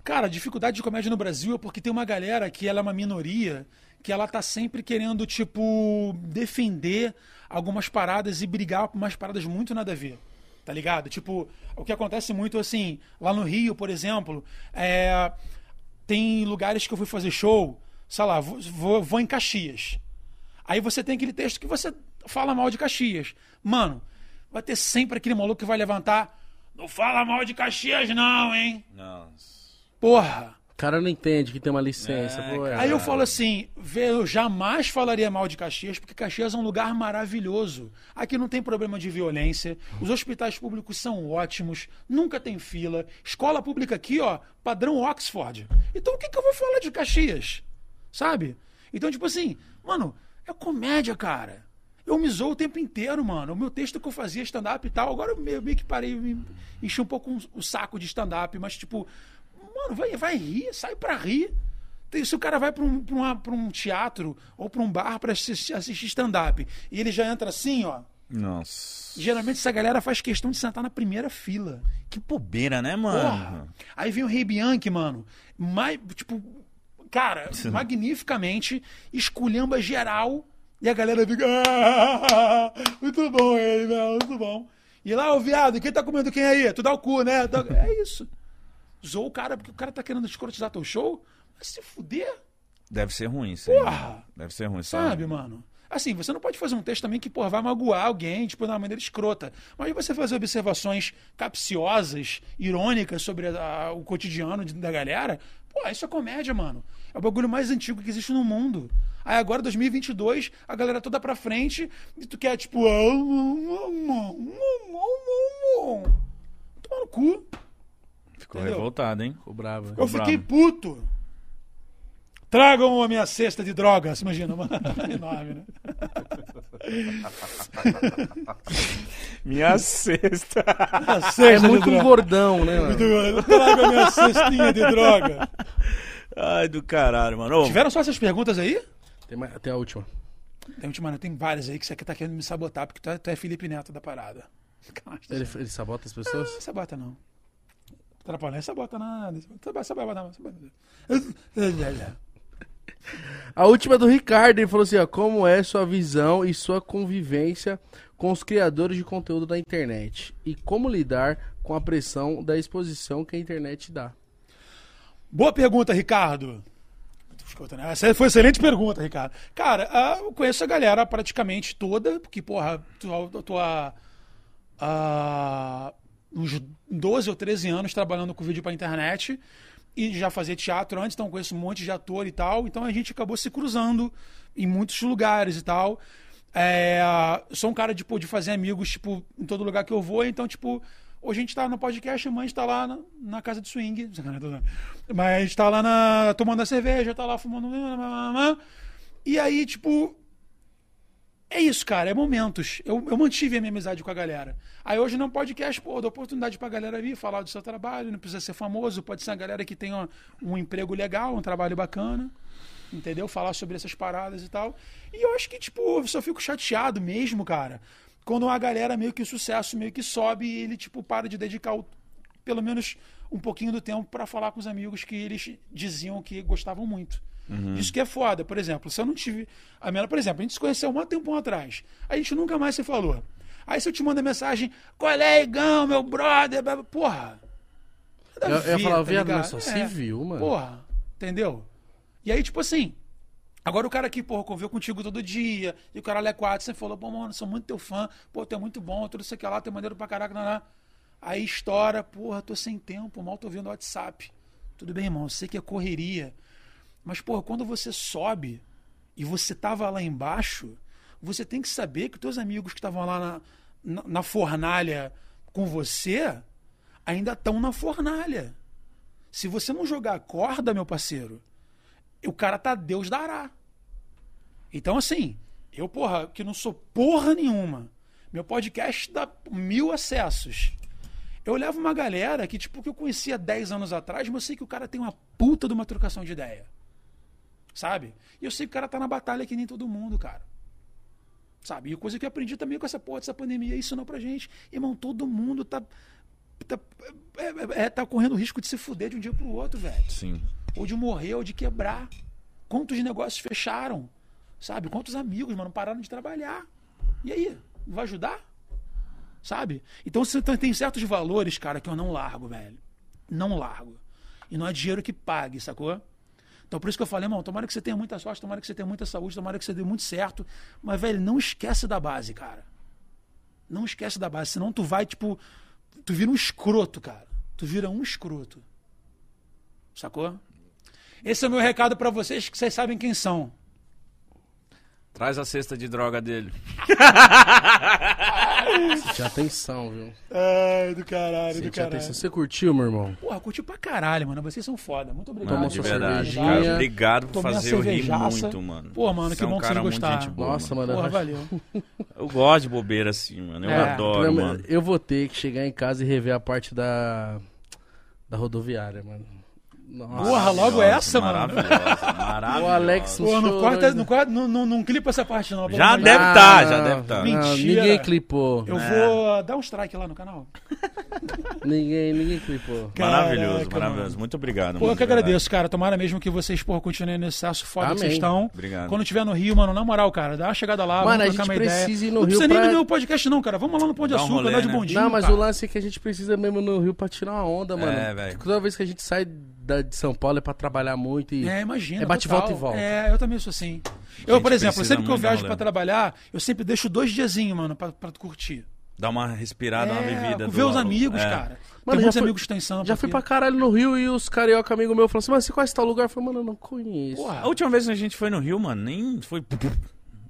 [SPEAKER 2] Cara, a dificuldade de comédia no Brasil é porque tem uma galera que ela é uma minoria, que ela tá sempre querendo, tipo, defender algumas paradas e brigar por umas paradas muito nada a ver. Tá ligado? Tipo, o que acontece muito, assim, lá no Rio, por exemplo, é, tem lugares que eu fui fazer show, sei lá, vou- vou, vou em Caxias. Aí você tem aquele texto que você fala mal de Caxias. Mano, vai ter sempre aquele maluco que vai levantar. Não fala mal de Caxias, não, hein?
[SPEAKER 8] Nossa.
[SPEAKER 2] Porra!
[SPEAKER 1] O cara não entende que tem uma licença. pô, é.
[SPEAKER 2] Aí eu falo assim, vê, eu jamais falaria mal de Caxias, porque Caxias é um lugar maravilhoso. Aqui não tem problema de violência, os hospitais públicos são ótimos, nunca tem fila, escola pública aqui, ó, padrão Oxford. Então o que, que eu vou falar de Caxias? Sabe? Então, tipo assim, mano, é comédia, cara. Eu me zoo o tempo inteiro, mano. O meu texto que eu fazia stand-up e tal, agora eu meio, meio que parei, me enchi um pouco um- o saco de stand-up, mas tipo, mano, vai, vai rir, sai pra rir. Tem- Se o cara vai pra um, pra uma- pra um teatro ou pra um bar pra assistir, assistir stand-up e ele já entra assim, ó.
[SPEAKER 8] Nossa.
[SPEAKER 2] Geralmente essa galera faz questão de sentar na primeira fila.
[SPEAKER 3] Que bobeira, né,
[SPEAKER 2] Porra!
[SPEAKER 3] mano?
[SPEAKER 2] Aí vem o Rei Bianchi, mano. Mais, tipo, cara, magnificamente, esculhamba geral. E a galera fica. "Ah, muito bom ele, né? Muito bom. E lá, ô viado, quem tá comendo quem aí? Tu dá o cu, né? Dá- É isso. Zoou o cara, porque o cara tá querendo escrotizar teu show. Mas se fuder.
[SPEAKER 3] Deve ser ruim isso aí.
[SPEAKER 2] Porra!
[SPEAKER 3] Deve ser ruim,
[SPEAKER 2] Sabe, mano? Assim, você não pode fazer um texto também que, porra, vai magoar alguém, tipo, de uma maneira escrota. Mas você fazer observações capciosas, irônicas sobre a- a- o cotidiano de- da galera, pô, isso é comédia, mano. É o bagulho mais antigo que existe no mundo. Aí agora, 2022, a galera toda pra frente e tu quer, tipo... um, Toma no cu.
[SPEAKER 3] Ficou
[SPEAKER 2] Entendeu?
[SPEAKER 3] revoltado, hein?
[SPEAKER 1] Ficou né? bravo.
[SPEAKER 2] Eu
[SPEAKER 3] bravo.
[SPEAKER 2] fiquei puto. Tragam a minha cesta de drogas, imagina, mano. (laughs) Enorme, né?
[SPEAKER 3] (laughs) Minha sexta.
[SPEAKER 1] É muito gordão, né,
[SPEAKER 2] (laughs)
[SPEAKER 1] mano?
[SPEAKER 2] Traga a minha cestinha de droga.
[SPEAKER 3] Ai, do caralho, mano. Ô,
[SPEAKER 2] Tiveram só essas perguntas aí?
[SPEAKER 1] Tem mais- Até a última.
[SPEAKER 2] Tem, mano, tem várias aí que você tá querendo me sabotar, porque tu é, tu é Felipe Neto da parada. Calma,
[SPEAKER 1] Ele, ele sabota as pessoas?
[SPEAKER 2] Não sabota, não. Atrapalhar, sabota nada. Sabota, sabota, sabota.
[SPEAKER 1] A última é do Ricardo, ele falou assim, ó, como é sua visão e sua convivência com os criadores de conteúdo da internet e como lidar com a pressão da exposição que a internet dá.
[SPEAKER 2] Boa pergunta, Ricardo. Escuta, né? Essa foi uma excelente pergunta, Ricardo. Cara, ah, eu conheço a galera praticamente toda, porque, porra, tua, tua, ah, uns 12 ou 13 anos trabalhando com vídeo pra internet e já fazia teatro antes, então conheço um monte de ator e tal. Então a gente acabou se cruzando em muitos lugares e tal. É, sou um cara tipo, de fazer amigos tipo, em todo lugar que eu vou, então, tipo, hoje a gente tá no podcast, amanhã a gente tá lá na, na casa de swing. (laughs) sacanagem, tô zoando. Mas a gente tá lá na, tomando a cerveja, tá lá fumando. E aí, tipo, é isso, cara, é momentos. Eu, eu mantive a minha amizade com a galera. Aí hoje não podcast, pô, dá oportunidade pra galera vir falar do seu trabalho, não precisa ser famoso, pode ser uma galera que tem um, um emprego legal, um trabalho bacana, entendeu? Falar sobre essas paradas e tal. E eu acho que, tipo, eu só fico chateado mesmo, cara, quando a galera meio que o sucesso meio que sobe e ele, tipo, para de dedicar o- pelo menos um pouquinho do tempo pra falar com os amigos que eles diziam que gostavam muito.
[SPEAKER 1] Uhum.
[SPEAKER 2] Isso que é foda. Por exemplo, se eu não tive. A minha, por exemplo, a gente se conheceu um tempão atrás. A gente nunca mais se falou. Aí se eu te mando a mensagem, qual é, Igão, meu brother? blá, blá, Porra!
[SPEAKER 1] Eu, eu ia
[SPEAKER 2] vi,
[SPEAKER 1] falar,
[SPEAKER 2] tá
[SPEAKER 1] viado,
[SPEAKER 2] ligado?
[SPEAKER 1] mas só se
[SPEAKER 2] É.
[SPEAKER 1] viu, mano.
[SPEAKER 2] Porra, entendeu? E aí, tipo assim, agora o cara que, porra, conviveu contigo todo dia, e o caralho é quatro, você falou, pô, mano, sou muito teu fã, pô, tu é muito bom, tudo isso aqui lá, tu é maneiro pra caraca, naná. Aí estoura, porra, tô sem tempo, mal tô vendo o WhatsApp. Tudo bem, irmão, eu sei que é correria. Mas, porra, quando você sobe e você tava lá embaixo, você tem que saber que teus amigos que estavam lá na, na, na fornalha com você ainda estão na fornalha. Se você não jogar a corda, meu parceiro, o cara tá Deus dará. Então, assim, eu, porra, que não sou porra nenhuma. Meu podcast dá mil acessos. Eu levo uma galera que, tipo, que eu conhecia 10 anos atrás, mas eu sei que o cara tem uma puta de uma trocação de ideia. Sabe? E eu sei que o cara tá na batalha que nem todo mundo, cara. Sabe? E coisa que eu aprendi também com essa porra dessa pandemia, isso não pra gente. Irmão, todo mundo tá. Tá, é- é- é- tá correndo risco de se fuder de um dia pro outro, velho
[SPEAKER 3] Sim.
[SPEAKER 2] ou de morrer, ou de quebrar. Quantos negócios fecharam? Sabe? Quantos amigos, mano, pararam de trabalhar? E aí? Vai ajudar? Sabe? Então você tem- tem certos valores, cara, que eu não largo, velho. Não largo. E não é dinheiro que pague, sacou? Então por isso que eu falei, irmão, tomara que você tenha muita sorte, tomara que você tenha muita saúde, tomara que você dê muito certo. Mas, velho, não esquece da base, cara. Não esquece da base, senão tu vai, tipo. Tu vira um escroto, cara. Tu vira um escroto. Sacou? Esse é o meu recado pra vocês, que vocês sabem quem são.
[SPEAKER 3] Traz a cesta de droga dele.
[SPEAKER 1] Tinha atenção, viu?
[SPEAKER 2] Ai, do caralho,
[SPEAKER 1] Tinha atenção. Você curtiu, meu irmão?
[SPEAKER 2] Porra, curtiu pra caralho, mano. Vocês são foda. Muito obrigado.
[SPEAKER 1] Tomou
[SPEAKER 3] Mano,
[SPEAKER 1] Toma
[SPEAKER 3] de
[SPEAKER 1] sua
[SPEAKER 3] verdade,
[SPEAKER 1] cervejinha,
[SPEAKER 3] cara. Obrigado por
[SPEAKER 2] tomei uma
[SPEAKER 3] fazer eu rir
[SPEAKER 2] cervejaça.
[SPEAKER 3] muito, mano.
[SPEAKER 2] Pô, mano, que
[SPEAKER 3] é um
[SPEAKER 2] bom que
[SPEAKER 3] cara
[SPEAKER 2] vocês
[SPEAKER 3] muito
[SPEAKER 2] gostaram.
[SPEAKER 3] gente boa,
[SPEAKER 1] Nossa, mano. (laughs)
[SPEAKER 2] Porra, valeu.
[SPEAKER 3] mano. Eu gosto de bobeira assim, mano. Eu
[SPEAKER 2] É.
[SPEAKER 3] adoro,
[SPEAKER 1] Não,
[SPEAKER 3] mano.
[SPEAKER 1] Eu vou ter que chegar em casa e rever a parte da, da rodoviária, mano. Nossa.
[SPEAKER 2] Porra, logo
[SPEAKER 3] Maravilhosa,
[SPEAKER 2] essa, mano. (laughs)
[SPEAKER 3] Maravilhosa, maravilhosa.
[SPEAKER 1] O Alex
[SPEAKER 2] Porra, não
[SPEAKER 1] Show,
[SPEAKER 2] corta,
[SPEAKER 1] né?
[SPEAKER 2] não, corta, não, não, não clipa essa parte, não. pelo
[SPEAKER 3] Já né?
[SPEAKER 2] amor de
[SPEAKER 3] é deve
[SPEAKER 2] Deus.
[SPEAKER 3] tá, já deve tá.
[SPEAKER 1] Ah, não,
[SPEAKER 2] Mentira.
[SPEAKER 1] Ninguém clipou.
[SPEAKER 2] Eu vou dar um strike lá no canal.
[SPEAKER 1] Ninguém, ninguém clipou.
[SPEAKER 3] Maravilhoso,
[SPEAKER 2] Caraca,
[SPEAKER 3] maravilhoso. Muito obrigado,
[SPEAKER 2] Pô,
[SPEAKER 3] mano.
[SPEAKER 2] eu que
[SPEAKER 3] de verdade.
[SPEAKER 2] agradeço, cara. Tomara mesmo que vocês, porra, continuem nesse acesso foda que
[SPEAKER 1] Amém.
[SPEAKER 2] vocês estão.
[SPEAKER 3] Obrigado.
[SPEAKER 2] Quando tiver no Rio, mano, na moral, cara, dá uma chegada lá,
[SPEAKER 1] Mano,
[SPEAKER 2] vamos
[SPEAKER 1] a
[SPEAKER 2] trocar
[SPEAKER 1] gente
[SPEAKER 2] uma
[SPEAKER 1] precisa
[SPEAKER 2] ideia.
[SPEAKER 1] ir no
[SPEAKER 2] não
[SPEAKER 1] Rio
[SPEAKER 2] precisa nem
[SPEAKER 1] pra-
[SPEAKER 2] no meu podcast, não, cara. Vamos lá no Pão de
[SPEAKER 3] Dá um
[SPEAKER 2] Açúcar,
[SPEAKER 3] rolê,
[SPEAKER 2] andar de
[SPEAKER 3] né?
[SPEAKER 2] bondinho,
[SPEAKER 1] Não, mas
[SPEAKER 2] cara. É,
[SPEAKER 1] o lance é que a gente precisa mesmo no Rio pra tirar uma onda, mano.
[SPEAKER 3] velho.
[SPEAKER 1] Toda vez que a gente sai da, de São Paulo é pra trabalhar muito e.
[SPEAKER 2] É, imagina.
[SPEAKER 1] É bate,
[SPEAKER 2] total.
[SPEAKER 1] volta e volta.
[SPEAKER 2] É, eu também sou assim. Eu, por exemplo,
[SPEAKER 3] precisa
[SPEAKER 2] sempre que eu
[SPEAKER 3] muito dar
[SPEAKER 2] viajo
[SPEAKER 3] um
[SPEAKER 2] pra
[SPEAKER 3] rolê.
[SPEAKER 2] trabalhar, eu sempre deixo dois diazinhos, mano, pra, pra tu curtir.
[SPEAKER 3] Dá uma respirada, uma bebida. do
[SPEAKER 2] É, ver os
[SPEAKER 3] Lauro.
[SPEAKER 2] amigos,
[SPEAKER 3] É.
[SPEAKER 2] cara.
[SPEAKER 1] É, Mano,
[SPEAKER 2] Tem
[SPEAKER 1] já
[SPEAKER 2] muitos
[SPEAKER 1] fui-
[SPEAKER 2] amigos que estão em Sampa.
[SPEAKER 1] Já fui pra
[SPEAKER 2] aqui.
[SPEAKER 1] caralho no Rio e os carioca amigo meu falaram assim, mas você conhece tal lugar? Eu falei, mano, eu não conheço.
[SPEAKER 2] Porra.
[SPEAKER 3] A última vez que a gente foi no Rio, mano,
[SPEAKER 2] (laughs)
[SPEAKER 3] nem foi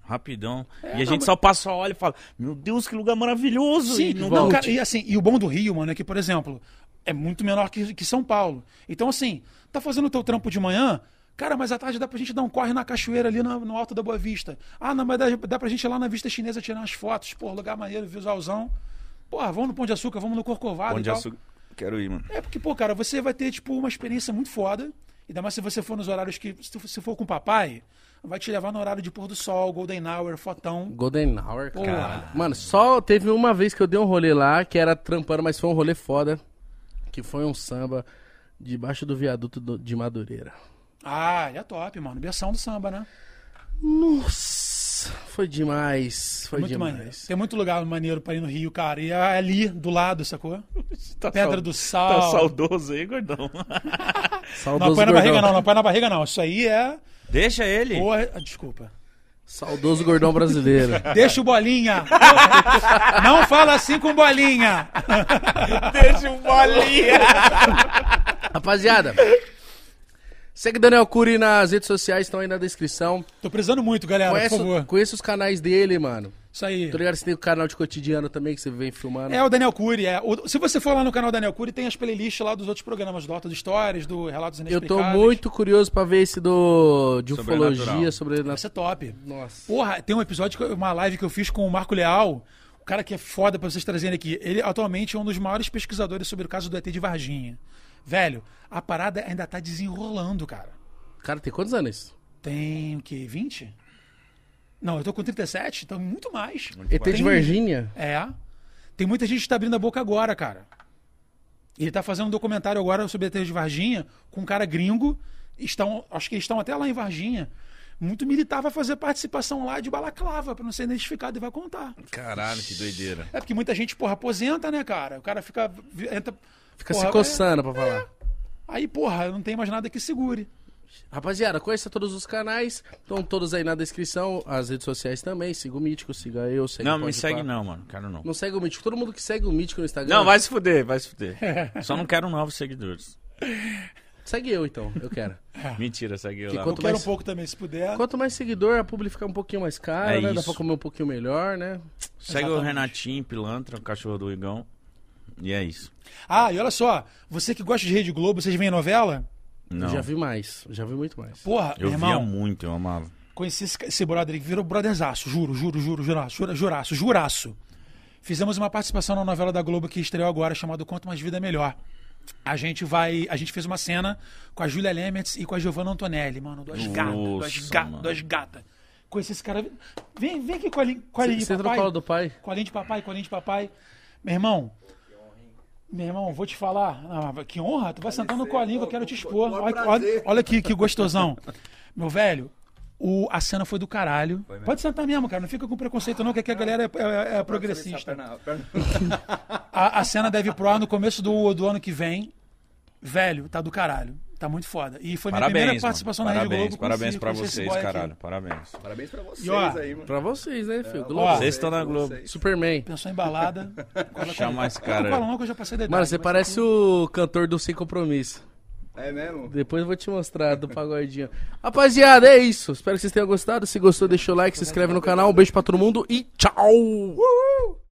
[SPEAKER 3] rapidão. e a
[SPEAKER 2] É, não,
[SPEAKER 3] gente
[SPEAKER 2] mas-
[SPEAKER 3] só passa, olha e fala: Meu Deus, que lugar maravilhoso!
[SPEAKER 2] Sim,
[SPEAKER 3] e não
[SPEAKER 2] não,
[SPEAKER 3] dá-
[SPEAKER 2] cara, e assim, e o bom do Rio, mano, é que, por exemplo, é muito menor que, que São Paulo. Então, assim, tá fazendo o teu trampo de manhã, cara, mas à tarde dá pra gente dar um corre na cachoeira ali no, no Alto da Boa Vista. Ah, não, mas dá, dá pra gente ir lá na Vista Chinesa tirar umas fotos, pô, lugar maneiro, visualzão. Porra, vamos no Pão de Açúcar, vamos no Corcovado
[SPEAKER 3] Pão
[SPEAKER 2] e
[SPEAKER 3] de
[SPEAKER 2] tal.
[SPEAKER 3] açúcar. é Quero ir, mano.
[SPEAKER 2] É porque, pô, cara, você vai ter, tipo, uma experiência muito foda. Ainda mais se você for nos horários que. Se tu- se for com o papai, vai te levar no horário de pôr do sol, Golden Hour, fotão.
[SPEAKER 1] Golden Hour, cara.
[SPEAKER 2] Porra.
[SPEAKER 1] Mano, só teve uma vez que eu dei um rolê lá, que era trampando, mas foi um rolê foda. Que foi um samba debaixo do viaduto do- de Madureira.
[SPEAKER 2] Ah, ele é top, mano. Versão do samba, né?
[SPEAKER 1] Nossa, foi demais. Foi
[SPEAKER 2] Muito maneiro.
[SPEAKER 1] demais.
[SPEAKER 2] Tem muito lugar maneiro pra ir no Rio, cara. E é ali, do
[SPEAKER 1] (laughs)
[SPEAKER 2] lado, sacou?
[SPEAKER 3] Tá
[SPEAKER 2] Pedra
[SPEAKER 3] sau-
[SPEAKER 2] do Sal.
[SPEAKER 3] Tá saudoso aí, gordão.
[SPEAKER 2] Não
[SPEAKER 1] Saudoso
[SPEAKER 2] põe na
[SPEAKER 1] gordão.
[SPEAKER 2] barriga, não. Não põe na barriga, não. Isso aí é.
[SPEAKER 3] Deixa ele.
[SPEAKER 2] Porra. Desculpa.
[SPEAKER 1] Saudoso gordão brasileiro.
[SPEAKER 2] Deixa
[SPEAKER 1] (laughs)
[SPEAKER 2] o bolinha. Não fala assim com bolinha.
[SPEAKER 3] Deixa o bolinha.
[SPEAKER 1] Rapaziada, segue Daniel Cury nas redes sociais, estão aí na descrição.
[SPEAKER 2] Tô precisando muito, galera,
[SPEAKER 1] Conhece,
[SPEAKER 2] por favor.
[SPEAKER 1] conheça os canais dele, mano.
[SPEAKER 2] Isso aí.
[SPEAKER 1] Tô ligado que você tem o canal de cotidiano também que você vem filmando.
[SPEAKER 2] É o Daniel Cury. É. O- se você for lá no canal Daniel Cury, tem as playlists lá dos outros programas, do Alta de Histórias, do Relatos
[SPEAKER 1] Eu
[SPEAKER 2] Inexplicáveis.
[SPEAKER 1] tô muito curioso pra ver esse do de
[SPEAKER 3] Sobrenatural.
[SPEAKER 1] ufologia sobre
[SPEAKER 2] Vai ser top.
[SPEAKER 1] Nossa.
[SPEAKER 2] Porra, tem um episódio, que eu- uma live que eu fiz com o Marco Leal, o cara que é foda pra vocês trazerem aqui. Ele atualmente é um dos maiores pesquisadores sobre o caso do ET de Varginha. Velho, a parada ainda tá desenrolando, cara.
[SPEAKER 1] Cara, tem quantos anos isso?
[SPEAKER 2] Tem o quê? 20? Não, eu tô com 37, então muito mais.
[SPEAKER 1] ET de
[SPEAKER 2] Tem-
[SPEAKER 1] Virgínia?
[SPEAKER 2] É. Tem muita gente que tá abrindo a boca agora, cara. Ele tá fazendo um documentário agora sobre ET de Varginha com um cara gringo. Estão, acho que eles estão até lá em Varginha. Muito militar vai fazer participação lá de balaclava pra não ser identificado e vai contar.
[SPEAKER 3] (laughs) Caralho, que doideira.
[SPEAKER 2] É porque muita gente, porra, aposenta, né, cara? O cara fica. vi- Entra,
[SPEAKER 1] Fica
[SPEAKER 2] porra,
[SPEAKER 1] se coçando pra falar.
[SPEAKER 2] é. aí, porra, não tem mais nada que segure.
[SPEAKER 1] Rapaziada, conheça todos os canais, estão todos aí na descrição, as redes sociais também. Siga o Mítico, siga eu, segue
[SPEAKER 3] Não,
[SPEAKER 1] o
[SPEAKER 3] me
[SPEAKER 1] Pode
[SPEAKER 3] segue
[SPEAKER 1] Pá.
[SPEAKER 3] não, mano. Quero não.
[SPEAKER 1] Não segue o Mítico. Todo mundo que segue o Mítico no Instagram.
[SPEAKER 3] Não, vai se fuder, vai se fuder. Só não quero novos seguidores.
[SPEAKER 1] Segue eu então, eu quero.
[SPEAKER 3] Mentira, segue eu
[SPEAKER 1] Que
[SPEAKER 3] lá.
[SPEAKER 1] quanto-
[SPEAKER 2] Quero
[SPEAKER 1] mais-
[SPEAKER 2] um pouco também, se puder.
[SPEAKER 1] Quanto mais seguidor, a publi fica um pouquinho mais cara,
[SPEAKER 3] É
[SPEAKER 1] né? Dá
[SPEAKER 3] isso.
[SPEAKER 1] pra comer um pouquinho melhor, né?
[SPEAKER 3] Segue o
[SPEAKER 2] Exatamente.
[SPEAKER 3] Renatinho, pilantra, o cachorro do Igão. E é isso.
[SPEAKER 2] Ah, e olha só, você que gosta de Rede Globo, vocês veem novela?
[SPEAKER 3] Não.
[SPEAKER 1] Já vi mais, já vi muito mais.
[SPEAKER 2] Porra,
[SPEAKER 3] Eu
[SPEAKER 2] irmão.
[SPEAKER 3] via muito, eu amava.
[SPEAKER 2] Conheci esse, esse brother que virou brotherzaço, juro, juro, juro, juraço, jura- juraço, juraço. Fizemos uma participação na novela da Globo que estreou agora, chamada Quanto Mais Vida Melhor. A gente vai. A gente fez uma cena com a Julia Lemertz e com a Giovanna Antonelli, mano. Duas gatas, duas
[SPEAKER 3] Nossa,
[SPEAKER 2] gatas,
[SPEAKER 3] mano.
[SPEAKER 2] duas gatas. Conheci esse cara. Vem, vem aqui com a linha, com a linha de
[SPEAKER 1] Você entrou no
[SPEAKER 2] papai.
[SPEAKER 1] colo do pai?
[SPEAKER 2] Colinho de papai, colinho de papai. Meu irmão, meu irmão, vou te falar. Ah, mas que honra, tu vai sentando no colinho que eu quero te expor. Olha, olha, olha aqui, que gostosão. Meu velho, o, a cena foi do caralho. Pode sentar mesmo, cara, não fica com preconceito não, que aqui a galera é, é- é
[SPEAKER 8] Tá,
[SPEAKER 2] progressista. A, a cena deve ir pro ar no começo do, do ano que vem. Velho, tá do caralho. Tá muito foda. E foi minha primeira
[SPEAKER 3] Parabéns,
[SPEAKER 2] participação
[SPEAKER 3] mano.
[SPEAKER 2] na Rede
[SPEAKER 3] Parabéns,
[SPEAKER 2] Globo.
[SPEAKER 3] parabéns
[SPEAKER 2] conheci-
[SPEAKER 3] pra
[SPEAKER 2] conheci esse
[SPEAKER 3] vocês,
[SPEAKER 2] boy aqui.
[SPEAKER 3] caralho. Parabéns.
[SPEAKER 8] Parabéns pra vocês
[SPEAKER 2] E, ó,
[SPEAKER 8] aí, mano.
[SPEAKER 1] Pra vocês, né, filho? Globo.
[SPEAKER 2] É, ó,
[SPEAKER 3] Vocês estão na Globo.
[SPEAKER 1] Superman.
[SPEAKER 2] Pensou em balada.
[SPEAKER 3] (laughs) Chama esse
[SPEAKER 2] Não fala
[SPEAKER 3] cara.
[SPEAKER 2] não que eu já passei da idade.
[SPEAKER 1] Mano, você
[SPEAKER 2] mas- tá
[SPEAKER 1] parece o cantor do Sem Compromisso.
[SPEAKER 8] É mesmo?
[SPEAKER 1] Depois eu vou te mostrar do pagodinho. Rapaziada, é isso.
[SPEAKER 2] Uh!
[SPEAKER 1] Espero que vocês tenham gostado. Se gostou, deixa o like, se inscreve no canal. Um beijo pra todo mundo e tchau!